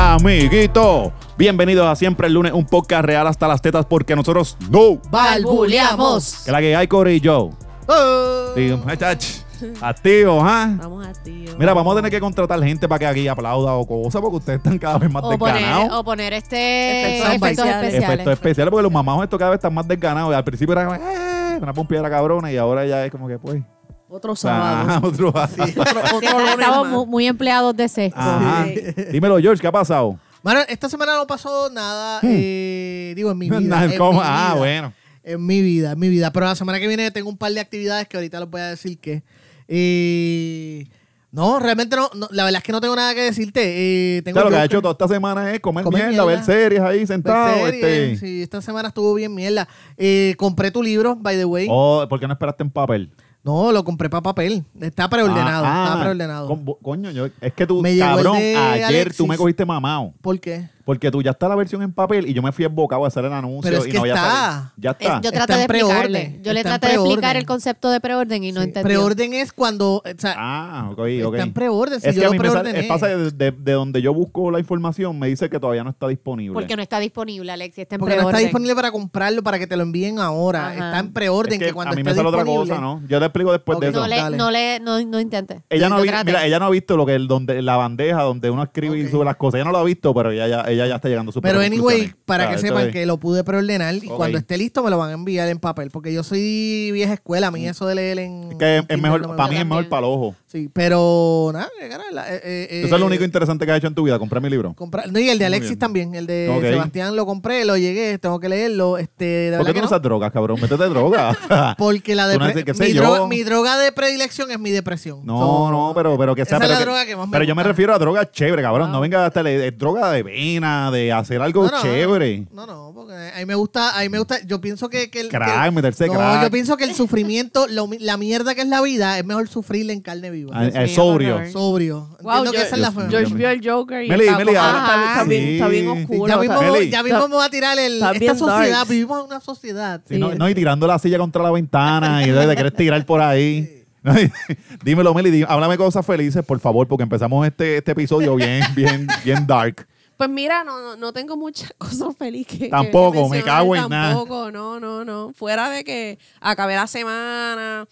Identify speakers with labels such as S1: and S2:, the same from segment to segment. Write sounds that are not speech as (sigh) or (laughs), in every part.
S1: amiguito. Bienvenidos a Siempre el Lunes, un podcast real hasta las tetas porque nosotros no.
S2: Balbuleamos.
S1: Que la que hay, Corillo.
S2: Oh.
S1: Digo,
S2: (laughs)
S1: muchachos, activos, ¿ah?
S3: Vamos a tío.
S1: Mira, vamos a tener que contratar gente para que aquí aplauda o cosas porque ustedes están cada vez más
S2: O poner,
S1: desganados.
S2: o poner este
S3: Efectos
S2: efectos,
S3: especiales.
S2: especiales.
S1: Efectos especiales porque los mamajos estos cada vez están más desganados. Al principio era como, "Eh", una pompiera cabrona y ahora ya es como que pues.
S3: Otro
S1: ajá, (laughs)
S3: sábado.
S1: otro-
S3: Otro, otro
S2: Sí, está-
S3: lunes
S2: Estamos
S3: más.
S2: mu- muy, empleados de sexto.
S1: Ajá. Dímelo, George, ¿qué ha pasado?
S4: Mano, esta semana no pasó nada, eh, digo, en mi vida.
S1: Hmm. (laughs) Nada,
S4: en
S1: ¿cómo?
S4: mi
S1: Ah,
S4: vida,
S1: bueno.
S4: En mi vida, en mi vida. Pero la semana que viene tengo un par de actividades que ahorita les voy a decir que. eh, no, realmente no, no, La verdad es que no tengo nada que decirte. Eh, tengo
S1: O sea, lo que ha
S4: Joker.
S1: hecho toda esta semana es comer,
S4: Comer
S1: mierda, ver
S4: mierda.
S1: series ahí
S4: Ver
S1: sentado.
S4: series,
S1: este.
S4: sí, esta semana estuvo bien mierda. Eh, compré tu libro, by the way.
S1: Oh, ¿por qué no esperaste en papel?
S4: No, lo compré para papel. Está Ah, preordenado.
S1: Ah, ah.
S4: está preordenado.
S1: Con- bo- coño, yo, es que tú,
S4: Me llegó el
S1: cabrón,
S4: de
S1: ayer tú
S4: Alexis.
S1: me cogiste mamado.
S4: ¿Por qué?
S1: Porque tú ya está la versión en papel y yo me fui embocado a hacer el anuncio.
S4: Pero
S1: y
S4: es que
S1: no había
S4: está.
S1: salido. Ya
S2: Es-
S1: está.
S2: yo
S4: Está
S2: traté de
S4: en preorden.
S2: explicarle. Yo le
S4: Está en
S2: traté de explicar
S4: preorden.
S2: el concepto de preorden y no
S4: Sí.
S2: entendió.
S4: Preorden es cuando. o sea,
S1: Ah, ok, ok.
S4: Está en preorden. Si
S1: es
S4: yo
S1: que a
S4: lo
S1: mí me sale,
S4: preordené.
S1: es pasa de, de- de donde yo busco la información, me dice que todavía no está disponible.
S2: Porque no está disponible, Alexi. Está en
S4: Porque no está
S2: preorden.
S4: disponible para comprarlo, para que te lo envíen ahora.
S2: Ajá.
S4: Está en
S1: Es
S4: preorden,
S1: que
S4: que, cuando
S1: a mí
S4: esté
S1: me sale otra
S4: disponible-
S1: cosa, ¿no? Yo le explico después
S4: Ok,
S1: de eso.
S2: No le,
S4: Dale.
S2: no le, no, no intente.
S1: Ella no, ha
S2: Lo
S1: vi-
S2: trate.
S1: mira, ella no ha visto lo que el, donde, la bandeja donde uno escribe y
S4: Ok.
S1: sube las cosas. Ella no lo ha visto, pero ella ya, ella ya está llegando a su
S4: Pero
S1: propia
S4: anyway,
S1: conclusión.
S4: para
S1: Ah,
S4: que
S1: esto
S4: sepan
S1: es-
S4: que lo pude preordenar y
S1: Ok.
S4: cuando esté listo me lo van a enviar en papel. Porque yo soy vieja escuela, a mí eso de leer en.
S1: Mm. es que es-
S4: en
S1: es
S4: Kindle
S1: mejor,
S4: no me
S1: para mí
S4: gusta.
S1: es mejor
S2: también.
S1: para el ojo.
S4: Sí, pero nada, que cara, la- eh, eh, eh,
S1: Eso es lo único interesante que has hecho en tu vida, comprar mi libro.
S4: comprar- No, y el
S1: Muy
S4: de Alexis
S1: bien.
S4: también, el de
S1: Ok.
S4: Sebastián lo compré, lo llegué, tengo que leerlo. Este, de
S1: ¿Por
S4: verdad
S1: qué tú
S4: que
S1: no
S4: no.
S1: usas drogas, cabrón? Métete
S4: (laughs)
S1: drogas.
S4: Porque la
S1: Tú no
S4: depre-
S1: dices, qué sé
S4: mi,
S1: yo.
S4: droga, mi droga de predilección es mi depresión.
S1: (laughs) No,
S4: So,
S1: no, pero, pero que sea.
S4: Esa es
S1: pero
S4: la
S1: que-
S4: droga que más me
S1: pero yo me
S4: gusta.
S1: refiero a drogas chévere, cabrón.
S2: Ah.
S1: No venga a tele, es droga de vena, de hacer algo
S4: No, no,
S1: chévere.
S4: No, no, porque a mí me gusta, a mí me gusta, yo pienso que, que el...
S1: Crack,
S4: que-
S1: meterse
S4: no,
S1: crack.
S4: yo pienso que el sufrimiento, lo mi- la mierda que es la vida, es mejor sufrirla en carne viva.
S1: Ah, eh,
S3: mío,
S1: sobrio.
S3: Robert.
S4: Sobrio.
S3: Wow,
S4: Entiendo que
S3: yo-
S4: esa es la
S1: Dios
S4: forma.
S1: mío.
S3: George vio el Joker y
S1: Meli,
S3: está,
S1: Meli,
S3: como-
S1: ahora-
S3: está bien- está bien,
S1: Sí.
S3: está bien oscuro.
S4: Ya
S3: o sea,
S4: mismo,
S1: Meli.
S4: ya mismo vamos a tirar el,
S3: Está
S4: esta
S3: bien
S4: sociedad,
S3: dark.
S4: vivimos en una sociedad. eh,
S1: Sí, no,
S3: Sí.
S1: no, y tirando la silla contra la ventana y te quieres tirar por ahí. (laughs) No, y- dímelo, Meli, di- háblame cosas felices, por favor, porque empezamos este, este episodio
S4: (laughs)
S1: bien, bien, bien dark.
S3: Pues mira, no, no, no tengo muchas (laughs) cosas felices. que-
S1: Tampoco,
S3: que
S1: me cago en nada.
S3: Tampoco, no, no, no. Fuera de que acabé la semana,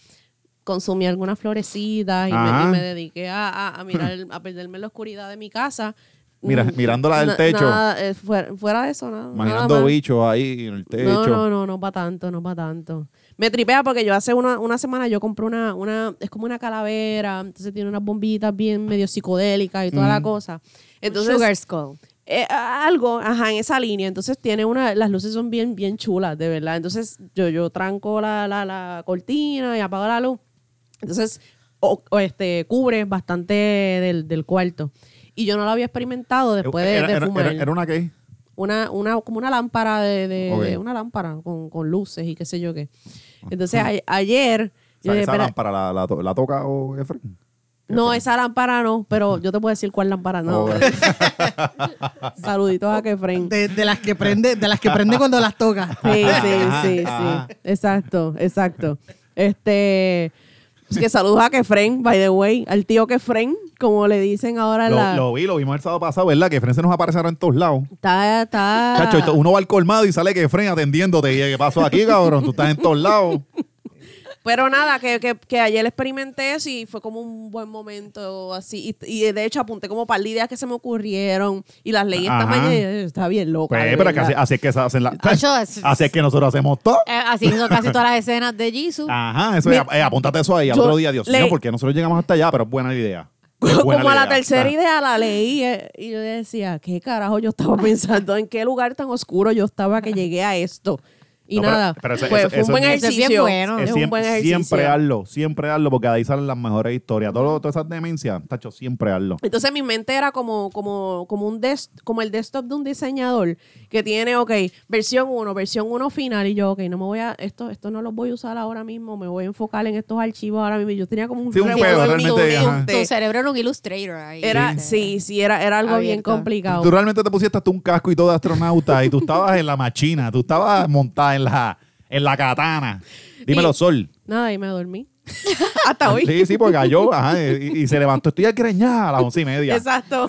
S3: consumí algunas florecitas y, me,
S1: Ajá.
S3: y me dediqué a, a- a mirar, el- a perderme en la oscuridad de mi casa.
S1: Mira-
S3: Mm,
S1: mirándola del
S3: na-
S1: techo.
S3: nada, eh, fuera, fuera de eso, nada. nada
S1: Imaginando
S3: más.
S1: bichos ahí en el techo.
S3: No, no, no, no para tanto, no para tanto. Me tripea porque yo hace una, una semana yo compré una, una, es como una calavera, entonces tiene unas bombitas bien medio psicodélicas y toda
S1: Mm.
S3: la cosa. Entonces,
S2: Sugar Skull.
S3: eh, a- algo, ajá, en esa línea. Entonces tiene una, las luces son bien, bien chulas, de verdad. Entonces yo, yo tranco la, la, la cortina y apago la luz. Entonces, o- o este, cubre bastante del, del cuarto. Y yo no lo había experimentado después de-
S1: era,
S3: de,
S1: era-
S3: fumar
S1: era- era una qué?
S3: una, una, como una lámpara de, de-
S1: Ok.
S3: de- una lámpara con, con luces y qué sé yo qué. Entonces a- ayer
S1: O
S3: yo
S1: sea,
S3: dije,
S1: esa
S3: "Espera,
S1: lámpara la, la to- la toca o Efraín.
S3: no, esa lámpara no, pero yo te puedo decir cuál lámpara no.
S1: Ok.
S3: (laughs) Saluditos a Kefren.
S4: De, de las que prende, de las que prende cuando
S1: (laughs)
S4: las toca.
S3: Sí, sí, sí,
S1: Ajá.
S3: sí. Exacto, exacto. Este pues que saludos a Kefren, by the way, al tío Kefren, como le dicen ahora en
S1: Lo,
S3: la
S1: lo vi, lo vimos el sábado pasado, ¿verdad? Que Efraín se nos aparecieron en todos lados.
S3: está está
S1: Chacho, esto- uno va al colmado y sale que Efraín atendiéndote. Y ¿qué pasó aquí, cabrón? Tú estás en todos
S3: (laughs)
S1: lados.
S3: Pero nada, que, que, que ayer experimenté eso y fue como un buen momento así. Y, y de hecho apunté como para ideas que se me ocurrieron y las leí esta
S1: Ajá.
S3: mañana y eh, está bien loca.
S1: Pues,
S3: de
S1: pero que
S3: verdad. Ah,
S1: así, así
S3: (laughs)
S1: es que se hacen las.
S2: Chacho,
S1: (laughs)
S2: es-
S1: Así es que nosotros hacemos todo.
S2: Eh, Así hizo casi todas las escenas de Jisoo.
S1: Ajá, eso es, eh, apúntate eso ahí. Al
S3: yo
S1: otro día, Dios
S3: le-
S1: mío, porque nosotros llegamos hasta allá, pero es buena la
S3: (laughs)
S1: idea. Es buena
S3: como a la
S1: idea.
S3: tercera
S1: Ah.
S3: idea la leí eh, y yo decía, ¿qué carajo yo estaba (laughs) pensando? ¿En qué lugar tan oscuro yo estaba que llegué a esto? Y
S1: No, pero-
S3: nada,
S1: pero eso-
S3: fue,
S1: eso-
S3: fue
S1: eso
S3: un buen
S2: Eso
S1: es-
S2: es bien
S3: ejercicio.
S2: bueno.
S1: Es
S3: Es un
S1: siempre,
S3: buen ejercicio.
S1: siempre hazlo, siempre hazlo, porque de ahí salen las mejores historias. Todo, todas esas demencias, tacho, siempre hazlo.
S3: Entonces mi mente era como, como, como, un des- como el desktop de un diseñador que tiene, ok, versión 1, versión 1 final, y yo, ok, no me voy a, esto, esto no los voy a usar ahora mismo, me voy a enfocar en estos archivos ahora mismo. Y Yo tenía como un
S1: Sí, un
S3: revolú
S1: huevo,
S3: en mi
S1: realmente, ajá.
S3: mente.
S2: Tu cerebro era un Illustrator ahí.
S3: Era, sí, sí, era, era algo bien
S2: Abierto.
S1: Tú
S3: complicado.
S1: realmente te pusiste hasta un casco y todo de astronauta y tú estabas en la machina, tú estabas montada en la, en la katana. Dímelo,
S3: Y-
S1: Sol.
S3: Nada, y me dormí. (laughs) Hasta hoy.
S1: Sí, sí, porque (laughs) cayó ajá, y, y se levantó. Estoy agreñada a las once y media.
S3: Exacto.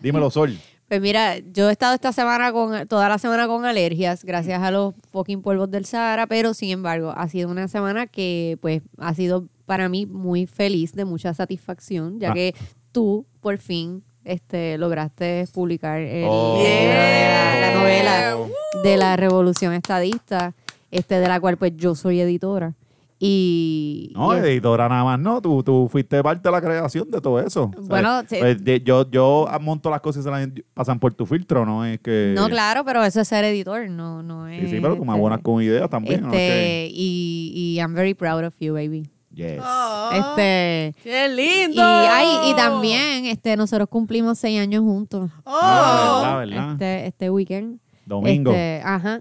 S1: Dímelo, Sol.
S5: Pues mira, yo he estado esta semana con, toda la semana con alergias, gracias a los fucking polvos del Sahara, pero sin embargo, ha sido una semana que, pues, ha sido para mí muy feliz, de mucha satisfacción, ya
S1: Ah.
S5: que tú, por fin, este, lograste publicar el-
S1: Oh.
S5: la, la
S1: Yeah.
S5: novela de la revolución estadista, este, de la cual, pues, yo soy editora. Y,
S1: No, eh.
S5: y-
S1: editora nada más, no. Tú, tú fuiste parte de la creación de todo eso. ¿sabes?
S5: Bueno, sí.
S1: Pues, de- yo, yo monto las cosas y se las pasan por tu filtro, ¿no? Es que.
S5: no, claro, pero eso es ser editor, no, no es...
S1: Sí, sí, pero tú me
S5: este,
S1: abonas con ideas también. ¿no? Que-
S5: Este, y, y I'm very proud of you, baby.
S1: Yes.
S5: Oh.
S1: Ah.
S5: Este.
S3: ¡Qué
S5: Y,
S3: lindo!
S5: ay, y también, este, nosotros cumplimos seis años juntos.
S1: Ah, verdad, verdad.
S5: Este, este weekend.
S1: Domingo.
S5: Este, ajá.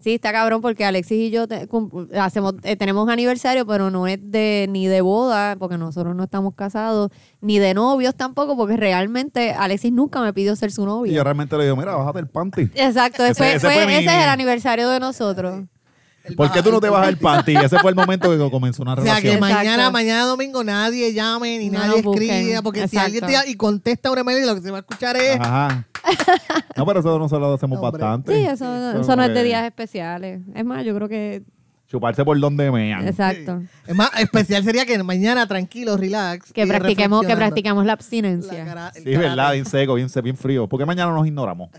S5: Sí, está cabrón porque Alexis y yo te- cum- hacemos, eh, tenemos aniversario, pero no es de ni de boda, porque nosotros no estamos casados, ni de novios tampoco, porque realmente Alexis nunca me pidió ser su novia.
S1: Y yo realmente le digo, mira, bájate el panty.
S5: Exacto,
S1: Ese-
S5: fue-
S1: ese
S5: fue-
S1: fue mi-
S5: ese es el aniversario de nosotros.
S4: El
S1: ¿Por qué tú no te
S4: baja-
S1: bajas el panty? Ese fue el momento que comenzó
S5: (laughs)
S1: una
S4: O sea, que
S1: relación.
S4: mañana,
S5: Exacto.
S4: mañana domingo nadie llame ni
S5: No
S4: nadie
S5: nos busquen.
S4: escriba, porque
S5: Exacto.
S4: si alguien te y contesta una mail, lo que se va a escuchar es
S1: Ajá. No, pero eso nosotros lo hacemos
S4: Hombre.
S1: bastante.
S5: Sí, eso,
S1: Eso
S5: eso no es
S1: es-
S5: de días especiales. Es más, yo creo que.
S1: Chuparse por donde mean.
S5: Exacto.
S4: Es más, especial sería que mañana, tranquilo, relax.
S5: Que
S4: y
S5: practiquemos, que
S4: reflexionando.
S5: practicamos la
S4: La
S5: abstinencia.
S4: cara- el
S1: Sí, es verdad,
S4: carácter.
S1: bien seco, bien, se- bien frío. Porque mañana nos
S5: (laughs)
S1: ignoramos.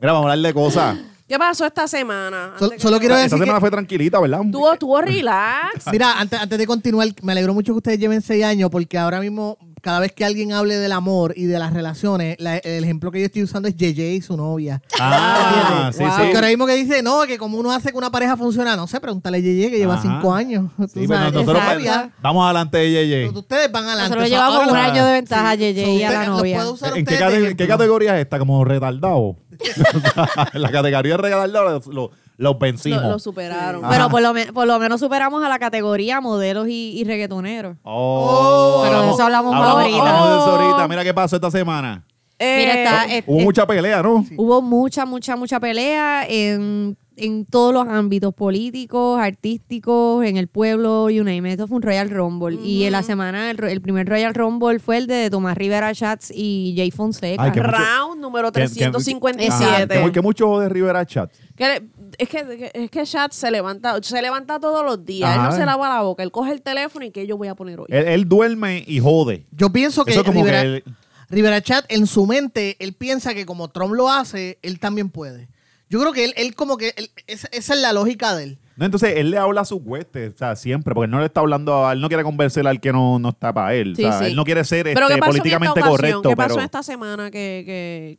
S1: Mira, vamos a hablar de cosas.
S3: ¿Qué pasó esta semana?
S4: Sol-
S3: Antes que-
S4: solo quiero
S1: Esta
S4: decir que,
S1: semana fue tranquilita, ¿verdad?
S5: (laughs)
S3: Tuvo, tuvo relax.
S4: mira, antes, antes de continuar, me alegro mucho que ustedes lleven seis años, porque ahora mismo, cada vez que alguien hable del amor y de las relaciones, la- el ejemplo que yo estoy usando es JJ y su novia.
S1: Ah, sí,
S5: Wow.
S1: sí.
S4: Porque ahora mismo que dice, no, que como uno hace que una pareja funciona, no sé, pregúntale a JJ que lleva
S1: Ajá.
S4: cinco años. Tú
S1: Sí, pero
S4: sabes,
S1: nosotros
S4: esa novia,
S5: Exacto.
S1: vamos adelante de
S4: Pero
S1: JJ.
S4: ustedes van adelante.
S5: Nosotros
S4: O sea,
S5: llevamos
S4: ahora
S5: un
S4: los-
S5: año de ventaja a JJ y a la
S4: ustedes- los
S5: novia.
S4: puedo usar a
S1: ¿En qué,
S4: ustedes
S1: cate-
S4: de
S1: qué
S4: ejemplo.
S1: categoría es esta? ¿Como retardado? (laughs) O sea, en la categoría de retardado los, los- los vencimos.
S3: Lo, lo superaron.
S1: Ajá.
S5: Pero por lo, me- por lo menos superamos a la categoría modelos y, y reggaetoneros.
S1: Oh,
S5: Pero de eso hablamos más ahorita.
S1: hablamos de eso ahorita. Mira qué pasó esta semana.
S3: Eh,
S5: Mira, está, eh,
S1: Hubo
S5: eh,
S1: mucha pelea, ¿no?
S5: hubo mucha, mucha, mucha pelea en, en todos los ámbitos políticos, artísticos, en el pueblo, you name it. Esto fue un Royal Rumble. Y en la semana, el, ro- el primer Royal Rumble fue el de Tomás Rivera Chats y Jay Fonseca.
S1: Ay, qué mucho-
S3: Round número
S1: Que- que- Ajá,
S3: 357.
S1: Que, que mucho de Rivera Chat.
S3: Que le- es que es que Chat se levanta, se levanta todos los días. Él
S1: Ajá.
S3: no se lava la boca, él coge el teléfono y que yo voy a poner hoy.
S1: Él, él duerme y jode.
S4: Yo pienso que
S1: Eso como
S4: Rivera,
S1: que él-
S4: Rivera Chat en su mente, él piensa que como Trump lo hace, él también puede. Yo creo que él, él como que, él- esa, esa es la lógica de él.
S1: No, entonces él le habla a sus huestes, o sea, siempre, porque él no le está hablando, a, él no quiere conversar al que no, no está para él. o
S3: Sí,
S1: sea,
S3: sí.
S1: Él no quiere ser
S3: pero
S1: este,
S3: ¿qué pasó
S1: políticamente
S3: en esta ocasión?
S1: correcto.
S3: ¿Qué pasó
S1: pero-
S3: esta semana que, que,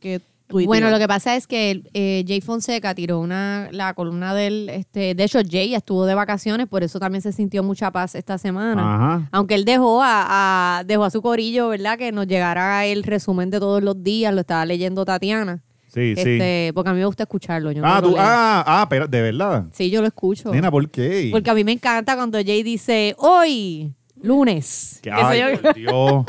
S3: que
S5: Bueno, lo que pasa es que eh, Jay Fonseca tiró una, la columna del... Este, de hecho, Jay estuvo de vacaciones, por eso también se sintió mucha paz esta semana.
S1: Ajá.
S5: Aunque él dejó a, a- dejó a su corillo, ¿verdad? Que nos llegara el resumen de todos los días, lo estaba leyendo Tatiana.
S1: Sí, sí.
S5: Este, Porque a mí me gusta escucharlo. Yo no
S1: Ah, tú,
S5: lo leo.
S1: ah, ah, pero de verdad.
S5: Sí, yo lo escucho.
S1: Nena, pues. ¿por qué?
S5: Porque a mí me encanta cuando Jay dice, hoy, lunes.
S1: Que-
S5: Que soy
S1: ay,
S5: yo-
S1: por Dios.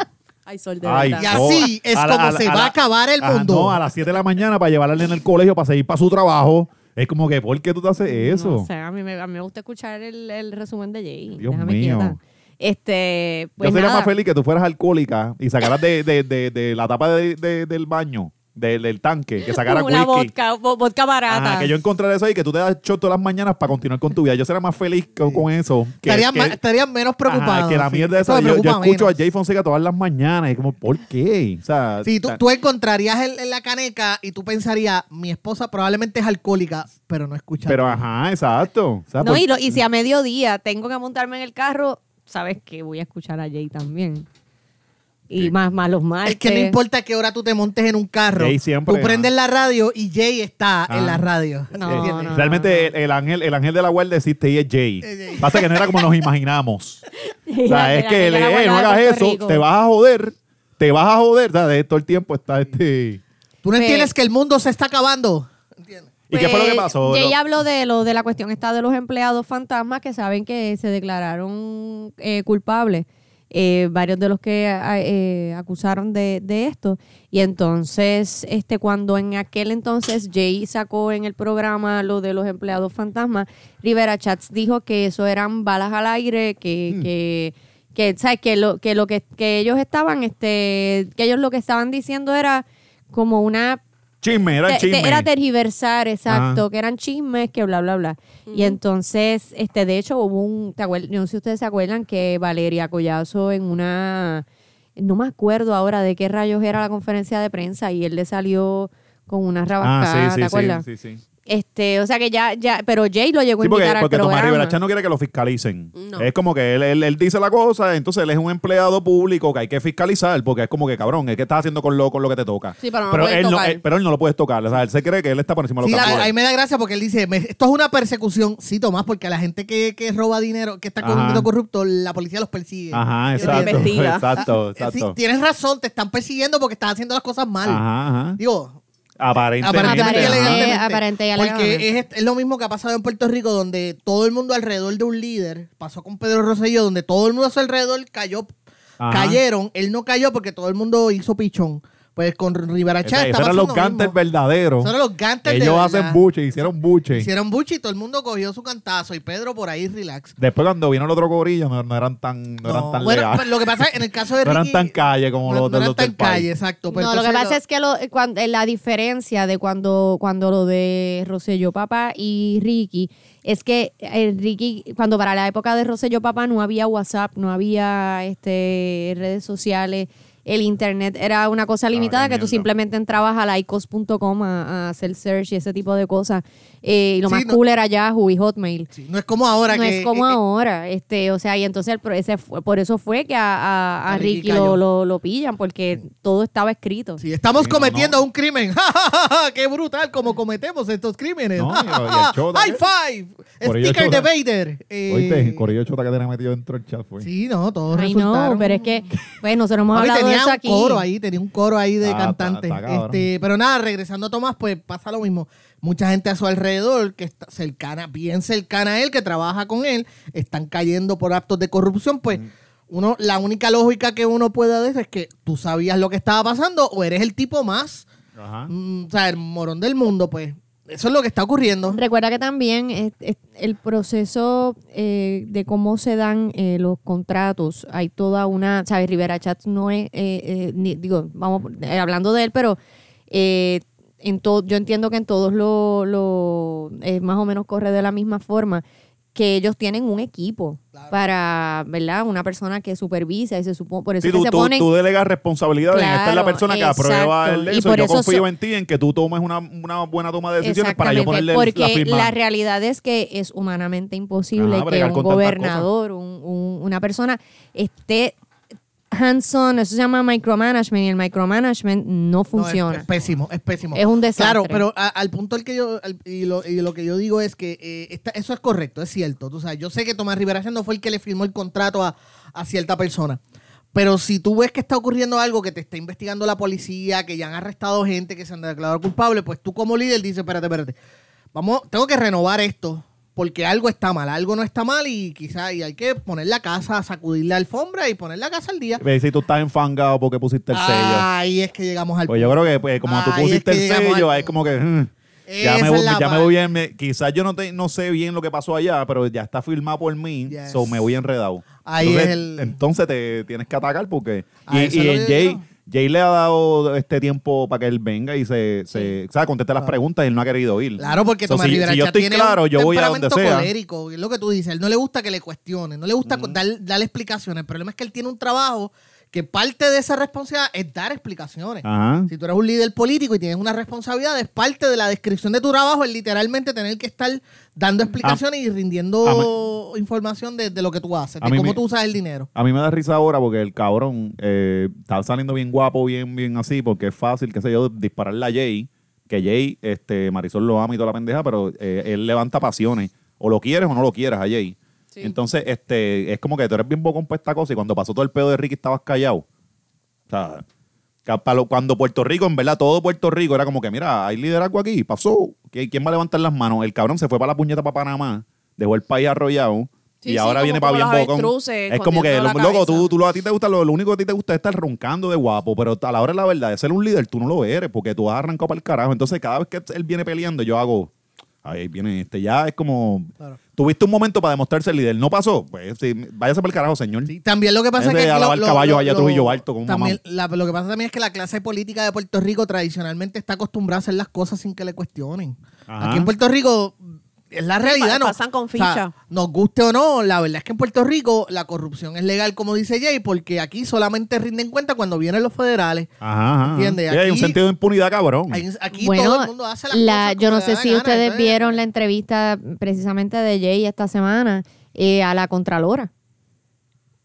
S3: Ay, sol de
S1: Ay,
S3: verdad.
S4: Y
S1: no.
S4: así es
S1: A la-
S4: como
S1: a la-
S4: se
S1: a
S4: va
S1: la-
S4: a acabar el
S1: Ajá,
S4: mundo.
S1: No, a las 7 de la mañana para llevarla en el colegio, para seguir para su trabajo. Es como que, ¿por qué tú te haces eso?
S5: No sé, a mí me, a mí me gusta escuchar el, el resumen de Jay.
S1: Dios
S5: Déjame
S1: mío.
S5: quieta. Este, pues
S1: Yo sería
S5: nada.
S1: más feliz que tú fueras alcohólica y sacaras de, de, de, de la tapa de- de- del baño, del- del tanque, que sacaras
S5: Una
S1: whisky.
S5: vodka, vo- vodka barata.
S1: Ajá, que yo encontrara eso y que tú te das shot todas las mañanas para continuar con tu vida. Yo sería más feliz con, con eso. Que,
S4: estarían,
S1: que-
S4: ma- estarían menos preocupados.
S1: Ajá, que la
S4: sí.
S1: mierda
S4: Eso
S1: esa.
S4: me
S1: Yo, yo
S4: preocupa
S1: escucho a
S4: menos.
S1: Jay Fonseca todas las mañanas. Es como, ¿por qué? O sea,
S4: Sí, tú,
S1: ta-
S4: tú encontrarías en, en la caneca y tú pensarías, mi esposa probablemente es alcohólica, pero no escucha.
S1: pero ajá, exacto. O sea,
S5: No,
S1: por-
S5: y, lo- y si a mediodía tengo que montarme en el carro, sabes que voy a escuchar a Jay también. Y
S1: Sí.
S5: más, más los martes.
S4: es que no
S5: (laughs)
S4: importa qué hora tú te montes en un carro,
S1: Jay siempre,
S4: tú prendes la radio y Jay está
S1: Ah.
S4: en la radio.
S5: No,
S4: ¿Entiendes?
S5: no,
S1: Realmente el, el ángel, el ángel de la guardia existe y es Jay.
S4: Es Jay.
S1: Pasa que no era como nos
S5: (laughs)
S1: imaginamos. O sea, es que
S5: Ya la
S1: le-
S5: guarda
S1: eh, no
S5: de
S1: hagas
S5: Puerto
S1: eso,
S5: Rico.
S1: te vas a joder, te vas a joder. O sea, de todo el tiempo está este.
S4: Tú no
S5: Pe-
S4: entiendes que el mundo se está acabando.
S1: ¿Y qué fue lo que
S5: Pues,
S1: pasó?
S5: Jay
S1: Lo-
S5: habló de lo de la cuestión está de los empleados fantasmas que saben que se declararon eh, culpables. eh, varios de los que a- eh, acusaron de, de esto. Y entonces, este, cuando en aquel entonces Jay sacó en el programa lo de los empleados fantasmas, Rivera Chats dijo que eso eran balas al aire, que,
S1: Hmm.
S5: que, que, ¿sabes? que lo, que lo que, que ellos estaban, este, que ellos lo que estaban diciendo era como una
S1: Chisme, era el
S5: te- te-
S1: chisme. Ah.
S5: era tergiversar, exacto,
S1: Ajá.
S5: que eran chismes, que bla, bla, bla. Y entonces, este, de hecho, hubo un, ¿te acuer- no sé si ustedes se acuerdan que Valeria Collazo en una, no me acuerdo ahora de qué rayos era la conferencia de prensa y él le salió con una rabascada,
S1: ah, sí,
S5: ¿te
S1: sí,
S5: acuerdas?
S1: sí, sí, sí.
S5: Este, o sea que ya, ya, pero Jay lo llegó
S1: Sí,
S5: a invitar
S1: porque,
S5: al
S1: porque Tomás
S5: programa.
S1: Rivera Chat no quiere que lo fiscalicen.
S3: No.
S1: Es como que él, él- él dice la cosa, entonces él es un empleado público que hay que fiscalizar, porque es como que cabrón, es que estás haciendo con lo, con lo que te toca.
S3: Sí, pero no lo puedes
S1: él no,
S3: tocar.
S1: él- pero él no lo puedes tocar. O sea, él se cree que él está por encima de los
S4: Sí,
S1: tambores.
S4: a- ahí me da gracia porque él dice, me- esto es una persecución, sí, Tomás, porque a la gente que, que roba dinero, que está con
S1: Ajá.
S4: dinero corrupto, la policía los persigue.
S1: Ajá,
S3: Yo te
S1: exacto.
S3: investiga.
S1: (laughs)
S5: (laughs)
S1: Exacto,
S4: Eh, sí,
S1: exacto.
S4: tienes razón, te están persiguiendo porque estás haciendo las cosas mal.
S1: Ajá, ajá.
S4: Digo,
S1: Aparentemente.
S4: aparentemente,
S5: Aparente,
S1: ajá.
S4: elegantemente.
S5: aparente y
S4: Porque
S5: elegantemente.
S4: es, es lo mismo que ha pasado en Puerto Rico, donde todo el mundo alrededor de un líder, pasó con Pedro Rosselló, donde todo el mundo a su alrededor cayó,
S1: Ajá.
S4: cayeron, él no cayó porque todo el mundo hizo pichón. Pues con Rivera
S1: Esa-
S4: Chat
S1: esos
S4: está
S1: eran
S4: pasando
S1: los
S4: lo
S1: gantes
S4: mismo.
S1: verdaderos.
S4: Esos eran los gantes de
S1: Ellos
S4: verdad.
S1: hacen buche, hicieron buche.
S4: Hicieron buchi y todo el mundo cogió su cantazo y Pedro por ahí relax.
S1: Después cuando vino el otro gorillo no, no eran tan, no, eran
S4: No,
S1: tan
S4: bueno,
S1: leales.
S4: pues lo que pasa es que en el caso de
S1: No eran
S4: Ricky,
S1: tan calle como
S4: no,
S1: los
S4: no
S1: de
S4: eran
S1: los
S4: tan
S1: del país.
S4: calle, exacto. pero
S5: No, lo que
S4: Pues, entonces
S5: pasa es que lo- eh, cuan- eh, la diferencia de cuando, cuando lo de Rosselló Papá y Ricky es que eh, Ricky, cuando para la época de Rosselló Papá no había WhatsApp, no había este redes sociales, el internet era una cosa limitada
S1: qué
S5: que tú
S1: mierda.
S5: simplemente entrabas a laicos.com a, a hacer search y ese tipo de cosas. Eh, y lo
S4: Sí,
S5: más
S4: no-
S5: cool era Yahoo y Hotmail
S4: sí, no es como ahora
S5: no
S4: que
S5: es como
S4: eh, eh,
S5: ahora este o sea y entonces el pro- ese fue- por eso fue que a, a- a
S4: A Ricky
S5: Ricky
S4: cayó.
S5: lo, lo, lo pillan porque todo estaba escrito
S4: sí, estamos
S1: Sí, no,
S4: cometiendo
S1: no.
S4: un crimen. (laughs) ¡Ja, ja, ja, ja! ¡Qué brutal como cometemos estos crímenes!
S1: No,
S4: ¡Ja,
S1: y-
S4: ja, (laughs)
S1: y el show
S4: ja!
S1: también.
S4: ¡High five!
S1: Corillo
S4: ¡Sticker de
S1: chota.
S4: Vader! Eh,
S1: Oíste, el corillo chota que tenía metido dentro del chat fue.
S4: Sí, no, todos
S5: Ay,
S4: resultaron.
S5: no, pero es que, bueno, nosotros hemos
S4: Papi,
S5: hablado de
S4: tenía
S5: eso
S4: un
S5: aquí.
S4: coro ahí, tenía un coro ahí de
S1: Ah,
S4: cantantes.
S1: está- está cabrón.
S4: Este, pero nada, regresando a Tomás, pues pasa lo mismo. Mucha gente a su alrededor que está cercana, bien cercana a él, que trabaja con él, están cayendo por actos de corrupción,
S1: Mm.
S4: pues uno la única lógica que uno puede decir es que tú sabías lo que estaba pasando o eres el tipo más,
S1: Ajá.
S4: mm, o sea, el morón del mundo, pues. Eso es lo que está ocurriendo.
S5: Recuerda que también es- es el proceso eh, de cómo se dan eh, los contratos, hay toda una, ¿sabes? Rivera Chats no es, eh, eh, ni- digo, vamos eh, hablando de él, pero eh, en to- yo entiendo que en todos los, los, eh, más o menos corre de la misma forma, que ellos tienen un equipo para, ¿verdad? Una persona que supervisa y se supone, por eso
S1: Sí,
S5: que
S1: tú,
S5: se
S1: tú-
S5: ponen...
S1: tú delegas responsabilidades. en Esta es la
S5: Claro,
S1: persona que
S5: exacto.
S1: aprueba el de
S5: Y
S1: eso.
S5: por
S1: Yo
S5: eso
S1: confío
S5: so-
S1: en ti, en que tú tomes una, una buena toma de decisiones para yo
S5: Exactamente,
S1: ponerle el-
S5: porque
S1: la firma.
S5: realidad es que es humanamente imposible
S1: Ajá,
S5: que
S1: bregar
S5: un
S1: con tantas
S5: gobernador, un- un- una persona esté hands-on, eso se llama micromanagement y el micromanagement no
S4: No, este, pues, es-
S5: funciona.
S4: es, pésimo, es pésimo.
S5: Es un desastre.
S4: Claro, pero a- al punto al que yo, al- y, lo, y lo que yo digo es que eh, esta- eso es correcto, es cierto. Tú sabes, yo sé que Tomás Rivera Chá no fue el que le firmó el contrato a, a cierta persona. Pero si tú ves que está ocurriendo algo que te está investigando la policía, que ya han arrestado gente, que se han declarado culpable, pues tú como líder dices, espérate, espérate, vamos, tengo que renovar esto, porque algo está mal, algo no está mal y quizá y hay que poner la casa, sacudir la alfombra y poner la casa al día.
S1: Ve si tú estás enfangado porque pusiste el sello.
S4: Ahí es que llegamos al
S1: Pues yo creo que pues, como tú
S4: Ahí es
S1: pusiste
S4: que
S1: el
S4: llegamos
S1: sello,
S4: al
S1: es como que mm, ya, me,
S4: Esa es
S1: voy-
S4: la
S1: ya me
S4: parte.
S1: voy bien. me- quizás yo no, te- no sé bien lo que pasó allá, pero ya está firmado por mí,
S4: Yes.
S1: so me voy enredado.
S4: Ahí
S1: entonces,
S4: es el-
S1: entonces te tienes que atacar porque... Y,
S4: Ah, eso
S1: y
S4: es lo
S1: el
S4: que yo
S1: Jay,
S4: digo.
S1: Jay le ha dado este tiempo para que él venga y se, se o sea, conteste las preguntas y él no ha querido ir.
S4: Claro, porque
S1: So,
S4: Tomás
S1: si,
S4: Rivera
S1: si yo
S4: Chat
S1: estoy
S4: tiene
S1: claro,
S4: un
S1: yo voy a donde
S4: temperamento
S1: sea.
S4: colérico, es lo que tú dices, él no le gusta que le cuestionen, no le gusta dar, dar explicaciones. El problema es que él tiene un trabajo que parte de esa responsabilidad es dar explicaciones.
S1: Ajá.
S4: Si tú eres un líder político y tienes una responsabilidad, es parte de la descripción de tu trabajo, es literalmente tener que estar
S1: Ah,
S4: dando explicaciones y rindiendo información de, de lo que tú haces,
S1: a
S4: de
S1: mí
S4: cómo
S1: me-
S4: tú usas el dinero.
S1: A mí me da risa ahora porque el cabrón eh, está saliendo bien guapo, bien, bien así, porque es fácil, qué sé yo, dispararle a Jay, que Jay, este, Marisol lo ama y toda la pendeja, pero eh, él levanta pasiones. O lo quieres o no lo quieras a Jay.
S3: Sí.
S1: Entonces, este, es como que tú eres bien bocón para esta cosa y cuando pasó todo el pedo de Ricky estabas callado. O sea, que pa' lo- cuando Puerto Rico, en verdad, todo Puerto Rico era como que, mira, hay liderazgo aquí, pasó. ¿Qui- ¿Quién va a levantar las manos? El cabrón se fue para la puñeta para Panamá, dejó el país arrollado.
S3: Sí,
S1: y
S3: sí,
S1: ahora
S3: como-
S1: viene
S3: como
S1: para bien
S3: los
S1: bocón.
S3: avestruces
S1: Es como que, lo-
S3: escondiendo la
S1: loco, tú,
S3: cabeza.
S1: tú lo, a ti te gusta, lo, lo único que a ti te gusta es estar roncando de guapo, pero a la hora de la verdad, de ser un líder, tú no lo eres, porque tú has arrancado para el carajo. Entonces, cada vez que él viene peleando, yo hago, Ahí viene este, ya es como.
S4: Claro.
S1: Tuviste un momento para demostrarse el líder, no pasó. Pues sí, váyase para el carajo, señor.
S4: Sí, también lo que pasa
S1: Es
S4: es
S1: de
S4: que.
S1: alabar caballos allá a Trujillo Alto como un
S4: también, la- Lo que pasa también es que la clase política de Puerto Rico tradicionalmente está acostumbrada a hacer las cosas sin que le cuestionen.
S1: Ajá.
S4: Aquí en Puerto Rico es la realidad.
S3: pa-
S4: no,
S3: pasan con
S4: o sea,
S3: ficha.
S4: nos guste o no, la verdad es que en Puerto Rico la corrupción es legal, como dice Jay, porque aquí solamente rinden cuenta cuando vienen los federales.
S1: Ajá, ajá.
S4: ¿Entiendes?
S1: Sí, hay un
S4: Aquí-
S1: sentido de impunidad, cabrón.
S4: Ahí- Aquí
S5: bueno,
S4: todo el mundo hace las
S5: la-
S4: cosas como
S5: yo no
S4: le da
S5: sé
S4: la
S5: si
S4: gana,
S5: ustedes
S4: entonces- pues.
S5: vieron la entrevista precisamente de Jay esta semana eh, a la Contralora.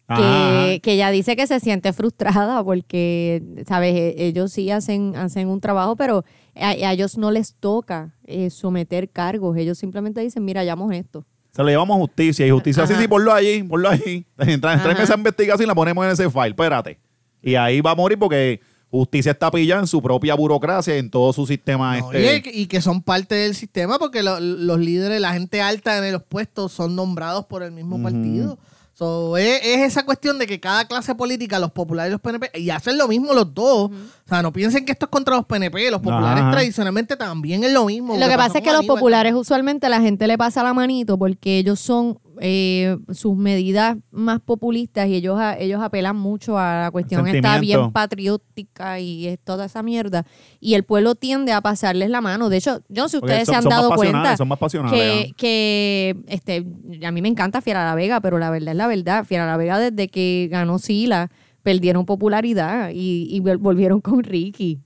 S1: Ajá,
S5: que, que ella dice que se siente frustrada porque, ¿sabes? E- Ellos sí hacen, hacen un trabajo, pero a, a ellos no les toca eh, someter cargos. Ellos simplemente dicen, mira, hallamos esto.
S1: Se lo llevamos a justicia y justicia.
S5: Ajá.
S1: Sí, sí, ponlo allí, ponlo allí. (laughs) Entra, entra en esa investigación y la ponemos en ese file. Espérate. Y ahí va a morir porque justicia está pillada en su propia burocracia, en todo su sistema.
S4: No,
S1: este.
S4: y, que- y que son parte del sistema porque lo- los líderes, la gente alta en los puestos son nombrados por el mismo partido. So, es, es esa cuestión de que cada clase política, los populares y los PNP, y hacen lo mismo los dos. O sea, no piensen que esto es contra los PNP. Los populares
S1: Ajá.
S4: tradicionalmente también es lo mismo.
S5: Lo que pasa
S4: pasó
S5: es que
S4: con
S5: los
S4: Aníbal.
S5: populares usualmente la gente le pasa la manito porque ellos son eh, sus medidas más populistas y ellos, a- ellos apelan mucho a la cuestión está bien
S1: sentimiento.
S5: patriótica y es toda esa mierda. Y el pueblo tiende a pasarles la mano. De hecho, yo no sé si
S1: Porque
S5: ustedes
S1: son-
S5: se han
S1: son más
S5: dado
S1: pasionales,
S5: cuenta
S1: son más pasionales,
S5: que,
S1: ¿eh?
S5: que, este, a mí me encanta Fiera La Vega, pero la verdad es la verdad. Fiera La Vega desde que ganó Sila perdieron popularidad y, y vol- volvieron con Ricky.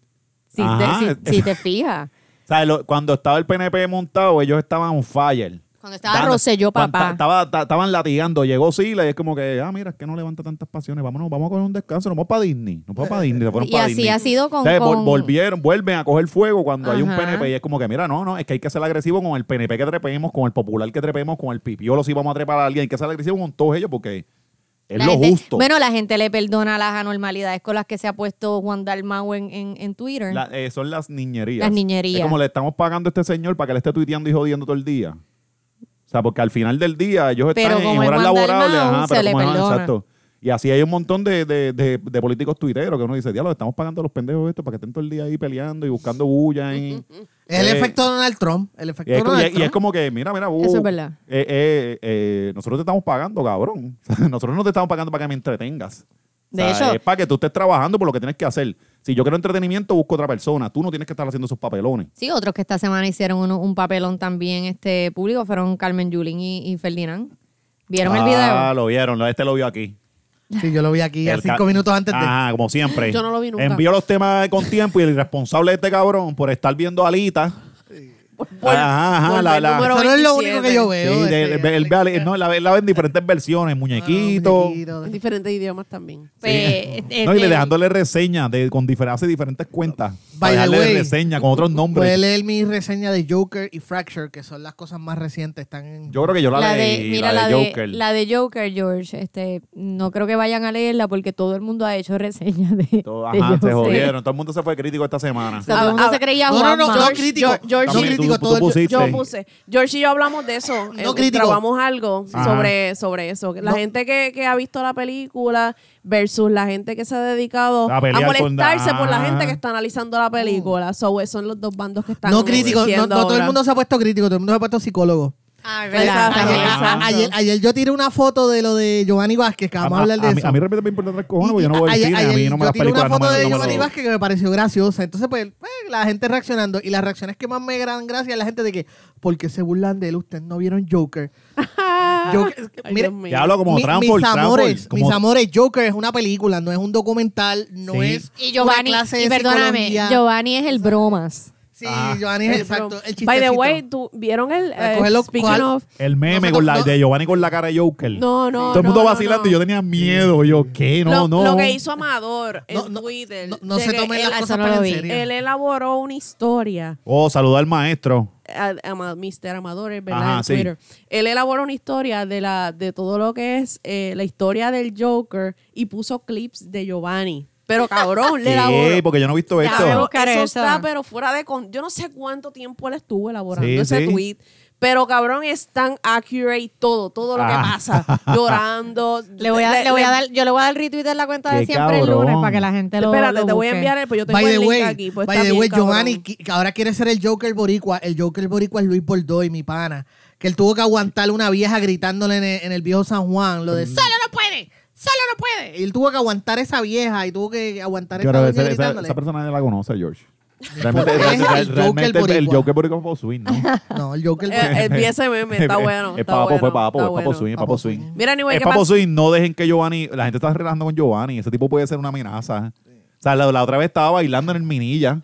S5: Si,
S1: Ajá,
S5: te, si- si te fijas.
S1: O sea, lo- cuando estaba el PNP montado, ellos estaban on fire.
S5: Cuando estaba
S1: Dando-
S5: Rosselló,
S1: cuando
S5: papá.
S1: ta- estaba- ta- estaban latigando. Llegó Sila y es como que, ah, mira, es que no levanta tantas pasiones. Vámonos, vamos a coger un descanso. Nos vamos para Disney. Nos vamos para Disney. se fueron
S5: Eh, Y
S1: para
S5: así
S1: Disney.
S5: ha sido con-
S1: O sea, vol-
S5: con-
S1: Volvieron, vuelven a coger fuego cuando hay un
S5: Ajá.
S1: PNP. Y es como que, mira, no, no, es que hay que ser agresivo con el PNP que trepemos, con el popular que trepemos, con el pipiolo si vamos a trepar a alguien. Hay que ser agresivo con todos ellos porque es
S5: La
S1: lo
S5: gente-
S1: justo.
S5: Bueno, la gente le perdona las anormalidades con las que se ha puesto Juan Dalmau en, en, en Twitter.
S1: La- eh, son las niñerías.
S5: Las niñerías.
S1: Es como le estamos pagando a este señor para que le esté tuiteando y jodiendo todo el día. O sea, porque al final del día ellos
S5: Pero
S1: están en
S5: como es
S1: horas
S5: Juan
S1: laborables.
S5: Dalmau,
S1: ajá,
S5: se
S1: pero
S5: le
S1: como es-
S5: perdona.
S1: exacto. Y así hay un montón de, de- de- de políticos tuiteros que uno dice, diablo, estamos pagando a los pendejos estos para que estén todo el día ahí peleando y buscando bulla.
S5: Mm,
S1: Y,
S4: Es el
S1: Eh,
S4: efecto Donald Trump. El efecto
S1: y es,
S4: Donald
S1: y es- y es
S4: Trump.
S1: como que, mira, mira, uh,
S5: Eso es verdad.
S1: eh, eh, eh, nosotros te estamos pagando, cabrón. (laughs) nosotros no te estamos pagando para que me entretengas.
S5: De hecho-
S1: es para que tú estés trabajando por lo que tienes que hacer. Si yo quiero entretenimiento, busco otra persona. Tú no tienes que estar haciendo esos papelones.
S5: Sí, otros que esta semana hicieron uno- un papelón también este público fueron Carmen Yulín y, y Ferdinand. ¿Vieron el
S1: Ah,
S5: video?
S1: lo vieron. Este lo vio aquí.
S4: Sí, yo lo vi aquí a
S1: El ca-
S4: cinco minutos antes de.
S1: Ah, como siempre.
S3: Yo no lo vi nunca.
S1: Envió los temas con tiempo y el responsable de este cabrón por estar viendo a Alita.
S3: Por-
S1: Ajá, ajá,
S3: por
S1: la-
S3: el
S1: la-
S3: número
S4: Eso no es lo único
S3: 27.
S4: que yo
S1: Sí,
S4: veo.
S1: de-
S4: este,
S1: él ve- él ve a Ali- no, la, ve- la ven en diferentes versiones, muñequito.
S4: Ah, muñequito.
S3: En diferentes idiomas también.
S5: Pues, este,
S1: No, y le dejándole reseñas de, con diferentes, hace diferentes cuentas.
S4: By
S1: Para
S4: the
S1: dejarle
S4: way,
S1: reseña con otros nombres.
S4: Puede leer mi reseña de Joker y Fracture, que son las cosas más recientes. Están en...
S1: Yo creo que yo la,
S5: la de,
S1: leí,
S5: mira,
S1: la de Joker.
S5: la de Joker, George, este, no creo que vayan a leerla porque todo el mundo ha hecho reseñas de,
S1: Todo-
S5: de
S1: ajá, se
S5: Joker.
S1: jodieron. Todo el mundo se fue crítico esta semana.
S5: O sea, todo el mundo
S3: Ah,
S5: se creía
S4: no, no, no,
S5: Juanma.
S4: no,
S3: George-
S4: crítico.
S3: George- George-
S4: no
S1: También tú-
S4: crítico
S1: tú
S4: todo el-
S1: pusiste.
S4: yo-
S3: Yo
S1: Sí.
S3: puse. George y yo hablamos de eso.
S4: No
S3: eh,
S4: crítico.
S3: Grabamos algo
S1: Ajá.
S3: sobre, sobre eso. La
S4: No.
S3: gente que, que ha visto la película versus la gente que se ha dedicado
S1: A
S3: a,
S1: pelear con-
S3: molestarse por la gente
S1: Ah.
S3: que está analizando la película. So, eh, son los dos bandos que están.
S4: no crítico, no,
S3: existiendo
S4: no todo el
S3: ahora.
S4: mundo se ha puesto crítico, todo el mundo se ha puesto psicólogo.
S5: Ah, es
S3: Esa-
S5: verdad,
S4: Ayer,
S5: también.
S1: Ajá.
S4: a- ayer- ayer yo tiré una foto de lo de Giovanni Vázquez, que
S1: A,
S4: vamos a hablar de
S1: a mí,
S4: eso.
S1: a mí realmente me importa tres cojones porque yo no voy
S4: a-
S1: al
S4: ayer-
S1: cine. A mí
S4: ayer
S1: no me
S4: yo
S1: las
S4: tiré
S1: películas
S4: una
S1: no
S4: foto
S1: me,
S4: de
S1: no me
S4: Giovanni
S1: lo-
S4: Vázquez que me pareció graciosa. Entonces, pues, pues, la gente reaccionando. Y las reacciones que más me dan gracia es la gente de que, ¿por qué se burlan de él? Ustedes no vieron
S3: (laughs)
S4: Joker. Joker
S3: Ay,
S4: mire,
S3: Dios mío.
S1: Ya hablo Ah, como
S4: Mi-
S1: Transport.
S4: mis
S1: Transport,
S4: amores,
S1: como-
S4: mis amores, Joker es una película, no es un documental, no
S1: Sí.
S4: es
S5: Y Giovanni,
S4: una clase de
S5: y perdóname,
S4: psicología.
S5: Giovanni es el bromas.
S4: Sí,
S1: Ah.
S4: Giovanni es exacto, el
S3: By the
S4: chistecito.
S3: way, ¿tú vieron el.
S4: Para
S3: eh,
S4: cogerlo-
S3: speaking
S4: ¿cuál?
S3: of-
S1: El meme
S4: Nosotros
S1: con la,
S4: no-
S1: de Giovanni con la cara de Joker.
S3: No, no.
S1: Todo el mundo
S3: no, no,
S1: vacilando
S3: no.
S1: y yo tenía miedo. Yo, ¿qué? No,
S3: lo,
S1: no.
S3: lo que hizo Amador en
S4: no, no,
S3: Twitter.
S4: no, no
S3: de
S4: se
S3: que
S4: tomen
S3: él,
S4: las cosas
S5: no
S4: tan
S5: lo
S4: en
S5: vi.
S4: serio.
S3: él elaboró una historia.
S1: Oh, saludar al maestro.
S3: a- a Ma- Mr. Amadores, ¿verdad?
S1: Ajá,
S3: en
S1: sí.
S3: Twitter. Él elaboró una historia de la de todo lo que es eh, la historia del Joker y puso clips de Giovanni. Pero
S1: (laughs)
S3: cabrón, le
S1: ¿Qué?
S3: elaboró.
S1: Porque yo no he visto
S5: Ya
S1: esto.
S5: veo
S3: Cabrón,
S5: buscar
S3: eso
S5: eso.
S3: está, pero fuera de con. Yo no sé cuánto tiempo él estuvo elaborando
S1: Sí,
S3: ese
S1: sí.
S3: tweet. Pero cabrón, es tan accurate todo, todo lo que
S1: Ah. (laughs)
S3: pasa. Llorando.
S5: Le voy a, le voy a dar, yo le voy a dar retweet en la cuenta de
S1: Qué
S5: siempre el
S1: cabrón.
S5: lunes para que la gente lo
S3: Espérate,
S5: lo
S3: te voy a
S5: busque.
S3: enviar el. Pues yo tengo
S4: By the
S3: el link
S4: way,
S3: aquí. Pues
S4: by
S3: está
S4: the
S3: bien,
S4: way,
S3: cabrón.
S4: Giovanni, qui- que ahora quiere ser el Joker Boricua. El Joker Boricua es Luis Bordoy, mi pana. Que él tuvo que aguantarle una vieja gritándole en el, en el viejo San Juan lo de
S1: Mm.
S4: ¡Solo no puede! ¡Solo no puede! Y él tuvo que aguantar esa vieja y tuvo que aguantar esta
S1: Pero
S4: doña
S1: esa, esa,
S4: gritándole.
S1: esa persona nadie la conoce,
S4: (laughs)
S1: George. Realmente,
S4: Es el
S1: realmente- realmente
S4: Joker
S1: el
S4: boricua.
S1: Joker Boricua fue swing,
S3: (laughs)
S1: ¿no?
S4: No, el Joker
S1: (laughs)
S3: Eh, eh, vi ese meme, está
S1: Es-
S3: bueno.
S1: Es
S3: está
S1: papo,
S3: bueno,
S1: fue papo,
S3: está
S1: es papo
S3: bueno.
S1: swing, es
S4: Papo
S1: papo swing.
S4: swing.
S3: Mira, anyway,
S1: es
S3: ¿qué
S1: papo
S3: pasa?
S1: swing, no dejen que Giovanni, la gente está relajando con Giovanni, ese tipo puede ser una amenaza. O sea, la, la otra vez estaba bailando en el Minilla.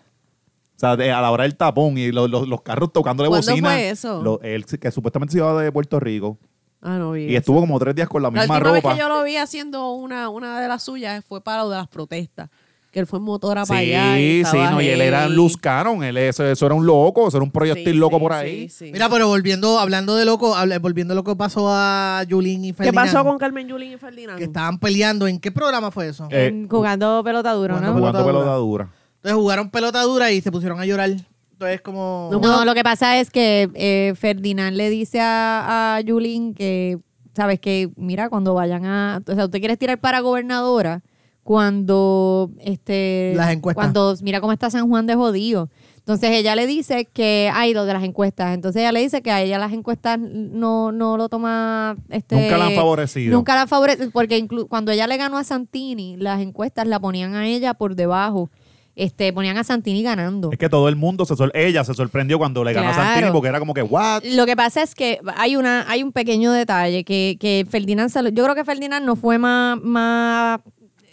S1: O sea, de- a la hora del tapón y los, los- los carros tocándole
S3: ¿Cuándo
S1: bocina.
S3: fue eso?
S1: Lo- él se- que supuestamente se iba de Puerto Rico
S3: Ah, no vi.
S1: y estuvo como tres días con la
S3: La
S1: misma
S3: última
S1: ropa.
S3: vez que yo lo vi haciendo una, una de las suyas fue para lo de las protestas. Que él fue en motora para
S1: sí,
S3: allá. y
S1: sí,
S3: estaba
S1: no, y él era
S3: heavy.
S1: Luz Cannon, él, eso, eso era un loco, eso era un proyectil
S3: Sí,
S1: loco
S3: sí,
S1: por
S3: sí,
S1: ahí.
S3: sí.
S4: Mira, pero volviendo, hablando de loco, habla- volviendo a lo que pasó a Yulín y
S3: ¿Qué
S4: Ferdinand.
S3: pasó con Carmen Yulín y Ferdinand?
S4: Que estaban peleando. ¿En qué programa fue eso?
S1: Eh,
S5: En- jugando pelota dura,
S4: jugando
S5: ¿no?
S1: jugando
S4: pelota
S1: pelota dura.
S4: Entonces jugaron pelota dura y se pusieron a llorar. Entonces como...
S5: No, lo que pasa es que eh, Ferdinand le dice a, a Yulín que, sabes que, mira, cuando vayan a, o sea, usted quiere tirar para gobernadora cuando, este,
S4: Las encuestas.
S5: cuando, mira cómo está San Juan de jodido. Entonces ella le dice que, ay, lo de las encuestas. Entonces ella le dice que a ella las encuestas no, no lo toma, este,
S1: Nunca la han favorecido.
S5: Nunca la favorece, porque inclu- cuando ella le ganó a Santini, las encuestas la ponían a ella por debajo. Este, ponían a Santini ganando.
S1: Es que todo el mundo se sor- ella se sorprendió cuando le ganó
S5: Claro.
S1: a Santini porque era como que what?
S5: Lo que pasa es que hay una hay un pequeño detalle que, que Ferdinand se lo- yo creo que Ferdinand no fue más más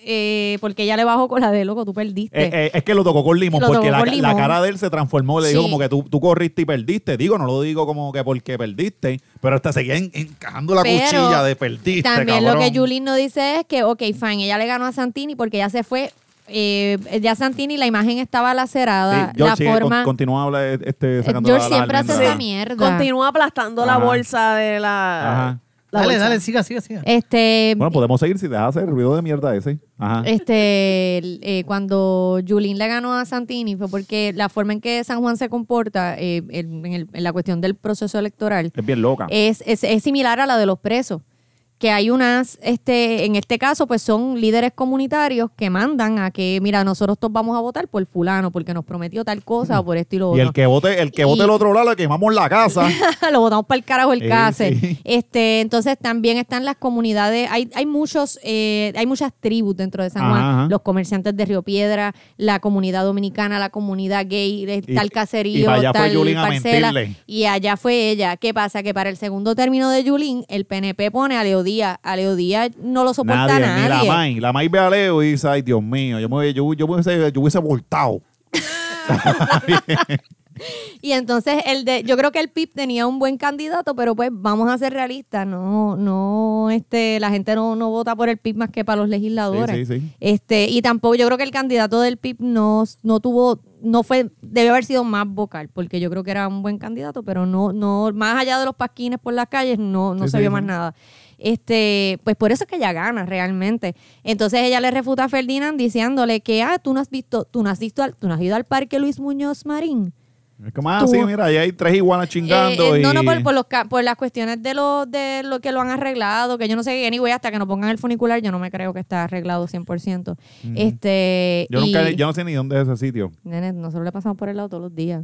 S5: eh, porque ella le bajó con la de loco tú perdiste.
S1: Eh, eh, es que lo tocó con limón
S5: Lo
S1: porque
S5: tocó
S1: la,
S5: con
S1: la
S5: limón.
S1: cara de él se transformó. Le dijo
S5: Sí.
S1: como que tú, tú corriste y perdiste. Digo, no lo digo como que porque perdiste, pero hasta seguía en- encajando la
S5: Pero
S1: cuchilla de perdiste.
S5: También
S1: cabrón.
S5: lo que Julín no dice es que ok, fine, ella le ganó a Santini porque ya se fue eh, ya Santini la imagen estaba lacerada,
S1: Sí, George
S5: la
S1: sigue, con-
S5: forma Eh,
S1: continúa habla- este, sacando la-
S5: George
S1: la
S5: siempre hace
S1: almendra.
S5: esa mierda.
S3: Continúa aplastando la
S1: Ajá.
S3: bolsa de la.
S1: Ajá.
S3: la
S4: Dale,
S3: bolsa.
S4: dale, siga, siga, siga.
S5: Este
S1: Bueno, pues, ah. podemos seguir si dejas hacer el ruido de mierda ese. Ajá.
S5: Este, el- eh, cuando Julín le ganó a Santini fue porque la forma en que San Juan se comporta eh, en, en el- en la cuestión del proceso electoral
S1: es bien loca.
S5: es, es- es similar a la de los presos. Que hay unas, este, en este caso, pues son líderes comunitarios que mandan a que, mira, nosotros todos vamos a votar por fulano, porque nos prometió tal cosa, o por esto y lo
S1: y
S5: otro
S1: el que vote, el que vote
S5: Y-
S1: el otro lado, le quemamos la casa.
S5: (laughs) lo botamos para el carajo el
S1: Sí,
S5: case.
S1: Eh, sí.
S5: Este, entonces también están las comunidades, hay, hay muchos, eh, hay muchas tribus dentro de San Juan,
S1: Ajá, ajá.
S5: los comerciantes de Río Piedra, la comunidad dominicana, la comunidad gay, de-
S1: Y-
S5: tal
S1: y
S5: caserío,
S1: para allá fue
S5: tal
S1: Yulín a
S5: parcela.
S1: mentirle.
S5: y allá fue ella. ¿Qué pasa? Que para el segundo término de Yulín, el PNP pone a Leodía. A Leodía no lo soporta
S1: nadie,
S5: nadie.
S1: ni la May. La May ve a Leo y dice, ay, Dios mío, yo, me, hubiese- yo, yo, me hubiese, yo hubiese voltado.
S5: Y entonces el de, yo creo que el PIB tenía un buen candidato, pero pues vamos a ser realistas, no, no, este, la gente no, no vota por el PIB más que para los legisladores.
S1: Sí, sí, sí.
S5: Este, y tampoco yo creo que el candidato del PIB no, no tuvo, no fue, debe haber sido más vocal, porque yo creo que era un buen candidato, pero no, no, más allá de los pasquines por las calles, no, no
S1: Sí,
S5: se
S1: sí,
S5: vio
S1: sí.
S5: más nada. Este, pues por eso es que ella gana realmente. Entonces ella le refuta a Ferdinand diciéndole que ah, tú no has visto, tú no has visto al- tú no has ido al parque Luis Muñoz Marín.
S1: Es como, ah,
S5: Tú-
S1: sí, mira, ahí hay tres iguanas chingando.
S5: Eh, eh, No,
S1: y...
S5: no, por, por los ca- por las cuestiones de lo, de lo que lo han arreglado, que yo no sé qué, anyway, hasta que no pongan el funicular, yo no me creo que está arreglado 100%. Este,
S1: Yo,
S5: y,
S1: nunca, yo no sé ni dónde es ese sitio.
S5: Nene, nosotros le pasamos por el lado todos los días.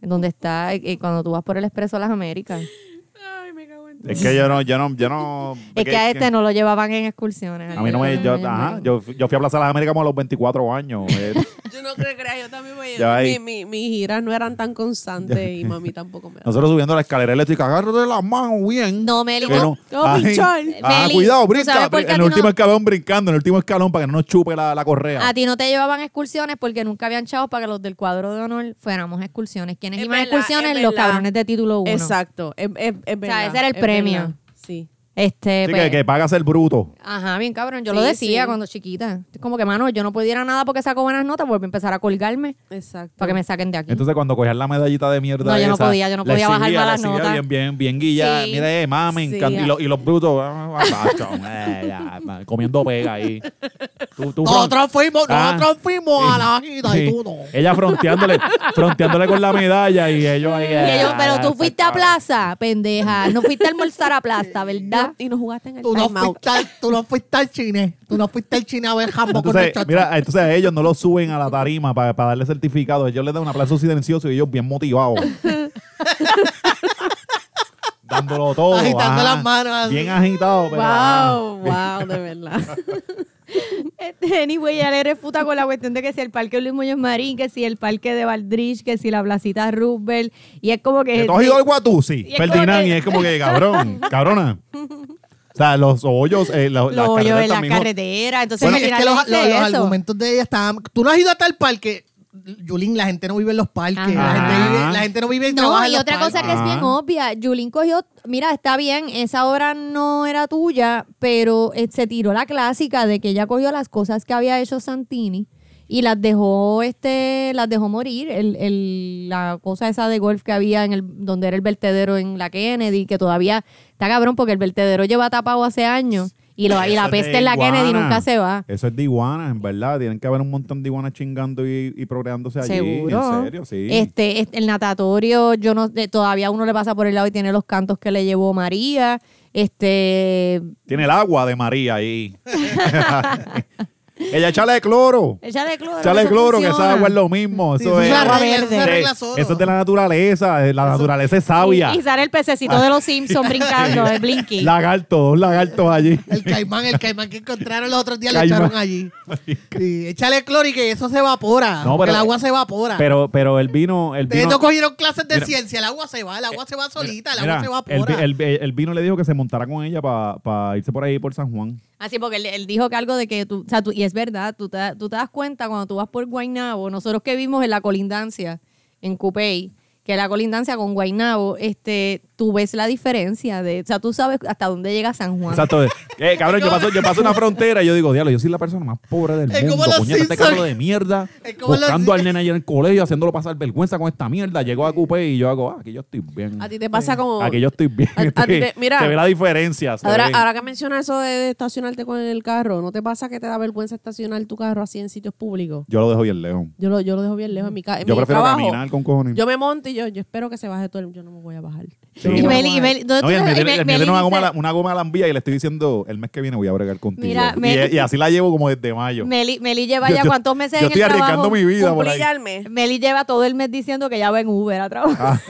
S5: Donde está, eh, cuando tú vas por el Expreso a las Américas.
S3: Ay, me cago en todo.
S1: Es que yo no, yo no, yo no.
S5: Es que a este no lo llevaban en excursiones.
S1: A mí no me. Yo,
S5: Ay,
S1: ajá,
S5: bueno.
S1: yo, yo fui a Plaza de las Américas como a los 24 años. eh.
S3: Yo no creo, creo, yo también voy
S1: Ya
S3: a
S1: ahí.
S3: mi, mi, Mis giras no eran tan constantes y mami tampoco me da.
S1: Nosotros subiendo la escalera eléctrica, agárrate las manos bien.
S5: No, Meli,
S1: Que
S5: no.
S3: no, pinchar.
S1: Ah,
S5: Feli,
S1: cuidado,
S5: ¿tú
S1: brinca.
S5: sabes por
S1: En
S5: qué a
S1: el
S5: ti no-
S1: último escalón brincando, en el último escalón para que no nos chupe la, la correa.
S5: A ti no te llevaban a excursiones porque nunca habían chavos para que los del cuadro de honor fuéramos a excursiones. Quienes
S3: Es
S5: iban a
S3: verdad,
S5: excursiones?
S3: es
S5: Los
S3: verdad.
S5: cabrones de título 1.
S3: Exacto, es, es, es verdad.
S5: ese era el
S3: es
S5: premio.
S3: verdad. Sí.
S5: Este,
S1: Así
S5: pues,
S1: que, que paga ser bruto.
S5: Ajá, bien cabrón. Yo
S3: Sí,
S5: lo decía
S3: sí.
S5: cuando chiquita. Es Como que, mano, yo no pudiera nada porque saco buenas notas, vuelvo a empezar a colgarme
S3: Exacto.
S5: para que me saquen de aquí.
S1: Entonces, cuando cogías la medallita de mierda,
S5: No, yo no
S1: esa,
S5: podía, yo no
S1: la
S5: podía bajar
S1: exhibía, la
S5: malas
S1: exhibía
S5: notas.
S1: Bien, bien, bien guilla.
S5: Sí.
S1: Mira, eh, mamen.
S3: Sí.
S1: ah, (laughs) can- y, lo- y los brutos, ah, ah, chon, eh, ya, comiendo pega ahí.
S6: Tú- tú fron-
S4: Nosotros fuimos,
S6: Ah.
S4: nosotros fuimos a la bajita y
S6: Sí.
S4: tú no.
S6: Ella fronteándole, fronteándole con la medalla y ellos ahí.
S5: Y ellos,
S1: eh,
S6: ah,
S5: pero tú
S6: está
S5: fuiste a
S6: cabrón".
S5: plaza, pendeja. No fuiste a almorzar a (laughs) plaza, ¿verdad?
S3: Y no jugaste en el
S4: Tú no,
S3: timeout.
S4: fuiste, al- tú no fuiste al cine. Tú no fuiste al cine a ver jambo con
S1: Entonces,
S4: el
S1: mira, entonces a ellos no los suben a la tarima para, para darle certificado. Ellos les dan un aplauso silencioso y ellos bien
S5: (laughs)
S1: motivados. Dándolo todo. ajá.
S4: Agitando las manos así.
S1: Bien agitado. Pero, ajá.
S3: Wow, wow, de verdad.
S5: Este, anyway, ya le refuta con la cuestión de que si el parque Luis Muñoz Marín, que si el parque de Valdrich, que si la placita Roosevelt. Y es como que. este,
S1: Que ¿Tú has ido al Guatusi?
S5: Y es como
S1: Ferdinand,
S5: que-
S1: y es como que,
S5: (laughs)
S1: cabrón, cabrona. O sea, los hoyos, eh, la- las
S5: Los hoyos
S1: carreteras
S5: en la
S1: también-
S5: carretera. Entonces,
S4: Bueno,
S5: al
S4: es que
S5: final
S4: los,
S5: le
S4: los-
S5: dice
S4: los
S5: eso.
S4: argumentos de ella estaban. Tú no has ido hasta el parque. Yulín, la gente no vive en los parques. La
S5: Ajá.
S4: gente, vive- la gente no vive en
S5: No,
S4: trabaja en
S5: y
S4: los
S5: otra
S4: parques.
S5: cosa que es bien
S1: Ajá.
S5: obvia, Julín cogió, mira, está bien, esa obra no era tuya, pero eh, se tiró la clásica de que ella cogió las cosas que había hecho Santini y las dejó este las dejó morir el, el- la cosa esa de golf que había en el donde era el vertedero en la Kennedy que todavía está cabrón porque el vertedero lleva tapado hace años y, lo- y
S1: Eso
S5: la
S1: es
S5: peste
S1: de
S5: en la Kennedy
S1: iguana.
S5: nunca se va
S1: Eso es de iguanas, en verdad. Tienen que haber un montón de iguanas chingando y, y progreándose allí.
S5: Seguro.
S1: En serio, sí.
S5: Este, este, el natatorio, yo no, de- todavía uno le pasa por el lado y tiene los cantos que le llevó María. Este,
S1: Tiene el agua de María ahí. (laughs) Ella échale cloro.
S5: échale cloro.
S1: Échale
S5: eso
S1: cloro, que
S5: funciona.
S1: esa agua es lo mismo.
S4: Sí,
S1: Eso
S4: eso
S1: es.
S4: se
S5: agua
S4: arregla, eso se
S5: verde.
S4: arregla
S1: Sí,
S4: solo.
S1: eso es de la naturaleza. eh, La naturaleza es sabia.
S5: Y, y sale el pececito
S1: Ah.
S5: de los
S1: (laughs)
S5: Simpsons brincando, el Blinky.
S1: Lagarto, dos lagartos
S5: (laughs)
S1: allí.
S4: El caimán, el caimán que encontraron los otros días
S1: Caimán.
S4: lo echaron allí. Sí, échale cloro y que eso se evapora.
S6: No,
S4: porque
S6: pero-
S4: el agua se evapora.
S6: Pero, pero el vino, el
S4: Ustedes
S6: vino.
S4: no cogieron clases de ciencia. El agua se va, el agua se va solita, el
S1: Mira,
S4: agua se
S1: el,
S4: evapora.
S1: vi- el vi- el vino le dijo que se montara con ella para irse por ahí por San Juan.
S5: Así, porque él, él dijo que algo de que tú, o sea, tú- y es verdad, tú te, tú te das cuenta cuando tú vas por Guaynabo, nosotros que vimos en la colindancia, en Cupey, que la colindancia con Guaynabo, este, tú ves la diferencia de, o sea, tú sabes hasta dónde llega San Juan.
S1: Exacto.
S4: (laughs)
S1: Eh, cabrón, yo paso, yo paso una frontera y yo digo, diablo, yo soy la persona más pobre del
S4: Es como
S1: mundo.
S4: los
S1: Puñeta, este
S4: Simpsons.
S1: cabrón de mierda.
S4: (laughs) Es como los
S1: Buscando al nene ayer en el colegio, haciéndolo pasar vergüenza con esta mierda. Llegó a Coupé y yo hago, ah, aquí yo estoy bien.
S3: A ti te pasa como...
S1: Aquí yo estoy bien. Este,
S3: A- a ti te- mira.
S1: se ve la diferencia. se
S3: Ahora,
S1: ve.
S3: ahora que mencionas eso de, de estacionarte con el carro, ¿no te pasa que te da vergüenza estacionar tu carro así en sitios públicos?
S1: Yo lo dejo bien lejos.
S3: Yo lo, yo lo dejo bien lejos en mi casa.
S1: Yo prefiero caminar con cojones.
S3: Yo me monto y yo, yo espero que se baje todo el... Yo no me voy a bajar.
S1: Sí.
S3: Yo no me
S5: Y
S3: voy a
S5: Meli- y
S3: bajar.
S5: Meli-
S1: No, y el
S5: y
S1: mío
S5: Meli-
S1: tiene- el mío
S5: Meli
S1: tiene una
S5: dice-
S1: goma, la- una goma lambía y le estoy diciendo, el mes que viene voy a bregar contigo.
S5: Mira,
S1: y,
S5: Meli-
S1: y así la llevo como desde mayo.
S5: Meli, Meli lleva
S1: Yo-
S5: ya
S1: yo-
S5: cuántos meses
S1: yo
S5: en el
S1: estoy arriesgando
S5: trabajo?
S1: mi vida por
S3: Cumplí
S1: ahí.
S3: ya el mes.
S5: Meli lleva todo el mes diciendo que ya va en Uber a
S1: Ah,
S5: trabajar.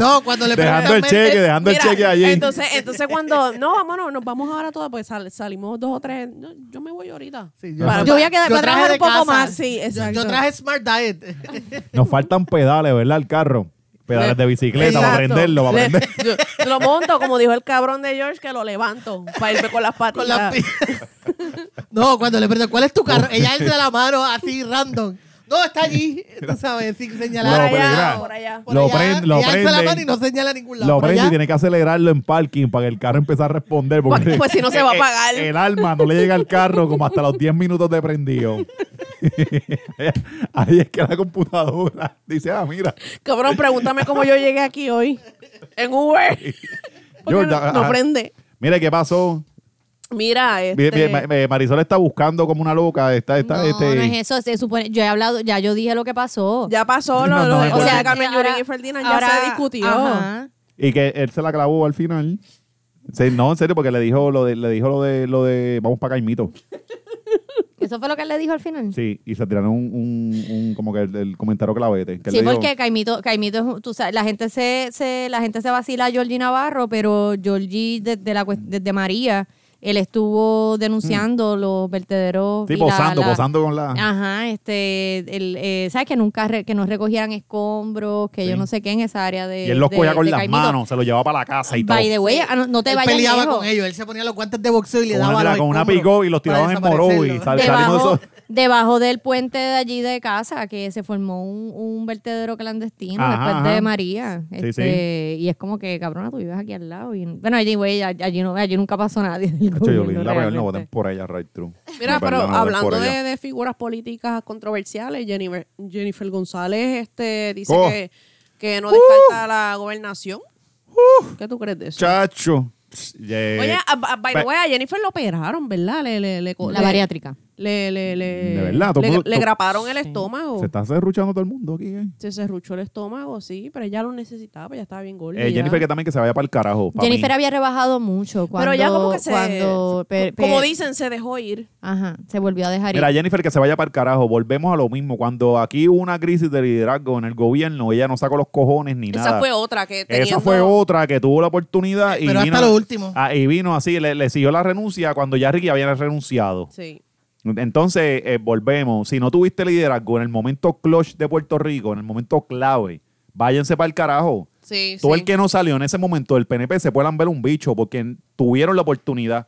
S4: no, cuando le
S1: Dejando el
S4: preguntan.
S1: cheque,
S4: "Mente,
S1: Eh, dejando el
S3: Mira,
S1: cheque allí.
S3: Entonces, entonces cuando... No, vámonos, nos vamos ahora todas, pues sal- salimos dos o tres. no, yo me voy ahorita.
S4: Sí, yo-
S3: Para-
S5: Yo voy a quedar- voy a
S4: traje
S5: trabajar
S4: de
S5: un poco
S4: casa.
S5: más,
S3: sí,
S4: Yo-
S3: exacto.
S4: Yo traje Smart Diet. (laughs)
S1: Nos faltan pedales, ¿verdad? El carro. Pedales de bicicleta para
S3: Exacto.
S1: prenderlo, para
S3: Le-
S1: prender.
S3: (laughs) yo- lo monto, como dijo el cabrón de George, que lo levanto para irme con las patas.
S4: Con las pi- (laughs) no, cuando le preguntan, ¿cuál es tu carro? Ella
S1: (laughs)
S4: alza la mano así, random. No, está allí. Tú sabes, sin
S1: No,
S3: por
S4: señalar.
S1: pero
S3: allá,
S1: mira,
S3: por allá.
S4: Por
S1: lo
S4: allá,
S1: prende, lo
S4: ella alza la
S1: prende.
S4: mano y no señala a ningún lado.
S1: Lo
S4: Por
S1: prende y
S4: allá,
S1: tiene que acelerarlo en parking para que el carro empiece a responder. Porque
S3: Pues- pues si no se va
S1: (laughs)
S3: a
S1: el-
S3: apagar.
S1: El, alma no le llega al carro como hasta los 10 minutos de prendido. (laughs) Ahí es que la computadora dice, ah, mira.
S3: Cabrón, pregúntame cómo yo llegué aquí hoy. En Uber. (laughs) (laughs) Porque
S1: George,
S3: no,
S1: ah,
S3: no
S1: ah,
S3: prende.
S1: Mire, ¿qué pasó?
S3: Mira,
S1: Mi-
S3: este,
S1: mi- ma- eh, Marisol está buscando como una loca. Está, está,
S5: no,
S1: este,
S5: no es eso. Se supone, yo he hablado, ya yo dije lo que pasó.
S3: ya pasó lo,
S1: No,
S3: lo
S1: no,
S3: de-
S1: no,
S3: o sea,
S1: no.
S3: Carmen
S5: ahora-
S3: Yulín y Ferdinand ya
S5: ahora-
S3: se discutió.
S5: ajá.
S1: Y que él se la clavó al final. Sí, no, en serio, porque le dijo lo de, le dijo lo de, lo de vamos para Caimito.
S5: Eso fue lo que él le dijo al final. Sí.
S1: Sí, y se tiraron un, un- un- como que el, el comentario clavete. que él le dijo-
S5: porque Caimito, Caimito, es un- tú sabes, la gente se, se- la gente se vacila a Georgie Navarro, pero Georgie desde la cuest- desde María, él estuvo denunciando los vertederos.
S1: Mm. Sí,
S5: y la-
S1: posando,
S5: la- Ah,
S1: posando con la...
S5: Ajá, este, el, eh, ¿sabes? Que nunca, re- que no recogieran escombros, que yo
S1: Sí.
S5: no sé qué en esa área de.
S1: y él los
S5: de-
S1: cogía con
S5: de
S1: las
S5: Caimito.
S1: manos, se los llevaba para la casa y todo.
S5: By the way, ah, no, no te
S4: él
S5: vayas
S4: peleaba
S5: lejos.
S4: con ellos. Él se ponía los guantes de boxeo y le
S1: Con
S4: daba
S1: una-
S4: los
S1: con una
S4: escombros
S1: picó y los
S4: para
S1: tiraban en Moró y
S4: desaparecerlo.
S1: sal- salimos de
S5: Debajo,
S1: eso.
S5: debajo del puente de allí de casa, que se formó un, un vertedero clandestino
S1: Ajá,
S5: después
S1: ajá.
S5: de María.
S1: Sí,
S5: Este, Y es como que, cabrona, tú vives aquí al lado. Y, bueno, allí, güey, allí, no- allí nunca pasó nadie. del
S1: Chacho, yo,
S5: gobierno
S1: la peor, no
S5: realmente.
S1: voten por ella, right through.
S3: Mira,
S1: No,
S3: pero
S1: perdón, no voten
S3: hablando
S1: por ella.
S3: de, de figuras políticas controversiales, Jennifer, Jennifer González este, dice
S1: Oh. Uh.
S3: que, que no descarta la gobernación. ¿Qué tú crees de eso?
S1: Chacho. eh,
S3: Oye,
S5: ah,
S3: a, a- by the
S1: pe-
S3: way, a Jennifer lo operaron, ¿verdad? Le, le, le,
S5: La
S3: le-
S5: bariátrica.
S3: Le, le, le,
S1: De verdad, todo
S3: le,
S1: mundo-
S3: le
S1: todo-
S3: graparon el estómago.
S1: se está cerruchando todo el mundo aquí, eh.
S3: Se cerruchó el estómago, sí, pero ella lo necesitaba, ya estaba bien gorda.
S1: Eh,
S3: ya.
S1: Jennifer que también que se vaya para el carajo. pa'
S5: Jennifer
S1: mí.
S5: había rebajado mucho cuando.
S3: Pero ya como que se...
S5: cuando- pe- pe-
S3: como dicen, se dejó ir.
S5: Ajá, se volvió a dejar ir.
S1: Mira, Jennifer que se vaya para el carajo. Volvemos a lo mismo. Cuando aquí hubo una crisis de liderazgo en el gobierno, ella no sacó los cojones ni nada.
S3: Esa fue otra que
S1: Esa
S3: teniendo-
S1: fue otra que tuvo la oportunidad y
S4: Pero
S1: vino,
S4: hasta lo último.
S1: ah, y vino así, le, le siguió la renuncia cuando ya Ricky había renunciado.
S3: Sí.
S1: Entonces, eh, volvemos. Si no tuviste liderazgo en el momento clutch de Puerto Rico, en el momento clave, váyanse para el carajo.
S3: Sí,
S1: Todo
S3: sí.
S1: el que no salió en ese momento del PNP se puedan ver un bicho porque tuvieron la oportunidad.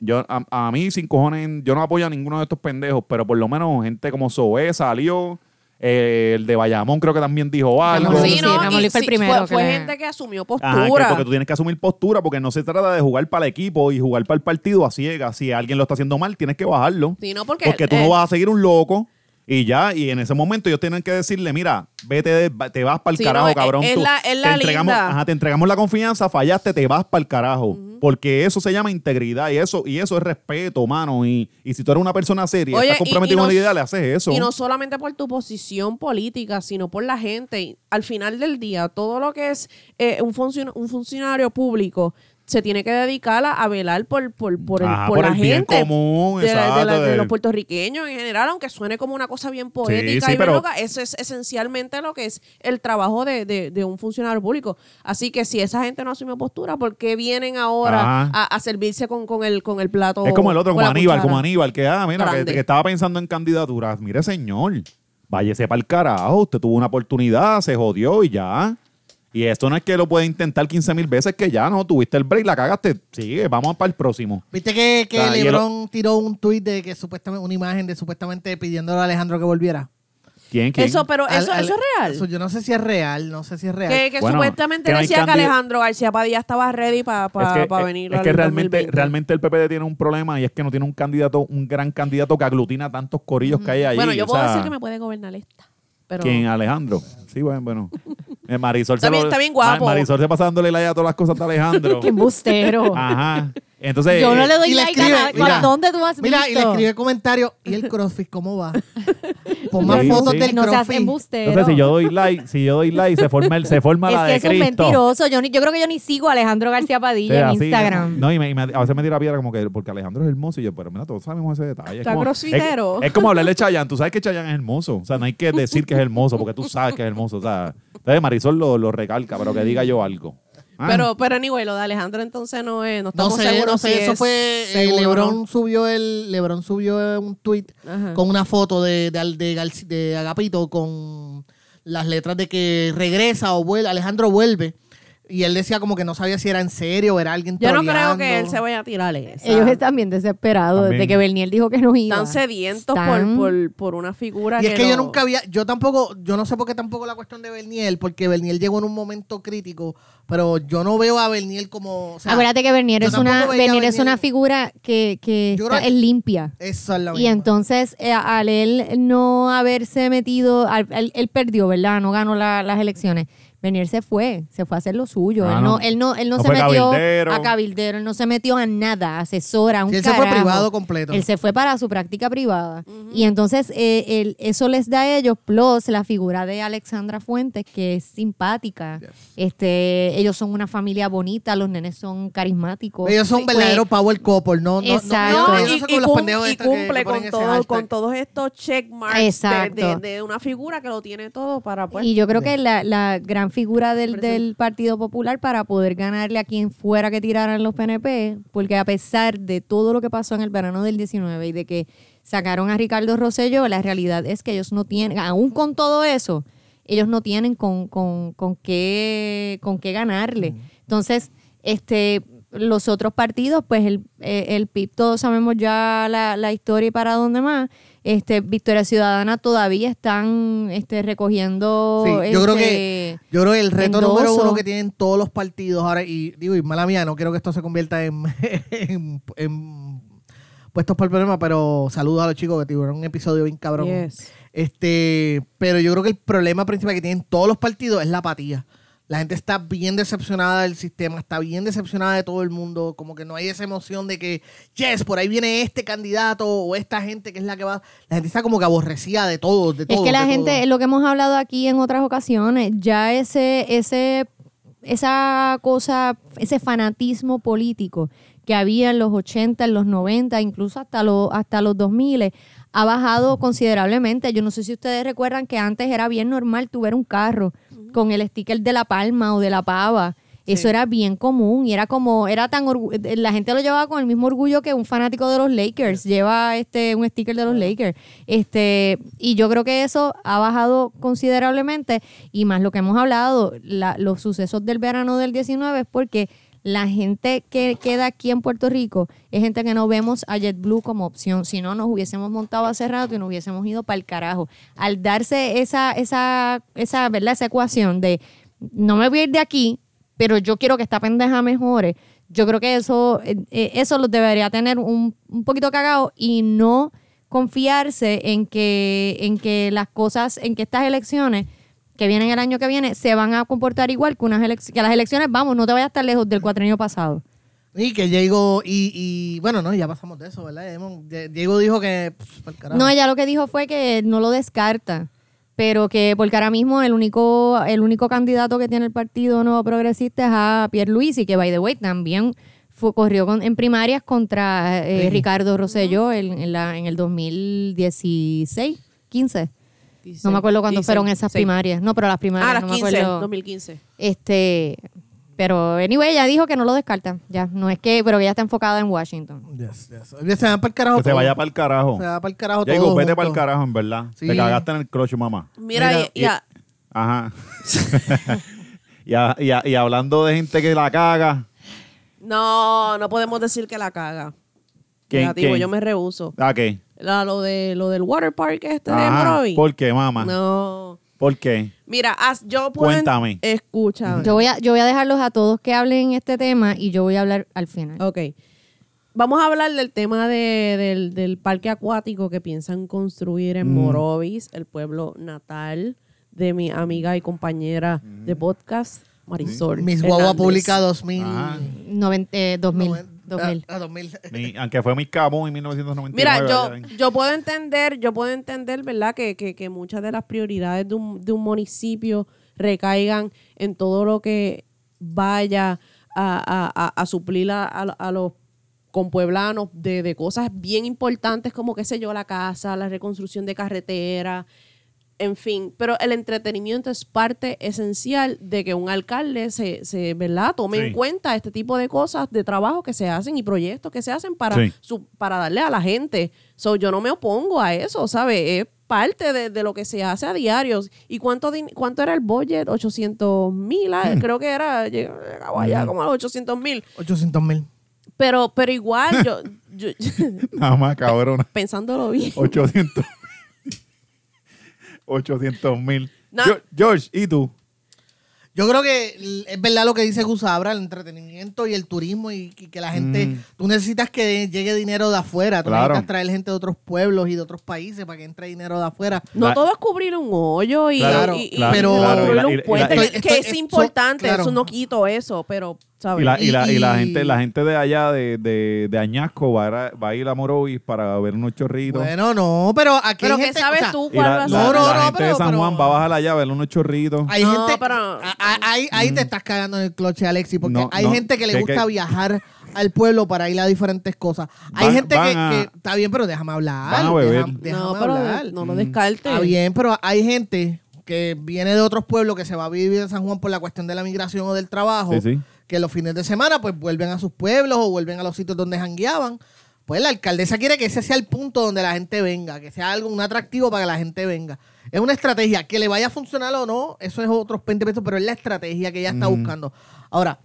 S1: Yo, a, a mí, sin cojones, yo no apoyo a ninguno de estos pendejos, pero por lo menos gente como Zoé salió. eh, el de Bayamón creo que también dijo algo.
S5: Ramón,
S3: Sí,
S5: sí,
S3: no, y
S5: Ramón Luis fue el
S3: sí,
S5: primero
S3: Fue,
S5: que
S3: fue
S5: le-
S3: gente que asumió
S1: Ajá, que-
S3: postura.
S1: porque tú tienes que asumir postura, porque no se trata de jugar para el equipo y jugar para el partido a ciegas. Si alguien lo está haciendo mal, tienes que bajarlo.
S3: Sí, no, porque-
S1: tú
S3: eh,
S1: no vas a seguir un loco y ya. Y en ese momento ellos tienen que decirle, mira, vete, de- va- te vas para el
S3: Sí,
S1: carajo,
S3: no, es-
S1: cabrón.
S3: es
S1: tú.
S3: la- es la
S1: te, entregamos,
S3: linda.
S1: ajá, te entregamos la confianza, fallaste, te vas para el carajo. Porque eso se llama integridad y eso y eso es respeto, mano. Y, y si tú eres una persona seria,
S3: Oye,
S1: estás
S3: y-
S1: comprometido
S3: y
S1: con
S3: no-
S1: la idea, le haces eso.
S3: Y no solamente por tu posición política, sino por la gente. Y Al final del día, todo lo que es eh, un, funcion- un funcionario público se tiene que dedicar a, a velar por, por, por, el,
S1: Ajá,
S3: por
S1: por
S3: la
S1: el bien
S3: gente.
S1: común,
S3: de, la- de la-
S1: exacto,
S3: de
S1: de-
S3: los puertorriqueños en general, aunque suene como una cosa bien poética
S1: sí,
S3: y bien
S1: pero-
S3: loca, eso es esencialmente lo que es el trabajo de, de- de un funcionario público. Así que si esa gente no asumió postura, ¿por qué vienen ahora
S1: Ajá.
S3: a, a servirse con, con el, con el plato?
S1: Es como el otro,
S3: con
S1: como
S3: la
S1: Aníbal,
S3: cuchara?
S1: como Aníbal, que, ah, mira, que,
S3: Grande.
S1: que estaba pensando en candidaturas. Mire, señor, váyese para el carajo. Usted tuvo una oportunidad, se jodió y ya. Y esto no es que lo puede intentar 15 mil veces, que ya no, tuviste el break, la cagaste. Sigue, vamos para el próximo.
S4: Viste que, que
S1: Ah, y el
S4: LeBron tiró un tuit de que supuestamente, una imagen de supuestamente pidiéndole a Alejandro que volviera.
S1: ¿Quién, quién?
S3: Eso, pero eso,
S4: Al- al-
S3: eso es real.
S4: eso yo no sé si es real, no sé si es real.
S3: Que, que
S1: Bueno,
S3: supuestamente
S1: que no hay
S3: decía que
S1: candid-
S3: Alejandro García Padilla estaba ready para
S1: es que, es-
S3: venir.
S1: es
S3: al
S1: que realmente,
S3: 2020.
S1: realmente el PPD tiene un problema y es que no tiene un candidato, un gran candidato que aglutina tantos corillos que hay ahí.
S3: bueno, yo
S1: o
S3: puedo
S1: sea,
S3: decir que me puede gobernar esta. Pero
S1: ¿Quién? Alejandro. Sí, bueno,
S3: (laughs)
S1: bueno. Eh, Marisol
S3: Está
S1: se
S3: bien-
S1: lo-
S3: está bien guapo.
S1: Ma- Marisol se pasándole la idea a todas las cosas de
S3: (laughs)
S1: Alejandro.
S5: Qué embustero.
S1: Ajá. Entonces.
S5: Yo no le doy
S4: y le
S5: like
S4: escribe,
S5: a nada.
S4: mira.
S5: ¿Dónde tú has
S4: Mira, y le
S5: visto?
S4: escribe comentarios, ¿y
S3: (laughs)
S4: el CrossFit cómo va? Pon más
S1: Sí,
S4: fotos
S1: sí.
S4: del
S5: no seas
S4: CrossFit.
S5: embustero.
S1: Entonces, si yo doy like, si yo doy like, se forma, el, se forma la de
S5: (laughs) es que es un
S1: Cristo.
S5: mentiroso. Yo, ni- yo creo que yo ni sigo a Alejandro García
S1: Sí,
S5: Padilla en
S1: así,
S5: Instagram.
S1: No, y, me- y me- a veces me tira piedra como que porque Alejandro es hermoso. Y yo, pero mira, todos sabemos ese detalle. Es
S3: Está
S1: como,
S3: grositero.
S1: Es, es como
S5: (laughs)
S1: hablarle a Chayanne. Tú sabes que Chayanne es hermoso. O sea, no hay que decir que es hermoso porque tú sabes que es hermoso. O sea, entonces Marisol lo, lo recalca, pero que diga yo algo. Ah,
S3: Pero, pero anyway, lo de Alejandro entonces no es, no
S4: No
S3: estamos
S4: sé,
S3: seguros
S4: no sé,
S3: si
S4: eso
S3: es
S4: fue eh,
S3: seguro,
S4: LeBron
S3: ¿no?
S4: subió el LeBron subió un tweet
S3: Ajá.
S4: con una foto de de, Al- de Garci- de Agapito con las letras de que regresa o vuelve, Alejandro vuelve. Y él decía como que no sabía si era en serio o era alguien
S3: Yo no creo
S4: troleando.
S3: que él se vaya a tirar esa.
S5: Ellos están bien desesperados desde
S1: También.
S5: que Bernier dijo que no iba.
S3: Están sedientos Por,
S5: Están-
S3: por, por una figura
S4: Y es que
S3: lo-
S4: yo nunca había, yo tampoco, yo no sé por qué tampoco la cuestión de Berniel, porque Berniel llegó en un momento crítico, pero yo no veo a Berniel como. o sea,
S5: Acuérdate que Bernier
S4: yo
S5: es una,
S4: tampoco veía a
S5: Bernier es
S4: Bernier.
S5: una figura que, que
S4: Yo
S5: está-
S4: creo que-
S5: es limpia.
S4: Eso es la
S5: Y
S4: misma.
S5: entonces, eh, al él no haberse metido, al- él, él perdió, ¿verdad? No ganó la- las elecciones. Bernier se fue, se fue a hacer lo suyo.
S1: Ah,
S5: él no,
S1: no.
S5: él no, él no,
S1: No
S5: se
S1: fue
S5: metió
S1: cabildero.
S5: a cabildero, él no se metió a nada, asesora, a un
S4: Sí, él se fue
S5: carajo.
S4: privado completo.
S5: Él se fue para su práctica privada. Y entonces, eh, él- eso les da a ellos, plus la figura de Alexandra Fuentes, que es simpática. Este, ellos son una familia bonita, los nenes son carismáticos.
S4: Ellos son
S5: Pues,
S4: verdaderos power couple, no, no, no,
S5: Exacto.
S4: no,
S3: No,
S4: ellos
S3: y,
S4: no
S5: Eso
S3: y
S4: son como los
S3: cum-
S4: pendejos
S3: y
S4: estos que- que
S3: cumple
S4: ponen
S3: con,
S4: ese
S3: todo,
S4: hashtag.
S3: con todos estos checkmarks de, de,
S5: Exacto.
S3: de una figura que lo tiene todo para pues,
S5: Y yo creo que la, la gran figura del,
S3: Presente.
S5: del Partido Popular para poder ganarle a quien fuera que tiraran los PNP, porque a pesar de todo lo que pasó en el verano del 19 y de que sacaron a Ricardo Rosselló, la realidad es que ellos no tienen, aún con todo eso, ellos no tienen con, con, con qué, con qué ganarle. Entonces, este los otros partidos, pues el, eh, el PIB, todos sabemos ya la, la historia y para dónde más. Este, Victoria Ciudadana todavía están este, recogiendo.
S4: Sí, yo creo que
S5: este,
S4: yo creo que el reto número
S5: endoso.
S4: uno que tienen todos los partidos ahora y digo y mala mía no quiero que esto se convierta en, (laughs) en, en puestos por el problema pero saludos a los chicos que tuvieron un episodio bien cabrón
S3: Yes.
S4: este pero yo creo que el problema principal que tienen todos los partidos es la apatía La gente está bien decepcionada del sistema, está bien decepcionada de todo el mundo, como que no hay esa emoción de que, yes, por ahí viene este candidato o esta gente que es la que va. La gente está como que aborrecida de todo, de todo.
S5: es que la
S4: de
S5: gente,
S4: todo.
S5: es lo que hemos hablado aquí en otras ocasiones, ya ese, ese, esa cosa, ese fanatismo político que había en los 80, en los 90, incluso hasta, los hasta los 2000, ha bajado considerablemente. Yo no sé si ustedes recuerdan que antes era bien normal tu ver un carro con el sticker de la palma o de la pava. Eso era bien común y era como, era tan orgu- la gente lo llevaba con el mismo orgullo que un fanático de los Lakers lleva este un sticker de los Lakers. Este, y yo creo que eso ha bajado considerablemente y más lo que hemos hablado, la- los sucesos del verano del 19 es porque la gente que queda aquí en Puerto Rico es gente que no vemos a JetBlue como opción. Si no, nos hubiésemos montado hace rato y nos hubiésemos ido para el carajo. Al darse esa, esa, esa, ¿verdad? esa ecuación de no me voy a ir de aquí, pero yo quiero que esta pendeja mejore. Yo creo que eso, eh, eh, eso los debería tener un, un poquito cagado y no confiarse en que, en que las cosas, en que estas elecciones que vienen el año que viene se van a comportar igual que, unas elec- que las elecciones, vamos, no te vayas tan lejos del cuatrienio pasado.
S4: Y que Diego, y, y bueno, no, ya pasamos de eso, ¿verdad? Diego dijo que. pues, pa'l carajo.
S5: No, ella lo que dijo fue que no lo descarta, pero que porque ahora mismo el único, el único candidato que tiene el Partido Nuevo Progresista es a Pierre Luis y que, by the way, también fue, corrió con- en primarias contra eh, Ricardo Rosselló en, en la, en el 2016, 15. No me acuerdo cuándo fueron esas primarias. No, pero las primarias.
S3: Ah, las
S5: no
S3: 15,
S5: me acuerdo.
S3: 2015.
S5: Este, pero anyway, ella dijo que no lo descarta. Ya, no es que, pero que ella está enfocada en Washington.
S4: Yes, yes. Oye, Se van para el carajo.
S1: Que se
S4: todo.
S1: vaya para el carajo.
S4: Se va pa'l carajo
S1: Ya digo,
S4: todo
S1: vete
S4: junto.
S1: para el carajo, en verdad.
S4: Sí.
S1: Te cagaste en el crush, mamá.
S3: Mira,
S4: Mira,
S3: y- y a-
S4: (laughs)
S1: Ajá. (laughs) y, a- y a- y hablando de gente que la caga.
S3: no, no podemos decir que la caga.
S1: ¿Quién,
S3: Negativo,
S1: quién?
S3: yo me rehuso.
S1: ¿A qué?
S3: La- lo, de, lo del water park este
S1: Ajá.
S3: de Morovi.
S1: ¿Por qué, mamá?
S3: No.
S1: ¿Por qué?
S3: Mira, as- yo puedo...
S1: Cuéntame.
S3: Escúchame.
S5: Yo voy, a, yo voy a dejarlos a todos que hablen este tema y yo voy a hablar al final.
S3: Ok. Vamos a hablar del tema de- del, del parque acuático que piensan construir en
S1: Mm.
S3: Morovis, el pueblo natal de mi amiga y compañera de
S1: Mm.
S3: podcast, Marisol.
S4: Mis guagua
S3: Hernández.
S4: pública 2000.
S1: Ajá.
S5: Noven- eh, 2000. 2000.
S4: A, a 2000.
S1: Mi- aunque fue mi cabo en 1999. ya
S3: Mira, yo,
S1: ven.
S3: yo puedo entender, yo puedo entender, ¿verdad? Que, que- que muchas de las prioridades de un, de un municipio recaigan en todo lo que vaya a, a- a- a suplir a, a- a los compueblanos de, de cosas bien importantes como, qué sé yo, la casa, la reconstrucción de carretera, en fin. Pero el entretenimiento es parte esencial de que un alcalde se, se ¿verdad? Tome
S1: Sí.
S3: en cuenta este tipo de cosas, de trabajo que se hacen y proyectos que se hacen para
S1: Sí.
S3: su- para darle a la gente. So, yo no me opongo a eso, ¿sabes? Es parte de, de lo que se hace a diarios. ¿Y cuánto, din- cuánto era el budget? 800 mil, ah,
S1: Hmm.
S3: creo que era, llegaba ya como a los 800 mil.
S4: 800 mil.
S3: Pero, pero igual,
S1: (laughs)
S3: yo, yo- (laughs)
S1: Nada más, cabrona.
S3: pensándolo bien.
S1: 800. 800 mil.
S3: No.
S1: Yo- George, ¿y tú?
S4: Yo creo que l- es verdad lo que dice Gusabra, el entretenimiento y el turismo y, y que la gente, tú necesitas que llegue dinero de afuera, tú
S1: Mm. Claro.
S4: necesitas traer gente de otros pueblos y de otros países para que entre dinero de afuera.
S3: No
S1: La-
S3: todo es cubrir un hoyo y,
S1: Claro,
S3: y- y-
S1: claro,
S3: y
S4: claro, y la-
S3: construir
S1: y
S3: un
S1: la-
S3: puente,
S1: y la-
S3: que,
S4: estoy-
S3: que es
S4: estoy-
S3: importante,
S4: claro.
S3: eso no quito eso, pero, ¿sabes?
S1: Y la, y, la, y la
S4: Y-
S1: gente la gente de allá de, de, de Añasco va a, va a ir a Morovis para ver unos chorritos.
S4: Bueno, no, pero aquí
S3: pero
S4: hay
S3: que
S4: gente-
S3: sabes
S4: o sea,
S3: tú
S1: y la,
S3: cuál va
S1: la-
S3: a ser.
S4: No, no,
S1: la
S4: no,
S1: gente de
S4: pero-
S1: San Juan
S4: pero-
S1: va a bajar allá a ver unos chorritos.
S4: Hay
S3: No,
S4: gente,
S3: pero-
S4: a- a- ahí, ahí te estás cagando en el cloche, Alexi, porque
S1: Mm. No,
S4: hay
S1: no,
S4: gente que le
S1: que-
S4: gusta
S1: que-
S4: viajar al pueblo para ir a diferentes cosas. Hay
S1: Van-
S4: gente que,
S1: van a-
S4: que- está bien, pero déjame hablar.
S1: van a beber.
S4: deja- Déjame,
S3: No, pero
S4: hablar.
S3: no
S1: Mm.
S3: lo descarte.
S4: Está bien, pero hay gente que viene de otros pueblos que se va a vivir en San Juan por la cuestión de la migración o del trabajo,
S1: Sí, sí.
S4: que los fines de semana pues vuelven a sus pueblos o vuelven a los sitios donde jangueaban. Pues la alcaldesa quiere que ese sea el punto donde la gente venga, que sea algo un atractivo para que la gente venga. Es una estrategia, que le vaya a funcionar o no, eso es otros 20 pesos, pero es la estrategia que ella está buscando. Ahora,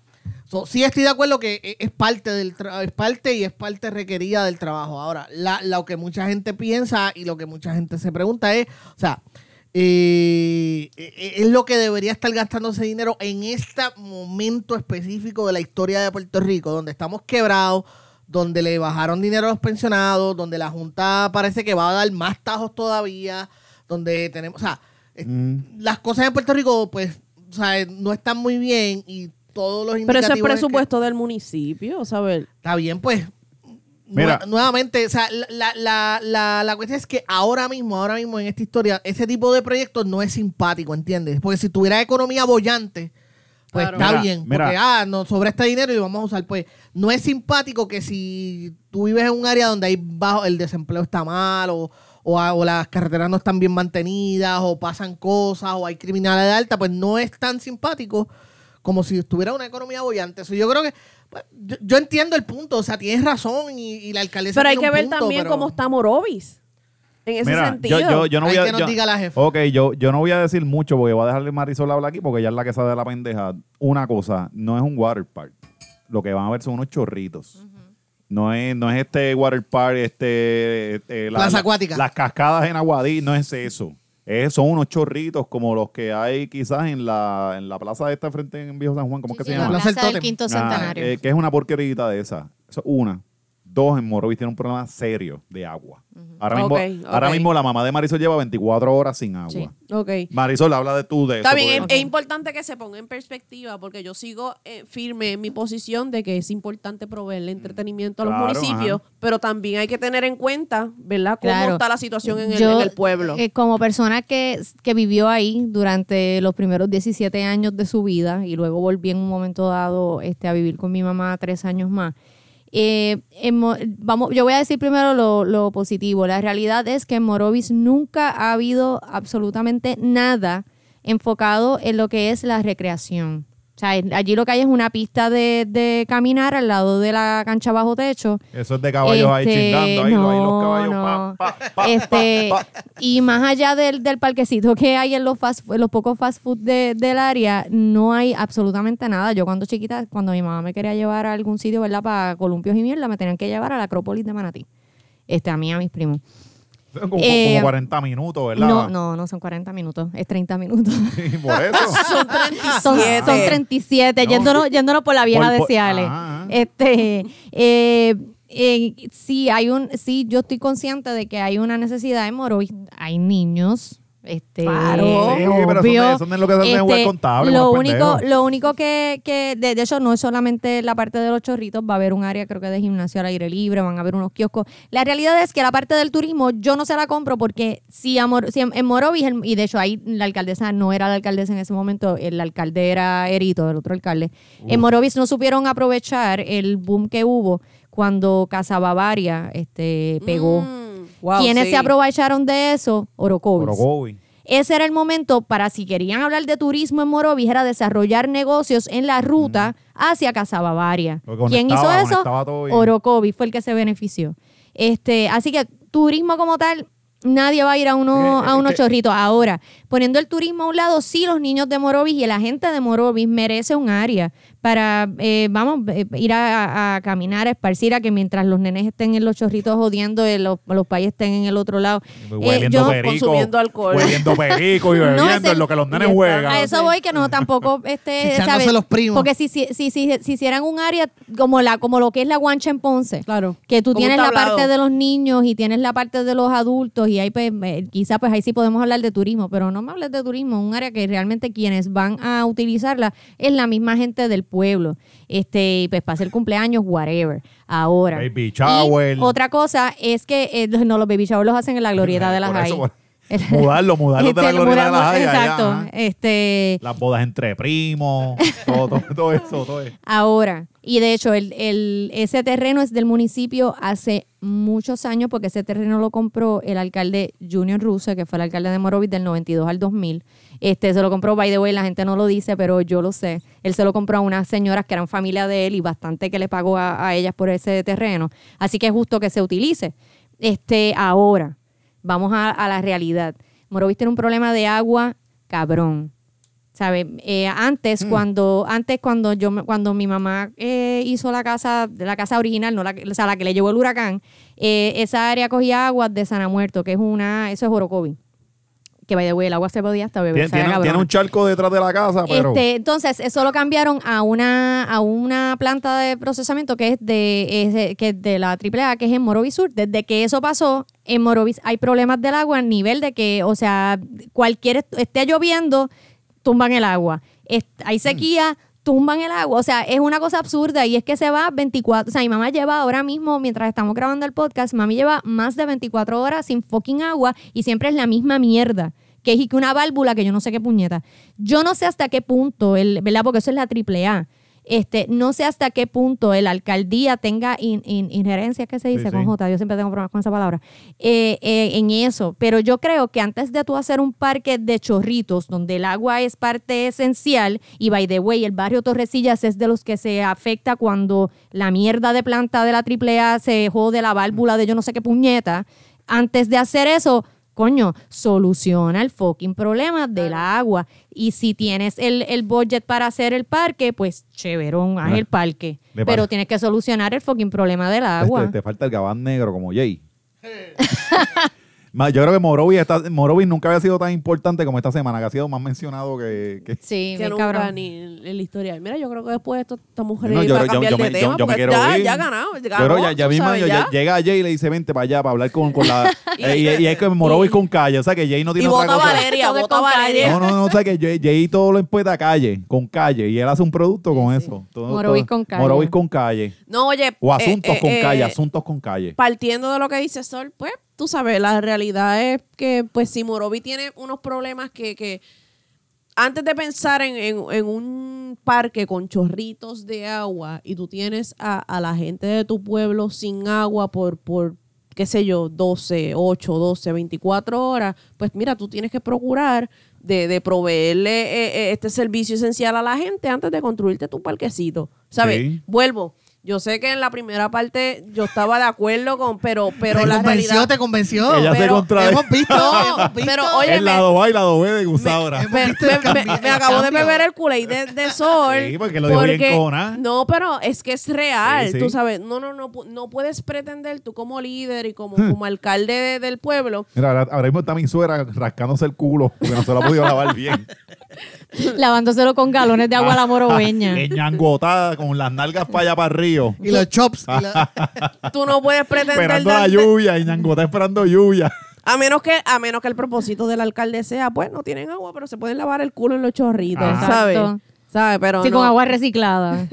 S4: so, sí estoy de acuerdo que e- es parte del tra- es parte y es parte requerida del trabajo. Ahora, la, lo que mucha gente piensa y lo que mucha gente se pregunta es, o sea, eh, eh, es lo que debería estar gastando ese dinero en este momento específico de la historia de Puerto Rico, donde estamos quebrados, donde le bajaron dinero a los pensionados, donde la Junta parece que va a dar más tajos todavía, donde tenemos, o sea, eh, las cosas en Puerto Rico, pues, o sea, no están muy bien y todos los
S3: Pero eso es
S4: indicativos que-
S3: presupuesto del municipio, ¿sabes?
S4: Está bien, pues.
S1: Mira.
S4: Nue- Nuevamente, o sea, la, la- la- la- la cuestión es que ahora mismo, ahora mismo en esta historia, ese tipo de proyectos no es simpático, ¿entiendes? Porque si tuviera economía bollante, pues
S3: Claro.
S4: está
S1: Mira,
S4: bien.
S1: mira.
S4: Porque, ah, nos sobra este dinero y lo vamos a usar. Pues no es simpático que si tú vives en un área donde hay bajo, el desempleo está mal o, o, a- o las carreteras no están bien mantenidas o pasan cosas o hay criminalidad alta, pues no es tan simpático como si estuviera una economía bollante. Eso yo creo que pues, yo, yo entiendo el punto, o sea, tienes razón y, y la alcaldesa
S3: Pero hay
S4: tiene
S3: que
S4: un
S3: ver
S4: punto,
S3: también
S4: pero-
S3: cómo está Morovis. En ese
S1: Mira, yo,
S3: sentido.
S1: yo, yo no
S4: Ahí
S1: voy a.
S4: que nos
S1: yo-
S4: diga la jefa.
S1: Ok, yo, yo no voy a decir mucho porque voy a dejarle Marisol hablar aquí porque ella es la que sabe de la pendeja. Una cosa, no es un water park. Lo que van a ver son unos chorritos. No es, no es este water park, este, este, la-
S4: Plaza
S1: la-
S4: acuática.
S1: Las cascadas en Aguadí, no es eso. Es- son unos chorritos como los que hay quizás en la, en la plaza de esta frente en Viejo San Juan. ¿Cómo es que se llama?
S4: la- Plaza del
S5: Plaza del
S4: Tótem.
S5: Quinto
S1: Ah,
S5: Centenario.
S1: eh, que es una porquerita de esa. Eso, una. Dos, en Morovis tiene un problema serio de agua. ahora, mismo,
S3: Ok,
S1: ahora
S3: ok.
S1: mismo la mamá de Marisol lleva 24 horas sin agua.
S5: Sí.
S3: Ok.
S1: Marisol, habla de tú de eso.
S3: Está bien, es,
S1: porque-
S3: es importante que se ponga en perspectiva porque yo sigo eh, firme en mi posición de que es importante proveerle entretenimiento a los
S1: Claro,
S3: municipios,
S1: ajá.
S3: pero también hay que tener en cuenta, ¿verdad?, cómo
S2: Claro.
S3: está la situación en el,
S5: Yo,
S3: en el pueblo.
S5: eh, como persona que, que vivió ahí durante los primeros 17 años de su vida y luego volví en un momento dado este, a vivir con mi mamá tres años más. eh, en Mo- vamos, yo voy a decir primero lo, lo positivo. La realidad es que en Morovis nunca ha habido absolutamente nada enfocado en lo que es la recreación. O sea, en- allí lo que hay es una pista de, de caminar al lado de la cancha bajo techo.
S1: Eso es de caballos ahí
S5: Este,
S1: chingando. Ahí, lo- ahí los
S5: no,
S1: caballos. pa,
S5: no.
S1: pa, pa,
S5: Este,
S1: pa, pa.
S5: y más allá del, del parquecito que hay en los fast, en los pocos fast food de- del área, no hay absolutamente nada. Yo cuando chiquita, cuando mi mamá me quería llevar a algún sitio, ¿verdad? Para columpios y mierda, me tenían que llevar a la Acrópolis de Manatí. Este, a mí, y a mis primos.
S1: Son Como, como
S5: eh,
S1: 40 minutos, ¿verdad?
S5: No, no, no son 40 minutos, es 30 minutos.
S1: (laughs) Y por eso.
S3: Son
S5: (laughs) son,
S3: 37.
S5: son 37,
S1: Ah, No.
S5: yéndonos, yéndonos por la vieja
S1: Por- Ah.
S5: de
S1: por-
S5: Ciales.
S1: ajá.
S5: Este, eh, eh, sí, hay un, sí, yo estoy consciente de que hay una necesidad en Morovis. Hay niños. Este,
S3: Claro.
S1: Sí, pero son de-
S5: obvio.
S1: son de lo que se hacen jugar contable,
S5: lo
S1: unos
S5: único,
S1: pendejos.
S5: lo único que, que de, de hecho, no es solamente la parte de los chorritos, va a haber un área, creo que de gimnasio al aire libre, van a haber unos kioscos. La realidad es que la parte del turismo yo no se la compro porque si, a Mor- si en, en Morovis, el- y de hecho ahí la alcaldesa no era la alcaldesa en ese momento, el alcalde era Erito, el otro alcalde. En Morovis no supieron aprovechar el boom que hubo cuando Casa Bavaria este, pegó.
S3: Mm, wow,
S5: Quienes
S3: sí.
S5: se aprovecharon de eso, Orocovis.
S1: Orogobi.
S5: Ese era el momento para, si querían hablar de turismo en Morovis, era desarrollar negocios en la ruta hacia Casa Bavaria.
S1: Porque
S5: ¿Quién hizo
S1: conectaba,
S5: eso?
S1: conectaba todo bien.
S5: Orocovi fue el que se benefició. Este, así que turismo como tal, nadie va a ir a uno,
S1: Eh, eh,
S5: a unos
S1: que-
S5: chorritos. Ahora, poniendo el turismo a un lado, sí los niños de Morovis y la gente de Morovis merece un área para, eh, vamos, eh, ir a, a- a caminar, a esparcir, a que mientras los nenes estén en los chorritos jodiendo, eh, los, los payas estén en el otro lado. Eh,
S1: Hueliendo
S5: yo-
S1: perico.
S3: consumiendo alcohol.
S1: Hueliendo perico y
S5: (laughs) No,
S1: bebiendo
S5: es el-
S1: en lo que los nenes
S3: y está-
S5: a
S1: juegan.
S5: eso voy que
S1: (laughs)
S5: no tampoco este
S4: Echándose
S5: ¿sabes?
S4: los primos.
S5: porque si, si, si, si- si hicieran un área como la como lo que es la guancha en Ponce
S3: Claro.
S5: que tú
S3: Como un
S5: tienes la
S3: tablado.
S5: parte de los niños y tienes la parte de los adultos y ahí pues, eh, quizá pues ahí sí podemos hablar de turismo pero no me hables de turismo un área que realmente quienes van a utilizarla es la misma gente del pueblo este y pues pase el cumpleaños whatever ahora
S1: Baby shower.
S5: Y otra cosa es que eh, no los baby showers los hacen en la glorieta de las
S1: Por eso,
S5: Jai.
S1: por-
S5: (laughs)
S1: mudarlo, mudarlo de la
S5: Este,
S1: glorieta de
S5: muramos-
S1: las Jai, allá,
S5: Exacto.
S1: ajá.
S5: Este,
S1: Las bodas entre primos, todo, todo, todo eso, todo
S3: (laughs)
S1: eso.
S5: Ahora, y de hecho, el, el- ese terreno es del municipio hace muchos años, porque ese terreno lo compró el alcalde Junior Russo, que fue el alcalde de Morovis del 92 al 2000. Este, se lo compró, by the way, la gente no lo dice, pero yo lo sé. Él se lo compró a unas señoras que eran familia de él y bastante que le pagó a, a ellas por ese terreno. Así que es justo que se utilice. Este, ahora, vamos a, a la realidad. Morovis tiene un problema de agua, cabrón. ¿Sabe? Eh,
S1: Mm.
S5: antes, cuando, antes cuando yo me- cuando mi mamá eh, hizo la casa, la casa original, no la, que- o sea, la que le llevó el huracán, eh, esa área cogía agua de Sana Muerto, que es una, eso es Orocovi. Que vaya, güey, el agua se podía hasta beber.
S1: Tiene,
S5: sabe,
S1: tiene-
S5: cabrón.
S1: tiene un charco detrás de la casa, pero.
S5: Este, entonces, eso lo cambiaron a una, a una planta de procesamiento que es de, es de- que es de la AAA, que es en Morovis Sur. Desde que eso pasó, en Morovis hay problemas del agua a nivel de que, o sea, cualquier, est- esté lloviendo, tumban el agua. es-
S1: Mm.
S5: hay sequía, tumban el agua. O sea, es una cosa absurda y es que se va 24, o sea, mi mamá lleva ahora mismo, mientras estamos grabando el podcast, mami lleva más de 24 horas sin fucking agua y siempre es la misma mierda. Que es y que una válvula que yo no sé qué puñeta. Yo no sé hasta qué punto, el, ¿verdad? Porque eso es la triple A. Este, no sé hasta qué punto el alcaldía tenga in- in- injerencia, que se dice
S1: Sí,
S5: con
S1: sí.
S5: J, yo siempre tengo problemas con esa palabra, eh, eh, en eso. Pero yo creo que antes de tú hacer un parque de chorritos, donde el agua es parte esencial, y by the way, el barrio Torrecillas es de los que se afecta cuando la mierda de planta de la AAA se jode la válvula de yo no sé qué puñeta, antes de hacer eso, coño, soluciona el fucking problema del agua. Y si tienes el, el budget para hacer el parque, pues chéverón, haz
S1: Ah,
S5: el parque.
S1: de
S5: Pero
S1: par-
S5: tienes que solucionar el fucking problema del agua.
S1: Te, te este, falta el gabán negro como
S3: (laughs)
S1: Jay. Ma- Yo creo que Morovis, está, Morovis nunca había sido tan importante como esta semana, que ha sido más mencionado que...
S3: (laughs)
S1: que-
S5: Sí,
S3: que
S5: bien
S3: nunca
S5: cabrón.
S3: ni el, el historial. Mira, yo creo que después de esto esta mujer
S1: No,
S3: iba
S1: yo,
S3: a
S1: creo- yo-
S3: cambiar
S1: yo
S3: de
S1: me, yo- yo
S3: tema
S1: me
S3: porque
S1: quiero
S3: ya,
S1: ir.
S3: ya ganó,
S1: Yo
S3: ganó,
S1: creo ya, ya
S3: tú
S1: mismo
S3: sabes,
S1: yo-
S3: ya.
S1: llega Jay y le dice, vente para allá para hablar con, con la...
S3: (laughs) Y-
S1: eh, y, y es que Morovis con calle, o sea que Jay no
S3: Y
S1: tiene otra
S3: vota
S1: cosa.
S3: Valeria,
S5: Todo es
S3: vota
S5: con calle.
S3: Valeria.
S1: No, no, no, o sea que Jay, Jay todo lo empuja a calle, con calle, y él hace un producto con eso. Todo-
S2: Morovis
S1: todo-
S2: con calle.
S1: Morovis con calle.
S3: No, oye.
S1: O
S3: eh,
S1: asuntos
S3: eh,
S1: con
S3: eh,
S1: calle, asuntos con calle.
S3: Partiendo de lo que dice Sol, pues, tú sabes, la realidad es que, pues, si Morovi tiene unos problemas que, que antes de pensar en, en- en un parque con chorritos de agua y tú tienes a, a la gente de tu pueblo sin agua por, por, qué sé yo, 12, 8, 12, 24 horas, pues mira, tú tienes que procurar de, de proveerle eh, eh, este servicio esencial a la gente antes de construirte tu parquecito. ¿Sabes?
S1: Sí.
S3: Vuelvo. Yo sé que en la primera parte yo estaba de acuerdo con, pero, pero
S4: te
S3: la
S4: convenció,
S3: realidad...
S4: te convenció.
S1: Ella se
S3: pero-
S1: contrae.
S4: Hemos
S3: (laughs)
S4: visto,
S3: No,
S4: hemos visto.
S3: pero
S1: (laughs)
S3: oye,
S1: el
S3: me-
S1: lado A y lado B de Gusaura.
S4: hemos
S3: me,
S4: visto el
S3: me-
S4: cambio,
S3: me- me
S4: el
S3: acabo de
S4: cambio.
S3: beber el culé de, de sol.
S1: Sí, porque lo dijo bien cojonada.
S3: No, pero es que es real,
S1: Sí, sí.
S3: tú sabes. No, no, no, pu- no puedes pretender tú como líder y
S1: Hmm.
S3: como, como alcalde de- del pueblo.
S1: Mira, ahora, ahora mismo está mi suegra rascándose el culo porque no se lo ha podido lavar bien.
S5: (laughs) Lavándoselo con galones de
S3: Ah,
S5: agua a
S1: (laughs)
S5: la morobeña.
S1: Enyangotada, con las nalgas para allá para el río.
S4: Y los chops. y
S1: (laughs)
S4: la-
S3: Tú no puedes pretender
S1: Esperando la
S3: darte-
S1: lluvia, enyangotada esperando lluvia.
S3: a menos que a menos que el propósito del alcalde sea, pues no tienen agua, pero se pueden lavar el culo en los chorritos,
S1: Ajá.
S3: ¿sabes?
S5: Exacto.
S3: ¿Sabes? Pero
S5: Sí,
S3: no.
S5: con agua reciclada.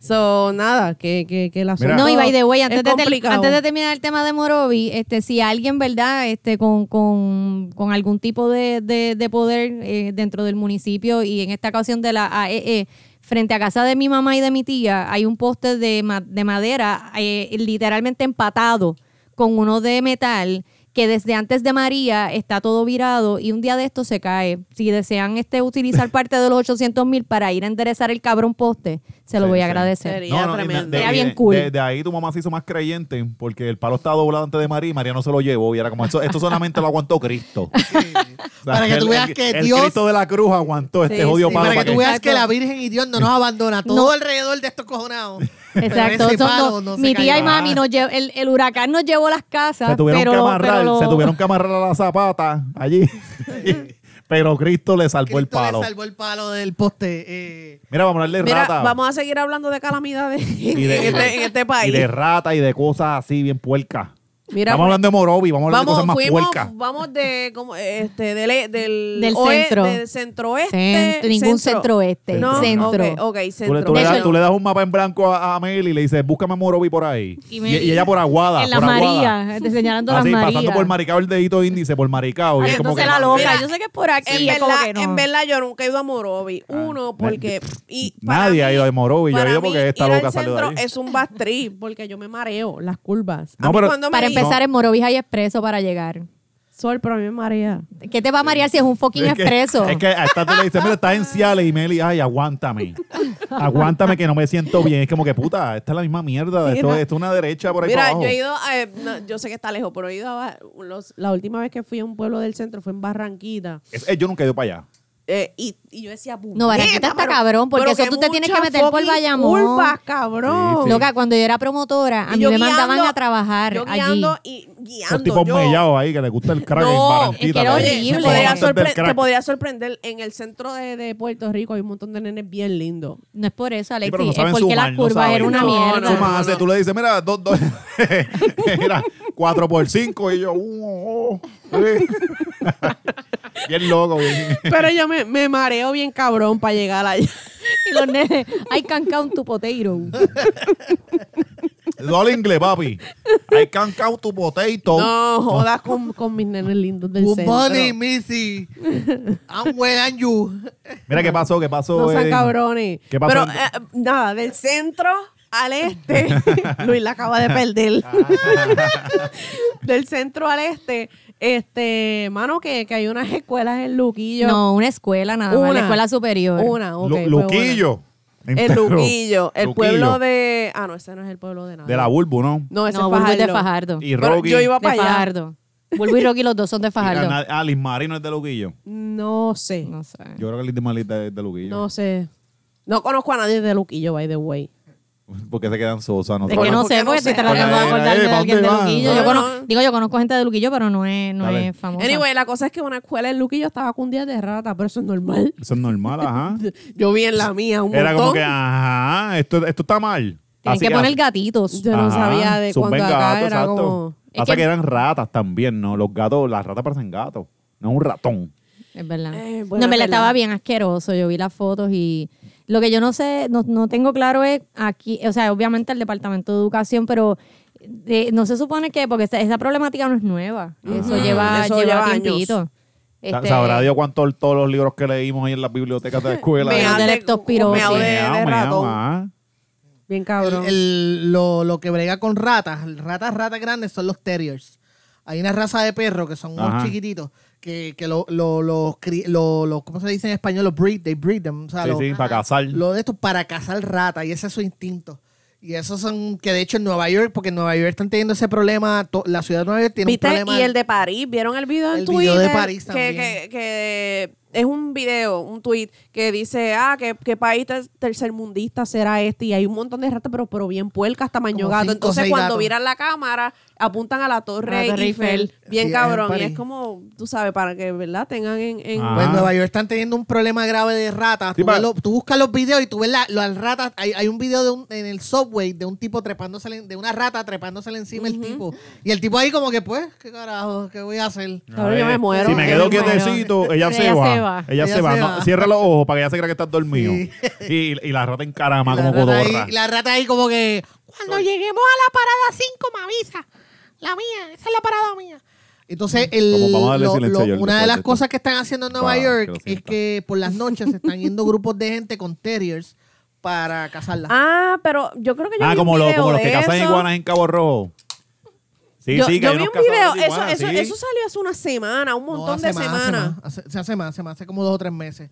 S3: So, nada, que que que la
S1: Mira.
S5: No, y by the way, antes, de, ter-
S3: complicado.
S5: antes de terminar el tema de Morovi, este, si alguien, ¿verdad?, este, con, con, con algún tipo de, de- de poder eh, dentro del municipio y en esta ocasión de la AEE, frente a casa de mi mamá y de mi tía, hay un poste de, ma- de madera eh, literalmente empatado con uno de metal que desde antes de María está todo virado y un día de esto se cae. Si desean este
S1: (laughs)
S5: utilizar parte de los 800 mil para ir a enderezar el cabrón poste, se lo
S1: Sí,
S5: voy a
S1: sí.
S5: agradecer.
S3: Sería tremendo.
S1: y
S5: Sería bien
S1: de-
S5: cool.
S1: de, de ahí tu mamá se hizo más creyente porque el palo estaba doblado antes de María y María no se lo llevó. Y era como, esto, esto solamente lo aguantó Cristo. O sea,
S4: Para que tú
S1: el-
S4: veas
S1: el-
S4: que
S1: el
S4: Dios-
S1: Cristo de la cruz aguantó este
S3: Sí,
S1: jodido
S3: sí.
S1: palo.
S4: para que tú
S1: que-
S4: veas que la Virgen y Dios no nos abandona. Todo alrededor de estos
S1: (laughs)
S4: cojonados. Pero
S5: Exacto.
S4: ese
S5: son
S4: palo
S5: dos-
S4: no se
S5: mi tía
S4: cayó.
S5: y mami nos llev- el, el huracán nos llevó las casas.
S1: se tuvieron
S5: pero
S1: que
S5: lo-
S1: amarrar,
S5: pero lo-
S1: se tuvieron que amarrar a la zapata allí. (laughs) Pero Cristo le salvó el
S4: Cristo le
S1: palo.
S4: salvó el palo del poste. eh.
S1: Mira, vamos a darle
S3: Mira,
S1: rata.
S3: vamos a seguir hablando de calamidades
S1: Y de-
S3: en, este, en este país.
S1: Y de rata y de cosas así bien puercas.
S3: Mira,
S1: vamos hablando de Morovi, vamos a hablar de cosas más
S3: fuimos-
S1: puercas.
S3: Vamos de como este del del,
S5: Del centro.
S3: del centroeste,
S5: Cent- ningún centroeste,
S3: No,
S5: centro.
S3: ok,
S1: Tú
S3: ok,
S1: le,
S3: centro.
S1: tú le
S5: De
S1: das,
S5: hecho-
S1: tú le das un mapa en blanco a, a Mel y le dices, búscame a Morovi por ahí. Y, e,
S5: Y me-
S1: y ella por Aguada.
S5: en las
S1: por Aguada.
S5: Marías, te señalando las
S1: Así,
S5: Marías.
S1: pasando por Maricao el dedito índice, por Maricao. y
S5: Ay,
S1: es como
S5: entonces
S1: que,
S5: la loca.
S3: Mira,
S5: yo sé que es por aquí.
S3: en
S5: es como
S3: verdad,
S5: que no.
S3: en verdad yo nunca he ido a Morovi. Uno, porque... Y
S1: Ah.
S3: para
S1: Nadie ha
S3: mí-
S1: ido a Morovi, yo he
S3: para
S1: ido porque
S3: mí,
S1: esta
S3: ir al
S1: loca salió de
S3: centro
S1: ahí.
S3: Es un bad trip, porque yo me mareo las curvas. A
S1: No,
S3: mí
S1: pero-
S3: cuando me
S5: para
S3: di-
S5: empezar, en Morovis hay expreso para llegar.
S3: Sol, pero a mí me marea.
S5: ¿Qué te va a marear si es un fucking
S1: Es que-
S5: expreso?
S1: Es que a esta tú le dices, mira, estás en Ciales y Meli, ay, aguántame. Aguántame que no me siento bien. Es como que, puta, esta es la misma mierda. Esto,
S3: Mira.
S1: esto es una derecha por ahí para
S3: Mira,
S1: abajo.
S3: yo he ido, a- eh, no, yo sé que está lejos, pero he ido a, los- la última vez que fui a un pueblo del centro fue en Barranquita.
S1: Es- eh, yo nunca he ido para allá.
S3: Eh, y, y yo decía,
S5: No, Barranquita
S3: "Puñeta,
S5: está
S3: pero-
S5: cabrón, porque
S3: pero
S5: eso
S3: que
S5: tú te tienes que
S3: muchas
S5: meter por
S3: fucking
S5: Bayamón.
S3: Curvas, cabrón.
S1: Sí, sí.
S5: Loca, cuando yo era promotora, a
S3: Y
S5: mí
S3: yo
S5: me
S3: guiando-
S5: mandaban a trabajar
S3: yo
S5: allí.
S3: guiando y guiando.
S1: Esos tipos
S3: yo.
S1: mellados ahí que les gusta el crack en
S3: No,
S5: es que
S1: Barranquita.
S5: era
S1: ¿verdad?
S3: Oye,
S5: horrible.
S3: te
S1: Son
S3: podría,
S1: amantes del
S3: sorpre-
S1: crack.
S3: te podría sorprender. En el centro de, de Puerto Rico hay un montón de nenes bien lindos.
S5: No es por eso,
S1: Sí,
S5: Alexis.
S1: pero no saben
S5: es porque
S1: sumar,
S5: las
S1: no
S5: curvas
S1: saben.
S5: eran una
S3: No,
S5: mierda.
S3: no,
S1: Sumas,
S3: no, no.
S1: Tú le dices, mira, dos, dos, (laughs) "Oh, mira, cuatro por cinco. Y yo, uno, dos, tres. oh". Bien loco. Bien.
S3: Pero yo me, me mareo bien cabrón para llegar
S1: (laughs)
S3: allá.
S5: (laughs) Y los nenes, I can count tu potato.
S1: No al inglés, papi. I can count tu potato.
S3: No, jodas con, con mis nenes lindos del
S4: Good
S3: centro.
S4: morning,
S3: (laughs)
S4: Missy. I'm well and you.
S1: Mira qué pasó, qué pasó.
S3: No sean
S1: eh.
S3: cabrones.
S1: ¿Qué pasó?
S3: Pero eh, nada, del centro al este,
S1: (laughs)
S3: Luis la acaba de perder.
S1: Ah.
S3: (laughs) del centro al este, este, mano, que, que hay unas escuelas en Luquillo.
S5: No, una escuela nada más, la
S3: Una.
S5: escuela superior.
S3: Una, ok.
S1: Lu-
S3: fue una.
S1: Luquillo.
S3: El
S1: Entero.
S3: Luquillo, el
S1: Luquillo.
S3: pueblo de. Ah, no, ese no es el pueblo de nada.
S1: De la Bulbu, ¿no?
S3: No, ese
S5: No,
S3: es
S5: Bulbo
S3: Fajardo.
S5: es de Fajardo.
S1: Y
S3: Pero
S1: Rocky.
S3: yo iba
S5: de
S3: para allá.
S5: Fajardo. Bulbo y Rocky, los
S1: (laughs)
S5: dos son de Fajardo.
S1: Ah, ah, Liz Marino es de Luquillo.
S3: No sé.
S5: No sé.
S1: Yo creo que Liz Marino es de Luquillo.
S3: No sé. No conozco a nadie de Luquillo, by the way.
S1: Porque se quedan sosas. No
S5: Es
S1: sé.
S5: que no
S3: porque
S5: sé,
S3: no
S5: porque estoy
S3: sé.
S5: tratando de
S1: Porque,
S5: acordarme
S1: eh,
S5: de
S1: ¿pa'
S5: alguien de
S1: dónde van?
S5: Luquillo.
S3: No,
S5: Yo
S3: no.
S5: conozco- digo, yo conozco gente de Luquillo, pero no es, no
S1: Dale.
S5: es famosa.
S3: Anyway, la cosa es que una escuela en Luquillo estaba cundida de rata, pero eso es normal.
S1: Eso es normal,
S3: (laughs)
S1: ajá.
S3: Yo vi en la mía un
S1: Era
S3: montón.
S1: como que, ah, ajá, esto, esto está mal.
S5: Tienen
S1: Así
S5: que poner
S1: así-
S5: gatitos.
S3: Yo no
S1: Ajá,
S3: sabía de
S1: zumba
S3: cuando
S1: el
S3: acá
S1: gato,
S3: era
S1: exacto.
S3: como...
S5: Es
S1: Pasa
S5: que-
S1: que eran ratas también, ¿no? Los gatos, las ratas parecen gatos. No es un ratón.
S5: Es verdad.
S3: Eh,
S5: no,
S3: bueno,
S5: me la
S3: es verdad.
S5: estaba bien asqueroso. Yo vi las fotos y lo que yo no sé, no, no tengo claro es aquí, o sea, obviamente el Departamento de Educación, pero eh, no se supone que, porque esa, esa problemática no es nueva. Eso lleva,
S3: Eso
S5: lleva,
S3: lleva años.
S5: tiempito.
S1: Sa-
S5: Este,
S1: Sabrá Dios cuántos todos los libros que leímos ahí en las bibliotecas
S3: (laughs)
S1: de la escuela.
S3: Meao
S5: de leptospirosis.
S3: meao de,
S1: Meao,
S3: de
S1: meao,
S3: ratón.
S1: ajá.
S3: Bien
S4: El-
S3: cabrón.
S4: el- lo, lo que brega con ratas, ratas, ratas grandes son los terriers. Hay una raza de perros que son
S1: Ajá.
S4: unos chiquititos que, que lo- lo- los, cri- lo- lo- ¿cómo se dice en español? Los breed, they breed them. O sea,
S1: Sí,
S4: los-
S1: sí, para cazar.
S4: lo de esto para cazar ratas y ese es su instinto. Y esos son que de hecho en Nueva York, porque en Nueva York están teniendo ese problema, to- la ciudad de Nueva York tiene un
S3: ¿Viste?
S4: problema.
S3: Y el de París, ¿vieron el video en
S4: El
S3: Twitter?
S4: video de París
S3: Que-
S4: también.
S3: Que, que es un video, un tweet que dice, ah, que qué país ter- tercermundista será este. Y hay un montón de ratas, pero, pero bien puercas, tamaño
S4: Como
S3: gato.
S4: cinco o
S3: Entonces,
S4: seis
S3: cuando
S4: gatos.
S3: miran la cámara, apuntan a la Torre,
S5: A la Torre
S3: Eiffel.
S5: Eiffel.
S3: Bien
S4: Sí, es en
S3: cabrón. y
S4: París.
S3: es como, tú sabes, para que, ¿verdad? Tengan en... en-
S1: Ah.
S4: Pues en Nueva York están teniendo un problema grave de ratas.
S1: Sí,
S4: tú, ves
S1: pero-
S4: lo- tú buscas los videos y tú ves la- las ratas. Hay, hay un video de un- en el subway de un tipo trepándose, de una rata trepándosele encima el tipo. Y el tipo ahí como que, pues, ¿qué carajo? ¿Qué voy a hacer?
S3: Cabrón, yo me muero.
S1: si me
S3: yo
S1: quedo
S3: me muero.
S1: quietecito, ella, se,
S5: Ella
S1: va.
S5: se va.
S1: Ella, se va. No, cierra los ojos para que ella se crea que estás dormido. Y, y la rata encarama
S4: la,
S1: como
S4: rata ahí,
S1: codorra.
S4: la rata ahí como que, cuando lleguemos a la parada 5 me avisa. La mía, esa es la parada mía. Entonces, el,
S1: Vamos- vamos a darle
S4: lo-
S1: silencio
S4: lo-
S1: yo después
S4: una
S1: de
S4: de las
S1: esto.
S4: cosas que están haciendo en Nueva
S1: Va, que lo
S4: York es
S1: sienta.
S4: que por las noches se están yendo grupos de gente con terriers para cazarlas.
S3: Ah, pero yo creo que yo
S1: Ah,
S3: vi
S1: como,
S3: un
S1: los-
S3: video
S1: como los
S3: de
S1: que cazan
S3: eso.
S1: iguanas en Cabo Rojo. Sí,
S3: yo,
S1: sí, que
S3: yo
S1: hay
S3: vi
S1: unos
S3: un video,
S1: cazadores de
S3: eso,
S1: iguanas,
S3: eso,
S1: sí.
S3: eso salió hace una semana, un
S4: No,
S3: montón
S4: hace
S3: de
S4: más, hace
S3: semanas.
S4: más, hace- se hace más, se más, hace como dos o tres meses.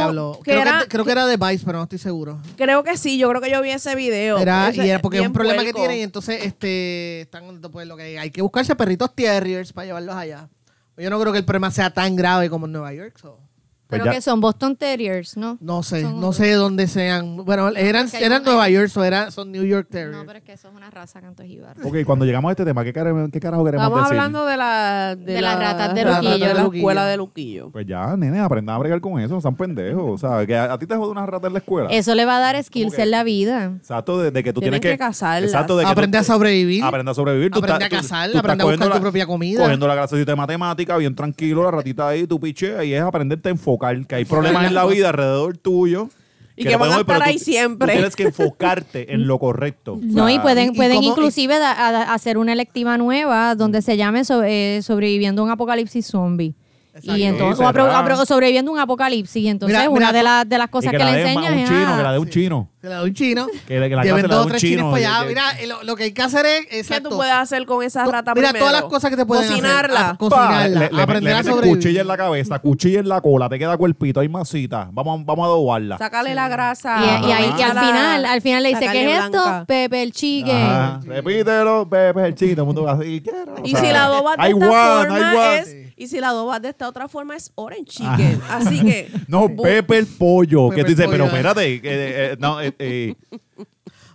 S4: que habló.
S3: que
S4: creo,
S3: era-
S4: que, creo que era de Vice, pero no estoy seguro.
S3: Creo que sí, yo creo que yo vi ese video.
S4: Era,
S3: Ese-
S4: y era porque es
S3: bien
S4: un problema que
S3: puerco.
S4: tienen y entonces este están pues, lo que hay que buscarse perritos terriers para llevarlos allá. Yo no creo que el problema sea tan grave como en Nueva York. so.
S1: Pues
S5: pero
S1: ya-
S5: que son Boston Terriers, ¿no?
S4: No sé,
S5: Son
S4: no sé dónde sean. Bueno, eran,
S5: Porque hay
S4: eran
S5: un-
S4: Nueva York, so era, son New York Terriers.
S5: No, pero es que eso es una raza canto jibar.
S1: Ok, cuando llegamos a este tema, ¿qué, care- qué carajo queremos
S3: Estamos
S1: decir?
S3: hablando de la
S5: De las ratas de
S3: las ratas
S5: Luquillo.
S3: de la
S4: Luquillo.
S3: escuela de Luquillo.
S1: Pues ya, nene, aprendan a bregar con eso, no sean pendejos. O sea, que a, a ti te jode una rata en la escuela.
S5: Eso le va a dar skills
S1: que-
S5: en la vida.
S1: Exacto, de, de que tú tienes
S3: Tienen
S1: que,
S3: que cazarlas.
S1: Exacto, de que
S4: Aprende
S1: tú-
S4: a sobrevivir.
S1: Aprende a sobrevivir. estás-
S4: Aprende a cazar,
S1: estás
S4: aprende a buscar
S1: cogiendo
S4: tu propia comida.
S1: Cogiendo la clasecita de matemática, bien tranquilo, la ratita ahí, tu piche, y es aprenderte a enfocar, que hay problemas en la vida alrededor tuyo.
S3: Y que
S1: no
S3: van a
S1: podemos- pero
S3: estar
S1: tú-
S3: ahí siempre.
S1: tú tienes que enfocarte en lo correcto.
S5: (laughs) No,
S1: O sea,
S5: y pueden,
S4: ¿y
S5: pueden
S4: cómo-
S5: inclusive da- a- a- hacer una electiva nueva donde se llame so- eh, sobreviviendo a un apocalipsis zombie.
S4: Exacto.
S5: Y entonces,
S1: Sí,
S5: o apro-
S1: será.
S5: apro- sobreviviendo a un apocalipsis. Y entonces,
S4: Mira,
S5: una
S4: mira,
S5: de, las de las
S1: y
S5: cosas que,
S1: la
S5: le
S1: den a
S5: enseñan
S1: un
S5: es
S1: chino,
S5: a-
S1: que la de un chino.
S4: Se la da un chino.
S1: Que la- que la
S4: Lleven
S1: clase la da
S4: dos o
S1: un
S4: tres
S1: chino,
S4: chinos para
S1: ya-
S4: allá.
S1: ya-
S4: Mira, eh, lo, lo que hay que hacer es. Exacto.
S3: ¿Qué tú puedes hacer con esa
S4: Tú-
S3: rata
S4: Mira
S3: primero?
S4: todas las cosas que te pueden hacer.
S3: Cocinarla.
S4: Ah, cocinarla.
S1: Pa, le- le-
S4: aprender
S1: le
S4: a
S1: metes
S4: sobrevivir.
S1: cuchilla en la cabeza, cuchilla en la cola, te queda cuerpito, hay masita. Vamos, a- vamos a adobarla.
S3: Sácale la grasa.
S5: Y, y ahí- y al
S3: Sácala-
S5: final, al final le dice,
S3: sácale
S5: ¿qué es esto?
S3: blanca".
S5: Pepe el chicken.
S1: Ajá. Repítelo, Pepe, el chino, todo el mundo va así. quiero, o
S3: Y
S1: sea,
S3: si la adobas de
S1: hay
S3: esta
S1: guan, hay
S3: forma
S1: guan.
S3: es... Y si la adobas de esta otra forma es orange chicken.
S1: Ah.
S3: Así
S5: (laughs)
S3: que...
S1: No,
S3: bu-
S1: Pepe el pollo.
S4: Pepe
S1: que tú dices,
S4: el
S1: pero
S4: pollo.
S1: espérate. que, eh, eh, no, eh, eh,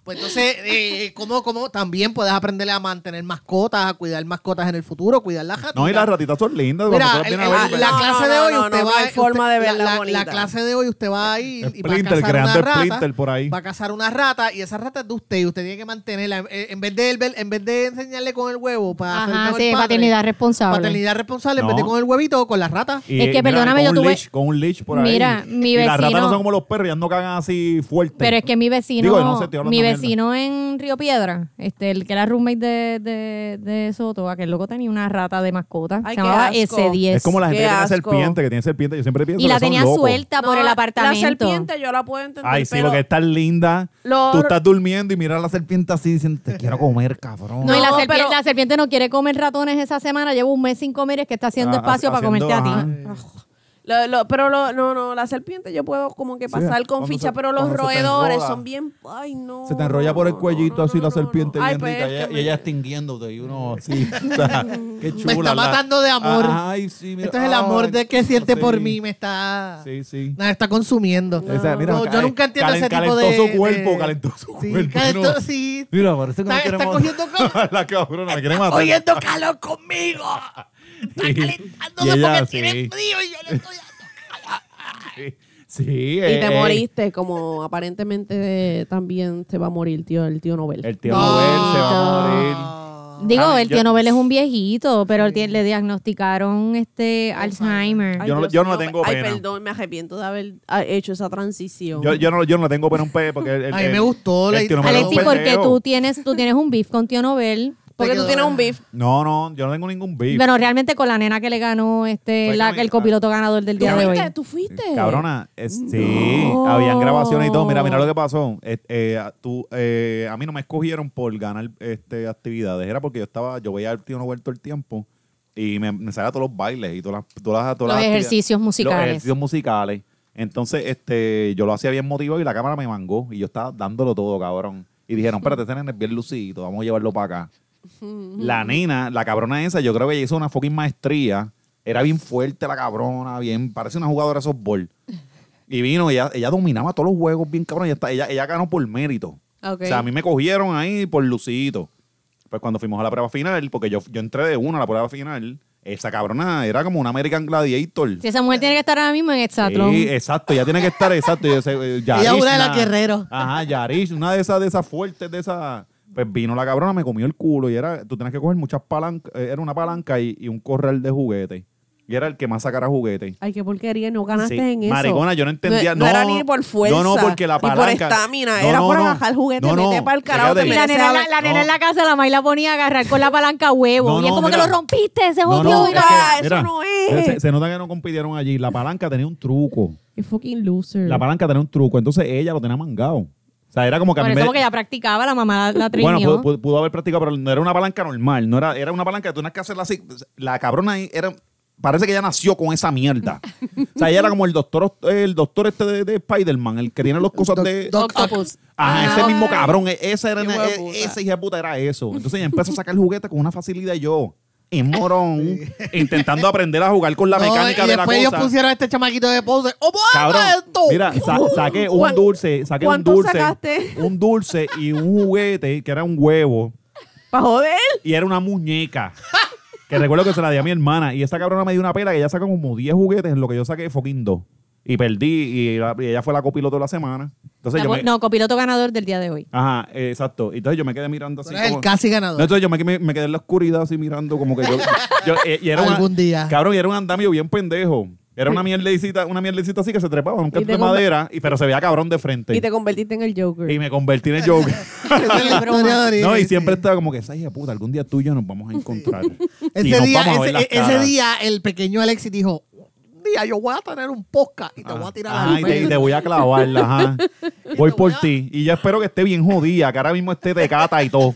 S4: Pues entonces, eh, ¿cómo, cómo también puedes aprenderle a mantener mascotas, a cuidar mascotas en el futuro, cuidar las ratitas?
S1: No, y las ratitas son lindas. cuando
S4: Mira,
S1: tú las
S4: el-
S1: vienes
S5: eh,
S1: a
S5: ah,
S4: el-
S1: ver,
S4: la
S3: No,
S4: clase
S3: no,
S4: de hoy
S3: no,
S4: usted
S3: no,
S4: va
S3: no hay
S4: usted-
S3: forma de verla
S4: la- la-
S3: bonita.
S4: La clase de hoy usted va a ir y va a
S1: Splinter,
S4: cazar
S1: creando
S4: una rata,
S1: Splinter por ahí.
S4: Va a cazar una rata y esa rata es de usted y usted tiene que mantenerla eh, en vez de él ver- en vez de enseñarle con el huevo para
S5: Ajá,
S4: ser mejor
S5: sí,
S4: padre,
S5: paternidad responsable.
S4: Paternidad responsable en vez de
S1: No.
S4: con el huevito con la rata.
S1: Y,
S5: Es
S1: eh, mira,
S5: que, perdóname,
S1: con
S5: yo
S1: un
S5: tuve-
S1: leash- con un leash por ahí.
S5: Mira, mi
S1: Y las ratas no
S5: vecino-
S1: son como los perros, ellas no cagan así fuerte.
S5: Pero es que mi vecino,
S1: Digo, no sé, estoy hablando
S5: mi
S1: mierda.
S5: vecino en Río Piedra, este, el que era roommate de, de, de Soto, aquel loco tenía una rata de mascota.
S3: Ay,
S5: se
S3: qué
S5: llamaba
S3: asco.
S5: S10.
S1: Es como la gente
S3: Qué
S1: que tiene
S3: asco.
S1: serpiente, que tiene serpiente. Yo siempre pienso
S5: y
S1: que
S5: la
S1: son
S5: tenía
S1: locos.
S5: suelta por
S3: No,
S5: el apartamento.
S3: La serpiente yo la puedo entender.
S1: Ay, sí,
S3: pero-
S1: porque es tan linda.
S3: Lo-
S1: Tú estás durmiendo y miras a la serpiente así diciendo, te quiero comer, cabrón. Ah,
S5: No, y la
S3: No,
S5: serpiente,
S3: pero-
S5: la serpiente no quiere comer ratones esa semana. Llevo un mes sin comer y es que está haciendo
S1: Ah,
S5: espacio para
S1: haciendo,
S5: comerte a ti.
S1: ajá.
S3: Aj. Lo- lo- pero lo- no, no, la serpiente yo puedo como que pasar con
S1: cuando
S3: ficha,
S1: se-
S3: pero los
S1: cuando se te
S3: roedores
S1: enrola.
S3: son bien. Ay, no.
S1: Se te enrolla por el
S3: no, no,
S1: cuellito
S3: no,
S1: así
S3: no,
S1: la
S3: no,
S1: serpiente
S3: no. Ay,
S1: bien
S3: pues,
S1: rica. Mm.
S3: es
S1: y,
S3: que
S1: ella,
S3: me-
S1: y ella extinguiéndote y uno así. (laughs) o sea, qué chula.
S4: Me
S1: la-
S4: está matando de amor.
S1: Ay, sí, mira.
S4: Esto es el amor
S1: Ay,
S4: de que siente
S1: sí,
S4: por mí, me está,
S1: Sí, sí.
S4: me está consumiendo.
S1: Esa, mira,
S4: No, yo
S1: calen-
S4: nunca entiendo ese
S1: calen-
S4: tipo de...
S1: Calentó
S4: de-
S1: su cuerpo, calentó su (laughs)
S4: Sí,
S1: cuerpo.
S4: calentó-
S1: no.
S4: sí.
S7: Mira, parece que
S4: Está,
S7: no
S4: está
S7: queremos...
S4: cogiendo
S1: (laughs)
S4: calor.
S1: la cabrona, me quiere matar.
S4: cogiendo calor conmigo. Está
S1: Sí.
S4: calentándose
S1: Y ella,
S4: porque tiene
S1: sí.
S4: frío y yo le estoy dando calor.
S1: (laughs) Sí, sí,
S3: Y te
S1: eh,
S3: moriste, como aparentemente también se va a morir tío, el tío Nobel.
S1: El tío Nobel se va a morir.
S4: Ah,
S5: Digo,
S1: Ay,
S5: el
S1: yo-
S5: tío Nobel es un viejito, pero él tie- le diagnosticaron este Alzheimer.
S3: Ay,
S1: Yo no-
S3: Dios
S1: yo no
S3: mío,
S1: tengo
S3: Ay,
S1: pena.
S3: perdón, me arrepiento de haber ah, hecho esa transición.
S1: Yo, yo, no, yo no le tengo pena a un pe porque el, el-
S4: A mí me
S1: el-
S4: gustó,
S1: el
S4: le-
S1: tío Nobel es un
S5: Alexis,
S4: Alexis,
S5: porque
S1: pendejo.
S5: tú tienes, tú tienes un beef con tío Nobel.
S3: porque tú
S4: quedó-
S3: tienes un beef.
S1: No, no, yo no tengo ningún beef.
S5: Bueno, realmente con la nena que le ganó este,
S1: Fue
S5: la,
S1: Camila.
S5: el copiloto ganador del
S3: ¿Tú
S5: día de hoy.
S3: fuiste? ¿Tú fuiste?
S1: Cabrona, es-
S5: Mm,
S1: sí, habían grabaciones y todo. Mira, mira lo que pasó. Es- eh, a- tú, eh, a mí no me escogieron por ganar este, actividades. Era porque yo estaba, yo veía al tío Nobel todo el tiempo y me, me salía todos los bailes y todas las, todas las, todas
S5: Los
S1: las actividades.
S5: ejercicios musicales.
S1: Los ejercicios musicales. Entonces, este, yo lo hacía bien motivado y la cámara me mangó y yo estaba dándolo todo, cabrón. Y
S5: (laughs)
S1: dijeron, espérate, ese nene es bien lucido, vamos a llevarlo para acá. La nena, la cabrona esa, yo creo que ella hizo una fucking maestría. Era bien fuerte la cabrona, bien, parece una jugadora de softball. Y vino, ella, ella dominaba todos los juegos bien cabrón. Ella, está- ella, ella ganó por mérito.
S3: Ok.
S1: O sea, a mí me cogieron ahí por lucito. Pues cuando fuimos a la prueba final, porque yo, yo entré de uno a la prueba final, esa cabrona era como una American Gladiator.
S5: Si esa mujer tiene que estar ahora mismo en Exatlón.
S1: Sí, eh, exacto, ya tiene que estar, exacto. y ese, eh, Yarish,
S4: Ella es una de las
S1: na-
S4: guerreros.
S1: Ajá, Yarish, una de esas, de esas fuertes, de esas. Pues vino la cabrona, me comió el culo y era, tú tenías que coger muchas palancas, era una palanca y, y un corral de juguete. Y era el que más sacara juguete.
S3: Ay, qué porquería, no ganaste
S1: Sí,
S3: en eso.
S1: Maricona, yo no entendía.
S3: No,
S1: No,
S3: no era ni por
S1: No,
S3: fuerza,
S1: no, porque la
S3: ni por
S1: palanca.
S3: estamina, era por bajar juguete, vete pa'l carajo, te
S5: Y
S1: fíjate.
S5: la nena, la, la nena
S1: No.
S5: en la casa, la maíz la ponía a agarrar con la palanca huevo.
S1: No,
S5: y es
S1: no,
S5: como
S1: mira.
S5: que lo rompiste, se
S1: No,
S5: jodió.
S1: no,
S5: mira.
S1: es que, eh,
S3: eso no es.
S1: Se, se nota que no compitieron allí. La palanca tenía un truco.
S3: Qué fucking loser.
S4: Mm.
S1: La palanca tenía un truco. Entonces ella lo tenía mangado. O sea, era como que a
S5: Por
S1: mí
S5: eso
S1: me-
S5: porque ella practicaba, la mamá la, la
S1: Bueno, pudo,
S5: trineó.
S1: pudo- pudo haber practicado, pero no era una palanca normal. No era, era una palanca que tú tenías que hacerla así. La cabrona ahí era. Parece que ella nació con esa mierda. o sea, ella era como el doctor, el doctor este de, de Spider-Man, el que tiene los cosas de.
S3: (laughs)
S4: Octopus.
S1: Ajá,
S5: Ah,
S1: ese
S5: ok.
S1: mismo cabrón. e- Ese era
S3: Qué
S1: e-
S3: hueputa.
S1: ese hija de puta era eso. Entonces ella empezó a sacar juguete con una facilidad y yo. En morón, intentando aprender a jugar con la
S4: No,
S1: mecánica
S4: y
S1: de la
S4: después
S1: cosa.
S4: ellos pusieron a este chamaquito de pose. ¡Oh,
S1: Cabrón,
S4: bueno, esto!
S1: mira,
S4: (laughs)
S1: sa- saqué un
S3: ¿Cuánto-
S1: dulce, saqué un
S3: cuánto
S1: dulce,
S3: sacaste?
S1: un dulce y un juguete que era un huevo
S3: ¿Para joder?
S1: y era una muñeca. Que recuerdo que se la di a mi hermana. Y esa cabrona me dio una pela que ella sacó como 10 juguetes en lo que yo saqué fucking dos. Y perdí. Y, la- y ella fue la copiloto de la semana. Entonces
S5: La
S1: yo
S5: po-
S1: me-
S5: No, copiloto ganador del día de hoy.
S1: Ajá, eh, exacto. Entonces yo me quedé mirando
S4: Tú
S1: así.
S4: eres el
S1: como-
S4: casi
S1: No,
S4: ganador.
S1: entonces yo me, me- me quedé en la oscuridad así mirando como que yo... yo- eh, y era una-
S4: Algún día.
S1: Cabrón, y era un andamio bien pendejo. Era una mierdecita, una mierdecita así que se trepaba en un canto
S3: te
S1: de
S3: conv-
S1: madera, y, pero se veía cabrón de frente.
S3: Y
S1: Y,
S3: te convertiste en el Joker.
S1: me convertí en el Joker.
S3: (laughs)
S4: Esa es la historia de origen,
S1: no, y
S4: sí.
S1: siempre estaba como que, esa hija de puta, algún día tú y yo nos vamos a encontrar. (laughs)
S4: Ese,
S1: Y nos
S4: día,
S1: vamos a ver
S4: ese,
S1: las
S4: ese
S1: caras".
S4: día el pequeño Alexis dijo, un día yo voy a tener un podcast y te voy a tirar
S1: Ajá,
S4: al
S1: y Ah. te, y
S4: medio".
S1: te voy a clavarla, (laughs) ajá. Voy por ti. Y yo espero que esté bien jodida, que ahora mismo esté de cata y todo.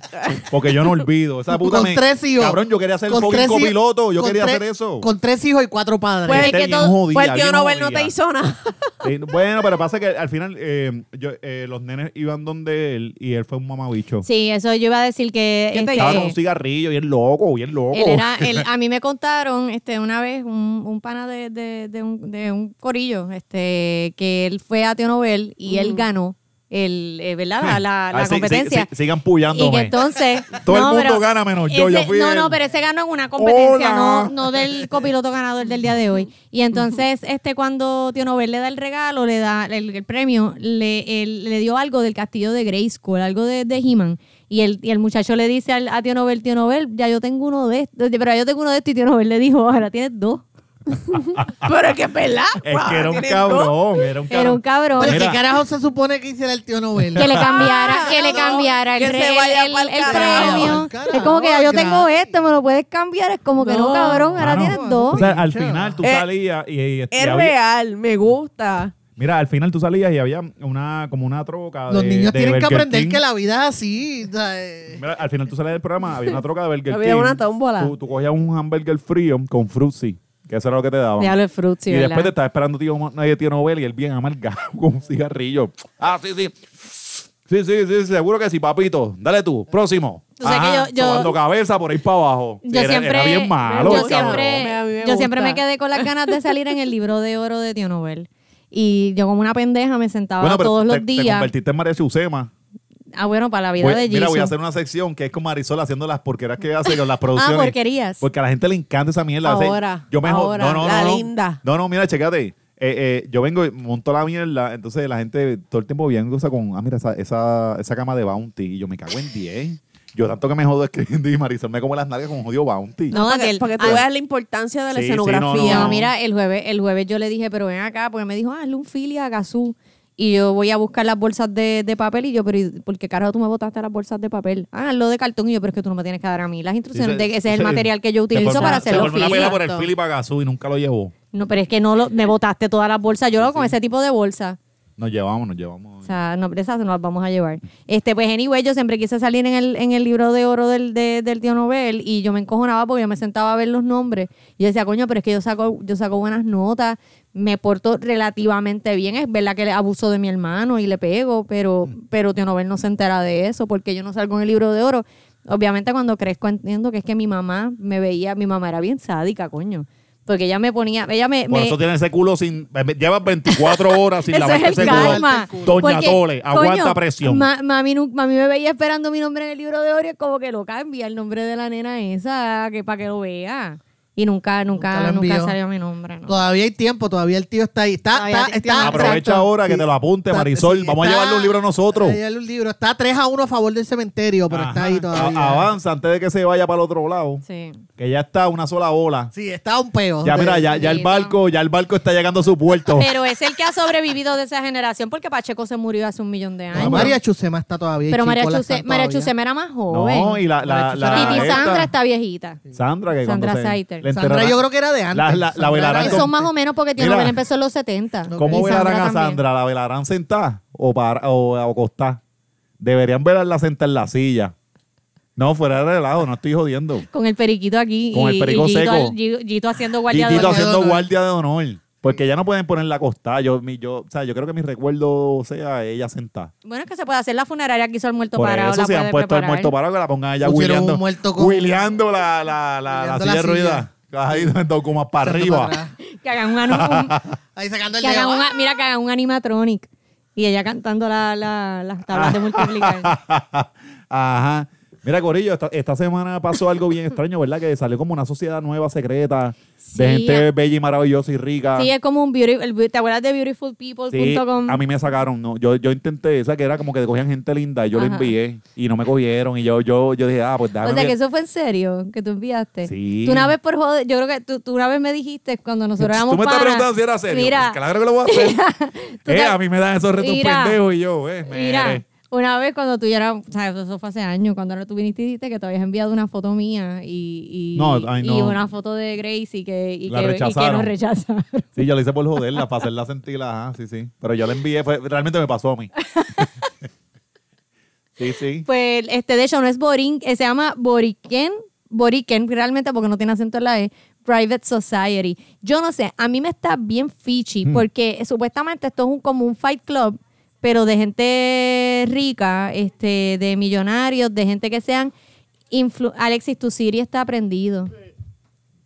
S1: Porque yo no olvido. Esa puta
S4: Con
S1: me-
S4: tres hijos.
S1: Cabrón, yo quería ser
S4: Con
S1: fucking
S4: tres hij-
S1: copiloto. Yo
S4: con
S1: quería
S4: tres-
S1: hacer eso.
S4: Con tres hijos y cuatro padres.
S3: Pues
S1: Gente
S3: es que
S1: bien
S3: todo-
S1: jodida,
S3: pues el tío
S1: bien
S3: Nobel no
S1: jodida.
S3: te hizo nada.
S1: (laughs) Sí, bueno, pero pasa que al final eh, yo, eh, los nenes iban donde él y él fue un mamabicho.
S5: Sí, eso yo iba a decir que...
S3: ¿Qué te
S5: este,
S1: Estaba con un cigarrillo, bien loco, bien loco.
S5: Él
S1: (laughs)
S5: era, él- a mí me contaron este, una vez un, un pana de, de- de un, de un corillo este, que él fue a Tío Nobel y él ganó. el, eh, ¿verdad? La, la- la
S1: (laughs) Ah, sí, sí,
S5: competencia.
S1: sí, sigan puyando.
S5: Y que
S1: men.
S5: entonces.
S1: (laughs) Todo el
S5: no,
S1: mundo
S5: pero
S1: gana menos yo, yo
S5: ese-
S1: fui
S5: No,
S1: el-
S5: no, pero ese ganó en una competencia,
S1: Hola.
S5: no, no del copiloto ganador del día de hoy. Y entonces, este, cuando Tío Nobel le da el regalo, le da el, el premio, le, él- le dio algo del castillo de Grayskull, algo de, de He-Man. Y el, y el muchacho le dice al, a Tío Nobel, Tío Nobel, ya yo tengo uno de estos, pero yo tengo uno de estos y Tío Nobel le dijo, ahora tienes dos.
S3: Pero es que es verdad.
S7: Es que era un
S3: Tienen dos.
S7: cabrón, era un
S5: Era un
S7: cabrón.
S5: cabrón.
S4: Pero
S7: Mira.
S4: ¿qué carajo se supone que hiciera el tío Nobel?
S5: que le cambiara,
S3: Ah,
S5: que le
S3: no,
S5: cambiara el,
S3: que se
S5: re-
S3: vaya
S5: el-
S3: pa'l
S5: el
S3: carajo.
S5: premio.
S4: Carajo,
S5: es como que ya yo
S4: gracias.
S5: tengo este, me lo puedes cambiar. Es como que no,
S3: No,
S5: cabrón, ahora
S7: mano.
S5: tienes dos.
S7: O sea, al final tú
S3: Eh,
S7: salías y, y- y
S3: Es
S7: había-
S3: real, me gusta.
S7: Mira, al final tú salías y había una como una troca de
S4: Los niños
S7: de
S4: tienen que
S7: Burger
S4: aprender
S7: King.
S4: que la vida es así. o sea, eh,
S7: Mira, al final tú salías del programa,
S5: (laughs)
S7: había una troca de Burger
S3: Había
S7: King.
S3: una tómbola.
S7: Tú, tú cogías un hamburger frío con frutzi, que eso era lo que te daban.
S5: Déjalo el frutti,
S7: y después te
S5: ¿verdad?
S7: estaba esperando tío, nadie tío Nobel y él bien amargado (laughs) con un cigarrillo. Ah, sí, sí. Sí, sí, sí, seguro que sí, papito. Dale tú, próximo.
S5: Tú sabes
S7: Ajá,
S5: que yo- yo-
S7: sobando cabeza por ahí para abajo.
S5: Yo
S7: Era-
S5: siempre,
S7: era bien malo,
S5: yo
S7: cabrón.
S3: Me- a mí me
S5: siempre, yo
S3: gusta.
S5: siempre me quedé con las ganas de salir en el libro de oro de Tío Nobel. Y yo como una pendeja me sentaba
S1: Bueno, pero
S5: todos
S1: te,
S5: los
S1: te
S5: días.
S1: convertiste en María Chusema.
S5: Ah, bueno, para la vida
S1: Voy-
S5: de
S1: mira, voy a
S5: Jesus.
S1: hacer una sección que es con Marisol haciendo las porqueras que hace
S5: (laughs)
S1: con las producciones.
S5: Ah, porquerías.
S1: Porque a la gente le encanta esa mierda. O sea,
S3: Ahora,
S1: yo me jo-
S3: ahora,
S1: no, no,
S3: la
S1: no, no.
S3: linda.
S1: No, no, mira, checate. Eh, eh, yo vengo y monto la mierda, entonces la gente todo el tiempo viendo cosa con, ah, mira, esa, esa, esa cama de Bounty. Y yo me cago en 10. Yo tanto que me jodo escribiendo y Marisol me come las nalgas con un jodido Bounty.
S5: No,
S3: para, que,
S5: aquel-
S3: para que tú
S5: ah.
S3: veas la importancia de la
S1: Sí, sí, no,
S3: escenografía.
S5: No,
S1: No.
S5: mira, el jueves, el jueves yo le dije, pero ven acá, porque me dijo, ah, hazle un fili a Gazú. Y yo voy a buscar las bolsas de, de papel y yo, pero ¿y ¿por qué carajo tú me botaste las bolsas de papel? Ah, lo de cartón y yo, pero es que tú no me tienes que dar a mí las instrucciones de que pues, ese es el material que yo utilizo para hacer los
S1: una
S5: filis.
S1: pelea por el Philip Agasú y nunca lo llevó.
S5: No, pero es que no lo, me botaste todas las bolsas. Yo lo hago con ese tipo de bolsa.
S1: Nos llevamos, nos llevamos.
S5: O sea, no, pero esas no las vamos a llevar. Este, pues, anyway, yo siempre quise salir en el, en el libro de oro del, de- del tío Nobel y yo me encojonaba porque yo me sentaba a ver los nombres. Y yo decía, coño, pero es que yo saco, yo saco buenas notas, me porto relativamente bien. Es verdad que le abuso de mi hermano y le pego, pero,
S1: Mm.
S5: pero tío Nobel no se entera de eso porque yo no salgo en el libro de oro. Obviamente cuando crezco entiendo que es que mi mamá me veía, mi mamá era bien sádica, coño. Porque ella me ponía, ella me...
S1: Por
S5: me-
S1: eso tiene ese culo sin. Llevas 24 horas sin
S5: (laughs) eso
S1: lavarte
S5: es
S1: ese
S5: el
S1: culo.
S5: karma.
S1: Doña
S5: Porque,
S1: Tole, aguanta
S5: coño,
S1: presión.
S5: ma- mami, nu- mami me veía esperando mi nombre en el libro de oro y es como que lo cambia el nombre de la nena esa que para que lo vea. Y nunca, nunca,
S4: Nunca lo
S5: nunca,
S4: envió.
S5: salió mi nombre. ¿no?
S4: Todavía hay tiempo, todavía el tío está ahí. Está,
S5: Todavía
S4: está,
S5: el tío
S4: está-
S5: está-
S1: Aprovecha
S4: exacto.
S1: ahora que te lo apunte,
S4: Está-
S1: Marisol. Vamos a llevarle un libro a nosotros.
S4: a llevarle un libro. Está 3 a 1 a favor del cementerio, pero está ahí
S1: A-
S4: todavía.
S1: avanza antes de que se vaya para el otro lado.
S5: Sí.
S1: Que ya está una sola ola.
S4: Sí, está un peo.
S1: Ya, mira, ya, ya el
S5: Sí,
S1: barco, ya el barco está llegando a su puerto.
S5: Pero es el que ha sobrevivido de esa generación porque Pacheco se murió hace un millón de años.
S4: No, María Chusema está todavía. y
S5: Pero María,
S4: Chicola
S5: Chuse,
S4: están
S5: María
S4: todavía.
S5: Chusema era más joven.
S1: No, y la, la, la,
S5: Titi
S1: esta-
S5: Sandra está viejita.
S1: Sandra, que cuando
S5: Sandra
S1: se-
S5: Saiter.
S1: le enterrarán-
S4: Sandra yo creo que era de antes.
S1: La- la- la
S4: Sandra
S1: velarán
S4: era de-
S1: con-
S5: Son más o menos porque Tío
S1: Mira.
S5: Nobel empezó en los 70.
S1: ¿Cómo
S5: Y
S1: velarán a
S5: también.
S1: Sandra? ¿La velarán sentada o, para, o acostada? Deberían velarla sentada en la silla. No, fuera de relajo, no estoy jodiendo.
S5: Con el periquito aquí.
S1: Con el
S5: y-
S1: perico
S5: y Gito,
S1: seco.
S5: al- Gi- Gito haciendo guardia de
S1: Titito
S5: honor.
S1: haciendo
S4: honor.
S1: guardia de honor. Porque ya no pueden ponerla acostada. Yo, mi, yo, o sea, yo creo que mi recuerdo sea ella sentada.
S5: Bueno, es que se puede hacer la funeraria que hizo el muerto
S1: Por
S5: parado.
S1: eso
S5: la
S1: se han
S5: puede
S1: puesto el
S5: preparar.
S1: muerto parado que la pongan allá
S4: Pusieron un
S1: huileando.
S4: muerto con-
S1: Huileando la, la, la, la
S4: Huileando
S1: silla
S4: la
S1: de rueda. Ahí dos como para arriba.
S4: para atrás.
S5: Que hagan un, anu-
S4: Ahí sacando
S5: un-
S4: el
S5: que hagan
S4: dedo.
S5: un- Mira, que hagan un animatronic. Y ella cantando la- la- las tablas
S1: (laughs)
S5: de multiplicar.
S1: Ajá. Mira, Corillo, esta, esta semana pasó algo bien extraño, ¿verdad? Que salió como una sociedad nueva, secreta, de
S5: Sí,
S1: gente
S5: a-
S1: bella y maravillosa y rica.
S5: Sí, es como un beautiful. el beau- ¿Te acuerdas de
S1: Sí,
S5: beautifulpeople.com?
S1: a mí me sacaron, no, yo, yo intenté, esa que era como que cogían gente linda y yo la
S5: Ajá.
S1: envié y no me cogieron y yo, yo, yo dije, ah, pues déjame.
S5: o sea, que
S1: enviar.
S5: eso fue en serio, que tú enviaste.
S1: Sí.
S5: Tú una vez por joder, yo creo que tú, tú una vez me dijiste cuando nosotros éramos
S1: Tú me estás
S5: panas,
S1: preguntando si era serio.
S5: Mira,
S1: Pues claro que lo voy a hacer.
S5: (laughs)
S1: (laughs)
S5: tú
S1: eh,
S5: te-
S1: a mí me dan esos retos
S5: Mira,
S1: pendejos y yo, eh, me-
S5: Mira, una vez cuando tú ya eras, o sea, eso fue hace años, cuando ahora tú viniste y dijiste que te habías enviado una foto mía y, y,
S1: No, ay,
S5: y
S1: no.
S5: una foto de Gracie que, y
S1: La
S5: que, y que
S1: rechazaron.
S5: nos rechazaron. (laughs)
S1: Sí, yo la hice por joderla, para hacerla sentirla, ajá, sí, sí. Pero yo la envié, fue- realmente me pasó a
S5: (laughs)
S1: mí. sí, sí.
S5: Pues este, de hecho, no es Borin, eh, se llama Boriken, Boriken realmente porque no tiene acento en la E, Private Society. Yo no sé, a mí me está bien fichi
S1: Hmm.
S5: porque eh, supuestamente esto es un, como un fight club, pero de gente rica, este, de millonarios, de gente que sean... influ- Alexis, tu Siri está prendido.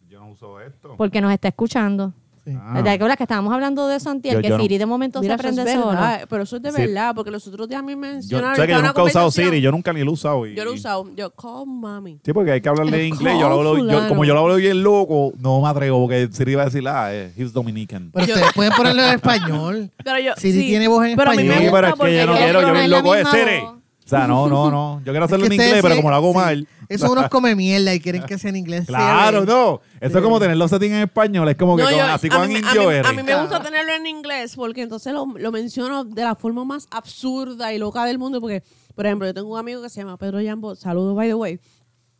S1: Yo no uso esto.
S5: Porque nos está escuchando. La Pues verdad que ahora que estábamos hablando de eso antes,
S1: Ah. Yo-
S5: que
S1: yo no-
S5: Siri de momento
S3: Mira,
S5: se
S3: eso es
S5: prende sola.
S3: verdad, eh, pero eso es de
S1: Sí.
S3: verdad, porque los otros días a mí me
S1: Yo,
S3: mencionaron.
S1: ¿Sabes que yo
S3: estaba en
S1: nunca he
S3: una
S1: usado
S3: conversación.
S1: Siri? Yo nunca ni lo he usado. y-
S3: Yo lo he usado. Yo, call mommy.
S1: Sí, porque hay que hablarle en inglés. Yo lo hablo- yo-
S5: fulano.
S1: como yo lo hablo bien loco, no me atrevo porque Siri va a decir, ah, eh, he's Dominican.
S3: Pues,
S4: Pero ustedes pueden ponerlo en
S1: (laughs)
S4: español.
S3: Pero yo,
S4: Siri tiene voz en
S3: pero a mí
S1: Sí,
S3: me
S4: español.
S3: gusta
S1: pero es que
S3: porque
S1: yo no
S5: ella
S1: quiero, yo
S5: no
S1: bien
S5: es la
S1: loco de
S5: misma
S1: Siri.
S5: voz.
S1: O sea, no, no,
S3: (laughs)
S1: no. Yo quiero hacerlo en
S4: Es que
S1: inglés,
S4: ustedes
S1: pero
S4: sí-
S1: como lo hago
S4: sí.
S1: mal.
S4: Eso unos come mierda y quieren que sea en inglés.
S1: Claro,
S4: Se ve.
S1: no. Eso es como tener los settings en español. Es como que
S3: No,
S1: con-
S3: yo-
S1: así
S3: a,
S1: con
S3: mí, a
S1: indio
S3: mí- a
S1: eres.
S3: mí me gusta tenerlo en inglés porque entonces lo, lo menciono de la forma más absurda y loca del mundo. Porque, por ejemplo, yo tengo un amigo que se llama Pedro Yambot. Saludos, by the way.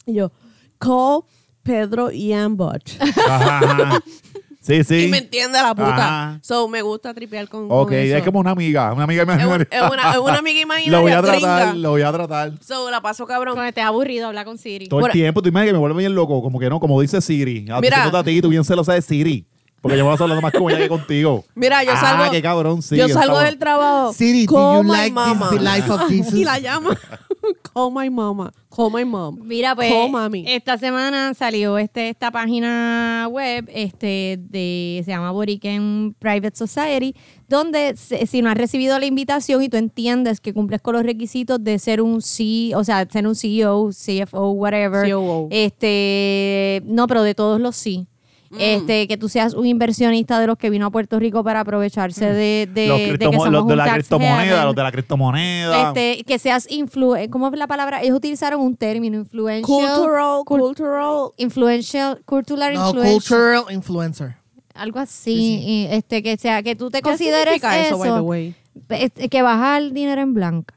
S3: Y yo, call Pedro Yambot.
S1: Ajá, ajá. Sí, (laughs) sí.
S3: Y me entiende la puta.
S1: Ajá.
S3: So, me gusta tripear con, con
S1: Ok, es
S3: eso.
S1: como una amiga, una amiga
S3: Es un-
S1: imaginaria.
S3: es una- es una amiga
S1: (laughs) Lo voy a
S3: imaginaria
S1: tratar,
S3: gringa.
S1: lo voy a tratar.
S3: So, la paso cabrón.
S5: Cuando estés aburrido, habla con Siri.
S1: Todo
S3: Bueno.
S1: el tiempo, tú imaginas que me vuelve bien loco, como que no, como dice Siri. Ah,
S3: Mira.
S1: tú, tú, tú, tú bien celosa de Siri. Porque yo me vas hablando más con ella que contigo.
S3: Mira, yo
S1: Ah,
S3: salgo.
S1: qué cabrón, sí,
S3: Yo
S1: está
S3: salgo
S1: bueno.
S3: del trabajo.
S4: Siri, do
S3: call
S4: you
S3: my
S4: like this
S3: mama.
S4: the life
S3: (laughs)
S4: of Jesus?
S3: Y la llama. call my mama. Call my mom.
S5: Mira, pues
S3: Call mami.
S5: esta semana salió este, esta página web este, de, se llama Boriken Private Society, donde se- si no has recibido la invitación y tú entiendes que cumples con los requisitos de ser un C, E o sea, ser un CEO, CFO, whatever,
S3: COO.
S5: este, no, pero de todos los sí. Este, que tú seas un inversionista de los que vino a Puerto Rico para aprovecharse de, de,
S1: Mm. los
S5: de que
S1: criptomo-
S5: somos
S1: los de
S5: un
S1: la
S5: tax
S1: criptomoneda,
S5: haven.
S1: los de la criptomoneda.
S5: Este, que seas influencer, ¿cómo es la palabra? Ellos utilizaron un término, influential.
S3: Cultural, cultural.
S5: Influential, cultural
S4: No,
S5: influential.
S4: cultural influencer.
S5: Algo así, y, este, que sea, que tú te
S3: ¿Qué
S5: consideres eso,
S3: significa eso, by the way?
S5: este, que baja el dinero en blanca.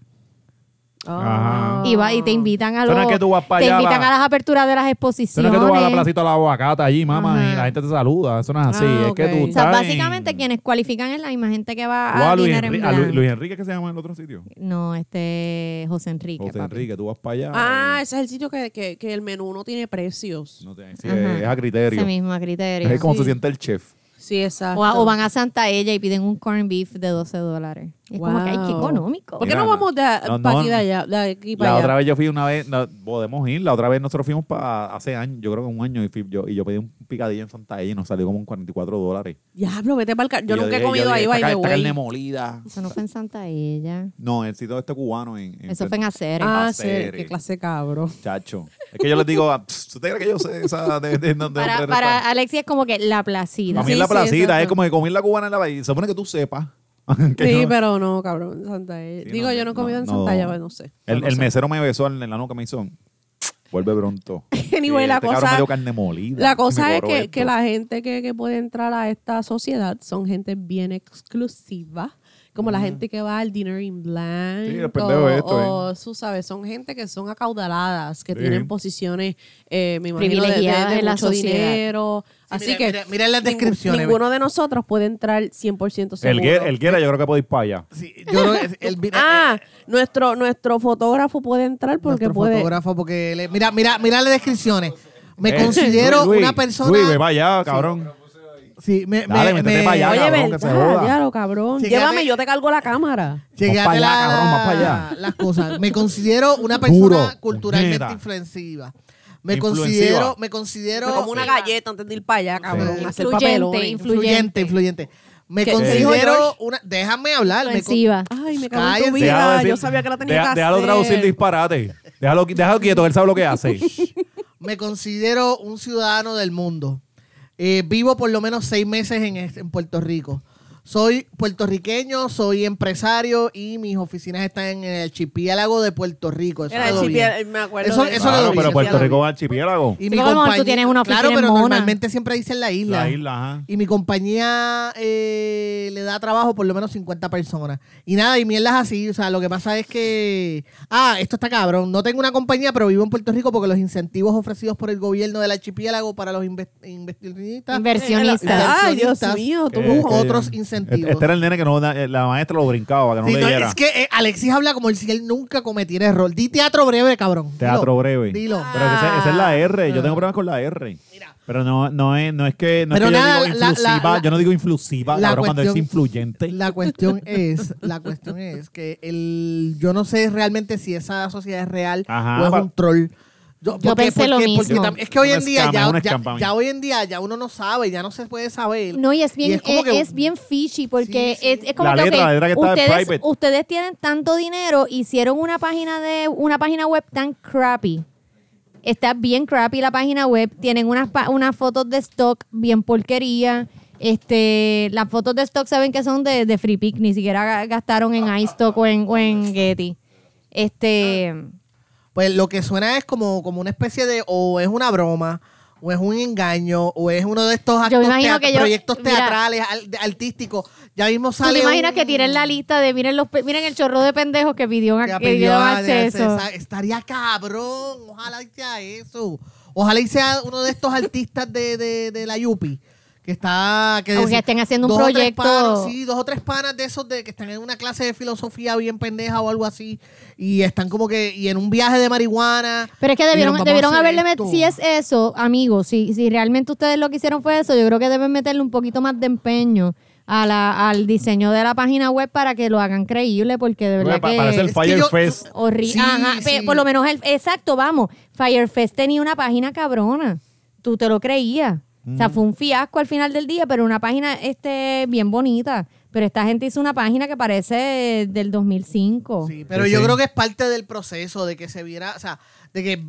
S1: Ajá.
S5: Y, va, y te invitan a
S1: Eso
S5: los,
S1: Ah. no es que tú vas para
S5: te
S1: allá,
S5: invitan
S1: va.
S5: a las aperturas de las
S1: Eso
S5: exposiciones.
S1: no es que tú vas a la placita de la aguacata allí, mamá,
S5: Ajá.
S1: y la gente te saluda. Eso no es así.
S3: Ah,
S1: es que
S3: ok.
S1: tú
S3: O sea,
S5: o sea,
S1: estás en-
S5: básicamente quienes cualifican es la misma gente que
S1: Tú
S5: va
S1: vas
S5: a
S1: a Luis,
S5: dinero en
S1: Enrique, a
S5: blanco.
S1: Lu- Luis Enrique, que se llama en el otro sitio.
S5: No, este José Enrique.
S1: José
S5: papi.
S1: Enrique, tú vas para allá.
S3: Ah, ese es el sitio que, que, que el menú no tiene precios.
S1: y eh, no te- sí,
S5: Ajá.
S1: es a
S5: Ese
S1: criterio.
S5: mismo a criterio.
S1: Es como
S3: Sí.
S1: se siente el chef.
S3: Sí, exacto.
S5: O, a- o van a Santa Ella y piden un corn beef de 12 dólares. Es como que, ay, qué
S3: Wow.
S5: económico.
S3: ¿Por qué no
S1: Mira,
S3: vamos de,
S1: no, no.
S3: pa' aquí de allá? De aquí para
S1: La
S3: allá.
S1: otra vez yo fui una vez, no, podemos ir, la otra vez nosotros fuimos para hace años, yo creo que un año, y, fui yo, y yo pedí un picadillo en Santa Ella y nos salió como un 44 dólares.
S3: Diablo, vete para el car- Yo,
S1: Y
S3: nunca
S1: dije-
S3: he comido
S1: yo
S3: ahí,
S1: dije,
S3: by
S1: esta,
S3: the
S1: ca- esta carne
S3: way.
S1: molida.
S5: Eso no fue en Santa Ella.
S1: No, el sitio este cubano en... en
S5: Eso fue en Hacer.
S3: Ah, sí,
S1: Hacer.
S3: qué clase
S1: (laughs)
S3: de cabrón.
S1: Chacho. Es que yo les digo, ah, pss, ¿usted cree que yo sé esa de, de- de- de-
S5: para,
S1: de-
S5: para Alexia es como que la placida.
S1: Para mí
S3: ah, Sí,
S1: en la
S3: sí,
S1: placita
S3: exacto.
S1: es como que comí la cubana en la bahía. Se supone que tú sepas. (laughs) que
S3: Sí,
S1: no-
S3: pero no, cabrón, Santa Ella.
S1: Sí,
S3: Digo,
S1: no,
S3: yo no he comido
S1: no,
S3: en
S1: no.
S3: Santa Ella, pues, no sé.
S1: el,
S3: No
S1: el
S3: sé.
S1: mesero me besó en la nuca, me hizo... Vuelve pronto.
S3: (laughs) Anyway, la
S1: Este cabrón
S3: cosa-
S1: me dio carne molida.
S3: La
S1: Me
S3: cosa es
S1: cobró
S3: que,
S1: esto.
S3: que la gente que, que puede entrar a esta sociedad son gente bien exclusiva, como la gente que va al dinner in blank.
S1: Mm. Sí, los pendejos estos,
S3: o, tú sabes, son gente que son acaudaladas, que tienen posiciones, eh, me imagino, de- de, de,
S5: Privilegiadas en la
S3: mucho
S5: sociedad.
S3: dinero. Así
S4: mira,
S3: que
S4: mira- mira las
S3: ningún-
S4: descripciones.
S3: Ninguno de nosotros puede entrar 100% seguro.
S1: El guera, el guera yo creo que podéis para allá.
S4: Sí, yo creo que es- el, mira, eh,
S3: ah, nuestro, nuestro fotógrafo puede entrar porque
S4: nuestro
S3: puede...
S4: fotógrafo, porque le- mira, mira, mira las descripciones. Me
S1: Eh,
S4: considero
S1: Luis,
S4: una persona.
S1: Luis, ve para allá, cabrón.
S4: sí, me,
S1: Dale, métete para allá,
S3: Oye,
S1: cabrón, que se joda.
S3: verdad, diablo, cabrón.
S4: Llegate-
S3: Llévame, yo te cargo la cámara.
S4: Llegué
S1: Vas
S4: a
S1: pa'
S4: la,
S1: allá, cabrón, vas pa' allá.
S4: las cosas. Me considero una persona
S1: Duro,
S4: culturalmente
S1: puñeta.
S4: influenciva. Me
S1: Influenciva.
S4: considero, me considero
S3: como una galleta antes de ir para allá, cabrón.
S4: Sí.
S3: Hacer
S5: Influyente,
S3: papelones.
S5: influ-
S4: influyente,
S5: influyente.
S4: influyente. Me
S5: ¿Qué-
S1: qué dijo
S4: considero
S5: George?
S4: una. Déjame hablar. me con-
S5: Ofensiva.
S3: Ay, me cago en
S4: Cállense.
S3: tu
S1: Déjalo
S3: vida.
S1: decir-
S3: Yo sabía que la tenía
S1: deja-
S3: que
S1: Déjalo
S3: hacer.
S1: traducir disparate. Déjalo, déjalo quieto, él sabe lo que
S4: (laughs)
S1: hace.
S4: Me considero un ciudadano del mundo. Eh, vivo por lo menos seis meses en, es- en Puerto Rico. Soy puertorriqueño, soy empresario y mis oficinas están en el archipiélago de Puerto Rico. Eso
S3: Era
S4: le
S3: el
S4: doy bien.
S3: archipiélago, me acuerdo.
S4: Eso-
S3: de
S4: eso
S1: claro,
S4: lo
S1: pero
S4: dice,
S1: Puerto
S4: ya lo
S1: Rico es un archipiélago.
S4: Y
S5: Sí, porque a lo mejor tú tienes una oficina
S4: claro,
S5: en
S4: pero
S5: Mona.
S4: normalmente siempre dicen la isla.
S1: La isla, ajá.
S4: Y mi compañía eh, le da trabajo por lo menos 50 personas. Y nada, y mierdas así. O sea, lo que pasa es que. Ah, esto está cabrón. No tengo una compañía, pero vivo en Puerto Rico porque los incentivos ofrecidos por el gobierno del archipiélago para los inves- inversionistas.
S5: Inversionista.
S3: Ay, Dios
S4: inversionistas,
S3: mío, tú.
S4: u otros incentivos.
S1: Este era el nene que no, la maestra lo brincaba, que no
S4: Sí, no,
S1: leyera.
S4: es que eh, Alexis habla como si él nunca cometiera error. Di teatro breve, cabrón.
S1: Teatro
S4: Dilo.
S1: breve.
S4: Dilo. Ah.
S1: Pero que esa, esa es la R. Yo tengo problemas con la R. Pero no, no, es, no es que, no es
S4: Pero
S1: que
S4: nada,
S1: yo digo
S4: la- la-
S1: influsiva.
S4: la-
S1: yo no digo influsiva,
S4: la
S1: cabrón, cuando es
S4: cuestión-
S1: influyente.
S4: La cuestión es, la cuestión es que el, yo no sé realmente si esa sociedad es real
S1: Ajá,
S4: o es
S1: pa-
S4: un troll. Yo,
S5: Yo pensé lo mismo.
S4: tam- es que hoy
S1: Un
S4: en día,
S1: scam, es
S4: ya,
S1: un
S4: ya-
S1: scam para mí.
S4: ya hoy en día, ya uno no sabe, ya no se puede saber.
S5: No, y es bien,
S4: Y es
S5: es,
S4: como que-
S5: es bien fishy porque
S4: Sí, sí.
S5: Es, es como
S1: La
S5: que, ok,
S1: letra, la letra que estaba en
S5: ustedes,
S1: private.
S5: ustedes tienen tanto dinero, hicieron una página de una página web tan crappy. Está bien crappy la página web, tienen unas pa- unas fotos de stock bien porquería. Este, las fotos de stock saben que son de, de Free Pick, ni siquiera ga- gastaron en iStock o en, o en Getty. Este,
S4: Pues lo que suena es como, como una especie de, o es una broma, o es un engaño, o es uno de estos
S5: Yo me
S4: actos
S5: imagino
S4: teat-
S5: que yo-
S4: proyectos
S5: mira.
S4: teatrales, al- de- artísticos. Ya mismo
S5: ¿tú
S4: Ah, sale.
S5: te imaginas
S4: un-
S5: que tiren la lista de miren los pe- miren el chorro de pendejos que pidieron,
S4: que
S5: ac- que
S4: pidió
S5: pidieron
S4: a- de-
S5: acceso?
S4: esa- Estaría cabrón. Ojalá y sea eso. Ojalá y sea uno de estos artistas de, de, de la Yupi. Que está. Que
S5: O que
S4: deci-
S5: estén haciendo un
S4: dos o tres
S5: proyecto.
S4: panas, sí, dos o tres panas de esos de que están en una clase de filosofía bien pendeja o algo así. Y están como que. Y en un viaje de marihuana.
S5: Pero es que
S4: y
S5: debieron,
S4: dijeron,
S5: debieron
S4: "Vamos a hacer
S5: haberle
S4: esto".
S5: metido, si es eso, amigos, si, si realmente ustedes lo que hicieron fue eso, yo creo que deben meterle un poquito más de empeño a la, al diseño de la página web para que lo hagan creíble, porque de verdad
S1: Pa-
S5: que...
S1: Parece el
S4: Es que
S1: Fire
S4: yo-
S1: Fest.
S5: horrible.
S4: Sí,
S5: Ajá,
S4: sí.
S5: pe- por lo menos el... Exacto, vamos. Firefest tenía una página cabrona. Tú te lo creías. O
S4: Mm.
S5: sea, fue un fiasco al final del día, pero una página este bien bonita. Pero esta gente hizo una página que parece del 2005.
S4: Sí, pero yo creo que es parte del proceso de que se viera, o sea, de que,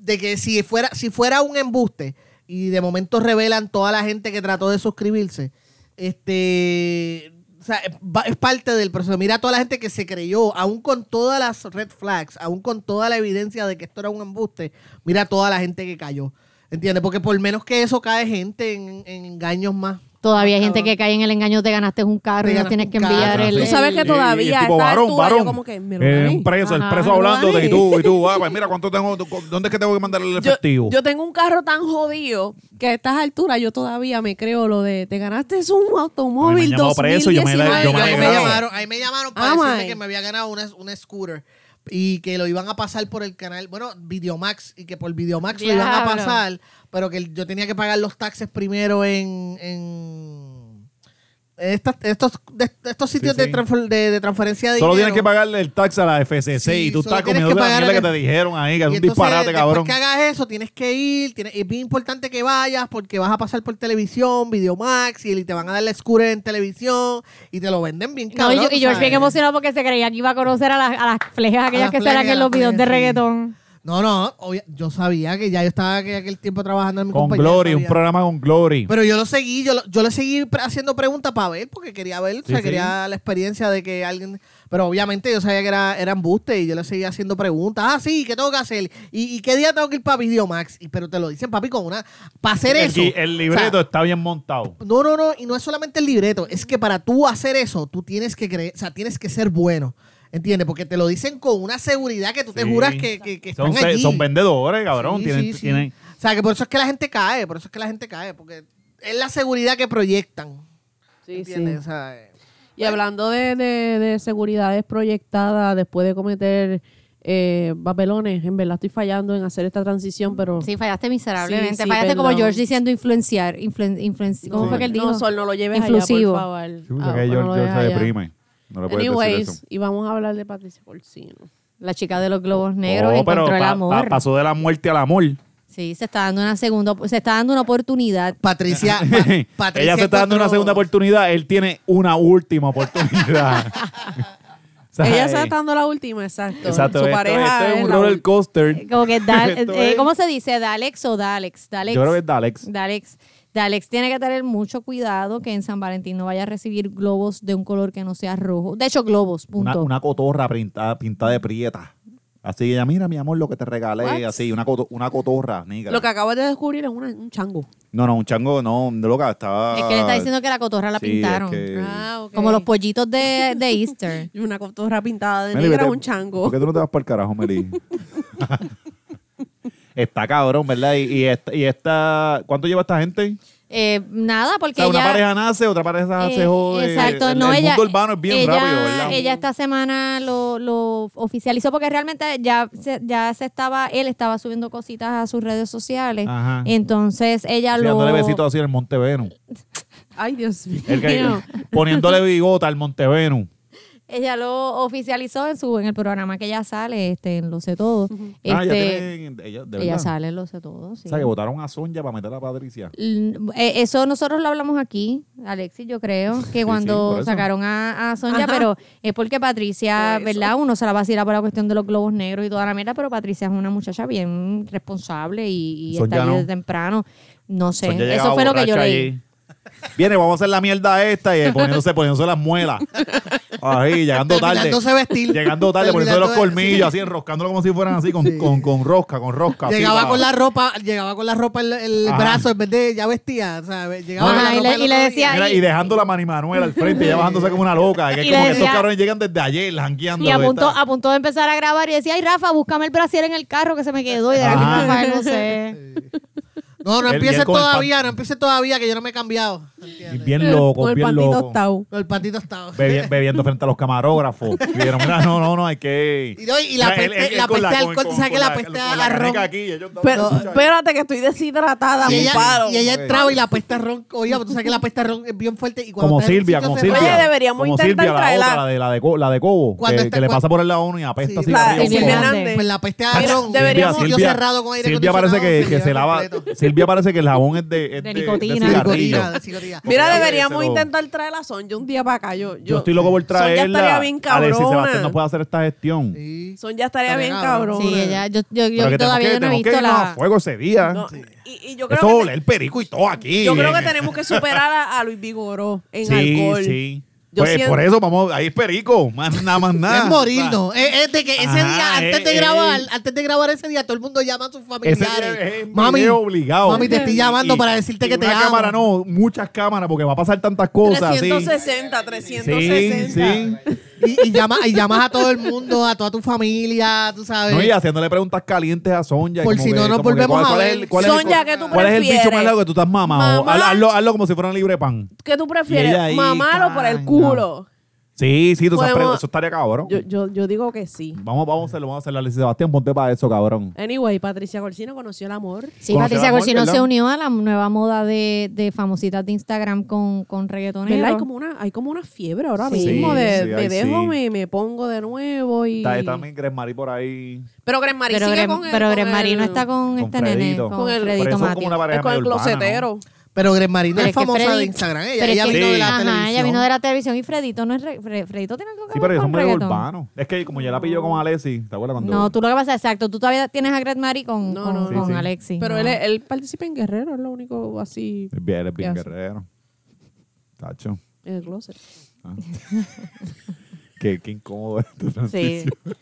S4: de que si fuera, si fuera un embuste y de momento revelan toda la gente que trató de suscribirse, este, o sea, es va- es parte del proceso. Mira toda la gente que se creyó, aún con todas las red flags, aún con toda la evidencia de que esto era un embuste, mira toda la gente que cayó. ¿Entiendes? Porque por menos que eso cae gente en, en engaños más.
S5: Todavía hay
S4: más
S5: gente
S4: cabrón.
S5: que cae en el engaño, te ganaste un carro
S4: Te
S5: y no
S4: ganaste
S5: tienes
S4: un
S5: que
S4: carro.
S5: enviar el...
S8: Tú sabes
S5: el-
S8: que
S1: Ah, Y-
S8: todavía
S1: y el tipo,
S8: está
S1: varón,
S3: tú,
S1: varón.
S3: yo como que, me lo
S1: Eh,
S3: gané.
S1: un preso,
S5: Ajá,
S1: el preso
S5: me lo
S1: hablando de
S3: gané.
S1: tú, y
S4: (laughs)
S1: tú, ah, pues mira, ¿cuánto tengo, ¿dónde es que tengo que mandar el
S3: Yo,
S1: efectivo?
S3: yo tengo un carro tan jodido que a estas alturas yo todavía me creo lo de te ganaste es un automóvil
S1: A mí me han llamado
S3: 2019.
S1: preso y yo me la- yo me la he
S4: Ahí me
S1: grabado.
S4: llamaron, ahí me llamaron
S1: Oh
S4: para
S3: Ah,
S4: decirme
S3: man.
S4: que me había ganado una- un, scooter y que lo iban a pasar por el canal, bueno, Videomax, y que por Videomax lo iban a
S5: Diablo.
S4: pasar, pero que yo tenía que pagar los taxes primero en... en estas- estos, de- estos sitios
S1: sí.
S4: De, transfer- de- de transferencia de
S1: Solo
S4: dinero.
S1: tienes que pagarle el tax a la FCC
S4: Sí,
S1: y tú
S4: solo
S1: estás
S4: tienes
S1: comiendo
S4: que
S1: la
S4: pagar
S1: mierda que
S4: el-
S1: te dijeron ahí, que es
S4: Y
S1: un
S4: entonces,
S1: disparate,
S4: después
S1: cabrón.
S4: que hagas eso, tienes que ir. tienes- es bien importante que vayas porque vas a pasar por televisión, Videomax, y te van a dar el scooter en televisión y te lo venden bien
S5: No,
S4: caro.
S5: y, yo- y George bien emocionado porque se creía que iba a conocer a las, a las flejas aquellas
S4: las
S5: que
S4: flejas,
S5: salen en los
S4: las
S5: videos de
S4: flejas, sí.
S5: reggaetón.
S4: No, no, obvia- yo sabía que ya yo estaba aquel, aquel tiempo trabajando en mi
S1: Con
S4: compañía,
S1: Glory,
S4: sabía.
S1: un programa con Glory.
S4: Pero yo lo seguí, yo lo, yo le seguí pre- haciendo preguntas para ver, porque quería ver, o sea,
S1: sí.
S4: quería la experiencia de que alguien... Pero obviamente yo sabía que era, era embuste y yo le seguía haciendo preguntas. Ah, sí, ¿qué tengo que hacer? ¿Y, y qué día tengo que ir para Videomax? Y, pero te lo dicen, papi, con una... Para hacer
S1: El,
S4: eso...
S1: gui- el
S4: o
S1: libreto
S4: sea,
S1: está bien montado.
S4: no, no, no, y no es solamente el libreto, es que para tú hacer eso, tú tienes que creer, o sea, tienes que ser bueno, ¿entiendes? Porque te lo dicen con una seguridad que tú te
S1: Sí.
S4: juras que, que, que
S1: Son,
S4: están
S1: se-
S4: allí.
S1: son vendedores, cabrón.
S4: Sí,
S1: tienen,
S4: sí, sí.
S1: tienen-
S4: O sea, que por eso es que la gente cae, por eso es que la gente cae, porque es la seguridad que proyectan.
S3: Sí, sí.
S4: ¿Entiendes? O
S1: (laughs)
S4: sea, eh,
S3: Y hablando de, de, de seguridades proyectadas después de cometer eh, papelones, en verdad estoy fallando en hacer esta transición, pero...
S5: Sí, fallaste miserablemente.
S3: Sí, sí,
S5: fallaste como
S3: perdón.
S5: George diciendo influenciar. influen- influen- ¿Cómo
S3: No,
S5: fue que él dijo?
S3: No, Sol, no lo lleves
S5: Inclusivo.
S3: allá, por favor.
S1: Chuta,
S3: Ah,
S1: que
S3: no
S1: George-
S3: lo
S1: George
S3: lleves
S1: se
S3: allá.
S1: deprime. No le puedes decir eso.
S3: Anyways, y vamos a hablar de Patricia
S1: (laughs)
S3: Porcino.
S5: La chica de los globos negros
S1: Oh,
S5: encontró el
S1: pa-
S5: amor.
S1: pa- pasó de la muerte al amor.
S5: Sí, se está dando una segunda, se está dando una oportunidad.
S4: Patricia, pa- Patricia
S1: (laughs) Ella se está dando
S4: encontró-
S1: una segunda oportunidad, él tiene una última
S4: (laughs)
S1: oportunidad. O sea,
S3: Ella se
S1: eh,
S3: está dando la última, exacto.
S1: Exacto,
S3: Su
S1: esto-
S3: pareja
S1: esto es un
S3: la
S1: roller
S3: última.
S1: coaster.
S5: Como que Dal-
S1: Esto
S5: eh,
S1: es-
S5: ¿cómo se dice? Dalex o Dalex. Dalex.
S1: Yo creo que es Dalex.
S5: Dalex. Dalex tiene que tener mucho cuidado que en San Valentín no vaya a recibir globos de un color que no sea rojo. De hecho, globos, punto.
S1: Una, una cotorra pintada, pintada de prieta. Así ella, mira, mi amor, lo que te regalé.
S3: What?
S1: Así, una, coto- una cotorra, negra.
S3: Lo que acabas de descubrir es una- un chango.
S1: No, no, un chango, no, loca, estaba.
S5: Es que le está diciendo que la cotorra la
S1: Sí,
S5: pintaron. Ah,
S1: es que-
S3: Ah,
S5: Como los pollitos de,
S1: (laughs)
S5: de Easter.
S3: Y una cotorra pintada de
S1: Meli,
S3: negra
S1: vete-
S3: un chango.
S1: ¿Por qué tú no te vas para el carajo, Meli? (laughs) está cabrón, ¿verdad? Y, y esta, y esta- ¿Cuánto lleva esta gente?
S5: Eh, nada,
S1: O
S5: porque
S1: sea, una
S5: ella...
S1: pareja nace, otra pareja
S5: Eh,
S1: se jode.
S5: Exacto,
S1: el,
S5: no,
S1: el
S5: ella,
S1: mundo urbano es bien
S5: ella,
S1: rápido, ¿verdad?
S5: Ella esta semana lo, lo oficializó porque realmente ya se, ya se estaba, él estaba subiendo cositas a sus redes sociales.
S1: Ajá.
S5: Entonces ella
S1: Sí,
S5: lo.
S1: dándole besitos así al Monteveno.
S3: Ay, Dios mío.
S1: El que- poniéndole bigota al Monteveno.
S5: Ella lo oficializó en su en el programa que ella sale, este, en Lo sé todo. este,
S1: ah, ya tienen. Ella, de
S5: ella
S1: verdad.
S5: sale en Lo sé todo, sí.
S1: O sea, que votaron a Sonja para meter a Patricia.
S5: L- eh, Eso nosotros lo hablamos aquí, Alexis, yo creo, que
S1: por
S5: cuando
S1: eso.
S5: sacaron a, a Sonia, pero es porque Patricia,
S3: Por eso.
S5: ¿verdad? Uno se la vacila por la cuestión de los globos negros y toda la mierda, pero Patricia es una muchacha bien responsable y, y
S1: Sonia
S5: está ahí
S1: no.
S5: desde temprano. No sé,
S1: Sonja llegaba
S5: eso fue lo que yo
S1: borracha
S5: leí.
S1: allí. Viene, vamos a hacer la mierda esta y eh, poniéndose, poniéndose las muelas. Ahí, llegando tarde.
S4: Terminándose de vestir.
S1: Llegando tarde, poniéndose los
S4: Terminando de-
S1: colmillos, así enroscándolo como si fueran así, con, con, con rosca, con rosca. así
S4: Llegaba
S1: para-
S4: con la ropa, llegaba con la ropa el, el
S1: Ajá.
S4: brazo en vez de ya vestía. O sea, llegaba con
S5: Ajá,
S4: la
S5: y
S4: ropa
S5: le-
S4: del
S5: y le
S4: otro
S5: decía,
S4: día.
S1: Mira, y dejando la mani Manuel al frente, ya bajándose como una loca. Que es
S5: Y
S1: como
S5: le
S1: que estos
S5: decía-
S1: cabrones llegan desde ayer, jangueando.
S5: Y a
S1: de
S5: punto,
S1: estar-
S5: a punto de empezar a grabar y decía, ay Rafa, búscame el brasier en el carro que se me quedó. Y de
S1: Ajá.
S5: Rafael, no sé.
S1: (laughs)
S4: No, no
S1: Él- y él
S4: empieces
S1: con el
S4: todavía,
S1: pan-
S4: no empieces todavía, que yo no me he cambiado. ¿entiendes?
S1: Y bien (laughs) loco,
S3: Con el
S1: bien
S3: patito
S1: loco.
S3: tau.
S4: Pero El patito estaba.
S1: Bebi- bebiendo frente a los camarógrafos. Y dijeron, mira, no, no, no, hay que.
S4: Y, no, y la
S1: Mira, él-
S4: peste,
S1: él- él
S4: la
S1: con
S4: peste al
S1: con-
S4: alcohol,
S1: con-
S4: ¿sabes que
S1: con
S4: la peste
S1: con
S4: a ron?
S1: caneca aquí, ellos daban
S3: Pero,
S1: mucha-
S3: espérate, que estoy deshidratada,
S4: Y
S3: me
S4: ella,
S3: paro.
S4: y ella entraba y la peste a ron, oiga, tú sabes que la peste a ron es bien fuerte. Y cuando
S1: Como
S4: está en el
S1: Silvia,
S4: sitio
S1: como
S4: cerrado-
S1: Silvia.
S3: Oye, deberíamos
S1: como
S3: intentar
S1: Silvia, la
S3: traerla.
S1: otra, la de, la de, Co- la de Cobo,
S4: Cuando
S1: que,
S4: está-
S1: que le
S4: cuando-
S1: pasa por el lado uno y apesta
S4: Sí,
S1: así.
S3: la-
S1: arriba,
S3: Silvia
S1: como-
S3: Hernández.
S4: Pues la peste a
S3: Mira,
S4: ron,
S3: deberíamos-
S4: sitio
S1: Silvia,
S4: cerrado con aire
S1: Silvia parece que, que se lava. Silvia parece que el jabón es de, es de- de
S5: nicotina.
S1: cigarrillo.
S4: Psicotina, psicotina.
S3: Mira,
S1: Oye,
S3: deberíamos
S1: se lo-
S3: intentar traer a Sonja un día para acá. Yo, yo,
S1: Yo estoy loco por
S3: Sonja estaría
S1: traerla.
S3: bien
S1: A ver si
S3: cabrona.
S1: Sebastián no puede hacer esta gestión.
S4: Sí.
S3: Sonja estaría bien cabrona.
S5: Sí, ella, yo, yo,
S1: Pero
S5: yo
S1: que tenemos
S5: todavía
S1: que-
S5: yo no he
S1: tenemos que
S5: visto
S1: irnos a
S5: la...
S1: fuego ese día.
S3: No, y, y yo creo
S1: Eso
S3: que,
S1: el perico y todo aquí.
S3: yo creo que
S1: bien.
S3: tenemos que superar a, a Luis Vigoró en
S1: Sí,
S3: alcohol.
S1: sí.
S3: Yo
S1: Pues
S3: siento-
S1: por eso vamos, ahí es perico, más nada más nada.
S4: (laughs) Es morirnos. Es, es de que ese
S1: Ajá,
S4: día, antes
S1: eh,
S4: de
S1: eh.
S4: grabar, antes de grabar ese día, todo el mundo llama a sus
S1: Ese
S4: familiares.
S1: es, es
S4: mami,
S1: video obligado.
S4: mami, te estoy llamando para decirte
S1: y
S4: que te
S1: una
S4: amo.
S1: cámara no, muchas cámaras porque va a pasar tantas cosas. sí.
S3: 360,
S1: Sí,
S3: 360.
S1: sí.
S4: Y, y llama- y llamas a todo el mundo, a toda tu familia, tú sabes.
S1: No, y haciéndole preguntas calientes a Sonja.
S4: Por
S1: como
S4: si
S1: que-
S4: no nos
S1: como que
S4: volvemos
S1: ¿cuál-
S4: a
S1: cuál es
S4: ver.
S1: el- cuál es el-
S3: Sonja, ¿qué tú
S1: ¿Cuál es el bicho
S3: prefieres?
S1: más largo que tú estás mamado?
S3: Mamá.
S1: Hazlo, hazlo- hazlo como si fuera un libre pan.
S3: ¿Qué
S1: Y
S3: tú
S1: ella ahí,
S3: prefieres? ¿Mamalo por el
S1: caña.
S3: culo?
S1: Sí, sí, tú estás
S3: Podemos-
S1: pre- eso estaría cabrón.
S3: Yo, yo, yo digo que sí.
S1: Vamos, vamos a hacerlo, vamos a hacerlo. Alicia Sebastián, ponte para eso, cabrón.
S3: Anyway, Patricia Corsino conoció el amor.
S5: Sí,
S1: Conocer
S5: Patricia
S1: amor,
S5: Corsino
S1: ¿verdad?
S5: se unió a la nueva moda de, de famositas de Instagram con, con reggaetoneros.
S3: ¿Verdad? Hay como una, hay como una fiebre ahora
S5: Sí.
S3: mismo
S1: Sí,
S3: de,
S1: sí,
S3: de
S1: ay,
S3: dejo,
S1: sí.
S3: me, me pongo de nuevo y...
S1: Está ahí también Gresmari por ahí.
S3: Pero Grenmarí
S5: Pero,
S3: sigue
S5: Gre-
S3: con el-
S5: pero
S3: con
S5: Gren Marino
S3: el-
S5: está con,
S1: con
S5: este nene,
S1: Fredito.
S5: con,
S3: Con el-
S1: Pero
S5: Fredito
S1: son como
S5: Mati.
S1: una pareja
S3: Es con el
S1: medio urbana, ¿no?
S3: closetero.
S4: Pero Gren Marino
S5: Pero
S4: es,
S5: es que
S4: famosa
S5: Freddy-
S4: de Instagram. Ella,
S5: pero es
S4: ella
S5: que-
S4: vino de la
S5: ajá,
S4: televisión.
S5: ella vino de la televisión y Fredito no es... re- Fre- Fredito tiene algo que
S1: Sí,
S5: ver
S1: pero es
S5: con
S1: un medio
S5: reggaetón.
S1: urbano. Es que como ya la pilló con Alessi, ¿te acuerdas cuando?
S5: No, tú lo que pasa, exacto, tú todavía tienes a Gret Mari con,
S3: No,
S5: con,
S3: no,
S1: Sí,
S5: con
S1: sí.
S5: Alexis.
S3: Pero
S5: ¿no?
S3: él, él participa en Guerrero, es lo único así
S1: Él es bien, él es bien
S3: ¿Qué hace?
S1: guerrero. Tacho.
S3: en el closet.
S1: Qué, qué incómodo (laughs) este esto.
S5: Sí.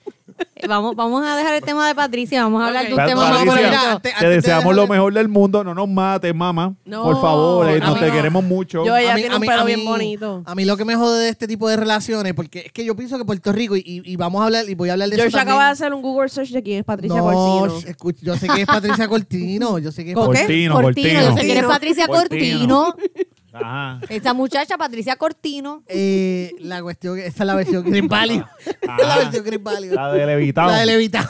S5: Eh, vamos, vamos a dejar el tema de Patricia, vamos a hablar de
S3: Ok.
S5: un tema más
S1: Patricia,
S4: pero
S5: bonito.
S4: mira, antes-
S1: te
S4: antes de
S1: deseamos
S4: dejar
S1: lo
S4: de-
S1: mejor del mundo. No nos mates, mamá.
S3: No,
S1: Por favor, eh,
S3: no,
S1: nos te
S3: no.
S1: queremos mucho.
S3: Yo- Ella
S4: A mí-
S3: tiene
S4: a
S3: un
S4: mí-
S3: pelo
S4: a
S3: bien
S4: mí-
S3: bonito.
S4: A mí lo que me jode de este tipo de relaciones, porque es que yo pienso que Puerto Rico, y, y- y vamos a hablar, y voy a hablar de
S3: George
S4: eso también.
S3: acaba de hacer un Google search de quién es Patricia
S4: no, sh-
S3: Corsino.
S4: escucha, yo sé que es Patricia Cortino, yo sé que es
S3: ¿Con qué?
S1: Cortino,
S5: Cortino, yo sé
S1: Cortino.
S5: quién es Patricia
S1: Cortino.
S5: Cortino.
S1: Ajá.
S5: Esa muchacha, Patricia Cortino.
S4: Eh, la cuestión, esa es la versión Green Value. (laughs) Esa es la
S1: Ajá.
S4: versión Green Value.
S1: La de Levitado.
S4: La
S1: (laughs)
S4: de Levitao.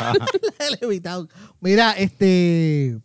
S4: la de Levitao. Mira, este.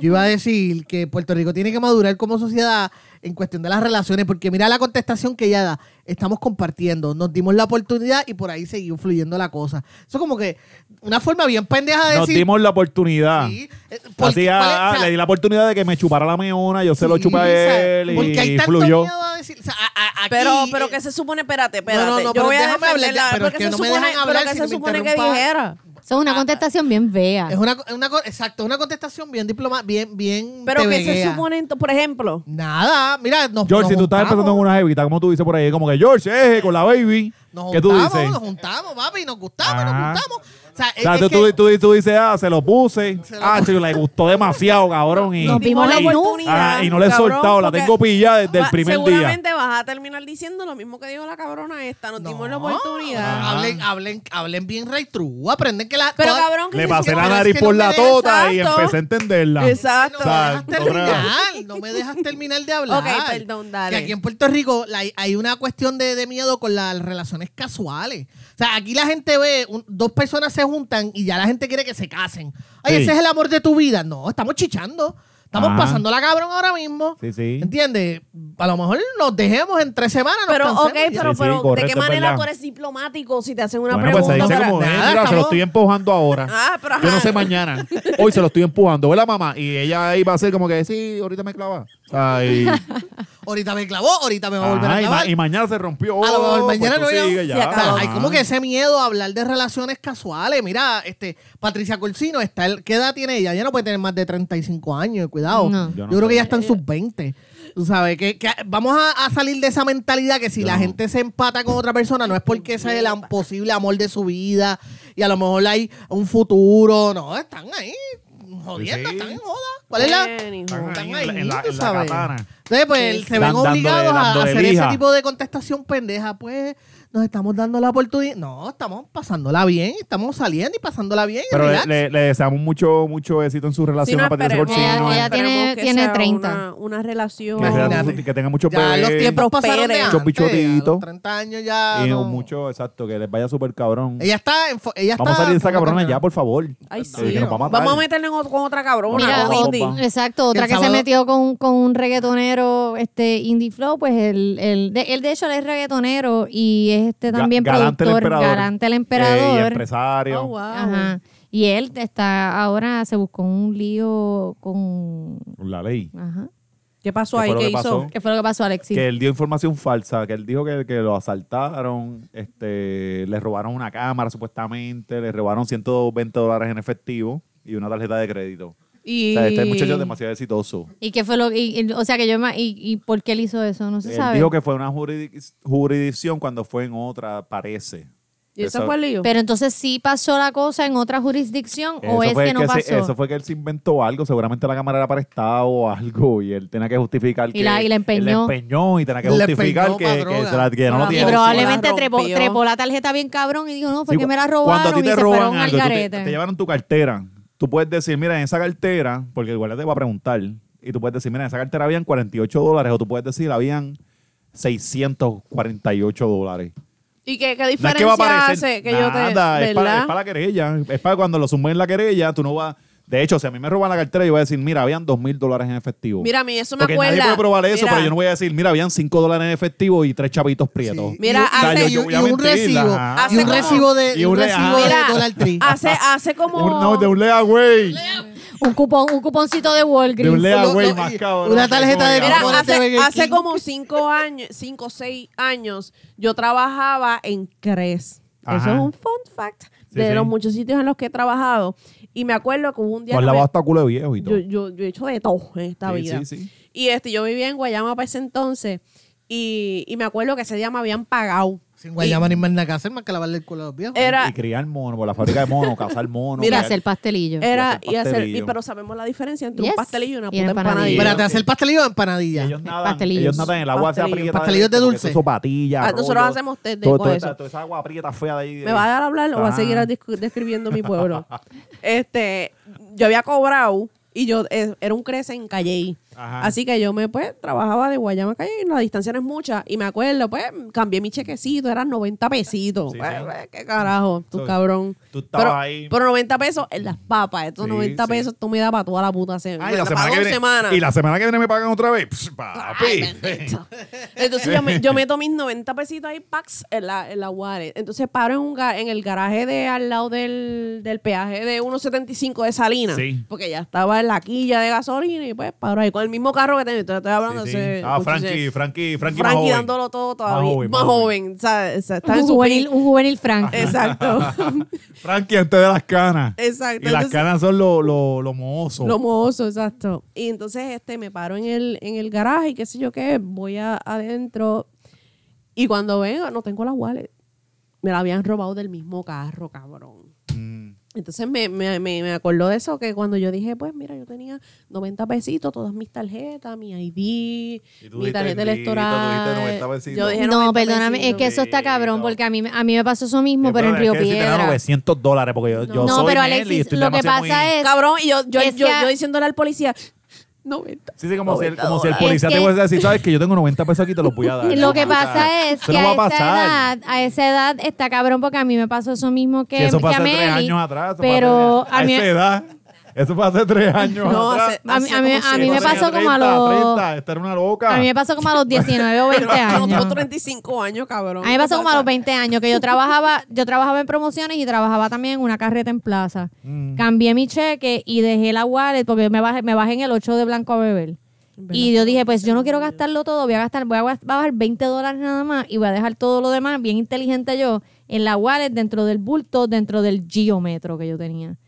S4: Yo iba a decir que Puerto Rico tiene que madurar como sociedad en cuestión de las relaciones, porque mira la contestación que ella da. Estamos compartiendo, nos dimos la oportunidad y por ahí siguió fluyendo la cosa. Eso como que una forma bien pendeja de
S1: Nos
S4: decir.
S1: dimos la oportunidad.
S4: Sí, eh,
S1: Así,
S4: porque-
S1: ah,
S4: ¿cuál es?
S1: ah,
S4: O sea,
S1: le di la oportunidad de que me chupara la meona, yo se lo
S4: sí,
S1: chupé
S4: o
S1: a
S4: sea,
S1: él
S4: Porque hay
S1: y
S4: tanto
S1: fluyó.
S4: miedo a decir. o sea, a- a- aquí,
S3: Pero, pero
S4: eh,
S3: que se supone, espérate, espérate.
S4: no, no,
S3: yo
S4: pero
S3: voy a
S4: déjame hablar
S3: defenderla,
S4: ya, pero
S3: pero
S4: es
S3: que
S4: que
S3: se
S4: no me
S3: supone,
S4: dejan
S3: pero
S4: hablar
S3: que
S4: si
S3: se
S4: me
S3: supone que
S4: interrumpa.
S3: dijera.
S5: Eso es
S1: Ah.
S5: una contestación bien vea.
S4: Es una, una co- exacto, una contestación bien diplomática, bien, bien.
S3: Pero que se
S4: tebeguea.
S3: supone, ento- por ejemplo,
S4: Nada, mira, nos
S1: George,
S4: nos
S1: si tú estás
S4: juntamos.
S1: empezando con una jevita, como tú dices por ahí, como que George, eh, con la baby.
S4: Nos
S1: ¿Qué tú
S4: juntamos,
S1: dices?
S4: Nos juntamos, papi, nos gustamos,
S1: Ajá.
S4: nos gustamos. O sea, es-
S1: O sea,
S4: es
S1: tú,
S4: que
S1: tú- tú- tú dices, ah, se lo puse.
S4: Se lo
S1: Ah, chico, le gustó demasiado, cabrón. Y,
S5: Nos vimos la
S1: y-
S3: oportunidad,
S1: ah, y no le he
S3: cabrón,
S1: soltado, la
S3: porque-
S1: tengo pillada desde el
S3: va-
S1: primer día.
S3: seguramente vas a terminar diciendo lo mismo que dijo la cabrona esta. Nos dimos la
S4: No, Ah,
S3: oportunidad.
S4: Hablen, hablen, hablen bien right true. Aprenden que la.
S3: Pero
S4: toda-
S3: cabrón, que
S1: Le
S3: se
S1: pasé
S3: supone-
S1: la
S4: pero es
S1: nariz
S4: que
S1: por
S4: no
S1: la
S4: me-
S1: tota y
S3: Exacto.
S1: empecé a entenderla.
S4: No
S3: Exacto.
S1: O
S4: me
S1: sea,
S4: dejas
S1: Ah, no creo.
S4: terminar, no me dejas terminar de hablar.
S3: Ok, perdón, dale.
S4: Que aquí en Puerto Rico la- hay una cuestión de, de miedo con las relaciones casuales. O sea, aquí la gente ve, un- dos personas se juntan y ya la gente quiere que se casen. Ay,
S1: Sí.
S4: ese es el amor de tu vida. No, estamos chichando. Estamos
S1: Ajá.
S4: pasando la cabrón ahora mismo.
S1: Sí, sí.
S4: ¿Entiendes? A lo mejor nos dejemos en tres semanas. nos
S3: Pero,
S4: cansemos
S3: ok,
S4: y ya.
S3: pero,
S1: Sí, sí,
S3: pero ¿de
S1: correcto,
S3: qué
S1: es
S3: manera
S1: verdad.
S3: tú eres diplomático si te hacen una
S1: Bueno, pues
S3: pregunta?
S1: se dice
S3: para-
S1: como es,
S4: Nada,
S1: mira, se lo
S4: estamos-
S1: estoy empujando ahora.
S3: Ah, pero
S1: Yo no
S3: ajá.
S1: sé mañana. Hoy se lo estoy empujando, ¿verdad, mamá? Y ella ahí va a ser como que, sí, ahorita me clava. O sea, y-
S4: (laughs) Ahorita me clavó, ahorita me va a volver
S1: Ajá,
S4: a
S1: y, ma-
S4: clavar.
S1: y mañana se rompió.
S4: A lo mejor
S1: pues
S4: mañana
S1: tú
S4: no llega-
S1: sigue ya.
S3: se
S4: O sea,
S3: acabó.
S4: hay
S1: Ajá.
S4: como que ese miedo a hablar de relaciones casuales. Mira, este Patricia Corsino, está el, ¿qué edad tiene ella? Ella no puede tener más de 35 años, cuidado.
S5: No.
S1: Yo
S4: Yo,
S1: no
S4: creo
S1: sé.
S4: que ella está en sus 20. Tú sabes, que, que vamos a, a salir de esa mentalidad que si la gente se empata con otra persona, no es porque sea el am- posible amor de su vida y a lo mejor hay un futuro. No, están ahí jodiendo,
S1: Sí, sí.
S4: están en joda. ¿Cuál es la...?
S3: Bien, hijo.
S1: Están
S4: Están
S1: ahí en
S4: ahí,
S1: la- en la-
S4: tú
S1: en la
S4: sabes.
S1: katana.
S4: Entonces, pues, se ven
S1: Dándole-
S4: obligados a- a
S1: dándole
S4: hacer
S1: lija.
S4: ese tipo de contestación pendeja. Pues, nos estamos dando la oportunidad. No, estamos pasándola bien, estamos saliendo y pasándola bien.
S1: Pero le,
S4: relax.
S1: le- le deseamos mucho, mucho éxito en su
S3: Sí,
S1: relación
S3: no,
S1: a Patricia
S3: esperemos-
S5: Ella-
S1: Corsino.
S5: ella
S1: eh,
S5: tiene-
S3: esperemos que
S5: tiene
S3: sea
S5: 30.
S3: Una, una
S1: Que,
S3: relación.
S1: sea-
S4: Imagínate.
S1: que tenga muchos
S4: ya los
S1: bebés.
S4: tiempos pasaron de
S3: prosperen.
S1: pues, Muchos
S4: antes, a
S1: bichotitos.
S4: los 30 años ya.
S1: Y
S4: no.
S1: mucho, exacto, que les vaya súper cabrón.
S4: Ella está. En, fo- ella
S1: Vamos a
S4: está
S1: salir de esa
S4: como
S1: cabrona
S4: campeona.
S1: ya, por favor.
S3: Ay,
S1: Eh,
S3: sí.
S1: que nos va a matar.
S3: Vamos a meterle en ot- con otra cabrona.
S5: Mira,
S3: con
S5: o-
S3: Indy.
S1: Opa.
S5: Exacto, otra
S4: El
S5: que
S4: sábado-
S5: se metió con, con un reggaetonero, este Indie Flow, pues él, él, de, él de hecho él es reggaetonero y es este
S1: Ga-
S5: también
S1: Galante el
S5: productor,
S1: Emperador.
S5: Galante el
S1: Eh, y
S5: Emperador.
S1: empresario.
S3: Oh, wow.
S5: Ajá. Y él está ahora se buscó un lío con
S1: Con La ley.
S5: ajá.
S3: ¿Qué pasó
S1: ¿Qué
S3: ahí?
S1: fue lo
S3: ¿Qué
S1: que
S3: hizo?
S1: pasó?
S5: ¿Qué fue lo que pasó, Alexis?
S1: Que él dio información falsa, que él dijo que, que lo asaltaron, este, le robaron una cámara supuestamente, le robaron 120 dólares en efectivo y una tarjeta de crédito.
S3: Y...
S1: O sea, este muchacho es demasiado exitoso.
S5: ¿Y qué fue lo y, y- o sea, que yo ima- y, y por qué él hizo eso, no se
S1: Él
S5: sabe.
S1: dijo que fue una juridic- jurisdicción cuando fue en otra, parece.
S3: ¿Y eso
S1: Eso-
S3: fue el lío?
S5: Pero entonces sí pasó la cosa en otra jurisdicción o es
S1: fue
S5: que no
S1: se-
S5: pasó.
S1: eso fue que él se inventó algo, seguramente la cámara era para Estado o algo, (laughs) y él tenía que justificar
S5: Y
S1: que
S5: la- y la
S1: él
S5: empeñó.
S1: empeñó y tenía que
S4: Le
S1: justificar
S4: empeñó
S1: que,
S4: pa'
S1: que
S4: droga.
S1: se la- que no lo
S3: Y
S1: tiene.
S5: Y probablemente
S3: La
S5: trepó,
S3: rompió.
S5: trepó la tarjeta bien cabrón y dijo, no, fue
S1: Sí,
S5: que
S1: cu-
S5: me la
S1: Cuando a
S5: robaron
S1: ti
S5: y
S1: te
S5: se
S1: roban
S5: fueron al
S1: algo, tú te,
S5: garete.
S1: te llevaron tu cartera. Tú puedes decir, mira, en esa cartera, porque el guardia te va a preguntar, y tú puedes decir, mira, en esa cartera habían 48 dólares, o tú puedes decir, habían 648 dólares.
S3: ¿Y qué, qué
S1: No
S3: diferencia
S1: es que va a aparecer
S3: hace que
S1: nada,
S3: yo te...
S1: es para,
S3: ¿verdad?
S1: es para la querella. Es para cuando lo sumen en la querella, tú no vas... De hecho, si a mí me roban la cartera, yo voy a decir, mira, habían 2 mil dólares en efectivo.
S3: Mira, a mí eso me
S1: Porque
S3: acuerda.
S1: nadie puede probar eso,
S3: Mira,
S1: pero yo no voy a decir, mira, habían 5 dólares en efectivo y tres chavitos prietos.
S4: Sí.
S3: Mira,
S4: Y-
S3: hace-
S4: y- y-
S1: yo voy a
S4: y un
S1: mentirla,
S4: recibo.
S1: ajá.
S4: Y un
S3: Hace como-
S4: recibo de
S1: y
S4: y un
S1: un re-
S4: recibo de
S3: Mira,
S4: Dollar Tree.
S3: (laughs) Hace, hace como...
S1: Un- no, de un lea, güey.
S5: Un cupón, un cuponcito de
S1: De un
S5: Walgreens.
S1: lea,
S4: Lo-
S1: güey,
S4: lo-
S1: más
S4: y-
S1: cabrón.
S4: una tarjeta de-
S3: Mira,
S4: Ahora te ven
S3: hace,
S4: aquí.
S3: hace como cinco años, cinco o seis años, yo trabajaba en Cres. Eso
S1: Ajá.
S3: es un fun fact de
S1: sí.
S3: los muchos sitios en los que he trabajado. Y me acuerdo que hubo un día.
S1: Pues
S3: que
S1: la
S3: me-
S1: hasta culo de viejo y todo.
S3: yo, yo, yo he hecho de todo en esta
S1: Sí,
S3: vida.
S1: sí, sí.
S3: Y este, yo vivía en Guayama para ese entonces. Y, y me acuerdo que ese día me habían pagado.
S4: Sin Guayama ni Magna Casa, más que lavarle el culo a los viejos.
S3: Era,
S1: y criar mono, por la fábrica de mono, cazar mono.
S3: Mira,
S5: Mira,
S1: criar-
S5: hacer pastelillo.
S3: era,
S1: hacer
S3: y hacer, y-
S1: pastelillo.
S3: pero sabemos la diferencia entre
S5: Yes.
S3: un pastelillo y una
S5: Y
S3: puta
S5: una
S3: empanadilla.
S5: empanadilla.
S1: eh,
S4: Espérate, hacer pastelillo o empanadilla.
S1: ellos nadan,
S5: Pastelillos.
S1: ellos nadan en el agua se
S3: Pastelillos.
S1: aprieta.
S4: Pastelillos de
S1: porque
S4: dulce.
S1: Eso patillas.
S3: Ah, nosotros hacemos té de- con eso.
S1: esa agua aprieta fea de ahí. de-
S3: ¿Me va a dar a hablar o va a
S1: Ah.
S3: seguir a discu- describiendo mi pueblo? (laughs) este, yo había cobrado y yo eh, era un crece en Calley.
S1: Ajá.
S3: Así que yo me pues trabajaba de Guayama a Calley, la distancia no es mucha. Y me acuerdo, pues, cambié mi chequecito, eran 90 pesitos.
S1: Sí,
S3: Pues,
S1: sí.
S3: pues, qué carajo, tú
S1: Tú-
S3: cabrón.
S1: tú estabas
S3: pero,
S1: ahí.
S3: pero 90 pesos en las papas. Estos
S1: Sí,
S3: 90
S1: sí.
S3: pesos tú me das para toda la puta semana.
S1: Ay, la semana que
S3: para dos
S1: viene-
S3: semanas.
S1: Y la semana que viene me pagan otra vez. Pss, papi.
S3: Ay, bendito. Entonces
S1: (laughs)
S3: yo, me- yo meto mis 90 pesitos ahí, pax, en la, en la wallet. Entonces paro en, un ga- en el garaje de al lado del, del peaje de 1.75 de Salinas.
S1: Sí.
S3: Porque ya estaba en la quilla de gasolina y pues paro ahí con el mismo carro que tenía. Entonces estoy hablando
S1: Sí,
S3: de
S1: sí.
S3: ese-
S1: Ah,
S3: mucho
S1: Frankie,
S3: ese-
S1: Frankie, Frankie,
S3: Frankie
S1: más joven.
S3: dándolo todo todavía. Más
S1: Más
S3: joven.
S1: joven, más
S3: o sea, o sea, está en
S5: un,
S3: su
S5: juvenil,
S3: peak.
S5: un juvenil Frank.
S1: (laughs)
S3: Exacto. (laughs)
S1: Frankie antes de las canas.
S5: Eh,
S3: Exacto.
S1: Y las
S3: Entonces-
S1: canas son lo, lo, lo mohoso.
S3: Lo mohoso, exacto. Y entonces este me paro en el, en el garaje y qué sé yo qué, voy a- adentro y cuando vengo no tengo la wallet. Me la habían robado del mismo carro, cabrón.
S1: Mm.
S3: Entonces me, me, me, me acordó de eso, que cuando yo dije, pues mira, yo tenía 90 pesitos, todas mis tarjetas, mi ID,
S1: tú
S3: mi
S1: diste
S3: tarjeta
S1: el grito, tú
S3: electoral.
S1: diste 90 pesitos.
S3: Yo dije,
S5: No,
S3: 90
S5: perdóname, es
S3: pesitos.
S5: que eso está cabrón
S1: Sí,
S5: porque a mí, a mí me pasó eso mismo, pero en
S1: es
S5: Río
S1: que si te dan
S5: Piedra.
S1: 900 dólares, porque yo, yo
S5: No,
S1: soy
S5: pero
S1: Nelly,
S5: Alexis,
S1: estoy
S5: lo que
S1: demasiado muy-
S5: pasa es...
S3: Cabrón, y yo, yo,
S5: Es
S3: yo,
S5: que-
S3: yo diciéndole al policía, 90.
S1: Sí, sí, como si, el,
S3: 90
S1: como si el
S3: dólares.
S1: policía
S5: Es
S1: te
S5: Este que-
S1: fuese a decir, sabes que yo tengo 90 pesos aquí, te los voy a dar.
S5: (laughs) Lo que
S1: Eso no
S5: pasa es
S1: eso
S5: que
S1: no va
S5: a
S1: a
S5: esa
S1: pasar.
S5: edad, a esa edad está cabrón porque a mí me pasó eso mismo que,
S1: Si eso
S5: que a
S1: pasó hace tres
S5: Meli,
S1: años atrás. eso
S5: Pero
S1: pasó hace-
S5: a mí,
S1: esa edad. (laughs)
S7: Eso fue hace tres años.
S3: No,
S7: atrás.
S3: hace-
S5: A mí- a mí- a mí
S7: Yo
S5: me
S7: tenía
S5: pasó como a
S7: 30,
S5: los...
S7: 30, esta era una loca.
S5: A mí me pasó como a los 19 o 20
S3: Yo tengo
S5: años.
S3: 35 años, cabrón.
S5: Este A mí me pasó como a los
S3: ¿Qué
S5: 20 años que yo trabajaba, yo trabajaba en promociones y trabajaba también en una carreta en plaza. Cambié mi cheque y dejé la wallet porque me bajé, me bajé en el 8 de Blanco a beber. Y yo dije, pues yo no quiero gastarlo todo, voy a gastar, voy a gast- voy a bajar 20 dólares nada más y voy a dejar todo lo demás, bien inteligente yo, en la wallet, dentro del bulto, dentro del geometro que yo tenía.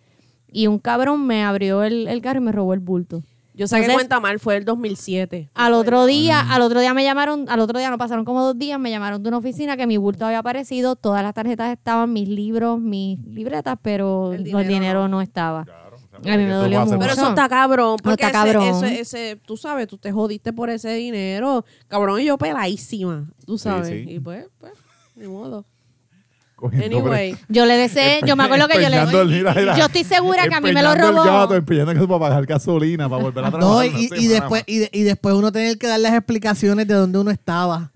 S5: Y un cabrón me abrió el, el carro y me robó el bulto.
S3: Yo saqué
S5: Entonces-
S3: cuenta mal, fue el 2007.
S5: Al otro día, al otro día me llamaron, al otro día no pasaron como dos días, me llamaron de una oficina que mi bulto había aparecido, todas las tarjetas estaban, mis libros, mis libretas, pero
S3: El
S5: el
S3: dinero
S5: dinero, no, estaba. a mí me
S7: tú
S5: dolió
S7: vas
S5: mucho.
S7: a hacer?
S3: Pero eso está cabrón.
S5: No,
S3: Porque
S5: está
S3: ese-
S5: cabrón.
S3: Ese, ese- tú sabes, tú te jodiste por ese dinero. Cabrón, y yo peladísima. Tú sabes.
S7: sí.
S3: Y pues, pues, ni modo.
S1: (laughs)
S7: Cogiendo
S3: Anyway.
S5: Yo le deseé, yo me acuerdo que yo le
S7: Empeñando el- mira, mira.
S5: Yo estoy segura que a mí me lo
S7: Empeñando
S5: robó.
S7: el gato, empeñando que para pagar gasolina, para volver a trabajar.
S4: No, y,
S7: una
S4: y- y
S7: semana
S4: después, y, de- y después uno tener que dar las explicaciones de dónde uno estaba.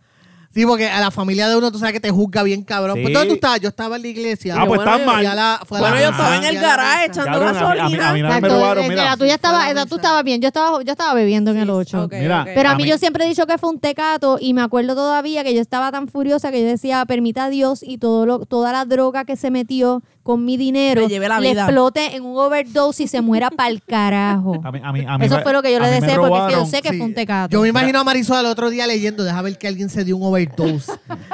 S4: Sí, porque a la familia de uno tú sabes que te juzga bien cabrón.
S7: Sí.
S4: Pues ¿dónde tú estabas? Yo estaba en la iglesia.
S7: Ah, pues
S4: Bueno,
S7: estás
S4: yo
S7: mal.
S4: fui a la- fui a la
S3: Bueno, yo
S4: misa.
S3: estaba en el
S4: Fui a la
S3: garaje
S4: misa.
S3: echando
S7: Cabrón, a mí- a mí-
S3: gasolina.
S7: a mí no- me
S5: Exacto,
S7: robaron,
S5: eh,
S7: mira.
S5: la tuya estaba, la- tú estabas bien, yo estaba, yo estaba bebiendo en el 8.
S3: Ok,
S7: Mira,
S3: ok.
S5: Pero a
S7: A
S5: mí,
S7: mí-
S5: yo siempre he dicho que fue un tecato y me acuerdo todavía que yo estaba tan furiosa que yo decía, permita a Dios y todo lo, toda la droga que se metió con mi dinero
S3: Le lleve la vida.
S5: explote en un overdose y se muera pa'l carajo.
S7: A mí- a mí- a mí
S5: Eso
S7: me-
S5: fue lo que yo
S7: a
S5: le
S7: mí me
S5: deseé porque es que yo
S7: robaron.
S5: sé que
S4: Sí.
S5: fue un tecato.
S4: Yo me imagino a Marisol al otro día leyendo, deja ver que alguien se dio un overdose.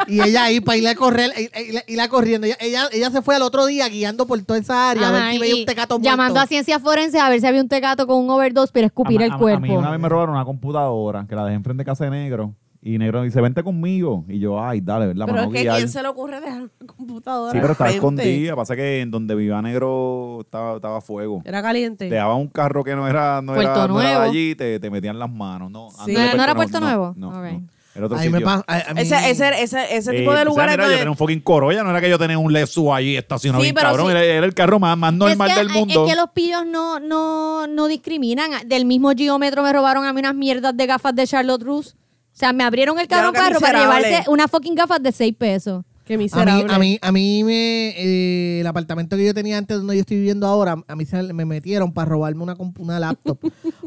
S4: y ella ahí para ir a correr, ir- ir- ir a corriendo. Ella, ella, ella se fue al otro día guiando por toda esa área a ver
S5: Ajá,
S4: si veía
S5: y
S4: un tecato muerto.
S5: llamando a ciencia forense a ver si había un tecato con un overdose, pero escupir
S7: A-
S5: el
S7: a-
S5: cuerpo.
S7: A mí una vez me robaron una computadora que la dejé enfrente de casa de negro. Y negro me dice, vente conmigo. Y yo, ay, dale, ¿verdad?
S3: Pero
S7: Me
S3: es
S7: voy a
S3: que
S7: guiar".
S3: ¿quién se le ocurre dejar la computadora?
S1: Sí, pero estaba
S3: al frente?
S1: escondida. Pasa que en donde vivía negro estaba, estaba a fuego.
S3: Era caliente.
S1: Te daban un carro que no era, no
S5: Puerto
S1: era, no era de
S5: Nuevo.
S1: allí y te, te metían las manos. No,
S3: Sí.
S5: ¿No- no era Puerto Nuevo?
S1: No,
S5: Ok.
S1: no. Era otro
S4: Ahí me
S1: sitio.
S4: pa- a- a mí-
S3: Ese, ese, ese, ese tipo
S1: Eh,
S3: de
S1: o sea,
S3: lugares
S1: mira, yo tenía un fucking Corolla, no era que yo tenía un Lexus ahí estacionado
S3: Sí,
S1: bien
S3: pero
S1: cabrón,
S3: sí.
S1: era, era el carro más, más normal
S5: es que,
S1: del mundo.
S5: Es que los pillos no, no, no discriminan. Del mismo geómetro me robaron a mí unas mierdas de gafas de Charlotte Russe. O sea, me abrieron el
S3: Ya
S5: carro
S3: lo que
S5: carro para
S3: miserable.
S5: llevarse unas fucking gafas de 6 pesos.
S3: Qué
S4: A
S3: miserable.
S4: mí, a mí, a mí me, eh, el apartamento que yo tenía antes donde yo estoy viviendo ahora, a mí se me metieron para robarme una, compu- una laptop.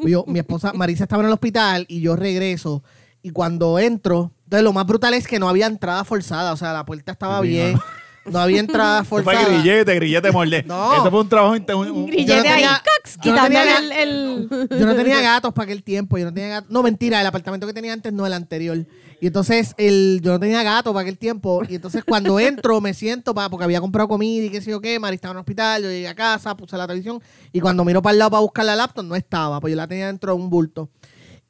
S4: Yo, mi esposa Marisa estaba en el hospital y yo regreso. Y cuando entro, entonces lo más brutal es que no había entrada forzada, o sea, la puerta estaba bien, no. había entrada
S1: Eso fue
S4: forzada.
S1: grillete, grillete (laughs) mordé.
S4: No.
S1: Eso fue un trabajo inte- un- un-
S4: Yo no
S5: Grillete ahí,
S4: tenía-
S5: cax,
S4: yo no tenía
S5: quitándole el,
S4: ga-
S5: el-
S4: Yo no tenía gatos para aquel tiempo, yo no tenía gatos. No, mentira, el apartamento que tenía antes no, el anterior. Y entonces el, yo no tenía gato para aquel tiempo. Y entonces
S5: (laughs)
S4: cuando entro me siento, pa, porque había comprado comida y qué sé yo qué, Mari estaba en el hospital, yo llegué a casa, puse la televisión y cuando miro para el lado para buscar la laptop no estaba, pues yo la tenía dentro de un bulto.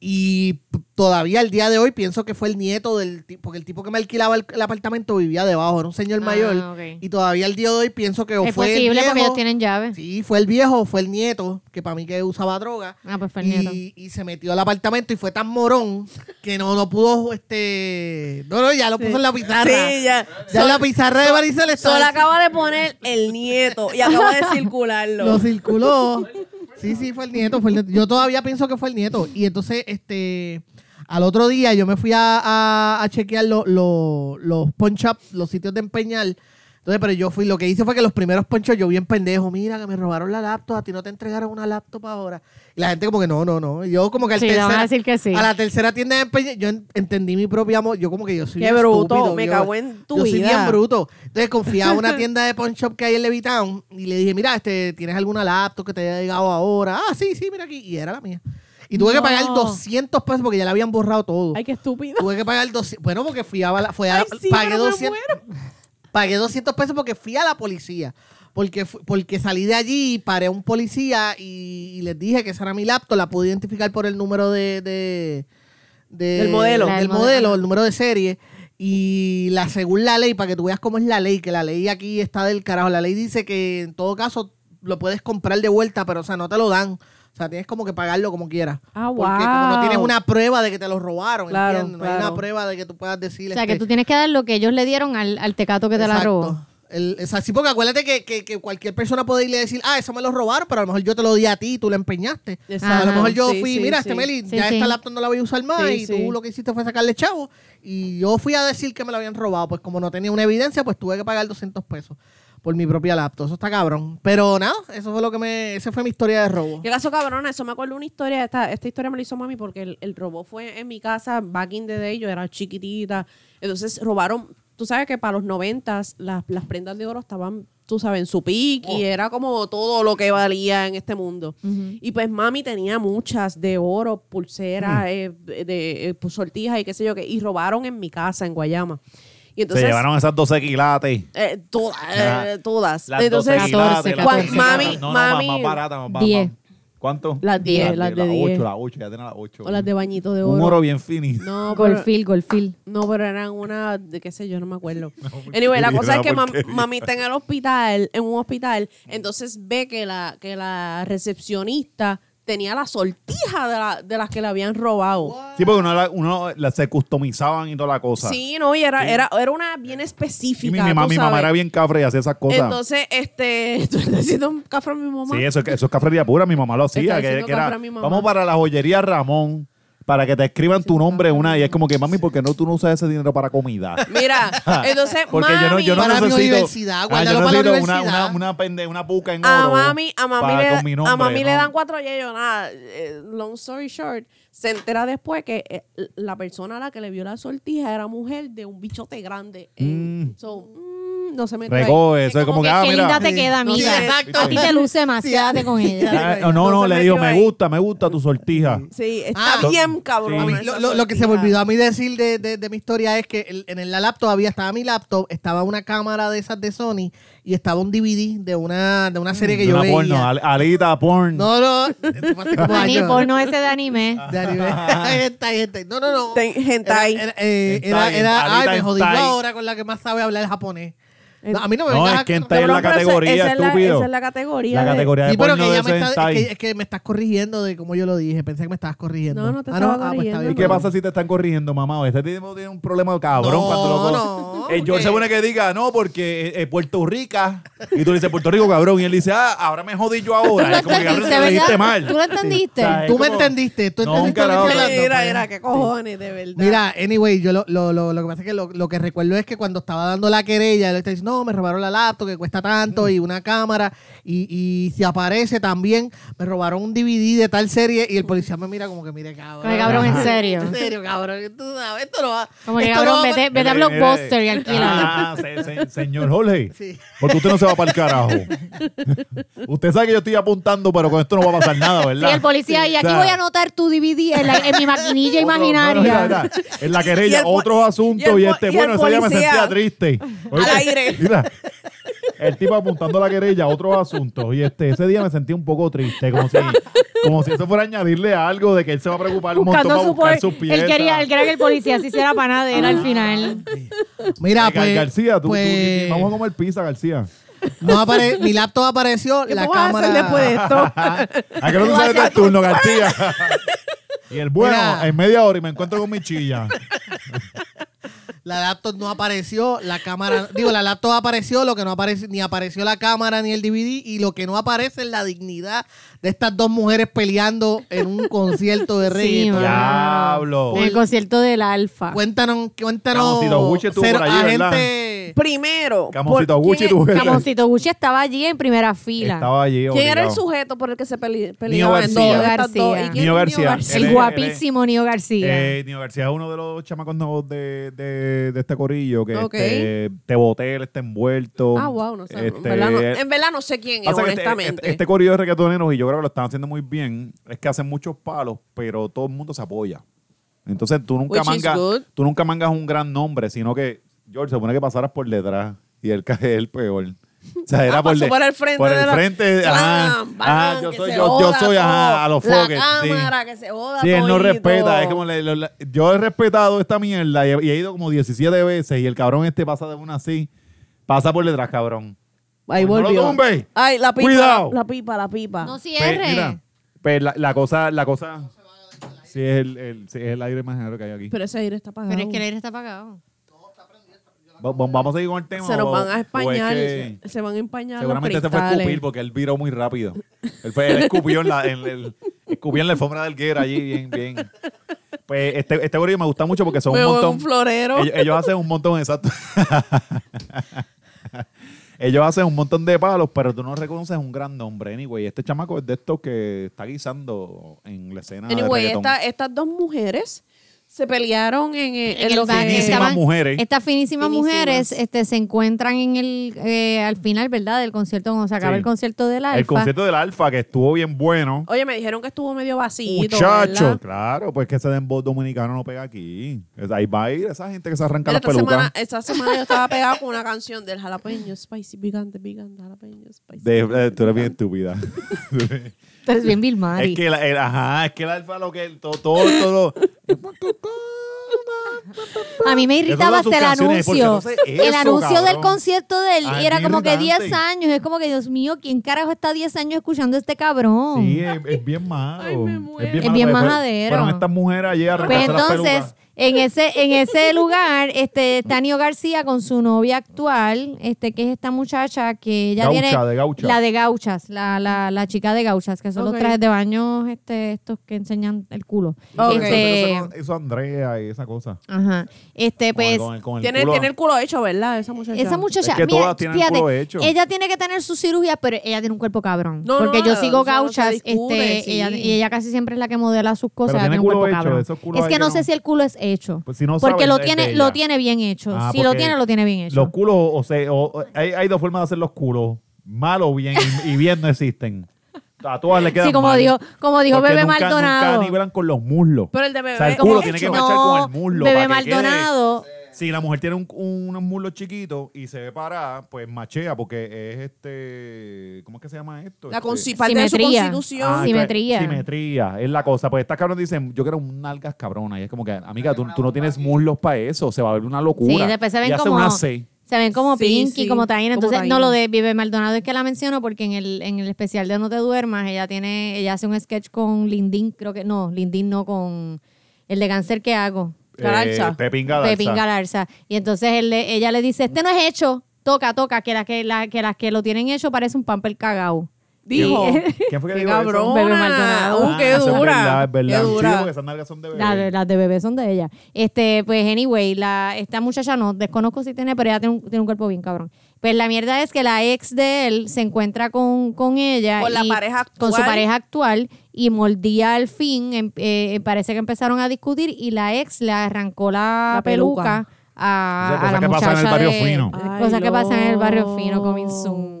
S4: Y p- todavía al día de hoy pienso que fue el nieto del tipo, porque el tipo que me alquilaba el, el apartamento vivía debajo, era un señor
S5: Ah,
S4: mayor.
S5: ok.
S4: Y todavía al día de hoy pienso que o
S5: Es
S4: fue el
S5: posible porque
S4: viejo-
S5: ellos tienen llave.
S4: Sí, fue el viejo, fue el nieto, que para mí que usaba droga.
S5: Ah, pues fue el
S4: y,
S5: nieto.
S4: y se metió al apartamento y fue tan morón que no, no pudo, este... No, no, ya lo puso en la pizarra.
S3: Sí, ya.
S4: Ya en la pizarra de Maricel
S3: Solo
S4: estaba...
S3: acaba de poner el nieto y acaba de
S4: Lo
S3: circularlo.
S4: circuló. Sí, sí, fue el nieto. Fue el nieto. Yo todavía pienso que fue el nieto. Y entonces, este... Al otro día yo me fui a, a- a chequear lo- lo- los punch up, los sitios de empeñar. Entonces, pero yo fui, lo que hice fue que los primeros ponchos yo bien pendejo, mira que me robaron la laptop, a ti no te entregaron una laptop ahora. Y la gente como que no, no, no. Y yo como que al
S5: Sí, le van
S4: tercera-
S5: a decir que sí.
S4: a la tercera tienda de empeño, yo en- entendí mi propia amor. Yo como que yo soy
S3: Qué
S4: bien
S3: bruto,
S4: estúpido,
S3: me
S4: yo-
S3: cago en tu
S4: Yo soy
S3: vida.
S4: bien bruto. Entonces confiaba
S3: (laughs)
S4: en una tienda de pawn shop que hay en Levitown y le dije, mira, este, ¿tienes alguna laptop que te haya llegado ahora? Ah, sí, sí, mira aquí. Y era la mía. Y tuve que
S3: No.
S4: pagar 200 pesos porque ya la habían borrado todo.
S3: Ay, qué estúpido.
S4: Tuve que pagar 200. Bueno, porque fui a. la- Fue a
S3: Ay, sí,
S4: pagué,
S3: pero me
S4: 200, pagué 200 pesos porque fui a la policía. Porque, fu- porque salí de allí, paré a un policía y, y les dije que esa era mi laptop. La pude identificar por el número de. de- de-
S3: Del modelo.
S4: Del
S5: Del modelo.
S4: modelo, el número de serie. Y la según la ley, para que tú veas cómo es la ley, que la ley aquí está del carajo. La ley dice que en todo caso lo puedes comprar de vuelta, pero o sea, no te lo dan. O sea, tienes como que pagarlo como quieras.
S3: Ah,
S4: Porque como no
S3: wow.
S4: tienes una prueba de que te lo robaron,
S3: Claro,
S4: ¿entiendes? No hay
S3: claro.
S4: una prueba de que tú puedas decir.
S5: O sea,
S4: este,
S5: que tú tienes que dar lo que ellos le dieron al, al tecato que te la
S4: exacto.
S5: robó.
S4: El, esa- sí, porque acuérdate que, que- que cualquier persona puede irle a decir, ah, eso me lo robaron, pero a lo mejor yo te lo di a ti, tú lo empeñaste.
S3: Exacto.
S4: A lo mejor yo
S3: Sí,
S4: fui,
S3: sí,
S4: mira,
S3: sí.
S4: este Meli,
S5: Sí,
S4: ya
S5: sí.
S4: esta laptop no la voy a usar más
S3: Sí,
S4: y tú
S3: sí.
S4: lo que hiciste fue sacarle chavo. Y yo fui a decir que me lo habían robado, pues como no tenía una evidencia, pues tuve que pagar 200 pesos. por mi propia laptop. Eso está cabrón. Pero nada, eso fue lo que me. Esa fue mi historia de robo.
S3: (laughs) ¿Qué caso, cabrona? Eso me acuerdo una historia. Esta, esta historia me la hizo mami porque el, el robot fue en mi casa back in the day. Yo era chiquitita. Entonces robaron. Tú sabes que para los noventas las, las prendas de oro estaban, tú sabes, en su pic y era como todo lo que valía en este mundo. Y pues mami tenía muchas de oro, pulseras, eh, de, eh, pues, sortijas y qué sé yo qué. Y robaron en mi casa, en Guayama. Y entonces,
S1: Se llevaron esas 12 quilates.
S3: eh, todas,
S1: Ajá.
S3: eh, todas.
S1: Las
S3: Entonces,
S1: 12 quilates. las
S3: cuan-
S1: 12
S3: mami,
S1: quilates. No, no,
S3: mami,
S1: más, más barata, más barata.
S5: Diez.
S1: ¿Cuánto?
S3: Las diez, las de
S1: La 8,
S3: diez.
S1: la 8, ya tiene la 8.
S3: o las de bañito de
S1: Un
S3: oro.
S1: oro bien finito.
S3: No, pero,
S5: Golfil, golfil.
S3: no, pero eran una, de qué sé yo, (laughs) no me acuerdo. Anyway, la
S1: porquería,
S3: cosa es que
S1: una
S3: mam-
S1: porquería.
S3: mami está en el hospital, en un hospital, entonces ve que la, que la recepcionista tenía la sortija de, la- de las que le habían robado.
S1: Sí, porque uno, la- uno la- se customizaban y toda la cosa.
S3: sí, no, y era, era, era una bien específica.
S1: Y mi,
S3: tú
S1: mi mamá, mi mamá
S3: sabes.
S1: era bien cafre y hacía esas cosas.
S3: Entonces, este, (laughs) tú estás haciendo un café a mi mamá.
S1: sí, eso, es- eso es cafrería pura. Mi mamá lo hacía.
S3: Estaba
S1: que-
S3: haciendo
S1: que era,
S3: cafre a mi mamá.
S1: vamos para la joyería Ramón para que te escriban tu nombre en una. Y es como que, mami, ¿por qué no tú no usas ese dinero para
S3: (laughs)
S1: comida? (laughs)
S3: Mira, entonces,
S1: Porque
S3: mami,
S1: yo no, yo no
S4: Para mi
S1: necesito. Ah,
S4: universidad, guárdalo
S1: yo
S4: para la
S1: necesito Una,
S4: universidad.
S1: una, una, pende- una puca en
S3: a
S1: oro.
S3: mami, a mami,
S1: para-
S3: le,
S1: con mi
S3: a
S1: nombre,
S3: mami le
S1: ¿no?
S3: dan cuatro yellos, nada. eh, long story short, se entera después que eh, la persona a la que le vio la sortija era mujer de un bichote grande. eh, so, mm, no se me cae.
S1: Regó eso. Es como que, ah,
S5: qué
S1: mira.
S5: linda te queda,
S3: No sé,
S5: amiga.
S4: exacto.
S5: A ti te luce más,
S4: Sí,
S5: quédate con ella.
S1: Ah, No, no,
S3: Entonces
S1: le
S3: me
S1: digo,
S3: dio
S1: me
S3: ahí.
S1: gusta, me gusta tu sortija.
S3: Sí, está
S4: Ah,
S3: bien cabrón.
S4: A mí, lo, lo- lo que se me olvidó a mí decir de, de- de mi historia es que el- en el- la laptop había, estaba mi laptop, estaba una cámara de esas de Sony y estaba un DVD de una, de una serie que
S1: De
S4: yo
S1: una
S4: veía.
S1: porno, al- alita porn.
S4: No,
S3: (laughs)
S4: no. Eso fue hace como
S5: Ani,
S4: años.
S5: porno ese de anime.
S4: De anime. Hentai, hentai. No, no, no.
S3: Ten- hentai.
S4: Era, era, eh,
S1: Hentai,
S4: era- era-
S1: hentai,
S4: ay, me jodí
S1: hentai.
S4: ahora con la que más sabe hablar japonés. No, a mí no me
S1: No,
S4: vengas
S1: es
S4: a-
S1: que hentai es la categoría,
S3: esa, es la,
S1: estúpido.
S3: esa es la categoría.
S1: La
S3: de-
S1: categoría de
S4: Sí, pero
S1: porno
S4: que
S1: de
S4: ya me
S1: ese
S4: está,
S1: hentai.
S4: es, que, es que me estás corrigiendo de cómo yo lo dije. Pensé que me estabas corrigiendo.
S3: No, no te
S4: Ah,
S3: estaba
S4: ah, pues está
S3: corrigiendo.
S4: bien,
S1: ¿Y qué
S4: perdón.
S1: pasa si te están corriendo, mamá? Este tipo tiene un problema cabrón
S4: No,
S1: cuando lo
S4: no,
S1: El George se pone que diga, no, porque eh, eh, Puerto Rica. Y tú le dices, Puerto Rico, cabrón. Y él dice, ah, ahora me jodí yo ahora. Es como que cabrón, te
S5: ¿verdad?
S1: lo dijiste
S5: ¿Tú
S1: mal.
S5: lo entendiste?
S1: sea,
S4: Tú me
S1: como-
S4: entendiste. Tú
S1: No,
S4: entendiste
S1: un
S3: (laughs)
S4: lo que estoy
S1: carajo.
S4: hablando,
S3: Mira,
S4: pues.
S3: mira, qué cojones, de verdad.
S4: Mira, anyway, yo lo, lo, lo, lo que pasa es que lo, lo que recuerdo es que cuando estaba dando la querella, él está diciendo, no, me robaron la laptop que cuesta tanto y una cámara y, y si aparece también, me robaron un DVD de tal serie y el policía me mira como que, mire, cabrón.
S5: Como que, cabrón, en serio.
S4: En serio, cabrón. Tú sabes, esto no va.
S5: Como que
S4: esto
S5: cabrón,
S4: no va-
S5: vete, vete
S1: Mira,
S5: a
S1: mira,
S5: Blockbuster y
S1: eh,
S5: alquílala.
S1: Ah, se- se- señor Jorge.
S4: Sí.
S1: Porque usted no se va para el carajo. usted sabe que yo estoy apuntando, pero con esto no va a pasar nada,
S5: Sí,
S1: ¿verdad?
S5: el policía, y aquí
S1: O sea,
S5: voy a anotar tu DVD en, la- en mi maquinilla
S1: otro- no, no, mira,
S5: imaginaria.
S1: mira, en la
S3: (laughs) Y el
S1: querella,
S3: po-
S1: otros asuntos y,
S3: y el po-
S1: este,
S3: y el
S1: bueno, ese día me
S3: policía.
S1: sentía triste. Oye,
S3: aire.
S1: Mira, el tipo apuntando la querella, otros asuntos y este, ese día me sentí un poco triste, como si, como si eso fuera añadirle algo de que él se va a preocupar un montón para
S5: Buscando su
S1: buscar
S5: poder.
S1: sus piezas.
S5: Él quería, él quería que el policía se hiciera panadera al final.
S4: Mira,
S1: Gar-
S4: pues,
S1: García, tú- tú,
S4: pues,
S1: vamos a comer pizza, García.
S4: no apare- mi laptop apareció,
S3: ¿Qué
S4: la
S3: tú vas a
S4: cámara.
S3: hacer después de esto?
S1: (laughs) ¿A qué no te sales del turno, García?
S3: (laughs)
S1: Y el bueno,
S4: Mira.
S1: en media hora y me encuentro con mi chilla.
S4: La laptop no apareció, la cámara, digo, la laptop apareció, lo que no aparece, ni apareció la cámara ni el DVD, y lo que no aparece es la dignidad de estas dos mujeres peleando en un concierto de
S5: Sí,
S4: reggaeton.
S1: Diablo.
S5: En el concierto del Alfa.
S4: cuéntanos, cuéntanos.
S1: Camoncito Gucci estuvo
S4: cero-
S1: por allí, ¿verdad?
S4: agente-
S3: Primero.
S1: Camoncito
S3: ¿por
S1: Gucci,
S3: quién-
S1: tú
S5: Camoncito Gucci estaba allí en primera fila.
S1: Estaba allí.
S3: ¿Quién era el
S1: obligado.
S3: sujeto por el que se pele-
S1: Nio
S3: peleaba?
S1: García.
S3: Nio García.
S5: Nio García.
S3: ¿Y quién
S1: Nio
S3: es
S1: García. Él
S5: El
S1: es-
S5: guapísimo Nio García.
S1: Eh, Nino García es uno de los chamacos nuevos de, de, de este corillo que
S3: Ok.
S1: este, te boté, él está envuelto.
S3: Ah, wow, no sé. en,
S1: Este,
S3: verdad no, en verdad no sé quién es,
S1: pasa que este-
S3: honestamente.
S1: Este, este corillo de reggaetoneros, y yo creo que lo están haciendo muy bien, es que hacen muchos palos, pero todo el mundo se apoya. Entonces tú nunca
S3: Which is
S1: mangas,
S3: good.
S1: tú nunca mangas un gran nombre, sino que George se supone que pasaras por detrás y él cae el peor. O sea, era
S3: Ah,
S1: por,
S3: pasó
S1: de-
S3: por el frente
S1: Por
S3: de
S1: el
S3: la-
S1: frente, ajá,
S3: Bam,
S1: ajá,
S3: bam,
S1: yo
S3: que
S1: soy,
S3: se
S1: yo, yo
S3: joda
S1: soy, ajá,
S3: todo.
S1: a los
S3: La
S1: foques. sí.
S3: cámara, que se joda
S1: Sí, él no
S3: todito.
S1: respeta. Es como le- lo- la- yo he respetado esta mierda y he, y he ido como 17 veces y el cabrón este pasa de una así. Pasa por detrás, cabrón. Pues
S3: Ahí
S1: No lo
S3: volvió.
S1: tumbe.
S3: Ay, la pipa.
S1: Cuidado.
S3: La pipa, la pipa.
S5: No
S1: Pero,
S5: cierre.
S1: pues, mira, pero la, la cosa, la cosa. Sí, es el, el- sí, es el aire imaginario que hay aquí.
S3: Pero ese aire está apagado.
S5: Pero es que el aire está apagado.
S1: Va- va- vamos a seguir con el tema.
S3: se nos
S1: o-
S3: van
S1: o es
S3: a españar.
S1: que
S3: se van a empañar
S1: seguramente
S3: los
S1: este fue a
S3: cristales.
S1: escupir porque él viró muy rápido. Él, fue, él escupió en la, en el- escupió en la alfombra del guerra allí, bien, bien. Pues este, este gorila me gusta mucho porque son
S3: Me
S1: un
S3: voy a
S1: montón.
S3: un florero.
S1: Ellos, ellos hacen un montón exacto. (laughs) Ellos hacen un montón de palos, pero tú no reconoces un gran nombre. Anyway, este chamaco es de estos que está guisando en la escena Ah, de
S3: Anyway,
S1: reggaetón.
S3: esta- estas dos mujeres se pelearon en, eh, en
S5: En el
S3: lo que-
S5: baño.
S1: Finísimas
S5: Estaban-
S1: mujeres.
S5: Estas finísimas,
S3: Finísimas.
S5: mujeres este, se encuentran en el eh, al final, ¿verdad? Del concierto, cuando se acaba
S1: Sí.
S5: el concierto del Alfa.
S1: El concierto del Alfa, que estuvo bien bueno.
S3: Oye, me dijeron que estuvo medio vacío.
S1: Muchachos, claro, pues que ese dembow dominicano no pega aquí. Es- Ahí va a ir esa gente que se arranca las
S3: Esta
S1: pelucas
S3: semana, esta semana yo estaba pegado con una canción del jalapeño spicy, picante, picante, jalapeño spicy.
S1: De- eh, tú eres bien estúpida.
S5: Tú eres bien Bill Murray.
S1: es que la- el, ajá, es que el alfa lo que todo todo, todo
S5: A mí me irritaba
S1: Esas son
S5: hasta el
S1: sus canciones, ¿por qué
S5: anuncio.
S1: no sé eso,
S5: el anuncio del
S1: cabrón?
S5: concierto de él
S1: Ay,
S5: y era
S1: qué
S5: como que
S1: irritante.
S5: 10 años. Es como que, Dios mío, ¿quién carajo está 10 años escuchando a este cabrón?
S1: Sí, es, es bien malo.
S3: Ay, me muero.
S5: Es bien
S1: porque fue-
S5: majadero.
S1: Fueron estas mujeres allí a
S5: Pues
S1: arrancarse las
S5: entonces,
S1: pelucas.
S5: en ese, en ese lugar, este, está Nio García con su novia actual, este, que es esta muchacha que ya
S1: Gaucha,
S5: tiene.
S1: de Gaucha.
S5: La de gauchas, la, la, la chica de gauchas, que son
S3: Ok.
S5: los trajes de baño, este, estos que enseñan el culo.
S3: Ok.
S5: Este,
S1: Eso, eso Andrea y esa cosa.
S5: ajá. Este, pues.
S1: con, el- con el
S3: Tiene,
S1: culo.
S3: tiene el culo hecho, ¿verdad? Esa muchacha.
S5: Esa muchacha,
S1: Es que
S5: mira,
S1: todas tienen el
S5: fíjate,
S1: culo hecho.
S5: ella tiene que tener su cirugía, pero ella tiene un cuerpo cabrón.
S3: No, no,
S5: porque yo
S3: no,
S5: sigo
S3: eso no se
S5: gauchas,
S3: discute,
S5: este,
S3: sí.
S5: ella- y ella casi siempre es la que modela sus cosas.
S1: Pero
S5: ella
S1: tiene
S5: tiene un
S1: culo
S5: cuerpo
S1: hecho,
S5: cabrón.
S1: esos culos
S5: Es
S1: ahí
S5: que
S1: que
S5: no,
S1: no-
S5: sé si el culo es hecho.
S1: Pues si no
S5: porque
S1: saben,
S5: lo
S1: es de
S5: tiene,
S1: ella.
S5: lo tiene bien hecho.
S1: Ah,
S5: si lo
S1: porque
S5: tiene, lo tiene bien hecho.
S1: Los culos, o sea, o- hay, hay dos formas de hacer los culos. Mal o bien, y, y bien no existen. A todas le quedan
S5: Sí, como
S1: mal.
S5: dijo, como dijo
S1: Porque
S5: Bebe
S1: nunca-
S5: Maldonado.
S1: Nunca nivelan con los muslos.
S3: Pero el de
S1: O
S3: bebé.
S1: sea, el
S3: ¿cómo
S1: culo
S3: que
S1: tiene que
S3: hecho?
S1: marchar con el muslo.
S5: Bebé
S1: para que quede-
S5: Maldonado.
S1: Si la mujer tiene un- un- unos muslos chiquitos y se ve parada, pues machea porque es este. ¿Cómo es que se llama esto?
S3: La
S1: Este-
S3: consi- parte de su
S5: Simetría.
S3: constitución.
S1: Ah,
S5: Simetría.
S1: que- Simetría, es la cosa. Pues estas cabronas dicen, yo quiero un nalgas cabrona. Y es como que, amiga, tú, tú no tienes muslos para eso. Se va a ver una locura.
S5: Sí, después se
S1: y
S5: ven
S1: hace
S5: como.
S1: una C.
S5: Se ven como
S3: Sí,
S5: Pinky,
S3: sí,
S5: como Taina.
S3: como
S5: Entonces,
S3: Taína.
S5: no lo de Vive Maldonado es que la menciono porque en el, en el especial de No te duermas, ella tiene, ella hace un sketch con Lindín, creo que, no, Lindín no, con el de cáncer que hago,
S3: Galarza.
S1: Eh, Pepín Galarza.
S5: Pepín Galarza. Y entonces él le- ella le dice, este no es hecho, toca, toca, que, la, que, la, que las que lo tienen hecho parece un pamper cagao.
S3: Dijo.
S1: (laughs) ¿Quién fue que
S3: Qué
S1: dijo eso?
S3: cabrona.
S5: Bebé Maldonado.
S3: Uh, qué
S1: Ah, eso es
S3: dura.
S1: verdad, es verdad.
S3: Qué
S1: Sí,
S3: dura.
S1: porque esas nalgas son de bebé.
S5: La de- las de bebé son de ella. Este, pues, anyway, la, esta muchacha no, desconozco si tiene, pero ella tiene un, tiene un cuerpo bien cabrón. Pues la mierda es que la ex de él se encuentra con, con ella.
S3: Con la
S5: y-
S3: pareja
S5: Con su
S3: actual.
S5: pareja actual y mordía al fin. em- eh, parece que empezaron a discutir y la ex le arrancó la,
S3: La peluca.
S5: peluca. A,
S1: O sea,
S5: a la
S1: cosas que
S5: muchacha
S1: pasan en el barrio
S5: de-
S1: fino.
S5: Cosas que pasan en el barrio fino, coming soon.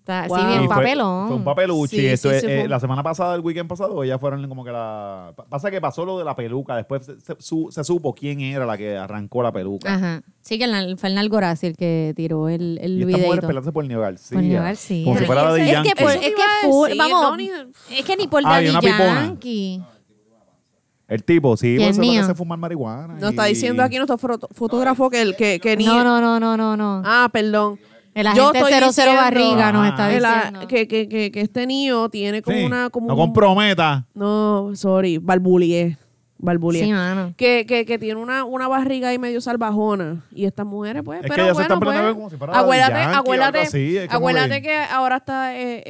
S5: Está así
S3: Wow.
S5: bien,
S1: Y fue-
S5: papelón.
S1: Fue un papeluchi.
S3: Sí,
S1: Esto
S3: sí,
S1: es,
S3: se
S1: eh,
S3: fue.
S1: la semana pasada, el weekend pasado, ellas fueron como que la. pa- Pasa que pasó lo de la peluca. Después se, se- su- se supo quién era la que arrancó la peluca.
S5: Ajá. Sí, que el nal- fue el Nalgoraz el que tiró el, el
S1: Y esta mujer
S5: videíto.
S1: peleándose por Neo García.
S5: Por Neo García.
S1: Como si fuera la de
S5: Es
S1: Yankee.
S5: que, por- es
S3: Eso
S5: que
S3: te iba a
S5: full-
S3: decir, no,
S5: vamos,
S3: ni-
S5: es que ni por
S1: Ah, y
S5: Daddy
S1: una pipona.
S5: Yankee.
S1: El tipo, sí,
S5: Y
S1: por eso
S5: el
S1: es lo que
S5: mío.
S1: hace fumar marihuana.
S3: Nos está
S1: y-
S3: diciendo aquí nuestro foto- fotógrafo que, el- que, que ni.
S5: No, no, no, no, no, no.
S3: Ah, perdón.
S5: El
S3: Yo
S5: agente
S3: estoy
S5: 00
S3: diciendo-
S5: Barriga nos
S1: Ah.
S5: está
S3: El a-
S5: diciendo.
S3: que, que, que, que este niño tiene como
S1: Sí,
S3: una. Como
S1: no
S3: un-
S1: comprometa.
S3: No, sorry, barbulié. Barbulié.
S5: Sí, mano.
S3: que, que, que tiene una, una barriga ahí medio salvajona. Y estas mujeres, pues.
S1: Es
S3: pero
S1: que ellas se
S3: bueno,
S1: están poniendo
S3: pues,
S1: como si fuera
S3: Acuérdate,
S1: Daddy Yankee o
S3: acuérdate,
S1: algo así, es como
S3: acuérdate
S1: de-
S3: que ahora está eh, eh,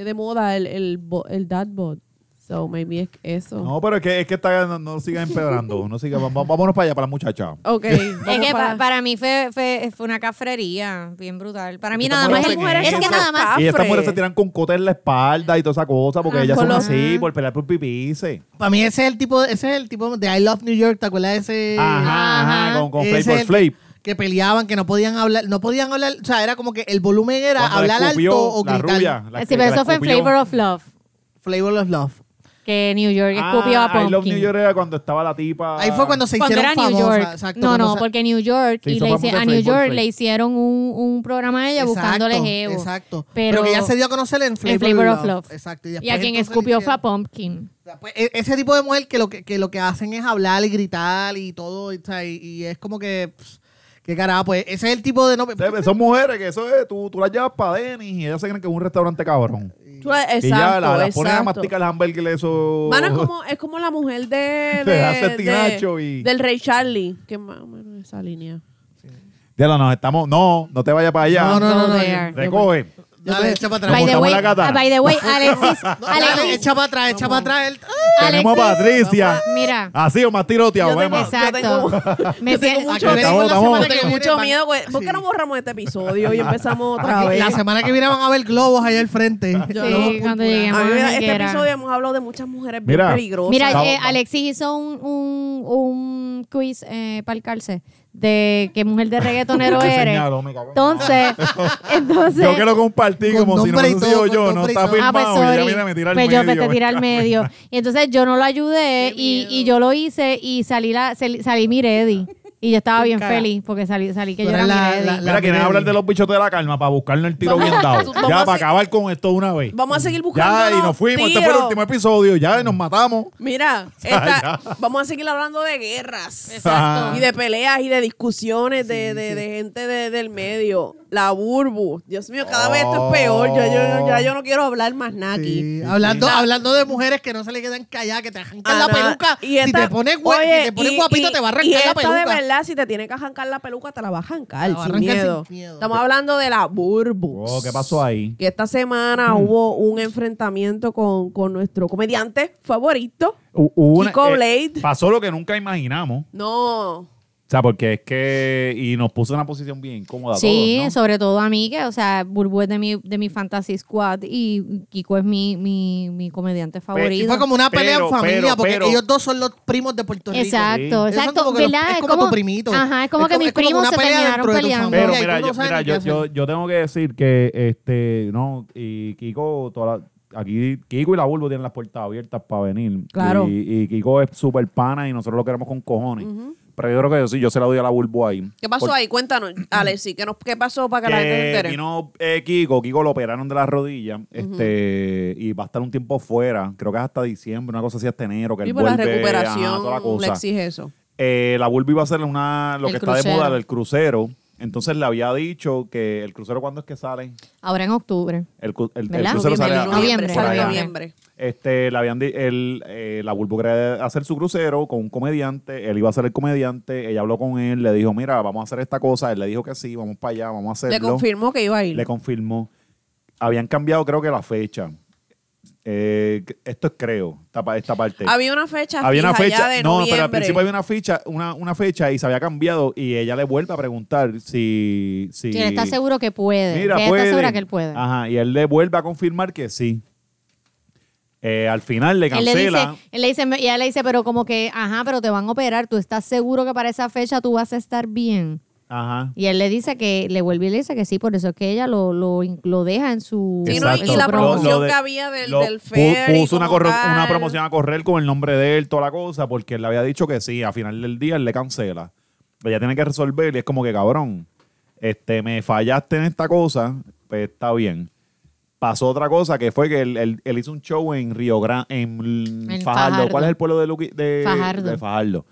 S3: eh, de moda el, el, bo- el dad bod. So maybe es
S5: Oh.
S3: eso.
S1: No, pero es que, es que está, no, no siga empedrando. no siga, vamos- vámonos para allá, para la muchacha.
S3: Ok.
S5: Es
S3: vamos
S5: que
S3: para-
S5: pa- para mí fue, fue, fue una cafrería bien brutal. Para mí
S1: Estas
S5: nada más.
S1: mujeres
S5: el-
S1: hacen
S5: es que
S1: eso.
S5: nada más.
S1: Y estas
S3: Cafre.
S1: mujeres se tiran con cotes en la espalda y toda esa cosa, porque
S5: Ah,
S1: ellas
S5: con
S1: son
S5: los-
S1: así, por pelear por pipice.
S4: Para mí ese es el tipo, ese es el tipo de I Love New York, ¿te acuerdas de ese?
S1: Ajá, ajá,
S5: Ajá.
S1: con, con
S4: Ese
S1: flip por
S4: es el
S1: flip.
S4: Que peleaban, que no podían hablar, no podían hablar, o sea, era como que el volumen era
S1: Cuando le
S4: hablar
S1: escupió
S4: alto o
S1: la
S4: gritar.
S1: rubia, la que-
S5: Sí, pero
S1: que la
S5: eso fue en
S1: escupió.
S5: Flavor of Love.
S4: Flavor of Love.
S5: Que New York
S1: Ah,
S5: escupió a Pumpkin.
S1: I Love New York era cuando estaba la tipa.
S4: Ahí fue cuando se
S5: Cuando
S4: hicieron
S5: era New
S4: famosas,
S5: York.
S4: exacto,
S5: no,
S4: cuando
S5: no,
S4: se-
S5: porque New York
S1: Se
S5: y
S1: hizo
S5: le
S1: famosa
S5: hice- a
S1: en
S5: New
S1: Facebook,
S5: York
S1: sí.
S5: le hicieron un, un programa a ella buscándole
S4: Exacto,
S5: jevo.
S4: Exacto. Pero,
S5: Pero,
S4: que ya se dio a conocer en Flavor,
S5: en Flavor of Love.
S4: Exacto.
S5: Y,
S4: después
S5: a quien
S4: entonces
S5: escupió
S4: hicieron-
S5: fue a Pumpkin.
S4: O sea, pues, e- ese tipo de mujer que lo que, que lo que hacen es hablar y gritar y todo, y, o sea, y- y es como que, pff, qué carajo, pues ese es el tipo de... No,
S1: Se- Son mujeres que eso es, tú, tú las llevas para Denis y ellas se creen que es un restaurante cabrón.
S3: Tú- Exacto.
S1: y ya la, la ponen a
S3: exacto.
S1: masticar el hamburger eso. (laughs)
S3: Mano, es como, es como la mujer de, de,
S1: Le hace
S3: de-
S1: tinacho y-
S3: del Rey Charlie. Que más o menos esa línea.
S1: Ya no, nos estamos. No, no te vayas para allá.
S4: No, no, no,
S5: Go
S4: no,
S5: there.
S1: Recoge.
S4: Dale, echa para
S1: Nos
S5: By
S4: atrás.
S5: the,
S1: montamos
S5: way,
S1: la gata.
S5: ah, by the way, Alexis,
S4: No, dale,
S5: Alexis,
S4: echa para atrás, echa para atrás. el- ¡Ah!
S1: Tenemos a
S5: Alexis.
S1: Patricia.
S5: Mira.
S1: Así o más tiroteado.
S3: Yo tengo-
S1: vamos.
S5: Exacto. Me
S3: yo tengo
S5: sien-
S3: mucho,
S1: Acá estamos,
S3: la
S1: estamos.
S3: semana que tengo mucho
S4: Sí.
S3: miedo. güey. ¿Por qué no borramos este episodio
S1: (laughs)
S3: y empezamos otra vez?
S4: La semana que viene van a ver globos allá al frente. Globos
S5: Sí, cuando
S4: purpura.
S5: lleguemos
S3: A
S5: a
S3: mí me da-
S5: donde
S3: este
S5: quiera.
S3: episodio hemos hablado de muchas mujeres bien
S1: Mira.
S3: peligrosas.
S5: Mira,
S1: Vamos,
S5: eh,
S1: vamos.
S5: Alexis hizo un, un, un quiz para el cárcel de qué mujer de reggaetonero eres.
S1: Señalo, me cago en-
S5: Entonces, entonces.
S1: Yo que lo compartí
S4: Con
S1: como si no
S4: nombre y
S1: hubiese sido
S4: todo, con
S1: yo, no
S4: nombre y
S1: está
S4: todo.
S1: firmado.
S5: Ah, pues
S1: y
S5: sorry.
S1: ella viene a me tirar al
S5: pues yo
S1: medio.
S5: me tiré al medio. Y entonces yo no lo ayudé y, y yo lo hice y salí la sal- salí mi ready. Y yo estaba bien
S3: Caga.
S5: feliz porque salí, salí que yo
S4: Pero
S5: era
S4: la-
S5: mi ready.
S4: la- la-
S1: Mira, quieren
S4: Miguel.
S1: hablar de los bichos de la calma para buscarnos el tiro
S3: Vamos
S1: bien
S3: a-
S1: dado.
S3: vamos
S1: Ya,
S3: a
S1: para
S3: se-
S1: acabar con esto de una vez.
S3: Vamos a seguir buscando.
S1: Ya, y nos fuimos. Este fue el
S3: tiros.
S1: último episodio. Ya, y nos matamos. (laughs)
S3: Mira, esta- vamos a seguir hablando de guerras.
S1: Exacto. (laughs)
S3: Y de peleas y de discusiones de, de- de gente de- del medio. La burbu. Dios mío, cada vez esto
S1: Oh.
S3: es peor. Yo, yo, ya yo no quiero hablar más nada aquí.
S4: Sí, Hablando, hablando de mujeres que no se le quedan calladas, que te arrancan la
S3: Ana,
S4: peluca. si,
S3: esta-
S4: te pones, gua-
S3: oye,
S4: si te pones
S3: y-
S4: guapito,
S3: y-
S4: te va a
S3: y
S4: arrancar
S3: esta
S4: la peluca.
S3: de verdad, si te tiene que arrancar la peluca, te la va a arrancar,
S4: Te la va a
S3: sin,
S4: arrancar sin
S3: miedo.
S4: miedo.
S3: Estamos hablando de la burbu.
S1: Oh, ¿qué pasó ahí?
S3: Que esta semana hubo un enfrentamiento con, con nuestro comediante favorito.
S1: Hu- hubo una-
S3: Kiko
S1: eh,
S3: Blade.
S1: pasó lo que nunca imaginamos.
S3: No.
S1: O sea, porque es que. Y nos puso en una posición bien incómoda. a
S5: Sí,
S1: todos, ¿no?
S5: sobre todo a mí, que, o sea, Burbu es de mi, de mi fantasy squad y Kiko es mi, mi, mi comediante
S4: Pues, Y
S5: favorito.
S4: fue como una pelea
S1: Pero,
S4: en familia,
S1: pero,
S4: porque
S1: pero-
S4: ellos dos son los primos de Puerto Rico.
S5: Exacto,
S4: Ellos son
S5: exacto,
S4: como que los-
S5: ¿verdad?
S4: es como tu primito.
S5: Ajá, es como
S4: Es
S5: que
S4: como-
S5: mis
S4: es como
S5: primos
S4: una
S5: se
S4: pelea
S5: terminaron
S4: dentro de tu
S5: peleando.
S4: familia.
S1: Pero
S4: Mira, y
S1: mira,
S4: tú no
S1: yo,
S4: sabes
S1: mira,
S4: ni
S1: yo,
S4: qué hacer.
S1: yo- yo tengo que decir que este, no, y Kiko, toda la- aquí Kiko y la Bulbo tienen las puertas abiertas para venir.
S3: Claro.
S1: Y, y Kiko es súper pana y nosotros lo queremos con cojones. Pero yo creo que yo sí, yo se la doy a la Bulbo ahí.
S3: ¿Qué pasó ahí?
S1: (clears throat)
S3: Cuéntanos, Alexi. ¿qué, nos- ¿Qué pasó para que, la gente se
S1: que
S3: entere?
S1: vino eh, Kiko, Kiko lo operaron de la rodilla, este, y va a estar un tiempo fuera, creo que es hasta diciembre, una cosa así hasta enero, que
S3: Y
S1: él
S3: por pues, la
S1: vuelve, ajá,
S3: recuperación
S1: toda la cosa.
S3: le exige eso.
S1: Eh, la Bulbi iba a hacer una, lo
S5: El
S1: que está de moda,
S5: crucero.
S1: el crucero. Entonces le había dicho que el crucero, ¿cuándo es que sale?
S5: Ahora en octubre.
S1: El, cu- el- el
S5: ¿Verdad?
S1: crucero sale a-
S5: Noviembre, noviembre,
S1: por
S3: sale
S1: allá.
S3: en noviembre.
S1: Este, le habían di- el, eh, la Bulbo quería hacer su crucero con un comediante, él iba a ser el comediante, ella habló con él, le dijo, mira, vamos a hacer esta cosa, él le dijo que sí, vamos para allá, vamos a hacerlo.
S3: Le confirmó que iba a ir.
S1: Le confirmó. Habían cambiado creo que la fecha. Eh, esto es creo, esta, pa- esta parte.
S3: Había una fecha
S1: Había una
S3: fija ya
S1: fecha,
S3: de
S1: no,
S3: noviembre.
S1: pero al principio había una fecha, una, una fecha y se había cambiado y ella le vuelve a preguntar si... si
S5: Sí, él está seguro que puede.
S1: Mira,
S5: que él
S1: puede. Ah,
S5: está segura que él puede.
S1: Ajá, y él le vuelve a confirmar que sí. Eh, al final le
S5: Él le
S1: cancela.
S5: dice, él le dice, y ella le dice, pero como que, ajá, pero te van a operar, tú estás seguro que para esa fecha tú vas a estar bien.
S1: Ajá.
S5: Y él le dice que, le vuelve y le dice que sí, por eso es que ella lo, lo, in- lo deja en su...
S3: Sí, no, y- y
S5: en su
S3: la
S1: Pero
S5: promo.
S3: promoción que había del- del fair y
S1: Puso una,
S3: como
S1: corro-
S3: tal.
S1: una promoción a correr con el nombre de él, toda la cosa, porque él le había dicho que sí. A final del día él le cancela. Ella tiene que resolver y es como que, cabrón, este, me fallaste en esta cosa, pues está bien. Pasó otra cosa que fue que él, él- él hizo un show en Río Grande, en,
S5: En
S1: Fajardo.
S5: Fajardo.
S1: ¿Cuál es el pueblo de, Luqui- de-
S5: Fajardo.
S1: de Fajardo?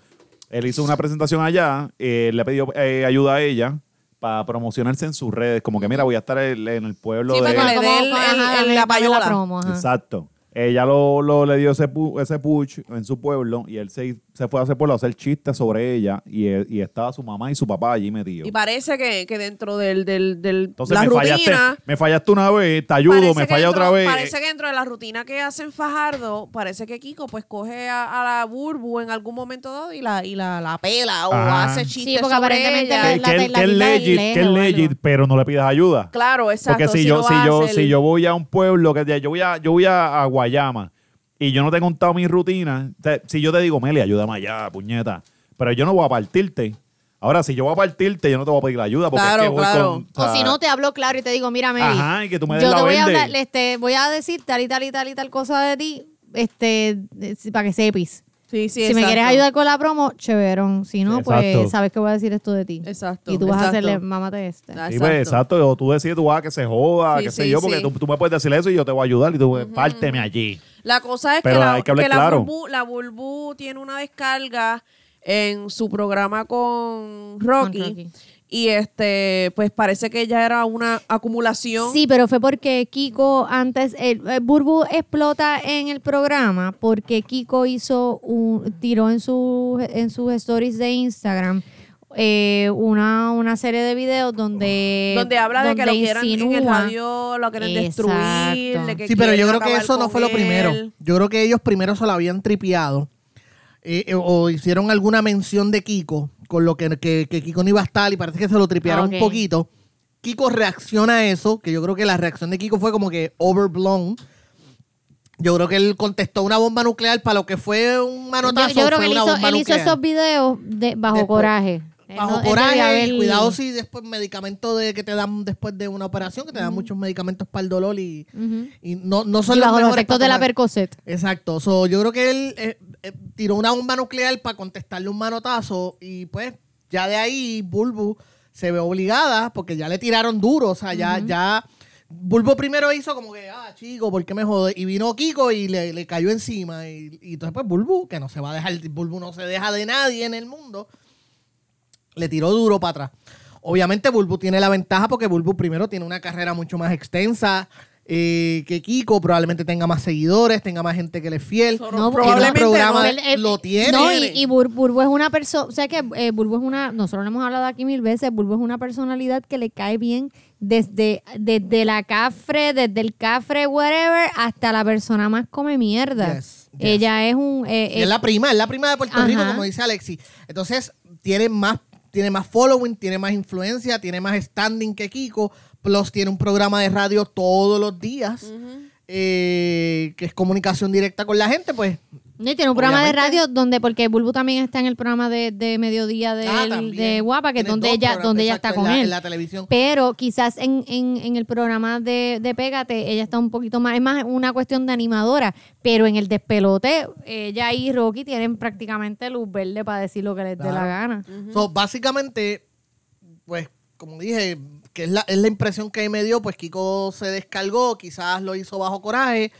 S1: Él hizo una presentación allá, eh, le pidió eh, ayuda a ella para promocionarse en sus redes. Como que, mira, voy a estar el- en el pueblo
S3: Sí,
S1: de...
S3: para que le
S5: Como-
S3: dé el-
S5: como,
S3: el-
S5: ajá,
S3: el-
S5: dame-
S3: la
S5: dame
S3: payola.
S5: promo, ajá.
S1: Exacto. Ella lo, lo- le dio ese, pu- ese push en su pueblo y él se, se fue a ese pueblo a hacer chistes sobre ella y, él- y estaba su mamá y su papá allí metidos.
S3: Y parece que, que dentro del, del, del
S1: Entonces
S3: la
S1: me
S3: rutina.
S1: fallaste, me fallaste una vez, te ayudo,
S3: parece
S1: me
S3: que
S1: falla
S3: dentro-
S1: otra vez.
S3: Parece que dentro de la rutina que hacen Fajardo, parece que Kiko pues coge a, a la Burbu en algún momento dado y la, y la, la pela o
S1: Ajá.
S3: hace
S1: Sí,
S3: chistes
S5: porque
S3: sobre
S5: aparentemente
S3: ella.
S1: que,
S5: la-
S1: que- que
S5: la- la
S1: es
S5: guinda del
S1: legit, que es
S5: lejo o
S1: legit,
S5: algo.
S1: pero no le pidas ayuda.
S3: Claro, exacto.
S1: Porque si,
S3: sí
S1: yo,
S3: lo
S1: si, yo,
S3: hace,
S1: si
S3: el-
S1: yo voy a un pueblo, que yo voy a, yo voy a, a Guayama y yo no te he contado mi rutina, o sea, si yo te digo, Meli, ayúdame allá, puñeta, pero yo no voy a partirte. Ahora, si yo voy a partirte, yo no te voy a pedir la ayuda porque
S3: Claro,
S1: es que voy
S3: claro.
S1: con...
S5: O si
S1: sea,
S5: no, te hablo claro y te digo, mira, Mary,
S1: Ajá, y que tú me des
S5: yo
S1: la
S5: te voy a
S1: verde.
S5: hablar, este, voy a decir tal y tal y tal y tal cosa de ti, este, de- si- para que sepis.
S3: Sí, sí,
S5: si me
S3: exacto.
S5: quieres ayudar con la promo, chéverón. Si no,
S1: Exacto.
S5: pues sabes que voy a decir esto de ti.
S3: Exacto,
S5: Y tú vas
S3: exacto.
S5: a hacerle, mámate este.
S3: Ah,
S1: Sí, pues, exacto. O tú decides, tú vas a que se joda,
S3: Sí,
S1: qué
S3: sí,
S1: sé yo, porque
S3: sí.
S1: tú, tú me puedes decir eso y yo te voy a ayudar y tú, párteme allí.
S3: La cosa es
S1: Pero
S3: que, la,
S1: hay que hablar
S3: la
S1: claro.
S3: Bulbú, la Bulbú tiene una descarga en su programa con Rocky.
S5: Con Rocky.
S3: Y este, pues parece que ya era una acumulación.
S5: Sí, pero fue porque Kiko antes, el, el Burbu explota en el programa porque Kiko hizo un, tiró en su en sus stories de Instagram eh, una, una serie de videos donde
S3: donde habla de que lo
S5: Eh, donde
S3: quieran en el
S5: insinúa-
S3: radio, lo quieren
S5: Exacto.
S3: destruir, de que
S4: Sí, pero yo
S3: quieren
S4: creo que
S3: acabar
S4: eso no
S3: con
S4: fue lo primero.
S3: él.
S4: Yo creo que ellos primero se lo habían tripeado eh, eh, o hicieron alguna mención de Kiko, con lo que, que- que Kiko no iba a estar y parece que se lo tripearon
S5: Ah, ok.
S4: un poquito. Kiko reacciona a eso, que yo creo que la reacción de Kiko fue como que overblown. Yo creo que él contestó una bomba nuclear para lo que fue un
S5: Yo,
S4: manotazo.
S5: yo creo
S4: fue
S5: que él
S4: una
S5: hizo,
S4: bomba
S5: él hizo
S4: nuclear.
S5: esos videos de, bajo
S4: Después.
S5: coraje. Él
S4: Bajo
S5: Eh, no- él
S4: coraje,
S5: debía haber-
S4: y cuidado si después medicamento de que te dan después de una operación, que te dan muchos medicamentos para el dolor y, y no, no son
S5: y bajo los
S4: mejores
S5: efectos
S4: para
S5: de la
S4: tomar.
S5: Percocet.
S4: Exacto. So, yo creo que él eh, eh, tiró una bomba nuclear para contestarle un manotazo y pues ya de ahí Bulbu se ve obligada porque ya le tiraron duro. O sea, ya, ya Bulbo primero hizo como que, ah, chico, ¿por qué me jode? Y vino Kiko y le, le cayó encima. Y, y entonces pues Bulbu, que no se va a dejar, Bulbu no se deja de nadie en el mundo, le tiró duro para atrás. Obviamente Bulbu tiene la ventaja porque Bulbu primero tiene una carrera mucho más extensa eh, que Kiko, probablemente tenga más seguidores, tenga más gente que le es fiel.
S5: No,
S4: probablemente
S5: porque-
S4: programa
S5: él- él-
S4: lo tiene.
S5: No, y, y Bur- Burbu es una persona, o sea que eh, Burbu es una, nosotros lo hemos hablado aquí mil veces, Burbu es una personalidad que le cae bien desde, desde la cafre, desde el cafre, whatever, hasta la persona más come mierda.
S4: Yes, yes.
S5: Ella es un... eh,
S4: Y es
S5: eh,
S4: la prima, es la prima de Puerto
S5: Ajá.
S4: Rico, como dice Alexi. Entonces, tiene más, tiene más following, tiene más influencia, tiene más standing que Kiko. Plus, tiene un programa de radio todos los días, eh, que es comunicación directa con la gente, pues.
S5: no, y tiene un programa de
S4: obviamente-
S5: radio donde, porque Burbu también está en el programa de, de mediodía de,
S4: Ah,
S5: él-
S4: también.
S5: de Guapa, que es
S4: Tiene
S5: donde
S4: dos
S5: ella,
S4: programas,
S5: donde ella
S4: exacto,
S5: está con
S4: en la-
S5: él.
S4: En la televisión.
S5: Pero quizás en, en, en el programa de, de Pégate, ella está un poquito más, es más una cuestión de animadora, pero en el despelote, ella y Rocky tienen prácticamente luz verde para decir lo que les dé la
S4: Claro.
S5: gana.
S4: So, básicamente, pues, como dije, que es la, es la impresión que me dio, pues Kiko se descargó, quizás lo hizo bajo coraje,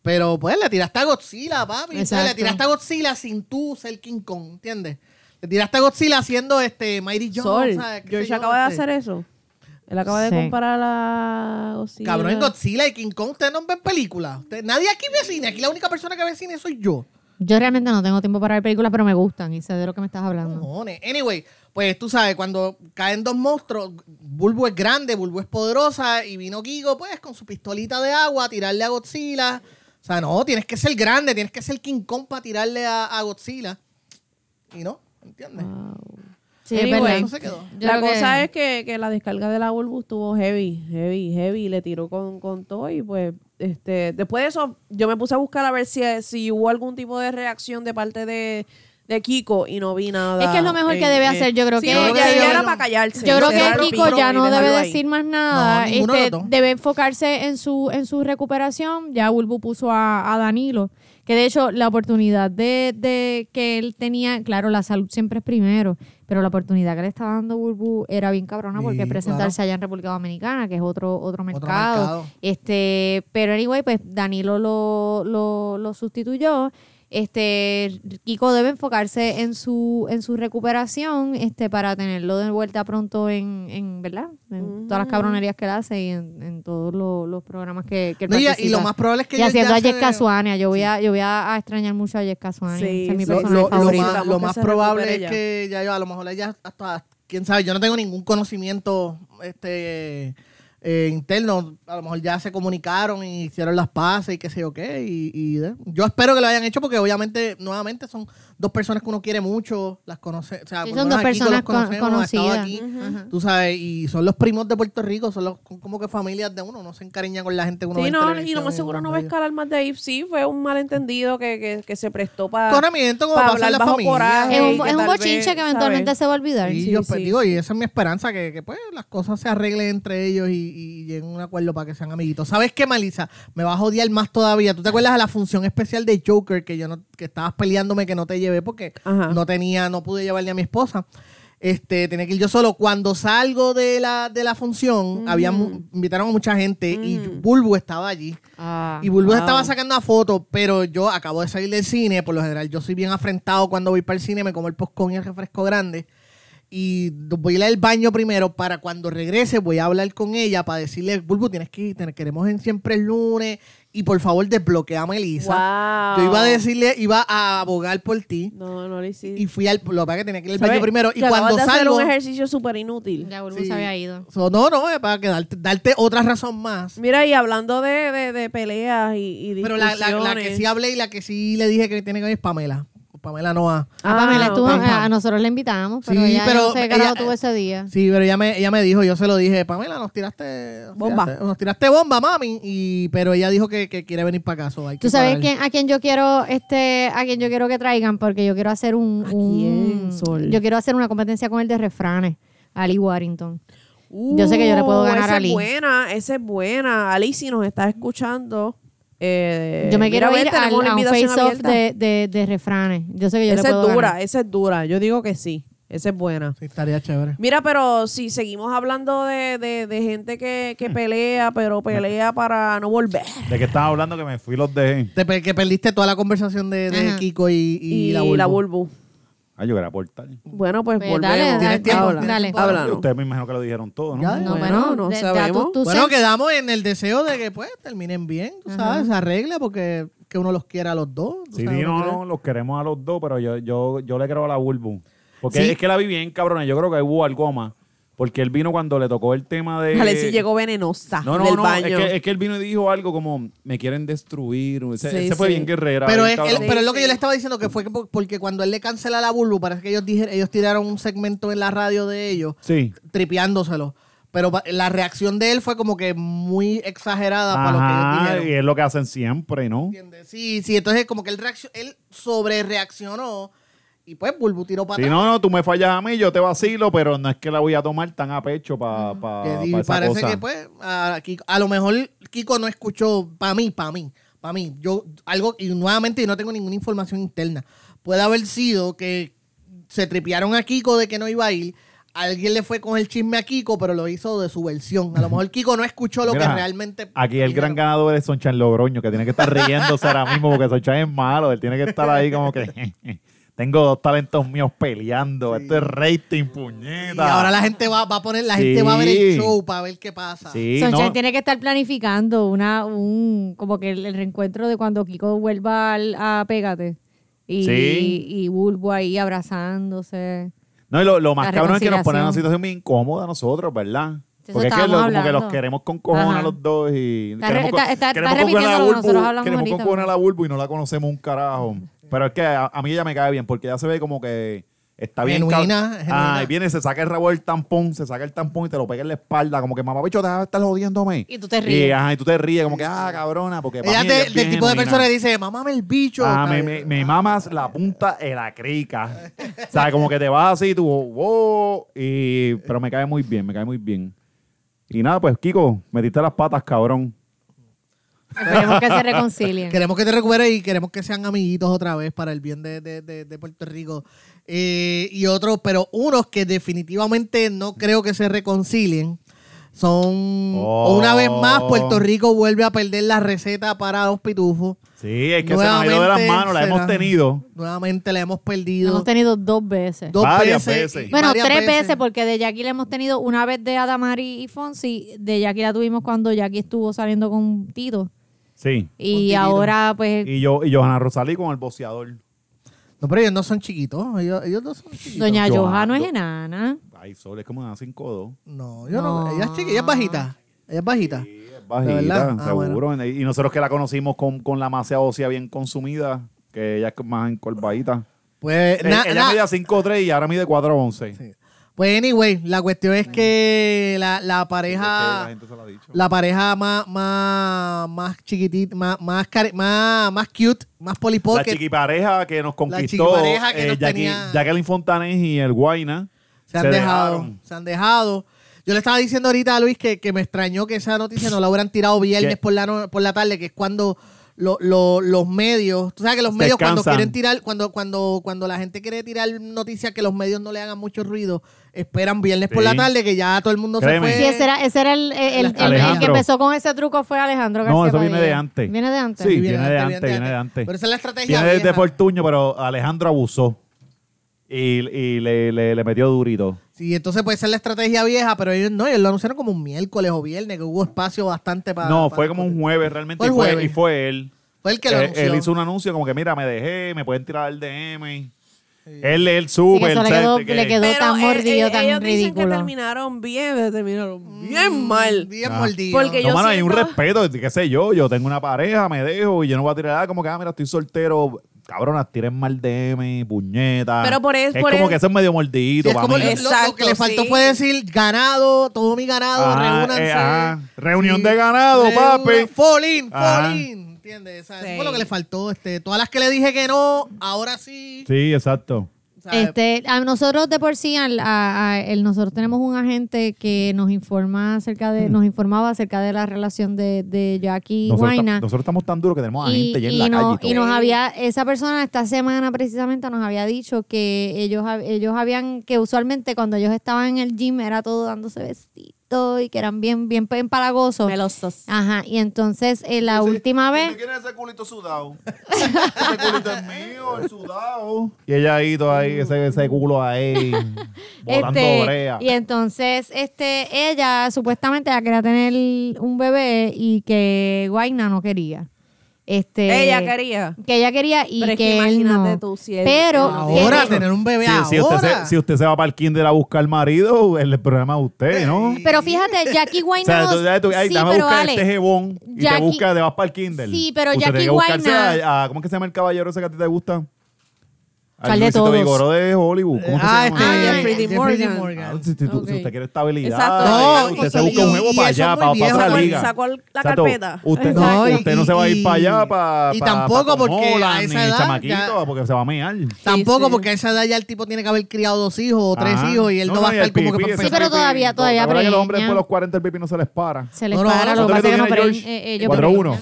S4: pero pues le tiraste a Godzilla, papi. o sea, Le
S5: Exacto.
S4: tiraste a Godzilla sin tú ser King Kong, ¿entiendes? Le tiraste a Godzilla haciendo este Mighty Jones.
S3: Sol,
S4: ¿sabes? ¿Qué sé
S3: George
S4: yo,
S3: acaba de
S4: este?
S3: hacer eso. Él acaba
S5: Sí.
S3: de comparar a Godzilla.
S4: Cabrón, en Godzilla y King Kong, ustedes no ven películas. Ustedes- Nadie aquí ve cine. Aquí la única persona que ve cine soy yo.
S5: Yo realmente no tengo tiempo para ver películas, pero me gustan y sé de lo que me estás hablando.
S4: Cojones. Anyway, pues tú sabes, cuando caen dos monstruos, Bulbo es grande, Bulbo es poderosa, y vino Kiko, pues, con su pistolita de agua a tirarle a Godzilla. O sea, no, tienes que ser grande, tienes que ser King Kong para tirarle a, a Godzilla. Y no, ¿entiendes?
S5: Sí, es
S3: Anyway,
S5: verdad.
S4: Eso se quedó.
S5: Yo
S3: La
S5: creo que-
S3: cosa es que, que la descarga de la Bulbu estuvo heavy, heavy, heavy. Le tiró con, con todo y pues este después de eso yo me puse a buscar a ver si, si hubo algún tipo de reacción de parte de, de Kiko y no vi nada.
S5: Es que es lo mejor que debe hacer, yo creo
S3: sí,
S5: que-
S3: no,
S5: yo
S3: ya,
S5: creo
S3: ya
S4: que-
S3: era para callarse.
S5: Yo creo
S3: Cerrar
S5: que
S3: el
S5: Kiko
S3: micro
S5: ya
S3: y
S5: no debe
S3: dejarlo ahí.
S5: decir más nada.
S4: No, ninguno de
S5: Este,
S4: los dos.
S5: debe enfocarse en su, en su recuperación. Ya Bulbu puso a, a Danilo, que de hecho la oportunidad de, de que él tenía, claro, la salud siempre es primero, pero la oportunidad que le estaba dando Bulbu era bien cabrona porque
S4: Sí,
S5: presentarse allá en República Dominicana, que es otro, otro mercado.
S4: mercado.
S5: Este, pero anyway, pues Danilo lo, lo, lo sustituyó. Este, Kiko debe enfocarse en su, en su recuperación, este, para tenerlo de vuelta pronto en, en ¿verdad? En todas las cabronerías que él hace y en, en todos lo- los programas que, que él
S4: No, y, y
S5: participa.
S4: lo más probable es que
S5: Y haciendo a
S4: ya se-
S5: Jessica Suania, yo voy a, yo voy a extrañar mucho a Jessica Suania.
S3: Sí,
S5: Esa es mi
S3: sí,
S4: Lo,
S5: persona
S4: lo- lo
S5: favorita.
S4: más, lo
S3: Necesitamos que
S4: más
S3: se
S4: probable
S3: recupere
S4: es que ya yo, a lo mejor ella hasta, quién sabe, yo no tengo ningún conocimiento este eh, interno, a lo mejor ya se comunicaron y hicieron las paces y qué sé yo qué, y, y, eh, yo espero que lo hayan hecho porque obviamente, nuevamente, son dos personas que uno quiere mucho, las conoce, o sea,
S5: Sí,
S4: por lo
S5: son
S4: menos
S5: dos
S4: aquí con los
S5: personas con-
S4: conocemos, ha estado
S5: conocidas.
S4: aquí,
S5: Ujú.
S4: tú sabes, y son los primos de Puerto Rico, son los, como que familias de uno, no se encariña con la gente que uno ve
S3: Sí,
S4: en
S3: no, y
S4: televisión
S3: lo más seguro
S4: en
S3: no va a
S4: radio.
S3: escalar más de ahí. Sí, fue un malentendido que, que, que se prestó para.
S4: Coronamiento como
S3: para
S4: pasa en
S3: hablar
S4: la
S3: bajo
S4: familia. eh,
S3: coraje
S5: Es
S3: y
S5: un,
S3: que
S5: es un
S3: tal vez,
S5: bochinche que eventualmente
S3: ¿sabes?
S5: se va a olvidar.
S4: Y
S3: Sí,
S4: yo
S3: sí,
S4: pues, digo,
S3: sí.
S4: y esa es mi esperanza, que, que, pues las cosas se arreglen entre ellos y, y lleguen a un acuerdo para que sean amiguitos. ¿Sabes qué, Malisa? Me vas a odiar más todavía.
S3: Ah.
S4: ¿Tú te acuerdas de la función especial de Joker que yo no, que estabas peleándome que no te llevé porque
S3: Ajá.
S4: no tenía, no pude llevarle a mi esposa? Este, tenía que ir yo solo. Cuando salgo de la, de la función, había mu-
S3: Mm.
S4: invitaron a mucha gente y Bulbo estaba allí.
S5: Ah.
S4: Y Bulbo
S3: Wow.
S4: estaba sacando una foto, pero yo acabo de salir del cine. Por lo general, yo soy bien afrentado cuando voy para el cine, me como el postcón y el refresco grande. y voy a ir al baño primero para cuando regrese voy a hablar con ella para decirle, Bulbu, tienes que ir, te- queremos en siempre el lunes y por favor desbloquea a Melissa.
S3: Wow.
S4: Yo iba a decirle, iba a abogar por ti
S3: No, no lo hiciste.
S4: y fui al, lo que pasa es que tenía que ir al
S3: ¿Sabes?
S4: baño primero y
S3: Que acabas
S4: cuando
S3: de hacer
S4: salgo...
S3: un ejercicio súper inútil.
S5: Ya
S4: Sí.
S5: se había ido.
S4: So, no, no, es para que darte, darte otra razón más.
S3: Mira, y hablando de, de, de peleas y, y
S4: Pero la, la- la que
S3: discusiones.
S4: sí hablé y la que sí le dije que tiene que ver es Pamela. Pamela Noa.
S3: Ah,
S5: Pamela,
S3: ok.
S5: tú-
S4: pam, pam.
S5: a nosotros la invitamos, pero
S4: Sí,
S5: ella
S4: pero
S5: no sé qué
S4: ella-
S5: carajo tuvo ese día.
S4: Sí, pero ella me, ella me dijo, yo se lo dije, Pamela, nos tiraste... nos
S3: Bomba.
S4: tiraste- nos tiraste bomba, mami. Y, pero ella dijo que, que quiere venir para acá. so, hay
S5: Tú
S4: que
S5: sabes
S4: parar.
S5: quién- a quién yo quiero, este, a quién yo quiero que traigan, porque yo quiero hacer un,
S3: ¿A
S5: un-
S3: quién, Sol?
S5: yo quiero hacer una competencia con él de refranes, Ali Warrington. Yo sé que yo le puedo
S3: Uh,
S5: ganar a
S3: esa
S5: Ali.
S3: es buena, esa es buena. Ali, si nos está escuchando. eh,
S5: yo me
S3: mira,
S5: quiero
S3: ve,
S5: ir
S3: tenemos
S5: al-
S3: una
S5: a un
S3: invitación
S5: face off
S3: abierta.
S5: de, de- de refranes. Yo sé que yo le
S3: Esa
S5: puedo
S3: es dura,
S5: ganar.
S3: esa es dura. Yo digo que sí, esa es buena.
S4: Sí, estaría chévere.
S3: Mira, pero si seguimos hablando de, de- de gente que,
S5: Mm.
S3: que pelea, pero pelea para no volver.
S1: ¿De qué estaba hablando que me fui y los dejé?
S4: Te pe- que perdiste toda la conversación de, de
S5: Ajá.
S4: Kiko y, y
S3: Y,
S4: la Bulbu.
S3: la Bulbu.
S1: Ah, yo era portal.
S3: Bueno, pues,
S5: Pues
S3: volvemos.
S5: dale, dale,
S4: Tienes tiempo,
S3: Habla,
S5: dale.
S3: háblanos.
S1: Ustedes me imagino que lo dijeron todo, ¿no?
S4: Ya,
S5: No,
S3: eh. Bueno,
S5: bueno,
S3: no
S5: de- ya
S3: sabemos.
S5: tú- tú
S4: Bueno,
S5: sabes-
S4: quedamos en el deseo de que pues terminen bien, tú sabes, se arregla porque que uno los quiera a los dos. tú
S1: Sí,
S4: sabes,
S1: sí, no,
S4: uno quiere-
S1: no, los queremos a los dos, pero yo, yo, yo le creo a la Bulbu. Porque
S4: Sí.
S1: es que la vi bien, cabrona. Yo creo que hubo algo más. Porque él vino cuando le tocó el tema de.
S3: Dale, si llegó venenosa
S1: No, no,
S3: del
S1: no.
S3: baño.
S1: Es, que, es que él vino y dijo algo como: me quieren destruir. Ese,
S3: Sí,
S1: ese fue
S3: sí.
S1: bien guerrera.
S4: Pero
S1: bien
S4: es,
S1: cabrón.
S4: el- pero es lo que
S3: Sí,
S4: yo
S3: sí.
S4: le estaba diciendo que fue que por- porque cuando él le cancela la Bulbu, parece que ellos dijeron, ellos tiraron un segmento en la radio de ellos,
S1: Sí.
S4: tripeándoselo. Pero pa- la reacción de él fue como que muy exagerada para Ah, pues, lo que
S1: Ajá,
S4: ellos
S1: y
S4: dijeron.
S1: es lo que hacen siempre, ¿no?
S4: ¿entiendes? Sí, sí, entonces como que él, reaccio- él sobre reaccionó y pues Bulbu tiró para
S1: Si no, no, tú me fallas a mí, yo te vacilo, pero no es que la voy a tomar tan a pecho Ah, para
S4: Que di-
S1: esa
S4: parece
S1: cosa.
S4: que pues a, Kiko- a lo mejor Kiko no escuchó para mí, para mí, para mí. Yo algo y nuevamente yo no tengo ninguna información interna. Puede haber sido que se tripearon a Kiko de que no iba a ir. Alguien le fue con el chisme a Kiko, pero lo hizo de su versión. A lo mejor Kiko no escuchó lo
S1: Mira,
S4: que realmente.
S1: Aquí el gran ganador es Sonchan Logroño, que tiene que estar riéndose ahora mismo porque Sonchan es malo. Él tiene que estar ahí como que. (laughs) Tengo dos talentos míos peleando. Esto es rating, puñeta.
S4: Y ahora la gente va, va a poner, la gente
S1: Sí.
S4: va a ver el show para ver qué pasa.
S1: Sí,
S5: Sunshine
S1: no.
S5: tiene que estar planificando una, un, como que el, el reencuentro de cuando Kiko vuelva al- a Pégate. Y,
S1: Sí.
S5: y, Bulbo ahí abrazándose.
S1: No, y lo, lo más
S5: La
S1: cabrón es que nos
S5: reconciliación.
S1: ponen en una situación bien incómoda a nosotros, ¿verdad?
S5: Eso
S1: Porque es que
S5: estábamos
S1: lo- como que los
S5: hablando.
S1: queremos con cojones
S5: Ajá.
S1: a los dos y
S5: Está
S1: queremos,
S5: re-
S1: con-
S5: está- está-
S1: queremos
S5: está
S1: con cojones a
S5: repitiendo lo que
S1: Bulbu,
S5: nosotros hablamos
S1: queremos con
S5: ahorita.
S1: cojones a Bulbu y no la conocemos un carajo. Pero es que a, a mí ella me cae bien porque ella se ve como que está bien.
S4: Genuina,
S1: cab-
S4: genuina.
S1: Ah, y viene, se saca el rabo del tampón, se saca el tampón y te lo pega en la espalda, como que mamá bicho, deja de estar jodiéndome.
S5: Y tú te ríes.
S1: Y, ajá, y tú te ríes, como que, ah, cabrona, porque para
S4: Ella
S1: mí
S4: te-
S1: ella es
S4: del
S1: bien
S4: tipo de
S1: genuina.
S4: persona que dice, mamame el bicho.
S1: Ah,
S4: Está
S1: me, me,
S4: bien.
S1: me mamas la punta de la crica. o sea, como que te vas así, tú, wow, y, pero me cae muy bien, me cae muy bien. Y nada, pues, Kiko, metiste las patas, cabrón.
S5: Esperemos que se reconcilien.
S4: Queremos que te recuperes y queremos que sean amiguitos otra vez para el bien de, de- de- de Puerto Rico. Eh, y otros, pero unos que definitivamente no creo que se reconcilien. Son,
S1: Oh.
S4: una vez más, Puerto Rico vuelve a perder la receta para los pitufos.
S1: Sí, es que se nos ha ido de las
S4: Nuevamente
S1: manos, la
S4: será.
S1: hemos tenido.
S4: Nuevamente la hemos perdido.
S5: Hemos tenido dos veces.
S4: dos
S1: Varias veces.
S4: y
S5: Bueno,
S4: varias
S5: tres veces. porque de Jackie la hemos tenido una vez de Adamari y Fonsi. De Jackie la tuvimos cuando Jackie estuvo saliendo con Tito.
S1: Sí.
S4: Con
S5: Y
S4: Titito.
S5: ahora, pues,
S1: Y yo y Johanna Rosalí con el boceador.
S4: No, pero ellos no son chiquitos. Ellos, ellos no son chiquitos.
S5: Doña
S1: Yo
S5: Johanna no
S1: ando.
S5: es enana.
S1: Ay, Sol, es como una 5-2.
S4: No, yo no.
S5: No.
S4: Ella es chiquita, ella es bajita. Ella es bajita.
S1: Bajita,
S4: ¿De verdad? Ah,
S1: seguro. Y nosotros que la conocimos con, con la masa ósea bien consumida, que ella es más encorvadita.
S4: Pues,
S1: Eh,
S4: na-
S1: ella
S4: na-
S1: medía 5'3 y ahora mide 4'11.
S4: Sí. Pues anyway, la cuestión es que la, la
S1: Que la
S4: pareja
S1: gente se lo ha dicho.
S4: la pareja más más más chiquitita, más más care- más, más cute, más
S1: La
S4: polipocket.
S1: chiquipareja que nos conquistó.
S4: chiquipareja que
S1: eh,
S4: nos
S1: Jackie-
S4: tenía-
S1: Jacqueline Fontanes y el Guaina.
S4: se han dejado, se han dejado. Yo le estaba diciendo ahorita a Luis que, que me extrañó que esa noticia no la hubieran tirado viernes
S1: Que-
S4: por la no- por la tarde, que es cuando lo- lo- los medios, tú sabes que los medios cuando
S1: Descansan.
S4: quieren tirar, cuando cuando cuando la gente quiere tirar noticias que los medios no le hagan mucho ruido, esperan viernes por
S1: Sí.
S4: la tarde que ya todo el mundo
S1: Créeme.
S4: se fue.
S5: Sí, ese era, ese era el, el- el- el- el que
S1: Alejandro.
S5: empezó con ese truco fue Alejandro García
S1: No, eso viene
S5: Padilla.
S1: de antes.
S5: ¿Viene de antes?
S1: Sí,
S4: Y
S1: viene de antes,
S4: de
S1: viene de antes.
S4: Pero esa es la estrategia.
S1: Viene desde
S4: vieja.
S1: Fortuño, pero Alejandro abusó. Y, y le, le- le metió durito.
S4: Sí, entonces puede ser la estrategia vieja, pero ellos no, ellos lo anunciaron como un miércoles o viernes, que hubo espacio bastante para.
S1: no,
S4: Ah, para-
S1: fue como un jueves realmente.
S4: Fue
S1: Y
S4: el
S1: fue,
S4: jueves.
S1: y fue él. Eh,
S4: Fue el que lo
S1: él,
S4: anunció.
S1: él hizo un anuncio como que, mira, me dejé, me pueden tirar el DM. Él, él sube.
S5: Sí, que eso
S1: él
S5: le
S1: sabe
S5: quedó-
S1: de que-
S5: le quedó- tan
S3: el-
S5: mordido,
S3: el-
S5: tan
S3: eh, ellos dicen que
S5: ridículo. Mm,
S3: terminaron bien, pero terminaron bien mal.
S4: Bien
S1: Ah.
S4: mordido.
S3: Porque
S1: No,
S3: yo
S1: mano, hay un
S3: siento-
S1: respeto, qué sé yo, yo tengo una pareja, me dejo y yo no voy a tirar nada, como que, ah, mira, estoy soltero, cabronas, tiren mal DM, puñeta.
S3: Pero por es-
S1: Es
S3: por
S1: como
S3: es-
S1: que eso es medio mordidito
S4: Sí, es
S1: para
S4: como
S1: mí.
S4: lo, lo- lo que
S3: Exacto,
S4: le faltó
S3: sí.
S4: fue decir ganado, todo mi ganado,
S1: Ajá,
S4: reúnanse.
S1: eh, ajá. Reunión de ganado,
S4: Reúna-
S1: papi.
S4: Fall in,
S1: Ajá.
S4: fall in, ¿Entiendes? O sea, eso
S3: Sí.
S4: fue lo que le faltó. Este, todas las que le dije que no, ahora sí.
S1: Sí, exacto.
S4: ¿sabes?
S5: Este, a nosotros de por sí, al- a- a- el- nosotros tenemos un agente que nos informa acerca de, nos informaba acerca de la relación de, de Jackie y
S1: Mm. Nosotros, ta-
S5: Guaina.
S1: nosotros estamos tan duros que tenemos a
S5: Y,
S1: gente ya en
S5: y
S1: la
S5: no-
S1: calle. y todo.
S5: y nos había, esa persona esta semana precisamente nos había dicho que ellos, hab- ellos habían, que usualmente cuando ellos estaban en el gym era todo dándose besitos y que eran bien, bien empalagosos.
S3: Melosos.
S5: Ajá, y entonces eh, la última vez...
S1: quieres ese culito sudado? ese culito es mío, el sudado. Y ella ahí, todo ahí, ese, ese culo ahí, botando
S5: (laughs) Este,
S1: brea.
S5: y entonces este ella supuestamente ya quería tener un bebé y que Guaina no quería. Este
S3: Ella quería.
S5: que ella quería y
S3: Pero es
S5: que,
S3: que
S5: él
S3: imagínate
S5: no.
S3: tú si él-
S5: Pero
S3: él no
S5: que-
S4: Ahora tener un bebé
S1: Si, si usted
S4: ahora.
S1: se, si usted se va para el kinder a buscar marido, el problema es usted, ¿no?
S5: pero fíjate,
S1: (laughs)
S5: Jackie
S1: O
S5: Guaina
S1: sea, tú, sabes, tú, ay,
S5: sí,
S1: dame
S5: pero
S1: buscar
S5: Ale,
S1: este jebón y te
S5: Jackie-
S1: busca, te vas para el Kindle.
S5: Sí, pero
S1: Usted tiene
S5: Jackie
S1: que buscarse
S5: Guayna-
S1: a- a- ¿Cómo es que se llama el caballero ese que a ti te gusta? Al
S5: ¿Cuál de
S1: Luisito
S5: todos?
S1: Vigoró de Hollywood. ¿Cómo que
S4: ah,
S1: se
S4: este,
S1: llama?
S3: Ah,
S4: Jeffrey D.
S3: Jeffrey D.
S4: Morgan.
S1: Ah, si, tú-
S3: Ok.
S1: si usted quiere estabilidad,
S3: Exacto.
S1: usted
S4: No,
S1: se busca un huevo
S4: y- y
S1: para
S4: eso
S1: allá,
S4: es
S1: para
S4: muy viejo
S1: otra
S4: también.
S1: liga.
S3: Sacó el- la
S1: Exacto.
S3: carpeta.
S1: Usted,
S4: Exacto.
S1: no, usted no se va a ir
S4: Y-
S1: para allá, para.
S4: y tampoco porque a esa edad
S1: chamaquito,
S4: ya-
S1: porque se va a mear.
S4: Tampoco,
S3: sí.
S4: porque a esa edad ya el tipo tiene que haber criado dos hijos o tres
S1: Ajá.
S4: hijos y él no,
S1: No,
S4: va a
S1: no, y
S4: estar
S1: el
S4: como que
S1: pipí,
S4: para
S1: ese
S5: Sí,
S4: empezar.
S5: pero todavía todavía
S1: Ahora que el hombre
S5: preña.
S1: después de los 40 el pipi no se les para.
S5: se les
S4: No, no,
S5: para
S4: no,
S5: lo que
S1: ¿Cuánto
S5: pasa es que no
S1: tiene
S5: pre-
S1: George?
S5: eh, ellos
S1: 4-1.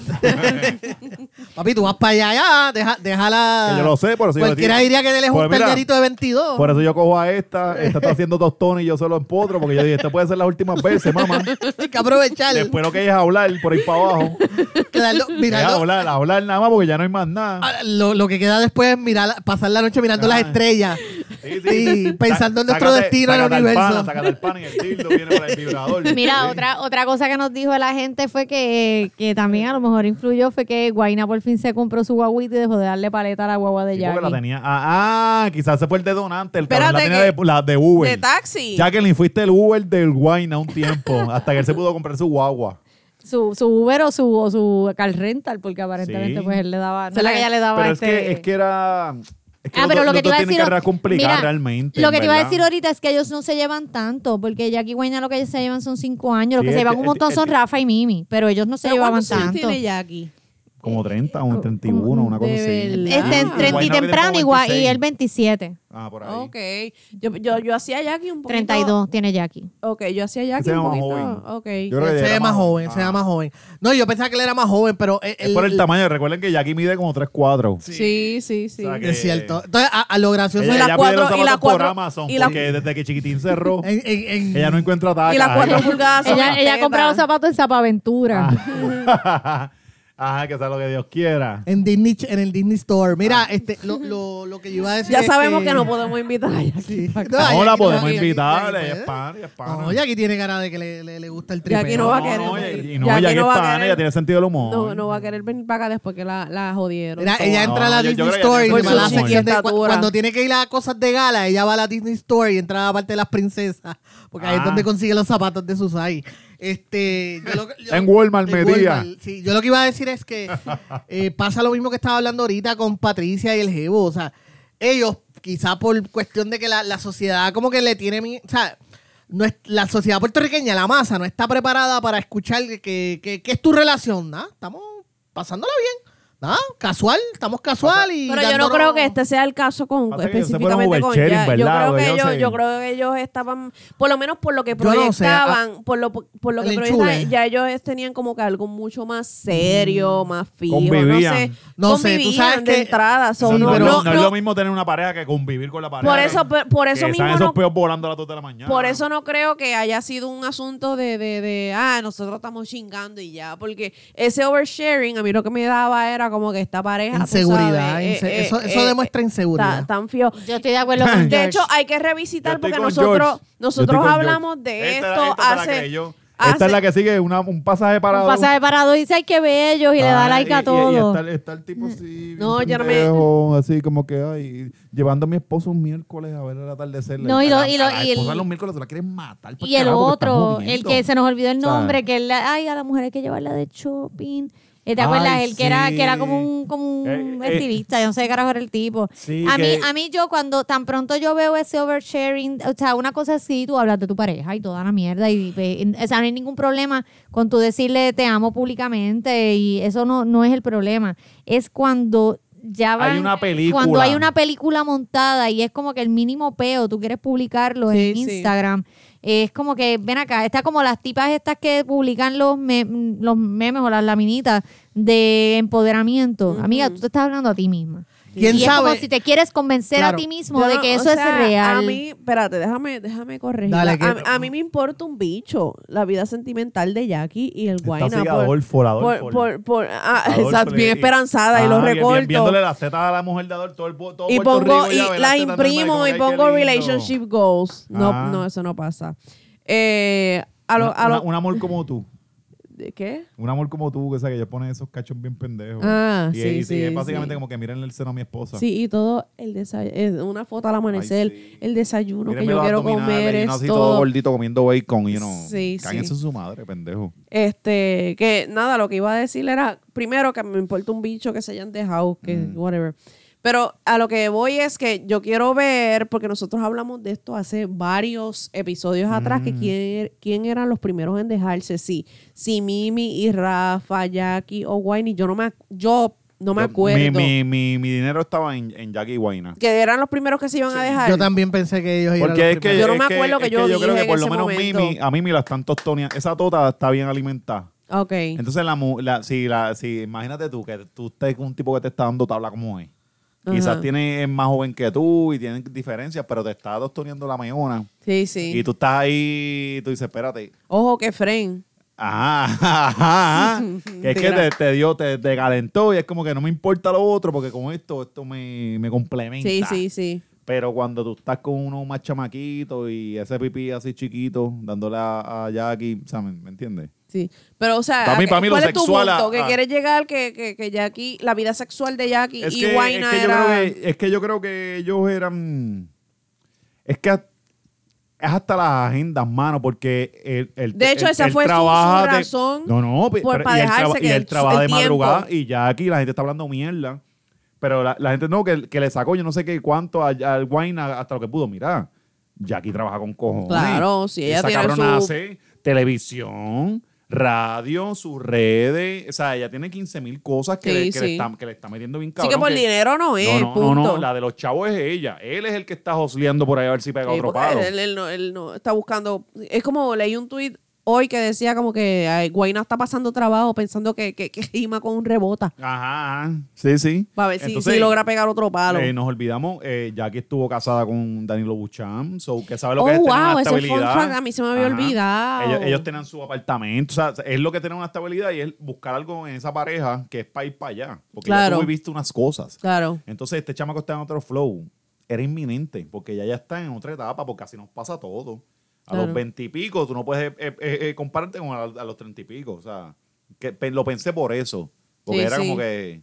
S4: Papi, tú vas para allá, ya, deja, déjala.
S1: Que yo lo sé, por eso yo le
S4: Cualquiera
S1: digo.
S4: diría que él es
S1: Pues
S4: un
S1: mira,
S4: perderito de 22.
S1: Por
S5: Oh.
S1: eso yo cojo a esta, esta está haciendo tostones y yo solo empotro, porque yo dije, esta puede ser las últimas veces, mamá.
S4: (laughs) Hay que aprovechar.
S1: Después lo que hay es hablar por ahí para
S5: (laughs)
S1: abajo.
S4: (laughs) quedarlo-
S1: Es
S4: mirarlo-
S1: hablar, hablar nada más porque ya no hay más nada.
S4: Ah, lo, lo que queda después es mirar, pasar la noche mirando
S1: Ah.
S4: las estrellas
S1: Sí,
S4: y pensando en nuestro
S1: Sácate-
S4: destino en el
S1: sácate al
S4: universo.
S1: pana, sácate al pana y el tildo viene por el vibrador.
S5: (laughs) (laughs) Mira,
S1: Sí.
S5: otra, otra cosa que nos dijo la gente fue que, que también a lo mejor influyó fue que Guaina por fin se compró su guaguita y dejó de darle paleta a la guagua de
S1: Sí, porque la
S5: Jackie.
S1: tenía. Ah, ah, quizás se fue el de donante. El cabrón la
S3: Espérate
S1: tenía de,
S3: que-
S1: la de Uber.
S3: De taxi.
S1: Jacqueline, fuiste el Uber del Guayna un
S5: (laughs)
S1: tiempo, hasta que él se pudo comprar su guagua.
S5: su, su Uber o su, o su car rental, porque aparentemente
S1: Sí.
S5: pues él le daba, no
S3: Se
S5: era
S3: la-
S5: que ella le daba
S1: Pero es
S5: este-
S1: que, es que era. es
S5: Ah, pero
S1: los
S5: lo
S1: dos-
S5: que te iba
S1: los dos
S5: a
S1: tienen
S5: decir.
S1: carreras complicadas
S5: mira,
S1: realmente.
S5: Lo que te iba a decir
S1: ¿verdad?
S5: ahorita es que ellos no se llevan tanto, porque Jackie Guayna lo que ellos se llevan son cinco años, lo
S1: Sí,
S5: que
S1: el-
S5: se llevan
S1: el-
S5: un montón
S1: el-
S5: son Rafa y Mimi, pero ellos no se
S3: ¿Pero
S5: llevaban
S3: cuántos años
S5: tanto.
S3: tiene Jackie?
S1: Como 30, un 31, una cosa
S3: Eh, de
S1: así.
S3: verdad.
S5: Este,
S3: Ah.
S5: en 30 y
S1: Guayna lo que
S5: temprano
S1: tiene
S5: y,
S1: como
S5: Gua- y
S1: 26.
S5: él 27.
S1: Ah, por ahí.
S3: Ok. Yo, yo, yo hacía Jackie un poquito.
S5: 32 tiene Jackie.
S3: Ok, yo hacía
S1: Se
S3: Jackie
S1: llama
S3: un poquito.
S1: joven.
S3: Ok.
S1: Yo creo que
S4: se
S1: era
S4: ve más joven, se
S1: Ah.
S4: ve más joven. No, yo pensaba que él era más joven, pero él-
S1: Es por el
S4: él-
S1: tamaño. Recuerden que Jackie mide como 3'4".
S3: Sí, sí, sí.
S1: O sea, que-
S4: Es cierto. Entonces, a, a lo gracioso
S1: Ella,
S4: es
S3: Y la
S1: ella pide
S3: cuatro-
S1: los
S3: y la
S1: zapatos por
S3: cuatro-
S1: Amazon,
S3: y la-
S1: porque desde que Chiquitín
S3: (laughs)
S1: cerró, (laughs)
S4: en- en- en-
S1: ella no encuentra tacas.
S3: Y las
S1: (laughs)
S3: cuatro pulgadas son
S5: Ella,
S3: las
S5: ella ha comprado
S3: tetas.
S5: zapatos en Zapaventura.
S1: Ah. Ajá. Ajá, que sea lo que Dios quiera.
S4: en Disney, Ch- en el Disney Store. Mira, este, lo, lo, lo que yo iba a decir.
S3: Ya
S4: es
S3: sabemos que no podemos invitar a Jackie. (laughs)
S4: Sí.
S1: No,
S4: Jackie
S1: la
S4: no
S1: podemos
S4: va- Jackie-
S1: invitar,
S4: Jackie
S1: ella es
S4: puede.
S1: pana, ella es pana.
S4: No, Jackie tiene cara de que le, le- le gusta el tripeo.
S3: Jackie no va a
S1: No,
S3: querer.
S1: no, ella- y no,
S3: Jackie
S1: Jackie
S3: no va a
S1: es pana,
S3: querer.
S1: ella tiene sentido del humor.
S3: No, no va a querer venir para acá después que la, la jodieron.
S4: Mira, ella
S1: No,
S4: entra a la
S1: yo- yo
S4: Disney
S1: creo que
S4: Store y
S1: ella tiene
S4: me la hace
S1: su
S4: aquí de- cu-
S3: estatura.
S4: cuando tiene que ir a cosas de gala, ella va a la Disney Store y entra a la parte de las princesas, porque ahí es
S1: Ah.
S4: donde consigue los zapatos de Susai. Este, yo lo-
S1: (laughs)
S4: yo-
S1: En Walmart, Media.
S4: Walmart, sí. yo lo que iba a decir
S1: (laughs)
S4: es que eh, pasa lo mismo que estaba hablando ahorita con Patricia y el Jebo, o sea, ellos quizá por cuestión de que la, la sociedad como que le tiene, mi- o sea, no es, la sociedad puertorriqueña, la masa, no está preparada para escuchar que, que, que- que es tu relación, ¿no? Estamos pasándola bien. Nada, Ah, casual, estamos casual y
S3: Pero yo no
S4: dándonos-
S3: creo que este sea el caso con
S1: Pasa que ellos se fueron
S3: específicamente con
S1: oversharing,
S3: Jack. Yo
S1: ¿verdad?
S3: creo que
S1: Ellos
S3: ellos,
S1: se-
S3: yo creo que ellos estaban, por lo menos por lo que
S4: Yo no sé, a-
S3: proyectaban, por lo por lo que
S4: el enchule.
S3: proyectaban, ya ellos es- tenían como que algo mucho más serio, más fijo,
S1: Convivían.
S3: no sé,
S4: Mm. No sé, tú
S3: Convivían
S4: sabes
S3: de
S4: que-
S3: entrada, so,
S1: Sí,
S3: no,
S1: pero
S3: no,
S1: no es
S3: no,
S1: lo mismo tener una pareja que convivir con la pareja.
S3: Por eso, por, por eso
S1: que
S3: mismo
S1: están esos
S3: no,
S1: peos volando a las 2 de la mañana.
S3: por eso no creo que haya sido un asunto de, de, de, ah, nosotros estamos chingando y ya, porque ese oversharing a mí lo que me daba era demuestra como que esta pareja. tú
S4: Inseguridad,
S3: sabes, eh,
S4: inse- eso- eso demuestra inseguridad.
S3: Tan, tan feo.
S5: Yo estoy
S1: (laughs)
S5: de acuerdo
S3: (laughs) De
S5: con George.
S3: hecho, hay que revisitar
S1: Yo estoy
S3: porque
S1: con
S3: nosotros,
S1: George. Yo
S3: nosotros
S1: estoy con
S3: hablamos
S1: George.
S3: de
S1: Esta-
S3: esto
S1: esta me la
S3: hace.
S1: creyó.
S3: hace-
S1: Esta es la que sigue, una- un pasaje parado.
S5: un pasaje parado y dice, ay, qué bello, y le
S1: Ah,
S5: da like a todo.
S1: está, el tipo así.
S3: Mm. No,
S1: bien
S3: yo no me-
S1: pendejo, Así como que, ay, llevando a mi esposo un miércoles a ver el atardecer.
S5: No, y lo- y lo-
S1: a la
S5: y el-
S1: esposa los miércoles se la quieren matar. por
S5: Y el
S1: pues, carajo, que están
S5: otro,
S1: jodiendo.
S5: el que se nos olvidó el
S1: ¿Sabes?
S5: nombre, que él, ay, a la mujer hay que llevarla de shopping. Eh, ¿Te
S1: Ay,
S5: acuerdas? él que era, que era
S1: sí.
S5: como un, como un
S1: Eh, eh.
S5: estilista, yo no sé qué carajo era el tipo.
S1: Sí,
S5: a, mí,
S1: que-
S5: a mí yo cuando tan pronto yo veo ese oversharing, o sea, una cosa así, tú hablas de tu pareja y toda la mierda, y, eh, o sea, no hay ningún problema con tú decirle te amo públicamente y eso no, no es el problema. Es cuando ya
S1: Hay
S5: van,
S1: una película.
S5: cuando hay una película montada y es como que el mínimo peo, tú quieres publicarlo
S3: Sí,
S5: en
S3: sí.
S5: Instagram. Es como que, ven acá, está como las tipas estas que publican los, me- los memes o las laminitas de empoderamiento. Amiga, tú te estás hablando a ti misma.
S4: ¿Quién
S5: y es como
S4: sabe?
S5: si te quieres convencer
S4: Claro.
S5: a ti mismo
S3: Yo
S5: de
S3: no-
S5: que
S3: o
S5: eso
S3: sea,
S5: es real.
S3: A mí, espérate, déjame, déjame corregir.
S4: Dale,
S3: a,
S4: que-
S3: a- a mí me importa un bicho la vida sentimental de Jackie y el
S1: Está
S3: Guayna.
S1: así,
S3: por-
S1: Adolfo, el
S3: por-
S1: Adolfo.
S3: por- por- (laughs) ah,
S1: Adolfo
S3: (laughs) exacto,
S1: le-
S3: bien esperanzada y
S1: Ah,
S3: los
S1: bien, bien,
S3: recorto.
S1: viéndole la Z a la mujer de Adolfo, todo el pu- todo
S3: y
S1: Puerto
S3: pongo
S1: Rico,
S3: y
S1: ya ve las tetas
S3: la
S1: de Mike, como
S3: imprimo
S1: que, ay,
S3: y
S1: qué
S3: pongo
S1: lindo.
S3: relationship goals. No,
S1: Ah.
S3: no, eso no pasa. Eh, a lo,
S1: Una-
S3: a lo-
S1: una- un amor como tú.
S3: ¿de ¿Qué?
S1: Un amor como tú, que, o sea, que ellos ponen esos cachos bien pendejos.
S3: Ah,
S1: y,
S3: sí,
S1: y- y
S3: sí,
S1: es básicamente
S3: sí.
S1: como que miren el seno a mi esposa.
S3: Sí, y todo el desayuno, una foto al amanecer,
S1: Ay, sí.
S3: el desayuno
S1: Mírenme
S3: que yo
S1: los
S3: quiero
S1: abdominales,
S3: comer,
S1: y
S3: es
S1: uno así
S3: todo.
S1: todo gordito comiendo bacon y no.
S3: Sí,
S1: Cállense
S3: sí.
S1: en su madre, pendejo.
S3: Este, que nada, lo que iba a decir era, primero que me importa un bicho que se hayan dejado, que
S1: Mm.
S3: whatever. Pero a lo que voy es que yo quiero ver, porque nosotros hablamos de esto hace varios episodios atrás,
S1: Mm.
S3: que quién, er, quién eran los primeros en dejarse, sí. Si Mimi y Rafa, Jackie o Wayne, yo no me, ac- yo no me
S1: Yo-
S3: acuerdo.
S1: Mi, mi, mi, mi dinero estaba en, en Jackie Guayna.
S3: Que eran los primeros que se iban a dejar.
S4: Yo también pensé que ellos eran
S1: Porque
S4: los
S1: es que,
S4: primeros.
S3: Yo no
S1: es
S3: me acuerdo
S1: es
S3: que yo
S1: creo
S3: dije
S1: que
S3: en
S1: por lo
S3: ese
S1: menos
S3: momento.
S1: Mimi, a Mimi la están tostoneando. Esa tota está bien alimentada.
S3: Ok.
S1: Entonces, la, mu- la, si, la, si, imagínate tú que tú estés con un tipo que te está dando tabla como es. Quizás
S3: Ajá.
S1: tiene, es más joven que tú y tienen diferencias, pero te está tostoneando la meona.
S3: Sí, sí.
S1: Y tú estás ahí y tú dices, espérate.
S3: Ojo que Fren.
S1: Ajá, ajá,
S3: (laughs)
S1: ajá. que es que
S3: Tira.
S1: te, te dio, te, te calentó y es como que no me importa lo otro porque con esto, esto me, me complementa.
S3: Sí, sí, sí.
S1: Pero cuando tú estás con uno más chamaquito y ese pipí así chiquito, dándole a, a Jackie, o sea, ¿me, me entiendes?
S3: Sí, pero o sea,
S1: Pa' mí-
S3: ¿a-
S1: pa' mí lo
S3: ¿cuál es tu
S1: sexual,
S3: punto?
S1: ah,
S3: que
S1: ah.
S3: quieres llegar que, que, que Jackie, la vida sexual de Jackie
S1: Es
S3: y
S1: que,
S3: Wayna
S1: es que
S3: era...
S1: yo creo que, es que yo creo que ellos eran... Es que ha- es hasta las agendas, mano, porque el, el-
S3: De hecho,
S1: el-
S3: esa
S1: el
S3: fue su- su
S1: trabaja de-
S3: razón
S1: no, no, pe-
S3: por-
S1: pero-
S3: para
S1: y él, traba-
S3: dejarse,
S1: y
S3: que
S1: él
S3: el-
S1: trabaja de
S3: el tiempo.
S1: madrugada y ya aquí la gente está hablando mierda. Pero la, la gente no, que, que le sacó yo no sé qué cuánto a- al wine a- hasta lo que pudo. Mira, Jackie trabaja con cojones.
S3: Claro, si ella
S1: Esa
S3: tiene
S1: cabrona
S3: su-
S1: hace televisión, radio, sus redes. O sea, ella tiene 15 mil cosas que,
S3: Sí,
S1: le, que, le
S3: sí.
S1: está, que le está metiendo bien
S3: Así
S1: cabrón.
S3: que por dinero no es,
S1: No, no,
S3: punto.
S1: no, no, la de los chavos es ella. Él es el que está josleando por ahí a ver si pega
S3: Sí,
S1: otro
S3: porque
S1: palo.
S3: Él, él no, él no está buscando... Es como leí un tuit hoy que decía como que ay, Wayna está pasando trabajo pensando que, que, que rima con un rebota
S1: Ajá, ajá. sí, sí.
S3: para ver si- si,
S1: Entonces,
S3: logra pegar otro palo.
S1: Eh, nos olvidamos, eh, Jackie estuvo casada con Danilo Buchan, so que sabe lo
S3: Oh,
S1: que es tener
S3: wow,
S1: una
S3: ese fun
S1: estabilidad.
S3: fact a mí se me había olvidado.
S1: Ellos, ellos tenían su apartamento, o sea, es lo que tener una estabilidad y es buscar algo en esa pareja que es para ir para allá, porque ya
S3: Claro.
S1: tú viviste unas cosas.
S3: claro.
S1: Entonces este chamaco está en otro flow, era inminente, porque ya ya está en otra etapa, porque así nos pasa todo. A
S3: Claro.
S1: los veintipico tú no puedes eh, eh, eh, compararte con a, a los treinta y pico, o sea, que, pe- lo pensé por eso, porque
S3: Sí,
S1: era
S3: sí.
S1: como que...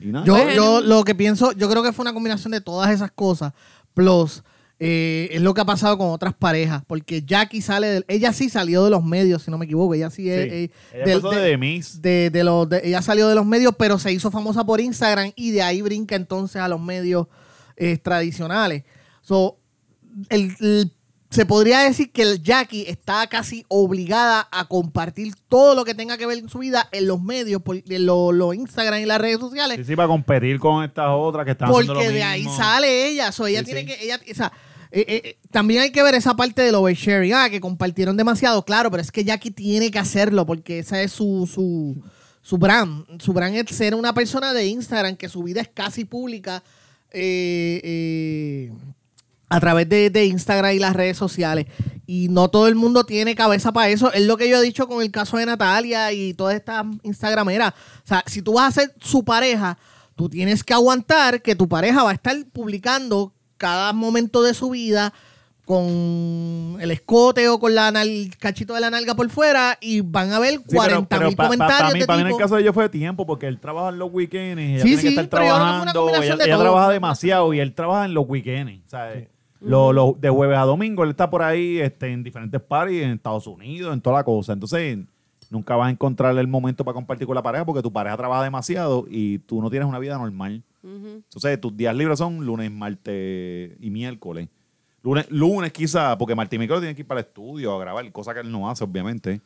S1: y nada.
S4: Yo,
S3: Bueno.
S4: yo lo que pienso, yo creo que fue una combinación de todas esas cosas, plus eh, es lo que ha pasado con otras parejas, porque Jackie sale, del- ella sí salió de los medios, si no me equivoco, ella sí, es...
S1: Sí.
S4: eh,
S1: Ella
S4: del-
S1: pasó de, The Miz.
S4: de, de los de- ella salió de los medios pero se hizo famosa por Instagram y de ahí brinca entonces a los medios eh, tradicionales so, el- el- se podría decir que el Jackie está casi obligada a compartir todo lo que tenga que ver con su vida en los medios por en lo, lo Instagram y las redes sociales
S1: Sí, sí, para competir con estas otras que están haciendo lo
S4: porque de ahí
S1: mismo.
S4: sale ella. So, ella
S1: Sí,
S4: tiene
S1: sí.
S4: que. Ella, o sea, eh, eh, eh, también hay que ver esa parte del oversharing. Ah, que compartieron demasiado, claro, pero es que Jackie tiene que hacerlo porque esa es su, su, su brand. Su brand es ser una persona de Instagram que su vida es casi pública. eh, eh, a través de, de Instagram y las redes sociales. Y no todo el mundo tiene cabeza para eso. Es lo que yo he dicho con el caso de Natalia y todas estas Instagrameras. O sea, si tú vas a ser su pareja, tú tienes que aguantar que tu pareja va a estar publicando cada momento de su vida con el escote o con la nal- cachito de la nalga por fuera y van a ver 40 mil
S7: para
S4: comentarios
S7: mí,
S4: de
S7: pa' mí en el
S4: tipo-
S7: caso de ellos fue de tiempo, porque él trabaja en los weekends, y ella
S4: Sí,
S7: tiene
S4: sí,
S7: que estar
S4: pero yo creo que fue una
S7: trabajando,
S4: combinación
S7: ella,
S4: de
S7: ella
S4: todo.
S7: trabaja demasiado y él trabaja en los weekends, ¿sabes? Lo- lo- de jueves a domingo él está por ahí este, en diferentes parties, en Estados Unidos, en toda la cosa. Entonces, nunca vas a encontrar el momento para compartir con la pareja porque tu pareja trabaja demasiado y tú no tienes una vida normal. Entonces, tus días libres son lunes, martes y miércoles. Lunes, lunes quizá, porque Martín Micro tiene que ir para el estudio a grabar, cosa que él no hace, obviamente.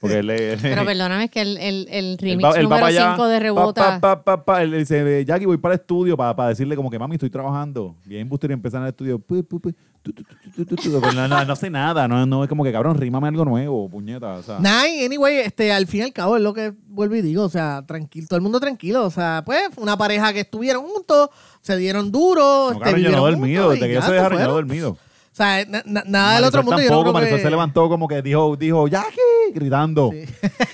S7: Porque él, es-
S5: (laughs) Pero perdóname, es que el, el, el
S7: (laughs) él
S5: remix
S7: va- él va
S5: número
S7: para allá,
S5: 5 de
S7: pa,
S5: rebota.
S7: pa, pa, pa, pa. Él dice, Jackie, voy para el estudio para, para decirle como que, mami, estoy trabajando. Bien embustero y empieza en el estudio. pu, pu, pu, tu, tu, tu, tu, tu, tu. Pero No, no, no hace nada. No, no es como que, cabrón, rímame algo nuevo, puñeta. O sea,
S4: Nah, y anyway, este, al fin y al cabo es lo que vuelvo y digo, o sea, tranquilo, todo el mundo tranquilo, o sea, pues, una pareja que estuvieron juntos, se dieron duro,
S7: no,
S4: este,
S7: cabrón, yo
S4: vivieron
S7: no he dormido.
S4: juntos y
S7: Desde que yo
S4: ya
S7: se dejaron, yo no he
S4: fueron.
S7: dormido.
S4: O sea, na- na- nada Ah, del otro
S7: Marisol
S4: mundo. yo no
S7: tampoco,
S4: creo que-
S7: Marisol se levantó como que dijo, dijo Jackie, gritando.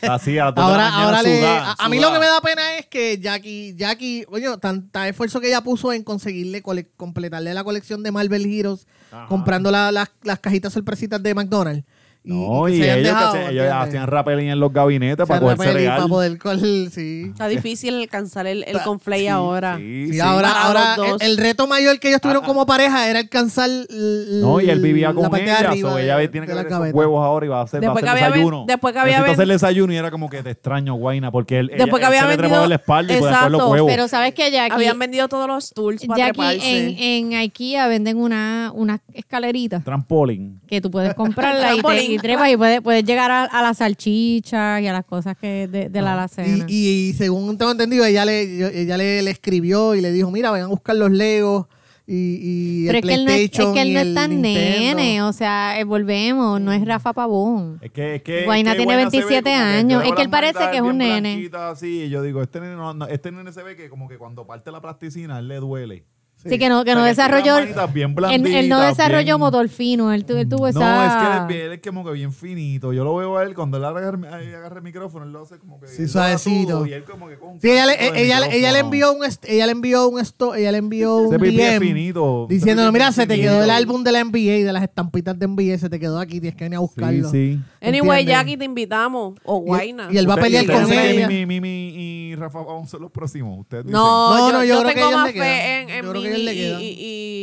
S7: Así, a las dos de
S4: Ahora,
S7: la mañana,
S4: ahora le-
S7: sudada,
S4: a, a mí lo
S7: sudada.
S4: que me da pena es que Jackie, Jackie, coño, tanta esfuerzo que ella puso en conseguirle, cole- completarle la colección de Marvel Heroes,
S7: Ajá.
S4: comprando la- las- las cajitas sorpresitas de McDonald's.
S7: No,
S4: que
S7: y
S4: se hayan
S7: ellos, que
S4: dejado,
S7: se- ellos
S4: ¿entiendes?
S7: hacían rappelling en los gabinetes
S4: O sea,
S7: para cogerse
S4: Rapel y
S7: real.
S4: para poder coger, sí.
S1: (laughs)
S3: Está difícil alcanzar el, el conflay ahora.
S7: Sí,
S4: Sí,
S7: sí.
S4: ahora,
S3: Para
S4: ahora
S3: los dos.
S4: el, el reto mayor que ellos tuvieron como pareja era alcanzar l-
S7: No, y él vivía con
S4: la parte de
S7: ella,
S4: arriba
S7: so
S4: de-
S7: ella
S4: de
S7: tiene
S4: la
S7: que ver esos
S4: gaveta.
S7: huevos ahora y va a hacer, va a
S3: Después
S7: hacer
S3: que había ven-
S7: desayuno.
S3: después que había
S7: Necesito
S3: ven-
S7: hacer desayuno y era como que te extraño, Guaina, porque él,
S3: Después que
S7: ella- él
S3: había
S7: se le trepaba
S3: vendido-
S7: en la espalda y por después los
S3: Exacto,
S7: huevos.
S5: Pero sabes que Jackie,
S3: Habían vendido todos los tools para
S5: Jackie
S3: treparse.
S5: en, en IKEA venden una, una escalerita
S7: Trampolín.
S5: que tú puedes comprarla y, te, y
S3: Trampolín.
S5: trepas y puedes, puedes llegar a, a las salchichas y a las cosas que de, de la alacena.
S4: Ah, Y, y- y según tengo entendido, ella le, yo- ella le, le escribió y le dijo, mira, vayan a buscar los Legos y, y
S5: Pero
S4: el
S5: es que él no es, es
S4: PlayStation
S5: que él
S4: y
S5: no
S4: el
S5: es tan
S4: Nintendo". Mm.
S5: nene, o sea, eh, volvemos, no es Rafa Pavón.
S7: Es que, es que,
S5: Guaina
S7: es que
S5: tiene
S7: se ve
S5: 27
S7: como
S5: años.
S7: yo le
S5: Es
S7: veo
S5: que él
S7: las
S5: parece
S7: manitas
S5: que es un
S7: bien
S5: nene.
S7: blanquitas Así, y yo digo, este nene, no- no- este nene se ve que como que cuando parte la plasticina, a él le duele.
S5: Así que no, que no
S7: O sea, que él tiene
S5: desarrolló.
S7: las manitas bien
S5: él, él no
S7: blanditas,
S5: desarrolló
S7: bien-
S5: motor fino, él, tu- él tuvo
S7: No,
S5: esa.
S7: es que él, es bien- él es como que bien finito. Yo lo veo a él cuando él agarra, ahí agarra el micrófono, él lo hace como que.
S4: Sí,
S7: él lo
S4: suavecito.
S7: atudo Y él como que con un
S4: Sí, ella le, e,
S7: cachito de
S4: ella, le- ella le
S7: micrófono.
S4: envió un est- ella le envió un esto, ella le envió un
S7: Ese pipí es
S4: DM
S7: finito. Ese
S4: diciéndole,
S7: pipí es
S4: mira, se te quedó el
S7: finito".
S4: álbum de la NBA y de las estampitas de NBA, se te quedó aquí, tienes que venir a buscarlo.
S7: Sí, sí.
S3: Anyway,
S4: ¿Entiendes?
S3: Jackie, te invitamos. O
S4: Y-
S3: Guaina.
S4: Y, él va a pelear
S7: Ustedes
S4: con
S7: dicen que
S4: ella.
S7: Mimi, Mimi y Rafa vamos a ser los próximos. Ustedes dicen.
S3: No,
S4: No,
S3: yo,
S4: no, yo
S3: yo
S4: creo que
S3: tengo
S4: ellos
S3: más
S4: le
S3: fe
S4: quedan.
S3: en, en
S4: Yo creo que
S3: Mimi
S4: ellos le
S3: y,
S4: quedan.
S3: y-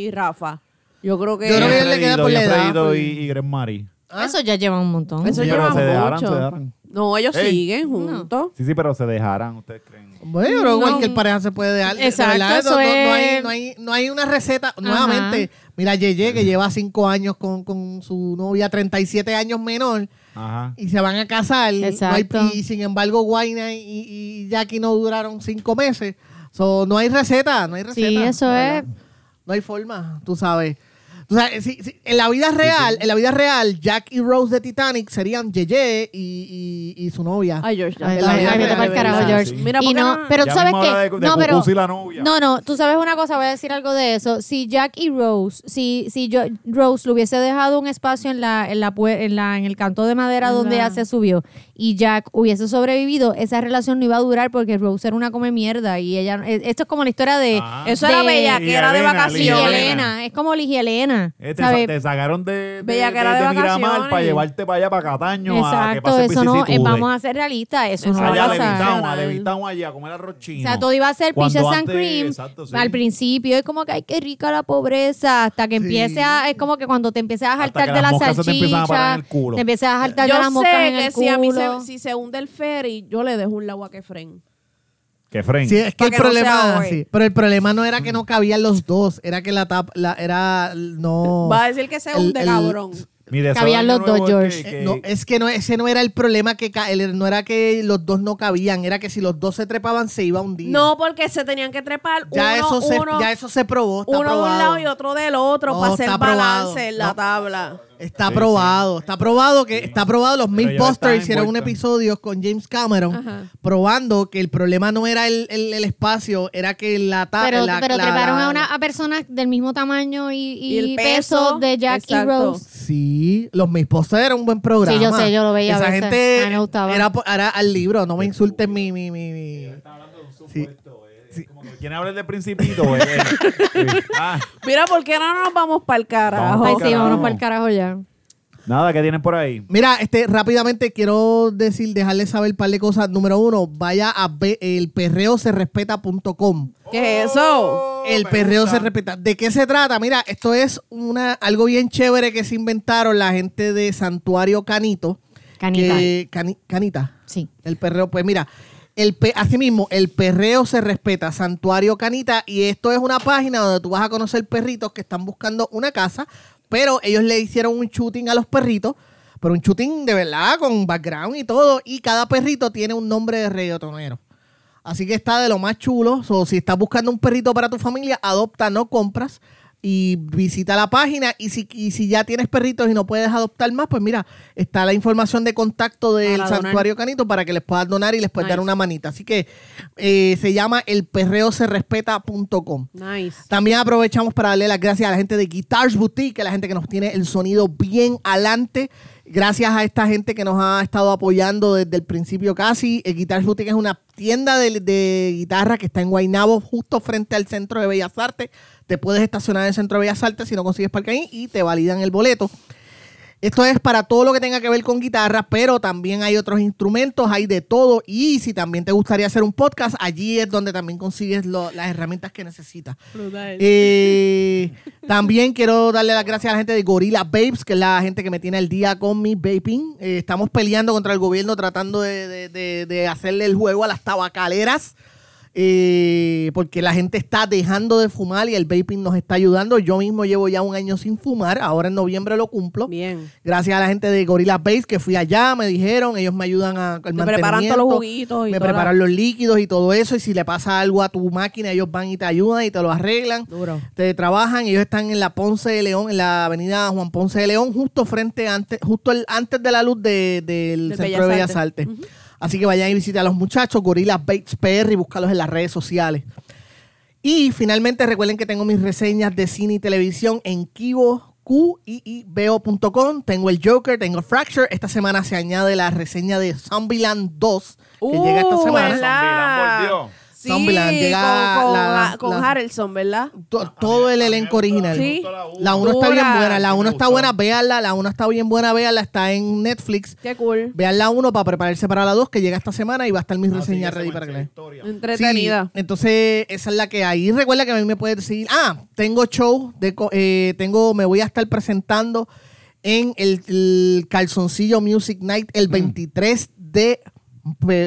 S3: y Rafa. Yo creo que...
S4: Yo creo
S7: Y
S4: que él le queda
S7: Alfredito,
S4: por
S7: y
S4: la edad,
S7: Alfredito
S4: pues.
S7: y, y Gran Mari.
S4: Ah.
S5: Eso ya lleva un montón.
S3: Eso
S7: Sí,
S3: lleva
S7: pero se dejaron,
S3: mucho.
S7: se dejaron.
S3: No, ellos
S7: Ey.
S3: siguen juntos.
S7: Sí, sí, pero se dejarán, ustedes creen.
S4: Bueno, pero
S5: No.
S4: cualquier pareja se puede dejar. de
S5: Exacto,
S4: verdad,
S5: eso
S4: no, no- no
S5: es-
S4: hay, no, hay, no hay una receta. Nuevamente, mira, Yeye, que lleva cinco años con, con su novia, 37 años menor,
S7: Ajá.
S4: y se van a casar. No hay-
S5: Exacto.
S4: y sin embargo, Guayna y, y Jackie no duraron cinco meses. So, no hay receta, no hay receta.
S5: Sí, eso
S4: de verdad.
S5: es.
S4: No hay forma, tú sabes. O sea, si- si- en la vida real, en la vida real, Jack y Rose de Titanic serían Yeye y, y- y su novia.
S3: Ay, George, ya.
S5: Ay,
S4: la vida
S5: ay, vete
S4: real,
S5: pa'l carajo,
S7: ¿verdad?
S5: George.
S7: Sí.
S3: Mira,
S5: y
S3: ¿por qué
S5: no,
S3: no-
S5: pero tú
S7: Ya
S5: sabes
S7: mismo
S5: que.
S7: habla de- de
S5: no, pero.
S7: Cucuz y la novia.
S5: No, no, tú sabes una cosa, voy a decir algo de eso. Si Jack y Rose, si, si yo, Rose le hubiese dejado un espacio en la, en la, pue- en la- en el canto de madera En donde la- ella se subió y Jack hubiese sobrevivido, esa relación no iba a durar porque Rose era una come mierda y ella, e- esto es como la historia de,
S7: Ah.
S3: Eso era
S5: de-
S3: bella,
S7: Y
S3: que era de
S7: Elena,
S5: Ligia
S7: Ligia
S3: vacaciones.
S5: Elena, es como Ligia Elena,
S7: Eh, te, sa-
S5: ¿sabes?
S7: te sacaron de, de,
S3: Bella que era de
S7: Miramar
S3: vacaciones.
S7: para llevarte para allá, para Cataño. a que
S5: Exacto,
S7: pases
S5: eso no, eh,
S7: vicisitudes.
S5: vamos a ser realistas, eso no va
S7: Allá
S5: a
S7: le
S5: pasar.
S7: Levitown, a
S3: Nacional.
S7: Levitown allá, a comer arroz chino.
S5: O sea, todo iba a ser
S7: Cuando
S5: pizza and
S7: antes-
S5: cream
S7: exacto, sí.
S5: al principio. Es como que, ay, qué rica la pobreza. Hasta que empiece a... Es como que cuando te empieces a
S7: Hasta
S5: jaltar
S7: que
S5: de la
S7: las moscas se te empiezan a parar en
S5: salchicha,
S7: el culo.
S5: te empiezas a jaltar de
S3: Yo
S5: las moscas
S3: sé
S5: en
S3: que
S5: el
S3: si a mí
S5: culo.
S3: se, si se hunde el ferry, yo le dejo un agua que fren.
S7: Que Frank.
S4: Sí, es que
S3: Pa'
S4: el
S3: que no
S4: problema
S3: sea
S4: ah, sí.
S3: hoy.
S4: pero el problema no era que no cabían los dos, era que la tapa la era
S3: (laughs)
S4: no
S3: Va a decir que se
S4: El-
S3: hunde,
S4: el-
S3: cabrón.
S7: Mi deseo
S5: Cabían
S7: de año
S5: los dos,
S7: nuevo es que-
S4: Eh,
S7: que-
S4: no, es que no, ese no era el problema que ca- el- no era que los dos no cabían, era que si los dos se trepaban se iba a hundir.
S3: No, porque se tenían que trepar
S4: ya
S3: uno,
S4: eso se
S3: uno,
S4: ya eso se probó, está
S3: uno de un
S4: probado.
S3: lado y otro del otro
S4: No,
S3: para hacer
S4: está probado.
S3: balance en la
S4: No.
S3: tabla.
S4: Está probado, está probado que está probado los mil
S7: Pero ya está
S4: posters hicieron un
S7: envuelto.
S4: episodio con James Cameron
S2: Ajá.
S4: probando que el problema no era el, el- el espacio, era que la ta-
S5: Pero,
S4: Ah, la-
S5: pero
S4: la-
S5: treparon
S4: la-
S5: a, una, a personas del mismo tamaño y, y
S3: Y el peso,
S5: peso de Jack
S3: exacto.
S5: y Rose.
S4: Sí, los mil posters era un buen programa.
S5: Sí, yo sé, yo lo veía a
S4: Esa
S5: veces.
S4: gente
S5: A mí me gustaba.
S4: era, po- era al libro, no me insulten mi mi mi. mi- Sí.
S7: ¿Quién habla del principito? eh? Sí.
S4: (laughs)
S7: Ah,
S3: Mira, ¿por qué no nos vamos para el carajo?
S7: Vamos
S5: Ay,
S7: pa'l
S5: sí, vámonos
S7: carajo.
S5: para el carajo ya.
S7: nada, ¿qué tienen por ahí?
S4: Mira, este, rápidamente quiero decir, dejarles saber un par de cosas. Número uno, vaya a ve- elperreoserespeta.com.
S3: ¿Qué es eso?
S4: El perreo se respeta. ¿De qué se trata? Mira, esto es una, algo bien chévere que se inventaron la gente de Santuario Canito.
S5: Canita.
S4: que- cani- canita.
S5: Sí.
S4: El perreo, pues mira, el pe- así mismo, el perreo se respeta, Santuario Canita, y esto es una página donde tú vas a conocer perritos que están buscando una casa, pero ellos le hicieron un shooting a los perritos, pero un shooting de verdad, con background y todo, y cada perrito tiene un nombre de reggaetonero. Así que está de lo más chulo. So, si estás buscando un perrito para tu familia, adopta, no compras. Y visita la página. Y si, y si ya tienes perritos y no puedes adoptar más, pues mira, está la información de contacto del
S3: Para donar.
S4: Santuario Canito para que les puedas donar y les puedas dar
S3: Nice.
S4: una manita. Así que eh, se llama elperreoserespeta.com.
S3: Nice.
S4: También aprovechamos para darle las gracias a la gente de Guitars Boutique, que es la gente que nos tiene el sonido bien adelante. Gracias a esta gente que nos ha estado apoyando desde el principio casi. Eh, Guitars Boutique es una tienda de, de guitarra que está en Guaynabo, justo frente al Centro de Bellas Artes. Te puedes estacionar en el Centro de Bellas Artes si no consigues parking y te validan el boleto. Esto es para todo lo que tenga que ver con guitarra, pero también hay otros instrumentos, hay de todo. Y si también te gustaría hacer un podcast, allí es donde también consigues lo- las herramientas que necesitas. Eh, también quiero darle las gracias a la gente de Gorilla Babes, que es la gente que me tiene al día con mi vaping. Eh, estamos peleando contra el gobierno tratando de, de- de- de hacerle el juego a las tabacaleras. eh, porque la gente está dejando de fumar y el vaping nos está ayudando. Yo mismo llevo ya un año sin fumar, ahora en noviembre lo cumplo.
S3: Bien.
S4: Gracias a la gente de Gorilla Base que fui allá, me dijeron, ellos me ayudan a al
S3: Me preparan todos
S4: mantenimiento,
S3: los juguitos y
S4: me
S3: toda la-
S4: preparan los líquidos y todo eso y si le pasa algo a tu máquina ellos van y te ayudan y te lo arreglan.
S3: Duro.
S4: Te trabajan, ellos están en la Ponce de León, en la avenida Juan Ponce de León, justo frente antes, justo el- antes de la luz de- del
S3: Del
S4: Centro
S3: Bellas
S4: de Bellas
S3: Artes.
S4: Artes. Así que vayan y visiten a los muchachos, Gorilla Bates PR y búscalos en las redes sociales. Y finalmente recuerden que tengo mis reseñas de cine y televisión en Kibo, Q-I-I-B-O.com. Tengo el Joker, tengo Fracture. Esta semana se añade la reseña de Zombieland 2, que
S3: Uh,
S4: llega esta semana.
S3: ¿verdad?
S7: Zombieland volvió.
S3: Sí,
S4: Zombieland llega
S3: con, con,
S4: la-
S3: con
S4: la-
S3: Harrelson, ¿verdad?
S4: To- Todo el elenco original.
S3: Sí.
S4: La 1 está bien
S3: Dura.
S4: buena, la
S7: Sí,
S4: 1
S7: me
S4: está
S7: gustó.
S4: buena, véanla, la 1 está bien buena, véanla, está en Netflix.
S3: Qué cool.
S4: Vean la 1 para prepararse para la 2 que llega esta semana y va a estar mi
S7: Ah,
S4: reseña ready para que la
S3: Entretenida.
S4: Sí, entonces, esa es la que hay. Y Recuerda que a mí me puedes decir, ah, tengo show, de, co- eh, tengo, me voy a estar presentando en el, el Calzoncillo Music Night el
S7: Mm.
S4: 23 de,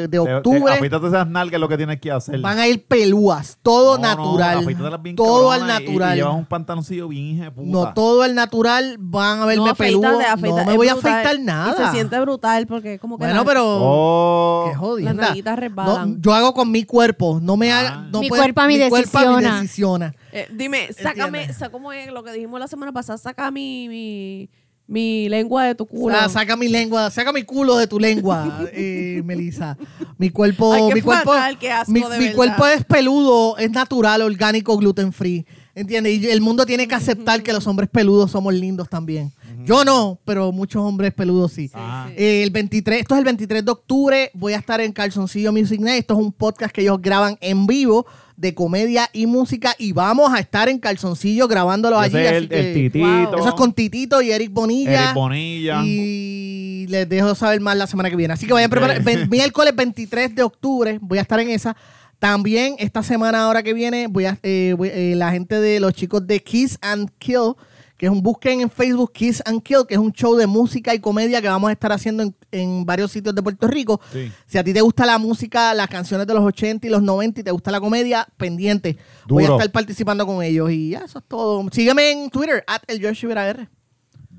S4: de octubre.
S7: Apítate eh, esas nalgas lo que tienes que hacer.
S4: Van a ir pelúas, todo
S7: No, no,
S4: natural.
S7: afeítatelas bien
S4: todo al
S7: cabronas y-
S4: natural.
S7: Y, llevas un pantaloncillo bien hija de puta.
S4: no, todo al natural. Van a verme
S3: afeítate,
S4: pelúa.
S3: afeítate,
S4: no me
S3: es
S4: voy a
S3: brutal.
S4: afeitar
S3: Y
S4: nada.
S3: se siente brutal porque como que...
S4: bueno,
S3: la-
S4: pero.
S7: Oh.
S4: Qué jodienda.
S3: Las nalguitas resbalan.
S4: No, yo hago con mi cuerpo. No me haga.
S7: Ah.
S4: no
S5: Mi
S4: puede-
S5: cuerpo a mi
S4: cuerpo a mi
S5: decisiona.
S4: decisiona.
S3: Eh, dime, sácame,
S4: Entiende.
S3: sa- ¿cómo es lo que dijimos la semana pasada? Saca mi, mi, mi lengua de tu culo.
S4: O sea, saca mi lengua, saca mi culo de tu
S3: (laughs)
S4: lengua, eh, Melissa. Mi cuerpo,
S3: Ay, qué
S4: mi cuerpo,
S3: fatal, qué asco,
S4: mi,
S3: de
S4: mi
S3: verdad.
S4: cuerpo es peludo, es natural, orgánico, gluten free. ¿Entiendes? Y el mundo tiene que aceptar que los hombres peludos somos lindos también. Yo no, pero muchos hombres peludos sí.
S7: Ah. sí.
S4: Eh, el 23, esto es el 23 de octubre, voy a estar en Calzoncillo Music Night. Esto es un podcast que ellos graban en vivo de comedia y música y vamos a estar en Calzoncillo grabándolos allí.
S7: Ese es
S4: así
S7: el,
S4: que-
S7: el titito.
S3: Wow.
S4: eso es con Titito y Eric Bonilla.
S7: Eric Bonilla.
S4: Y les dejo saber más la semana que viene. Así que vayan preparando. Ven- Miércoles 23 de octubre voy a estar en esa. También esta semana, ahora que viene, voy a, eh, voy- eh, la gente de los chicos de Kiss and Kill, que es un busquen en Facebook Kiss and Kill, que es un show de música y comedia que vamos a estar haciendo en, en varios sitios de Puerto Rico.
S7: Sí.
S4: Si a ti te gusta la música, las canciones de los 80 y los 90 y te gusta la comedia, pendiente. Voy a
S7: Duro.
S4: estar participando con ellos y ya, eso es todo. Sígueme en Twitter, at el Josh Rivera R.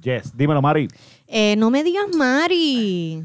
S7: Yes, dímelo, Mari.
S5: Eh, no me digas Mari.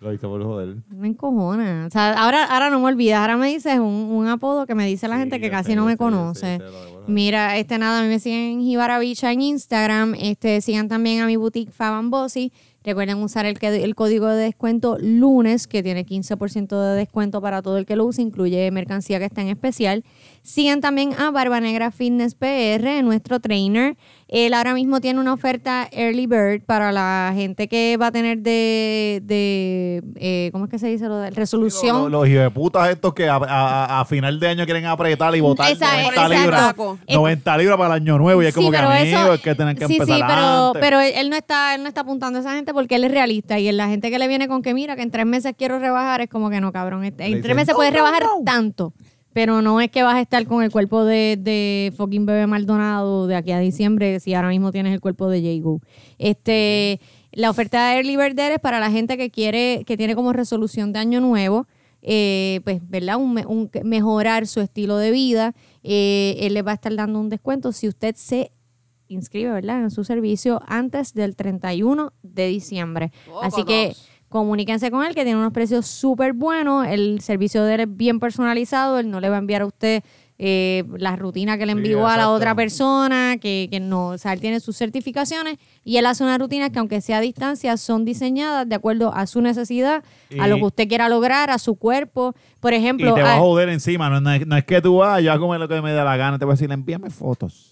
S1: Lo hizo por joder.
S5: Me encojona. O sea, ahora, ahora no me olvidas. Ahora me dices un, un apodo que me dice la gente que casi no me conoce. Mira, este nada, a mí me siguen en Jibarabicha en Instagram. Este, sigan también a mi boutique Faban Bossi. Recuerden usar el, que- el código de descuento lunes, que tiene 15% de descuento para todo el que lo use, incluye mercancía que está en especial. Sigan también a Barba Negra Fitness PR, nuestro trainer. Él ahora mismo tiene una oferta Early Bird para la gente que va a tener de, de eh, ¿cómo es que se dice? Lo de resolución.
S7: Los, los hijueputas estos que a, a- a final de año quieren apretar y botar
S5: Exacto,
S7: 90
S5: exacto.
S7: libras.
S5: Eh,
S7: 90 libras para el año nuevo y es como que amigos,
S5: eso-
S7: es que tienen que
S5: sí,
S7: empezar
S5: sí, pero,
S7: antes.
S5: pero él no está él no está apuntando a esa gente porque él es realista y en la gente que le viene con que mira que en tres meses quiero rebajar es como que no cabrón este- en
S1: Le
S5: tres
S1: dicen,
S5: meses
S1: "No,
S5: puedes
S1: no,
S5: rebajar
S1: no".
S5: tanto pero no es que vas a estar con el cuerpo de, de fucking bebé Maldonado de aquí a diciembre si ahora mismo tienes el cuerpo de J.Go. Este, la oferta de Early Bird Dead es para la gente que quiere, que tiene como resolución de año nuevo, eh, pues, ¿verdad? Un, me- un- mejorar su estilo de vida. Eh, él les va a estar dando un descuento si usted se inscribe, ¿verdad? En su servicio antes del 31 de diciembre. Así que comuníquense con él que tiene unos precios súper buenos. El servicio de él es bien personalizado. Él no le va a enviar a usted eh, la rutina que le
S7: Sí,
S5: envió a la
S7: exacto.
S5: otra persona, que, que no, o sea, él tiene sus certificaciones y él hace unas rutinas que aunque sea a distancia son diseñadas de acuerdo a su necesidad, a
S7: Y-
S5: lo que usted quiera lograr, a su cuerpo. Por ejemplo,
S7: y te va a
S5: ah,
S7: joder encima. No, no es, no es que tú vas, yo hago lo que me da la gana. Te voy a decir,
S3: (laughs)
S7: envíame fotos.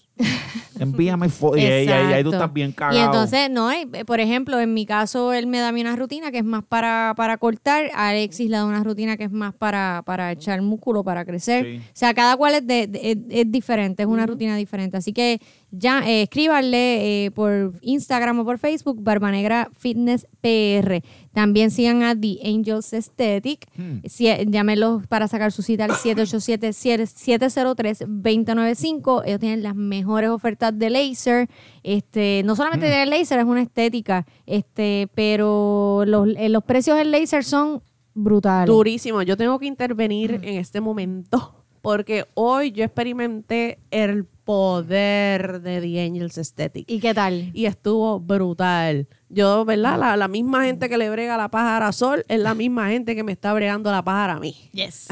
S7: envíame fotos. Y ahí, ahí- ahí tú
S5: Exacto.
S7: estás bien cagado.
S5: Y entonces, no, eh, por ejemplo, en mi caso, él me da a mí una rutina que es más para, para cortar, a Alexis le da una rutina que es más para, para echar músculo, para crecer.
S7: Sí.
S5: O sea, cada cual es, de- de- es, es diferente, es una rutina diferente. Así que ya eh, escríbanle eh, por Instagram o por Facebook, Barbanegra Fitness PR. También sigan a The Angels Aesthetic. Si- llámenlos para sacar su cita al 787-703-2095. Ellos tienen las mejores ofertas de laser. Este, no solamente tienen laser, es una estética. Este, pero los, eh, los precios del laser son brutales.
S3: Durísimo. Yo tengo que intervenir en este momento porque hoy yo experimenté el poder de The Angels Aesthetic.
S5: ¿Y qué tal?
S3: y estuvo brutal. Yo, ¿verdad? La, la misma gente que le brega la pájara a Sol es la misma gente que me está bregando la pájara a mí.
S5: Yes.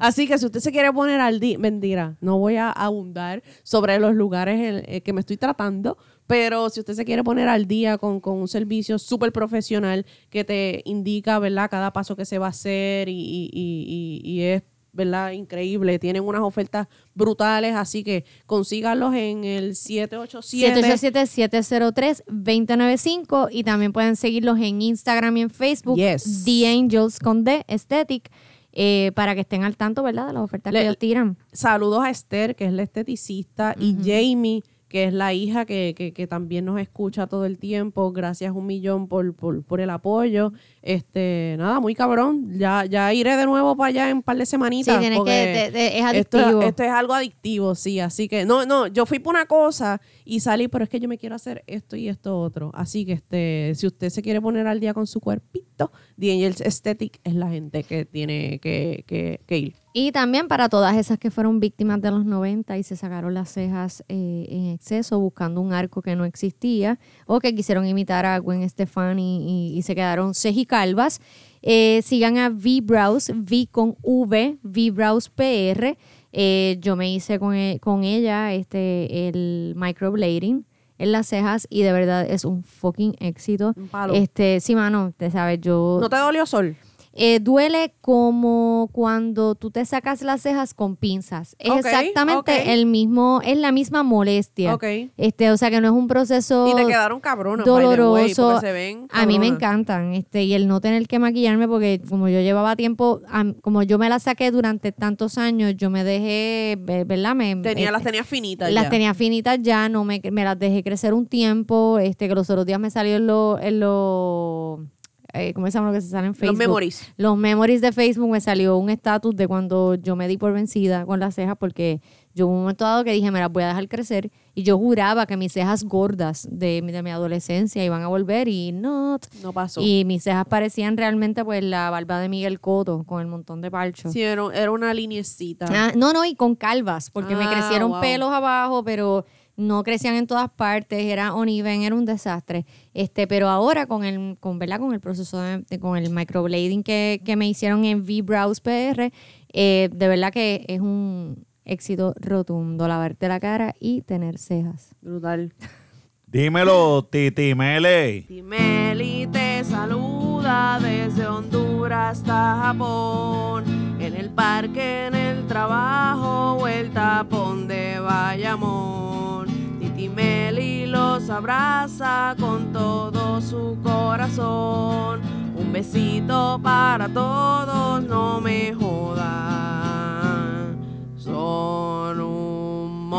S3: Así que si usted se quiere poner al día, mentira, no voy a abundar sobre los lugares en- eh, que me estoy tratando, pero si usted se quiere poner al día con, con un servicio súper profesional que te indica, ¿verdad?, cada paso que se va a hacer y, y- y- y- y es, ¿verdad?, increíble. Tienen unas ofertas brutales, así que consígalos en el 787.
S5: 787-703-2095 y también pueden seguirlos en Instagram y en Facebook,
S3: Yes.
S5: The Angels con D Aesthetic, eh, para que estén al tanto, ¿verdad? De las ofertas
S3: Le-
S5: que ellos tiran.
S3: Saludos a Esther, que es la esteticista, y Jamie, que es la hija que, que- que también nos escucha todo el tiempo. Gracias un millón por, por- por el apoyo. Este, nada, muy cabrón. Ya, ya iré de nuevo para allá en un par de semanitas.
S5: Sí, tienes
S3: porque
S5: que- te- te- es
S3: esto-
S5: adictivo.
S3: Esto, es algo adictivo, sí. Así que, no, no, yo fui por una cosa y salí, pero es que yo me quiero hacer esto y esto otro. Así que este, si usted se quiere poner al día con su cuerpito, The Angels Aesthetic es la gente que tiene que, que- que ir.
S5: Y también para todas esas que fueron víctimas de los 90 y se sacaron las cejas eh, en exceso buscando un arco que no existía o que quisieron imitar a Gwen Stefani y, y se quedaron cejicalvas. Eh, sigan a V-Browse, V con V, V-Browse PR. Eh, yo me hice con, e- con ella este, el microblading en las cejas y de verdad es un fucking éxito.
S3: Un palo.
S5: Este, sí, mano, te sabes, yo...
S3: ¿No te dolió sol?
S5: Eh, duele como cuando tú te sacas las cejas con pinzas. Es
S3: Ok,
S5: exactamente
S3: ok.
S5: el mismo, es la misma molestia.
S3: Ok.
S5: Este, o sea que no es un proceso
S3: Y te quedaron cabronas, by the way,
S5: Oh, doloroso.
S3: porque se ven
S5: a mí me
S3: cabronas.
S5: encantan, este, y el no tener que maquillarme porque como yo llevaba tiempo, am- como yo me las saqué durante tantos años, yo me dejé, ve- ¿verdad? Me,
S3: Tenía,
S5: eh,
S3: las tenía finitas.
S5: las
S3: ya.
S5: tenía finitas ya, no me, me las dejé crecer un tiempo, este, que los otros días me salió en los, en los, eh, ¿cómo se llama lo que se sale en Facebook?
S3: memories.
S5: Los memories de Facebook me salió un estatus de cuando yo me di por vencida con las cejas porque yo hubo un momento dado que dije, me las voy a dejar crecer y yo juraba que mis cejas gordas de, mi- de mi adolescencia iban a volver y no.
S3: No pasó.
S5: Y mis cejas parecían realmente pues la barba de Miguel Coto con el montón de parchos.
S3: Sí, era, era una linecita.
S5: Ah, no, no, y con calvas, porque me
S3: Ah,
S5: crecieron
S3: wow.
S5: pelos abajo, pero no crecían en todas partes, era uneven, era un desastre. Este, pero ahora con el, con, ¿verdad? con el proceso de, de- con el microblading que, que me hicieron en V-Browse PR, eh, de verdad que es un éxito rotundo lavarte la cara y tener cejas.
S3: Brutal.
S7: Dímelo, Titi Mele.
S3: Timeli te saluda desde Honduras hasta Japón, en el parque, en el trabajo o el tapón de Bayamón. Titi Meli los abraza con todo su corazón. Un besito para todos, no me jodan. Son un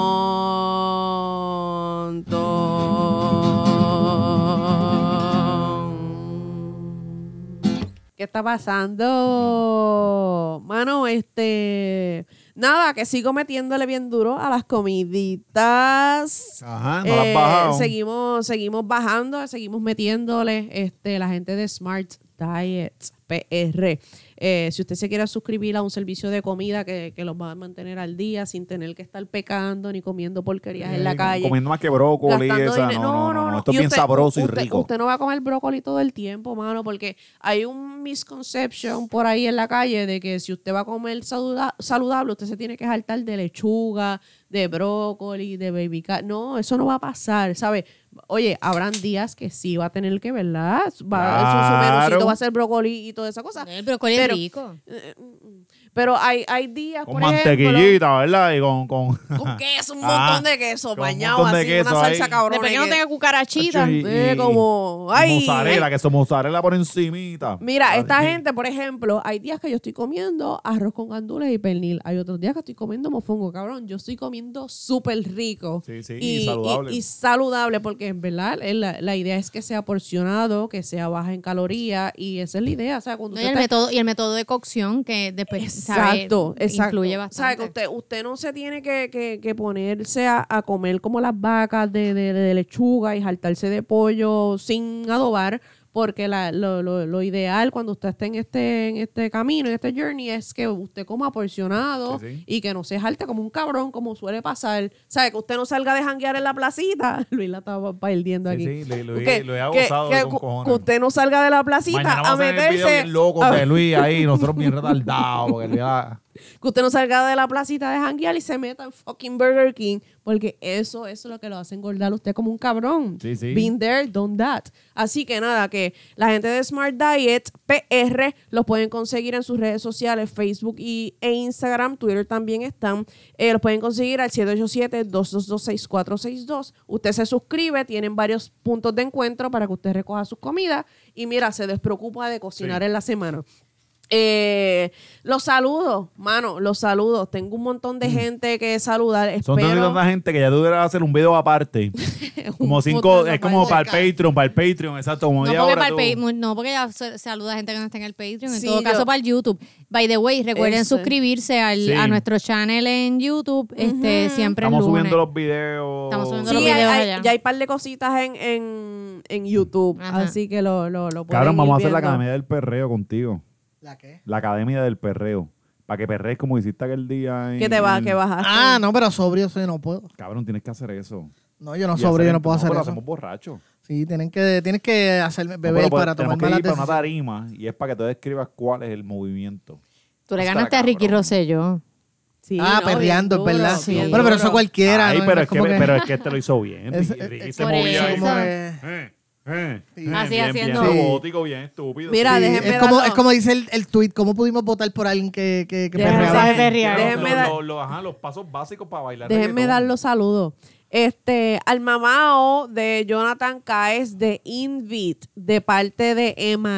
S3: montón. ¿Qué está pasando? Mano, este. Nada, que sigo metiéndole bien duro a las comiditas.
S7: Ajá, no las
S3: Eh,
S7: bajado.
S3: Seguimos, seguimos bajando, seguimos metiéndole este, la gente de Smart Diet PR. Eh, si usted se quiere suscribir a un servicio de comida que, que los va a mantener al día sin tener que estar pecando ni comiendo porquerías en la calle.
S7: Comiendo más que brócoli.
S3: gastando
S7: Esa.
S3: dinero.
S7: No, no, no, no. Esto es
S3: Y
S7: bien
S3: usted-
S7: sabroso
S3: usted-
S7: y rico.
S3: Usted no va a comer brócoli todo el tiempo, mano, porque hay un misconception por ahí en la calle de que si usted va a comer saluda- saludable, usted se tiene que saltar de lechuga, de brócoli, de baby ca- No, eso no va a pasar, ¿sabe? Oye, habrán días que sí va a tener que, ¿verdad? Va, su- Su
S7: Claro.
S3: menucito va a ser brócoli y toda esa cosa.
S9: El brócoli es
S3: Pero-
S9: rico.
S3: Pero hay, hay días,
S7: Con
S3: por ejemplo...
S7: mantequillita, ¿verdad? Y con. con...
S3: Con queso, un
S7: Ah,
S3: montón de queso,
S7: con un
S3: bañado
S7: montón de
S3: así,
S7: queso
S3: una salsa
S7: ahí.
S3: cabrona.
S9: Después que
S3: y
S9: no
S3: que-
S9: tenga cucarachita.
S7: Y-
S3: Eh,
S7: y-
S3: como-
S7: y
S3: ay,
S7: mozzarella, Ah,
S3: ay.
S7: que su mozzarella por encimita.
S3: Mira,
S7: Así.
S3: esta gente, por ejemplo, hay días que yo estoy comiendo arroz con gandules y pernil. Hay otros días que estoy comiendo mofongo, cabrón. Yo estoy comiendo súper rico.
S7: Sí, sí, y saludable.
S3: Y, y saludable, porque en verdad eh, la, la idea es que sea porcionado, que sea baja en calorías y esa es la idea. O sea, cuando
S9: No, y,
S3: usted
S9: el
S3: está-
S9: método, y el método de cocción que después
S3: Exacto,
S9: sabe,
S3: exacto.
S9: influye
S3: O sea, que usted,
S9: bastante.
S3: usted no se tiene que, que- que ponerse a, a comer como las vacas de, de- de lechuga y jaltarse de pollo sin adobar, porque la- lo, lo- lo ideal cuando usted esté en este, en este camino, en este journey, es que usted coma porcionado
S7: Sí, sí.
S3: y que no se jalte como un cabrón, como suele pasar. O sea, que usted no salga de janguear en la placita. (laughs) Luis la estaba perdiendo
S7: Sí,
S3: aquí.
S7: sí, le- lo he-
S3: Que-
S7: lo he
S3: que-
S7: abusado
S3: que
S7: con
S3: cu-
S7: cojones.
S3: que usted no salga de la placita
S7: Mañana vamos
S3: a
S7: a hacer el video
S3: meterse.
S7: bien loco
S3: a-
S7: de Luis ahí, nosotros bien retardados. porque Luis, ah,
S3: que usted no salga de la placita de janguear y se meta en fucking Burger King, porque eso, eso es lo que lo hace engordar a usted como un cabrón.
S7: Sí, sí.
S3: Been there, done that. Así que nada, que la gente de Smart Diet PR los pueden conseguir en sus redes sociales, Facebook y, e Instagram, Twitter también están. Eh, los pueden conseguir al 787-222-6462. Usted se suscribe, tienen varios puntos de encuentro para que usted recoja sus comidas y mira, se despreocupa de cocinar en la semana. Eh, los saludos, mano, los saludos. Tengo un montón de gente que saludar.
S7: Mm. Son
S3: espero-
S7: tanta tanta gente que ya tú deberías hacer un
S3: (laughs)
S7: video aparte. como cinco,
S3: montón
S7: es como para el
S3: aparte.
S7: Patreon, para el Patreon, exacto. Como
S9: No
S7: media
S9: porque,
S7: hora
S9: para el
S7: tú.
S9: pay- mu- no, porque ya se- saluda a gente que no está en el Patreon. En
S3: Sí,
S9: todo caso,
S3: yo- Este.
S9: para el YouTube. By the way, recuerden
S3: Eso.
S9: suscribirse al,
S7: Sí.
S9: a nuestro channel en YouTube. Este, Siempre el
S7: Estamos
S9: lunes.
S7: subiendo los videos.
S9: Estamos subiendo
S3: Sí,
S9: los
S3: hay-
S9: videos
S3: hay-
S9: allá.
S3: ya hay un par de cositas en, en, en YouTube.
S9: Ajá.
S3: Así que lo, lo, lo pueden
S7: Cabrón,
S3: ir
S7: vamos a hacer la
S3: viendo.
S7: academia del perreo contigo.
S4: ¿La qué?
S7: La academia del perreo. Para que perrees como hiciste aquel día. en-
S3: Que te va, que bajaste.
S4: Ah, no, pero sobrio sí, no puedo.
S7: Cabrón, tienes que hacer eso.
S4: No, yo no
S7: Y
S4: sobrio,
S7: hacer-
S4: yo no puedo hacer
S7: pero
S4: eso.
S7: lo hacemos borracho.
S4: Sí, tienen que, tienes que hacerme beber
S7: No, pero pues
S4: para tomar
S7: tenemos que
S4: malas
S7: ir para una
S4: decisiones.
S7: tarima y es para que tú describas cuál es el movimiento.
S5: Tú le
S7: Está
S5: ganaste a Ricky
S7: cabrón.
S5: Rosselló.
S3: Sí,
S4: Ah,
S3: no,
S4: perreando, es
S3: bien duro,
S4: verdad.
S3: bien
S4: Bueno, pero eso
S3: duro.
S4: cualquiera.
S7: Ay,
S4: ¿no?
S7: pero,
S4: No
S7: es que,
S4: como
S7: pero es que este lo hizo bien.
S4: Es- eh,
S7: Ricky- Ricky
S4: es-
S7: se
S9: por
S7: movía ahí.
S9: eso.
S4: como que-
S7: Eh, eh,
S4: Sí.
S7: bien,
S9: Así
S7: bien,
S9: haciendo.
S7: Bien
S4: Sí.
S7: robótico, bien estúpido.
S3: Mira,
S7: Sí.
S4: Sí,
S3: déjenme
S4: es, como,
S3: darlo.
S4: es como dice el, el tweet, ¿cómo pudimos votar por alguien que, que, que
S3: Déjenme
S4: perreaba?
S3: dar-
S9: perreaba.
S3: déjenme
S7: Lo-
S3: dar-
S7: lo- lo- ajá, los pasos básicos para bailar.
S3: Déjenme
S7: reggaetón.
S3: dar los saludos. Este, al mamao de Jonathan Caes de Invit, de parte de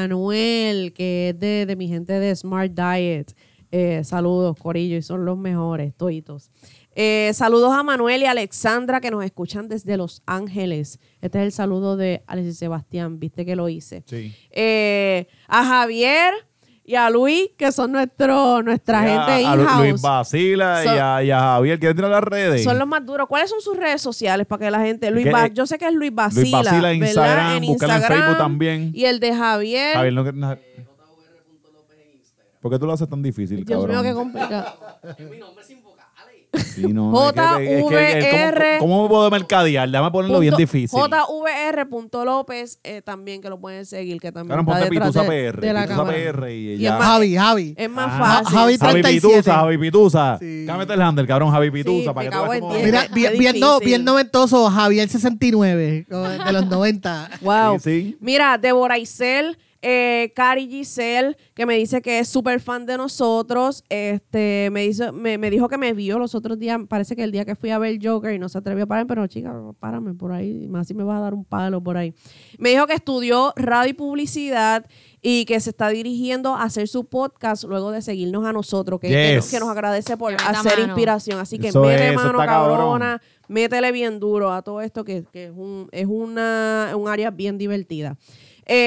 S3: Emanuel, que es de, de mi gente de Smart Diet. Eh, saludos, Corillo, y son los mejores, toitos. Eh, saludos a Manuel y Alexandra que nos escuchan desde Los Ángeles. Este es el saludo de Alexis Sebastián, viste que lo hice.
S7: Sí.
S3: Eh, a Javier y a Luis, que son nuestro, nuestra
S7: Y a-
S3: gente
S7: a Lu- Luis
S3: in-house.
S7: Basila y,
S3: Son-
S7: a, y a Javier que entra a las redes.
S3: Son los más duros. ¿Cuáles son sus redes sociales para que la gente... Luis
S7: ¿Qué?
S3: Ba- yo sé que es Luis Basila.
S7: Luis Basila en
S3: ¿verdad?
S7: Instagram, búscalo en Facebook también.
S3: Y el de Javier.
S7: Javier, no, no- ¿Por qué tú lo haces tan difícil,
S3: Dios mío,
S7: cabrón?
S3: qué complicado.
S7: Sí, no, es que- es que- es que-
S3: JVR.
S7: ¿cómo, cómo me puedo mercadear? Déjame ponerlo bien
S3: Punto-
S7: difícil.
S3: JVR.López eh, también que lo pueden seguir, que también
S7: Cabrón,
S3: está
S7: ponte
S3: detrás
S7: Pitusa
S3: de-
S7: PR.
S3: de la
S7: Pitusa
S3: cámara.
S7: PR y
S3: Y
S7: ya.
S3: es más-
S4: Javi, Javi.
S3: Es más
S7: Ajá.
S3: fácil.
S4: Javi
S7: Javi
S4: 37.
S7: Pitusa, Javi Pitusa.
S4: Sí.
S7: Cámbiate el handle, cabrón, Javi Pitusa.
S3: Sí,
S7: para
S3: me
S7: que tú
S3: cago
S7: veas
S3: en
S7: cómo-
S3: diez.
S4: Mira,
S3: Es
S4: bien,
S3: difícil.
S4: bien no- bien noventoso, Javier 69, como de los
S3: (laughs)
S4: 90.
S3: Wow.
S7: Sí, sí.
S3: Mira, Deborah Isel, eh, Cari Giselle, que me dice que es súper fan de nosotros. Este, me, hizo, me, me dijo que me vio los otros días. Parece que el día que fui a ver Joker y no se atrevió a parar, pero chica, párame por ahí. Más si me vas a dar un palo por ahí. Me dijo que estudió radio y publicidad y que se está dirigiendo a hacer su podcast luego de seguirnos a nosotros, que, que nos-
S7: Yes.
S3: que nos agradece por
S9: Que meta
S3: hacer
S9: mano.
S3: inspiración. Así que
S7: Eso
S3: mete
S7: es, eso
S3: mano,
S7: está cabrón.
S3: cabrona métele bien duro a todo esto que, que es, un, es una, un área bien divertida.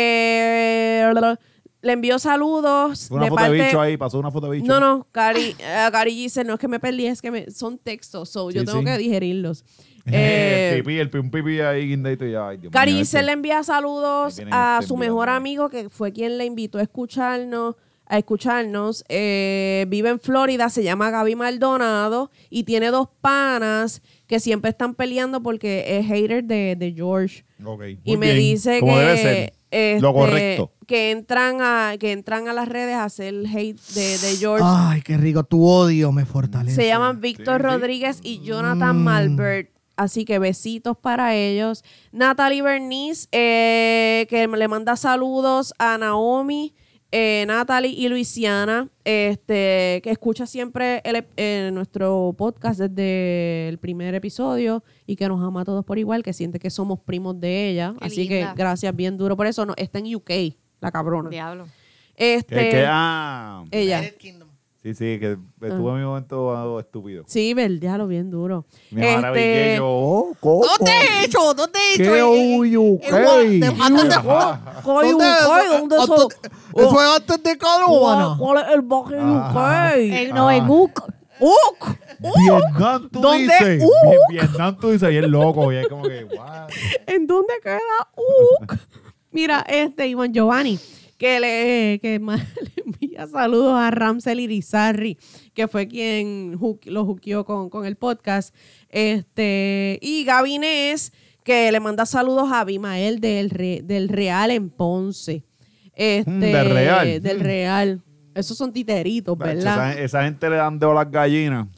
S3: Eh, le envío saludos.
S7: Una
S3: de
S7: foto
S3: parte-
S7: de bicho ahí, pasó una foto de bicho.
S3: No, no, Cari, eh, Cari Giselle, no es que me perdí, es que me, son textos, so yo
S7: Sí,
S3: tengo
S7: sí.
S3: que digerirlos.
S7: Eh, el
S3: Eh,
S7: pipí, el pi- un pipí ahí guindadito y ya. ay, Dios
S3: Cari
S7: mío,
S3: Giselle le
S7: este.
S3: envía saludos
S7: Ahí vienen
S3: a
S7: este
S3: su
S7: enviando.
S3: mejor amigo, que fue quien le invitó a escucharnos. A escucharnos. Eh, vive en Florida, se llama Gaby Maldonado y tiene dos panas que siempre están peleando porque es hater de, de George.
S7: Ok, muy
S3: y me
S7: bien,
S3: dice
S7: como
S3: que
S7: debe ser.
S3: este,
S7: Lo correcto.
S3: que entran a que entran a las redes a hacer hate de, de George.
S4: Ay, qué rico, tu odio me fortalece.
S3: Se llaman Víctor
S7: Sí, Mm. sí.
S3: Rodríguez y Jonathan Malbert. Así que besitos para ellos. Natalie Bernice, eh, que le manda saludos a Naomi, eh, Natalie y Luisiana, este, que escucha siempre el ep- eh, nuestro podcast desde el primer episodio y que nos ama a todos por igual, que siente que somos primos de ella.
S9: Qué
S3: Así
S9: linda.
S3: que gracias, bien duro por eso. No, está en UK, la cabrona.
S9: Diablo.
S3: Este,
S7: Que, que, ah,
S3: ella.
S4: United Kingdom.
S7: sí, sí, que estuve en mi momento ah, estúpido.
S3: Sí, ve, lo bien duro. Este,
S7: Mi maravilla, yo, oh, ¿cómo?
S4: No te he hecho, no te he hecho.
S7: ¿Qué
S4: eh, eh,
S7: uy,
S4: eh, eh,
S7: ok?
S4: eh, antes de-
S3: Coy,
S4: ¿Dónde es
S3: coy,
S4: eso?
S7: Ah,
S3: ¿dónde
S4: Antes-
S3: eso? Oh.
S4: Eso es antes de Caruana.
S3: ¿Cuál es el baje UK?
S9: no es
S3: ¡Uk!
S7: Vietnam, tú
S3: ¿Dónde?
S7: dices.
S3: Uh.
S7: Bien, Vietnam, tú dices, y es loco, y es como que, what?
S3: ¿En dónde queda
S7: (laughs)
S3: Uk? Mira, este Iván Giovanni, que le, que ma- (laughs) le envía saludos a Ramsel Irizarri, que fue quien ju- lo juqueó con, con el podcast. Este, y Gabinés, que le manda saludos a Abimael del, Re- del Real en Ponce. Este,
S7: Mm, del Real.
S3: Del Real. Esos son titeritos, ¿verdad?
S7: Esa, esa gente le dan deo a las gallinas.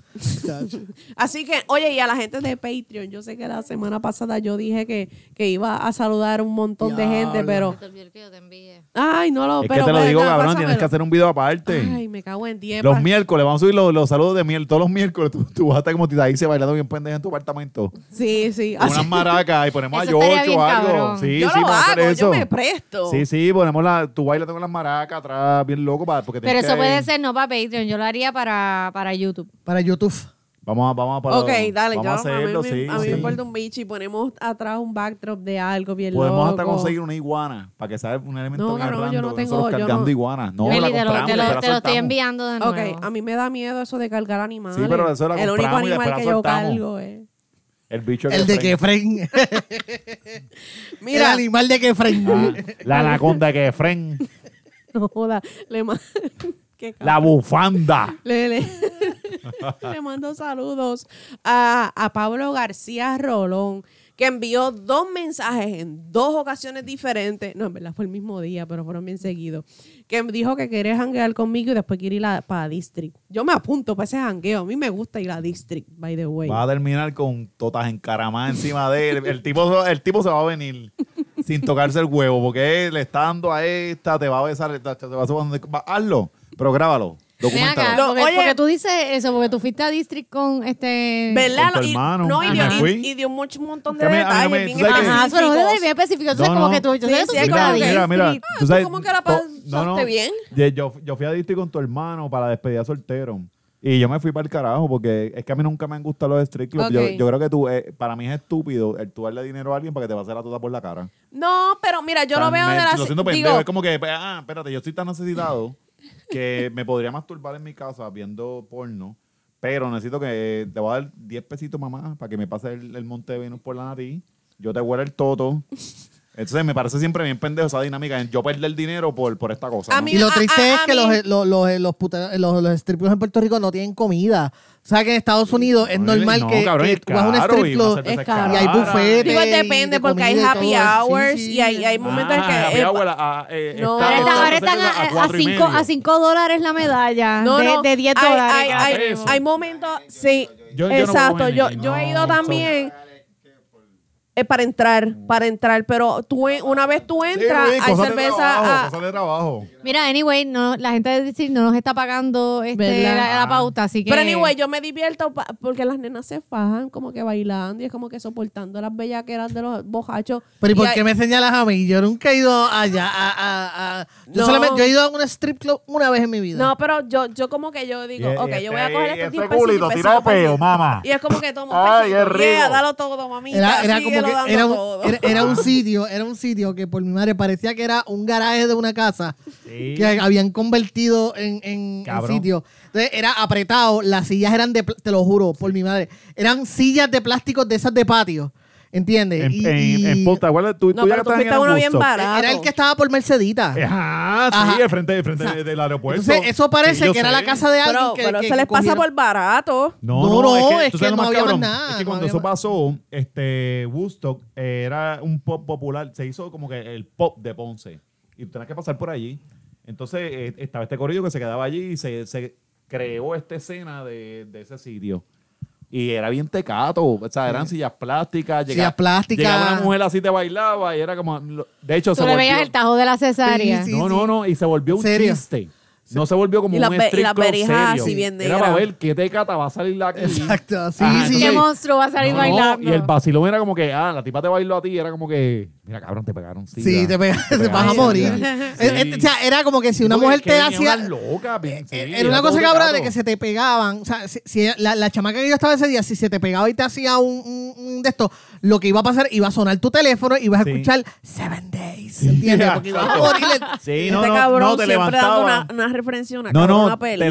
S3: Así que, oye, y a la gente de Patreon, yo sé que la semana pasada yo dije que, que iba a saludar un montón de gente, pero.
S9: te olvidé que yo te envié.
S3: Ay, no lo
S7: es
S3: pero,
S7: que te lo
S3: pues,
S7: digo,
S3: nada,
S7: cabrón, tienes que
S3: pásamelo.
S7: hacer un video aparte.
S3: Ay, me cago en 10.
S7: los miércoles, vamos a subir los, los saludos de miel. Todos los miércoles, tú, tú vas a estar como Titaíse bailando bien pendeja en tu apartamento.
S3: Sí, Ah, sí.
S7: Con
S3: así-
S7: unas maracas y ponemos a
S9: Eso estaría
S7: Yocho
S9: bien
S7: o algo.
S9: cabrón.
S7: Sí,
S3: (laughs) yo
S7: sí,
S3: lo
S7: vamos a hacer
S3: hago,
S7: eso.
S3: yo me presto.
S7: Sí, sí, ponemos la, tú bailas con las maracas atrás, bien loco, para, porque
S9: Pero
S7: tienes
S9: eso
S7: que-
S9: puede ser no para Patreon, yo lo haría para, para YouTube.
S4: Para YouTube.
S7: Vamos a, vamos a para-
S3: Ok, dale,
S7: vamos
S3: yo,
S7: a hacerlo,
S3: a mí, me-
S7: sí.
S3: a mí
S7: sí.
S3: me importa un bicho y ponemos atrás un backdrop de algo bien
S7: Podemos
S3: loco.
S7: hasta conseguir una iguana para que sea un elemento
S3: No,
S7: bien
S3: cabrón, yo no
S7: random. nosotros
S3: tengo- yo
S7: cargando
S3: no-
S7: iguanas. No,
S9: Meli,
S7: la
S9: te lo,
S7: compramos,
S9: te lo-
S7: después la
S9: te lo estoy
S7: soltamos.
S9: enviando de nuevo.
S3: Ok, a mí me da miedo eso de cargar animales.
S7: pero eso la
S3: El único
S7: compramos y
S3: animal
S7: después la
S3: que yo
S7: soltamos.
S3: cargo es.
S7: El bicho
S4: El de
S7: frena.
S4: Kefren. (laughs) El
S3: Mira,
S4: animal de Kefren.
S7: Ah, la anaconda que fren,
S3: (laughs) no joda, le ma- (laughs) Qué cabrón.
S7: la bufanda.
S3: Le, (laughs) le- le mando saludos a, a Pablo García Rolón, que envió dos mensajes en dos ocasiones diferentes. No, en verdad fue el mismo día, pero fueron bien seguidos. Que me dijo que quería janguear conmigo y después quiere ir para District. Yo me apunto para ese jangueo. A mí me gusta ir a District, by the way.
S7: Va a terminar con totas encaramadas encima de él. El tipo, el tipo se va a venir sin tocarse el huevo porque él le está dando a esta, te va a besar, te te va a subir. va- Hazlo, pero grábalo,
S9: Ven acá,
S7: documentalo.
S3: Lo-
S9: porque,
S3: oye-
S9: porque tú dices eso, porque tú fuiste a District con este...
S3: ¿Verdad?
S7: Con tu
S3: Y-
S7: hermano.
S3: no, y
S7: Ah,
S3: dio,
S7: me
S3: y-
S7: fui.
S3: y dio mucho- un montón de
S7: Que a mí- a mí no
S3: detalles.
S7: me-
S3: bien
S7: tú sabes que-
S9: Ajá, Ah, pero no
S3: específicos.
S9: es bien específico. Entonces,
S7: No,
S9: como
S7: no.
S9: que tú... Yo
S3: Sí,
S9: sé que tú
S3: sí,
S9: fuiste con
S7: Mira,
S9: la
S3: claro que
S9: District.
S7: mira, mira, tú sabes,
S3: ¿Cómo que la
S7: to-
S3: pasaste
S7: no, no,
S3: bien?
S7: Yo, yo- yo fui a Disti con tu hermano para despedir a soltero. Y yo me fui para el carajo porque es que a mí nunca me han gustado los strip clubs. Yo-
S3: Ok.
S7: Yo, creo que tú, eh, para mí es estúpido el tú darle dinero a alguien para que te va a hacer la tota por la cara.
S3: No, pero mira, yo
S7: O sea,
S3: lo veo
S7: me-
S3: de la...
S7: Lo siento
S3: digo,
S7: pendejo, es como que, pues, ah, espérate, yo estoy tan necesitado que me podría masturbar en mi casa viendo porno, pero necesito que eh, te voy a dar 10 pesitos, mamá, para que me pase el, el monte de Venus por la nariz. Yo te huelo el toto.
S1: Entonces me parece siempre bien pendejo esa dinámica. en Yo perder dinero por, por esta cosa.
S3: A
S1: ¿no?
S3: mí-
S4: Y lo
S3: a-
S4: triste
S3: a-
S4: es
S3: a
S4: que
S3: mí-
S4: los, los, los, los, puta- los, los strip clubs en Puerto Rico no tienen comida. O sea que en Estados Unidos es
S1: No,
S4: normal
S1: no,
S4: que,
S1: cabrón,
S4: que
S1: es
S4: tú vas a un
S1: caro,
S4: strip
S1: y una
S4: club
S1: cerveza
S2: es cara.
S4: y hay
S1: cara.
S4: buffet.
S3: Digo, depende, porque hay happy hours y hay- hay momentos en que-
S1: Ah,
S3: eh,
S1: la abuela, ah, eh,
S3: no.
S1: está
S5: Ahora están, ahora
S1: entonces
S5: están a, a- a
S1: cuatro y
S5: cinco,
S1: medio.
S5: a cinco dólares la medalla.
S3: No,
S5: de,
S3: no,
S5: de 10
S3: hay-
S5: dólares.
S3: Hay, hay-
S1: Eso.
S3: hay momentos, sí,
S7: Yo- yo no
S3: exacto.
S7: puedo
S3: yo,
S7: venir,
S3: yo he
S7: no,
S3: ido
S7: so-
S3: también eh, para entrar, para entrar, pero tú en- una vez tú entras,
S1: Sí,
S3: hay
S1: cosas de
S3: cerveza.
S1: trabajo,
S3: ah,
S1: cosas de trabajo.
S5: Mira, anyway, no, la gente de decir no nos está pagando este,
S9: ¿Verdad?
S5: la, la pauta, así que.
S3: pero anyway, yo me divierto pa- porque las nenas se fajan como que bailando y es como que soportando las bellaqueras de los bojachos.
S4: Pero ¿y por
S3: hay-
S4: qué me señalas a mí? Yo nunca he ido allá. A, a- a- Yo
S3: No.
S4: solamente yo he ido a un strip club una vez en mi vida.
S3: No, pero yo, yo como que yo digo,
S7: Y- y
S3: ok, yo voy a
S7: este-
S3: coger estos
S7: y este
S3: 10 pesitos,
S7: culito,
S3: 10
S7: tira
S3: pesitos,
S7: peo,
S3: pesitos.
S7: mamá.
S3: Y es como que tomo
S7: Ay,
S3: un
S7: es
S3: pesito, yeah,
S7: rico.
S3: dalo todo, mamita,
S4: Era, era como
S3: síguelo
S4: que
S3: dando
S4: era, un-
S3: todo.
S4: era- era un sitio, era un sitio que por mi madre parecía que era un garaje de una casa
S7: Sí.
S4: que habían convertido en, en- en
S7: Cabrón.
S4: sitio. Entonces era apretado, las sillas eran de, pl- te lo juro, por mi madre, eran sillas de plástico de esas de patio, ¿entiendes?
S7: En,
S4: Y-
S7: en,
S4: y-
S7: en Punta, ¿cuál tú,
S3: No, pero
S7: tú
S3: tú
S7: llegaste
S3: fuiste
S7: en
S3: uno bien
S7: Augusto.
S3: barato.
S4: era el que estaba por Mercedita.
S7: Ajá, Ah, sí,
S4: Ajá.
S7: de frente, de frente de- del aeropuerto.
S4: Entonces eso parece
S7: Sí, yo
S4: que era
S7: sé.
S4: la casa de alguien
S3: Pero,
S4: que,
S3: pero
S4: que-
S3: se les
S4: que cogieron-
S3: pasa por barato.
S7: No,
S4: No,
S7: no,
S4: no,
S7: es que,
S4: es
S7: tú
S4: que
S7: sabes lo
S4: no
S7: más
S4: había más
S7: cabrón.
S4: nada,
S7: Es que
S4: no
S7: cuando
S4: había
S7: eso
S4: más-
S7: pasó, este, Woodstock era un pop popular. Se hizo como que el pop de Ponce. Y tú tenías que pasar por allí. Entonces eh, estaba este corrido que se quedaba allí y se, se creó esta escena de, de ese sitio. Y era bien tecato. O sea, eran sillas plásticas.
S4: Sillas
S7: llegaba-
S4: plásticas.
S7: Llegaba una mujer así, te bailaba y era como... lo- De hecho,
S5: Tú le veías el tajo de la cesárea.
S4: Sí, sí.
S7: no, no, no. Y se volvió un
S4: Serio.
S7: chiste. No se volvió como
S3: Y
S7: un
S3: las be- y
S7: strip
S3: las
S7: club
S3: berijas
S7: serio.
S3: así bien
S7: Era para
S3: negras.
S7: ver qué tecata va a salir de aquí.
S4: (laughs) Exacto, sí,
S7: Ajá,
S4: sí.
S5: Qué
S7: entonces-
S5: monstruo va a salir
S7: No, no,
S5: bailando.
S7: Y el vacilón era como que, ah, la tipa te bailó a ti. Era como que, mira, cabrón, te pegaron.
S4: Sí,
S7: sida.
S4: te pega- (laughs) te vas a
S7: pegaron
S4: morir.
S7: sida.
S4: Es- es-
S7: Sí.
S4: o sea, era como que si una
S7: Porque
S4: mujer
S7: es que
S4: te
S7: venía
S4: hacía... eh,
S7: una loca, bien, sí,
S4: era una
S7: todo
S4: cosa cabrona
S7: pegado.
S4: de que se te pegaban. O sea, si, si la, la chamaca que yo estaba ese día, si se te pegaba y te hacía un, un- un de esto, lo que iba a pasar, iba a sonar tu teléfono y ibas a
S7: Sí.
S4: escuchar Seven Days. ¿Entiendes? Porque ibas a morir.
S7: (laughs) Sí,
S3: este
S7: no, no,
S3: cabrón
S7: no, te
S3: siempre
S7: levantaba.
S3: dando una, una referencia, a una,
S7: no,
S3: cabrona
S7: no,
S3: película,
S7: te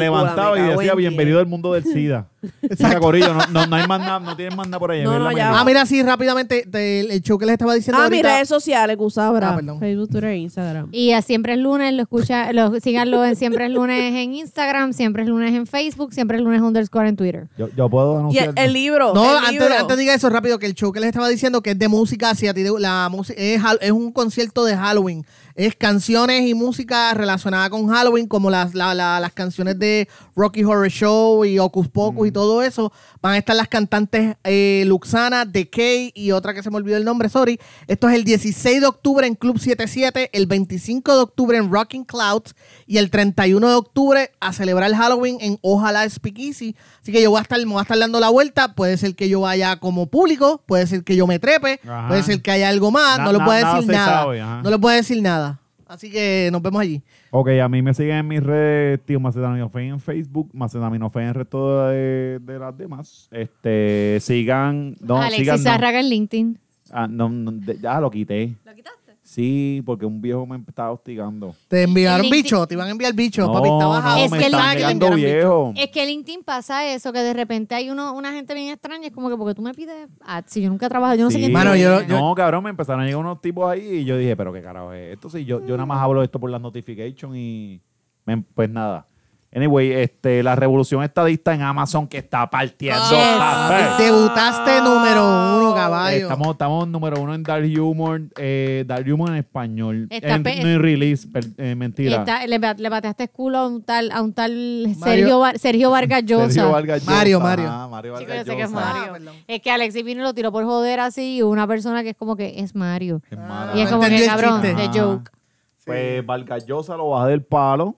S3: me
S7: levantaba y
S3: cago en
S7: decía,
S3: diez.
S7: bienvenido al mundo
S3: (laughs)
S7: del SIDA. Mira, Corillo, no, no, no hay más nada, no tienes más nada por allá.
S3: No,
S7: ve
S3: no,
S7: la
S3: ya.
S7: mierda.
S4: Ah, mira, sí, rápidamente, te- el show que les estaba diciendo
S3: Ah, mis
S4: ahorita.
S3: redes sociales, Gusabra.
S4: Ah, perdón.
S3: Facebook, Twitter, Instagram.
S5: Y a Siempre es lunes, lo escucha, lo, síganlo en Siempre es lunes en Instagram, Siempre es lunes en Facebook, Siempre es lunes underscore en Twitter.
S7: Yo, yo puedo
S3: Y
S7: anunciar.
S3: el, el libro.
S4: No,
S3: el
S4: antes,
S3: libro.
S4: antes diga eso rápido, que el show que les estaba diciendo que es de música asiática, la música es, hal- es un concierto de Halloween. Es canciones y música relacionada con Halloween, como las, la- la- las canciones de Rocky Horror Show y Ocus Pocus y todo eso. Van a estar las cantantes eh, Luxana, Decay y otra que se me olvidó el nombre, sorry. Esto es el 16 de octubre en Club 77, el 25 de octubre en Rocking Clouds y el 31 de octubre a celebrar Halloween en Ojalá Speakeasy. Así que yo voy a estar, me voy a estar dando la vuelta. Puede ser que yo vaya como público, puede ser que yo me trepe,
S7: Ajá.
S4: puede ser que haya algo más.
S7: Na-
S4: no les
S7: na-
S4: puedo
S7: nada
S4: decir
S7: se
S4: nada.
S7: sabe, ajá.
S4: no les puedo decir nada. Así que nos vemos allí.
S7: Ok, a mí me siguen en mis redes, tío Macedaminofe en Facebook, Macedaminofe en el resto de, de las demás. Este, sigan, no, sigan.
S5: Alexis
S7: no.
S5: Zárraga en LinkedIn.
S7: Ah, no, no, de- ya lo quité. ¿Lo quitaste? Sí, porque un viejo me estaba hostigando.
S4: Te enviaron
S5: El link-
S4: bicho, te iban a enviar bicho.
S7: No,
S4: papi, está bajado.
S7: no,
S5: Es
S7: me
S5: que el-
S7: están
S4: Mensaje que te
S7: llegando
S4: enviaron bicho.
S7: viejo.
S5: Es que LinkedIn pasa eso, que de repente hay uno, una gente bien extraña, es como que porque tú me pides ads, si yo nunca trabajo, yo no sé
S7: Sí.
S5: quién tú
S4: Mano, yo-
S5: eres.
S4: yo-
S7: No, cabrón, me empezaron a llegar unos tipos ahí y yo dije, pero qué carajo es esto. Sí, yo, yo nada más hablo de esto por las notifications y me- pues nada. Anyway, este, la revolución estadista en Amazon que está partiendo. café.
S4: Papi, Debutaste número uno,
S7: Eh,
S4: caballo.
S7: Estamos, estamos número uno en Dark Humor, eh, Dark Humor en español.
S5: Está
S7: En-
S5: pe-
S7: no en release, per- eh, mentira.
S5: Está- le, bat- le bateaste culo a un tal, a un tal
S4: Mario-
S5: Sergio, Var- Sergio Vargas Llosa.
S7: Sergio Vargas Llosa.
S4: Mario, Mario.
S7: Ah, Mario
S5: Sí,
S7: Vargas
S5: yo sé que es
S7: Llosa.
S5: Mario. Es que Alexis vino y lo tiró por joder así y una persona que es como que es Mario.
S7: Es
S5: Ah.
S7: Mario.
S5: Y es
S4: no
S5: como
S4: entendí
S5: que
S4: el
S5: cabrón,
S4: chiste.
S5: de joke.
S7: Ah. Pues Vargas Llosa lo bajé del palo.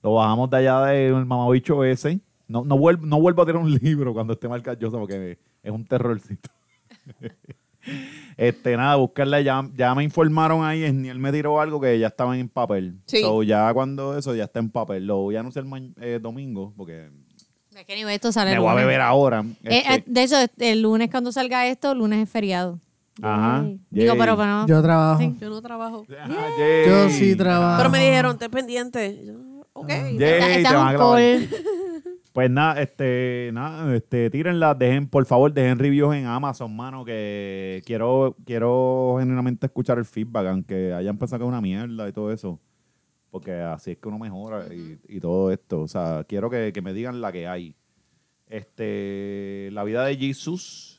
S7: Lo bajamos de allá del mamabicho ese. No, no, vuelvo, no vuelvo a tener un (laughs) libro cuando esté Vargas Llosa porque es un terrorcito. (laughs) este, nada, buscarla. Ya, ya me informaron ahí, en él me tiró algo que ya estaba en papel.
S3: Sí.
S7: So, ya cuando eso ya está en papel. Lo voy a anunciar ma- eh, domingo porque
S5: Es que anyway, esto sale
S7: me
S5: el
S7: voy a
S5: lunes.
S7: beber ahora.
S5: Eh,
S7: Este,
S5: eh, de hecho, el lunes cuando salga esto, lunes es feriado.
S7: Ajá.
S5: Yay. Digo,
S7: Ah, Yay.
S5: pero para
S4: Yo trabajo.
S3: Yo no trabajo.
S7: Ah, yay.
S4: Yo sí trabajo.
S3: Pero me dijeron, ten pendiente. Yo, ok.
S7: Yay,
S5: Estás
S7: te van a
S5: un
S7: grabar.
S5: call.
S1: Pues nada, este, nada, este, tírenla, dejen, por favor, dejen reviews en Amazon, mano, que quiero, quiero genuinamente escuchar el feedback, aunque hayan pensado que es una mierda y todo eso. Porque así es que uno mejora y, y todo esto. O sea, quiero que, que me digan la que hay. Este, la vida de Jesus,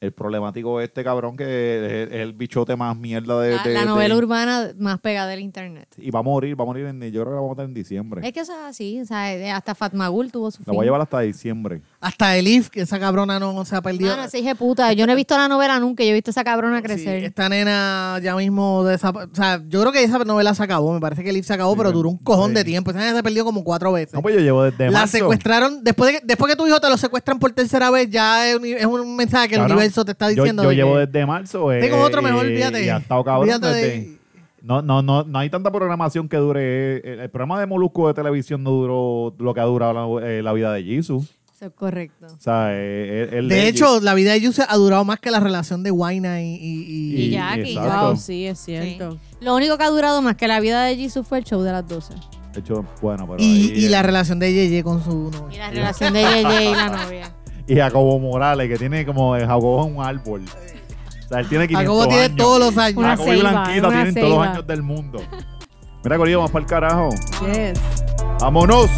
S1: el problemático de este cabrón que es, es el bichote más mierda de...
S5: La,
S1: de-
S5: la
S1: de-
S5: novela urbana más pegada del internet.
S1: y va a morir, va a morir en, yo creo que la vamos a matar en diciembre.
S7: Pues.
S5: Es que eso es así, o sea, eh, hasta Fatmagul tuvo su
S1: La voy a
S5: fin.
S1: llevar hasta diciembre.
S4: Hasta Elif, que esa cabrona no se ha perdido.
S5: Mano, esa hija de puta, yo no he visto la novela nunca, yo he visto a esa cabrona
S4: Sí,
S5: crecer.
S4: esta nena ya mismo desapa- O sea, yo creo que esa novela se acabó. Me parece que Elif se acabó, pero duró un cojón de tiempo. Esa nena se perdió como cuatro veces.
S1: No, pues yo llevo desde
S4: la
S1: marzo.
S4: secuestraron. Después de, que- después que tu hijo te lo secuestran por tercera vez, ya es un, es un mensaje que el
S1: Cabrón,
S4: universo te está
S1: yo-
S4: diciendo.
S1: Yo,
S4: de
S1: llevo
S4: que-
S1: desde marzo. eh,
S4: Tengo otro mejor,
S1: y-
S4: olvídate.
S1: Y ha estado cabrón.
S4: Olvídate de-
S1: desde- No, no, no, no hay tanta programación que dure. eh, El, el programa de Molusco de televisión no duró lo que ha durado la, eh, la vida de Jesus.
S5: Eso es correcto.
S1: O sea, eh, él- él
S4: De
S1: es
S4: hecho, la vida de Yuse ha durado más que la relación de Wayna y, y- y-
S5: Y Jackie,
S1: exacto.
S3: Wow, sí, es cierto.
S5: Lo único que ha durado más que la vida de Jesus fue el show de las 12.
S1: De hecho, bueno, pero.
S4: y-
S1: ahí,
S4: y la
S1: eh,
S4: relación de Yeye con su novia.
S5: Y la (laughs) relación de JJ y la novia.
S1: y Jacobo Morales, que tiene como. eh, Jacobo es un árbol. O sea, él tiene 500
S4: Jacobo tiene
S1: años.
S4: todos los años.
S5: Una
S1: Jacobo y
S5: ceiba,
S1: Blanquita
S5: una
S1: tienen todos los
S5: ceiba.
S1: años del mundo. Mira, Corillo, vamos para el carajo.
S3: Yes.
S1: ¡Vámonos!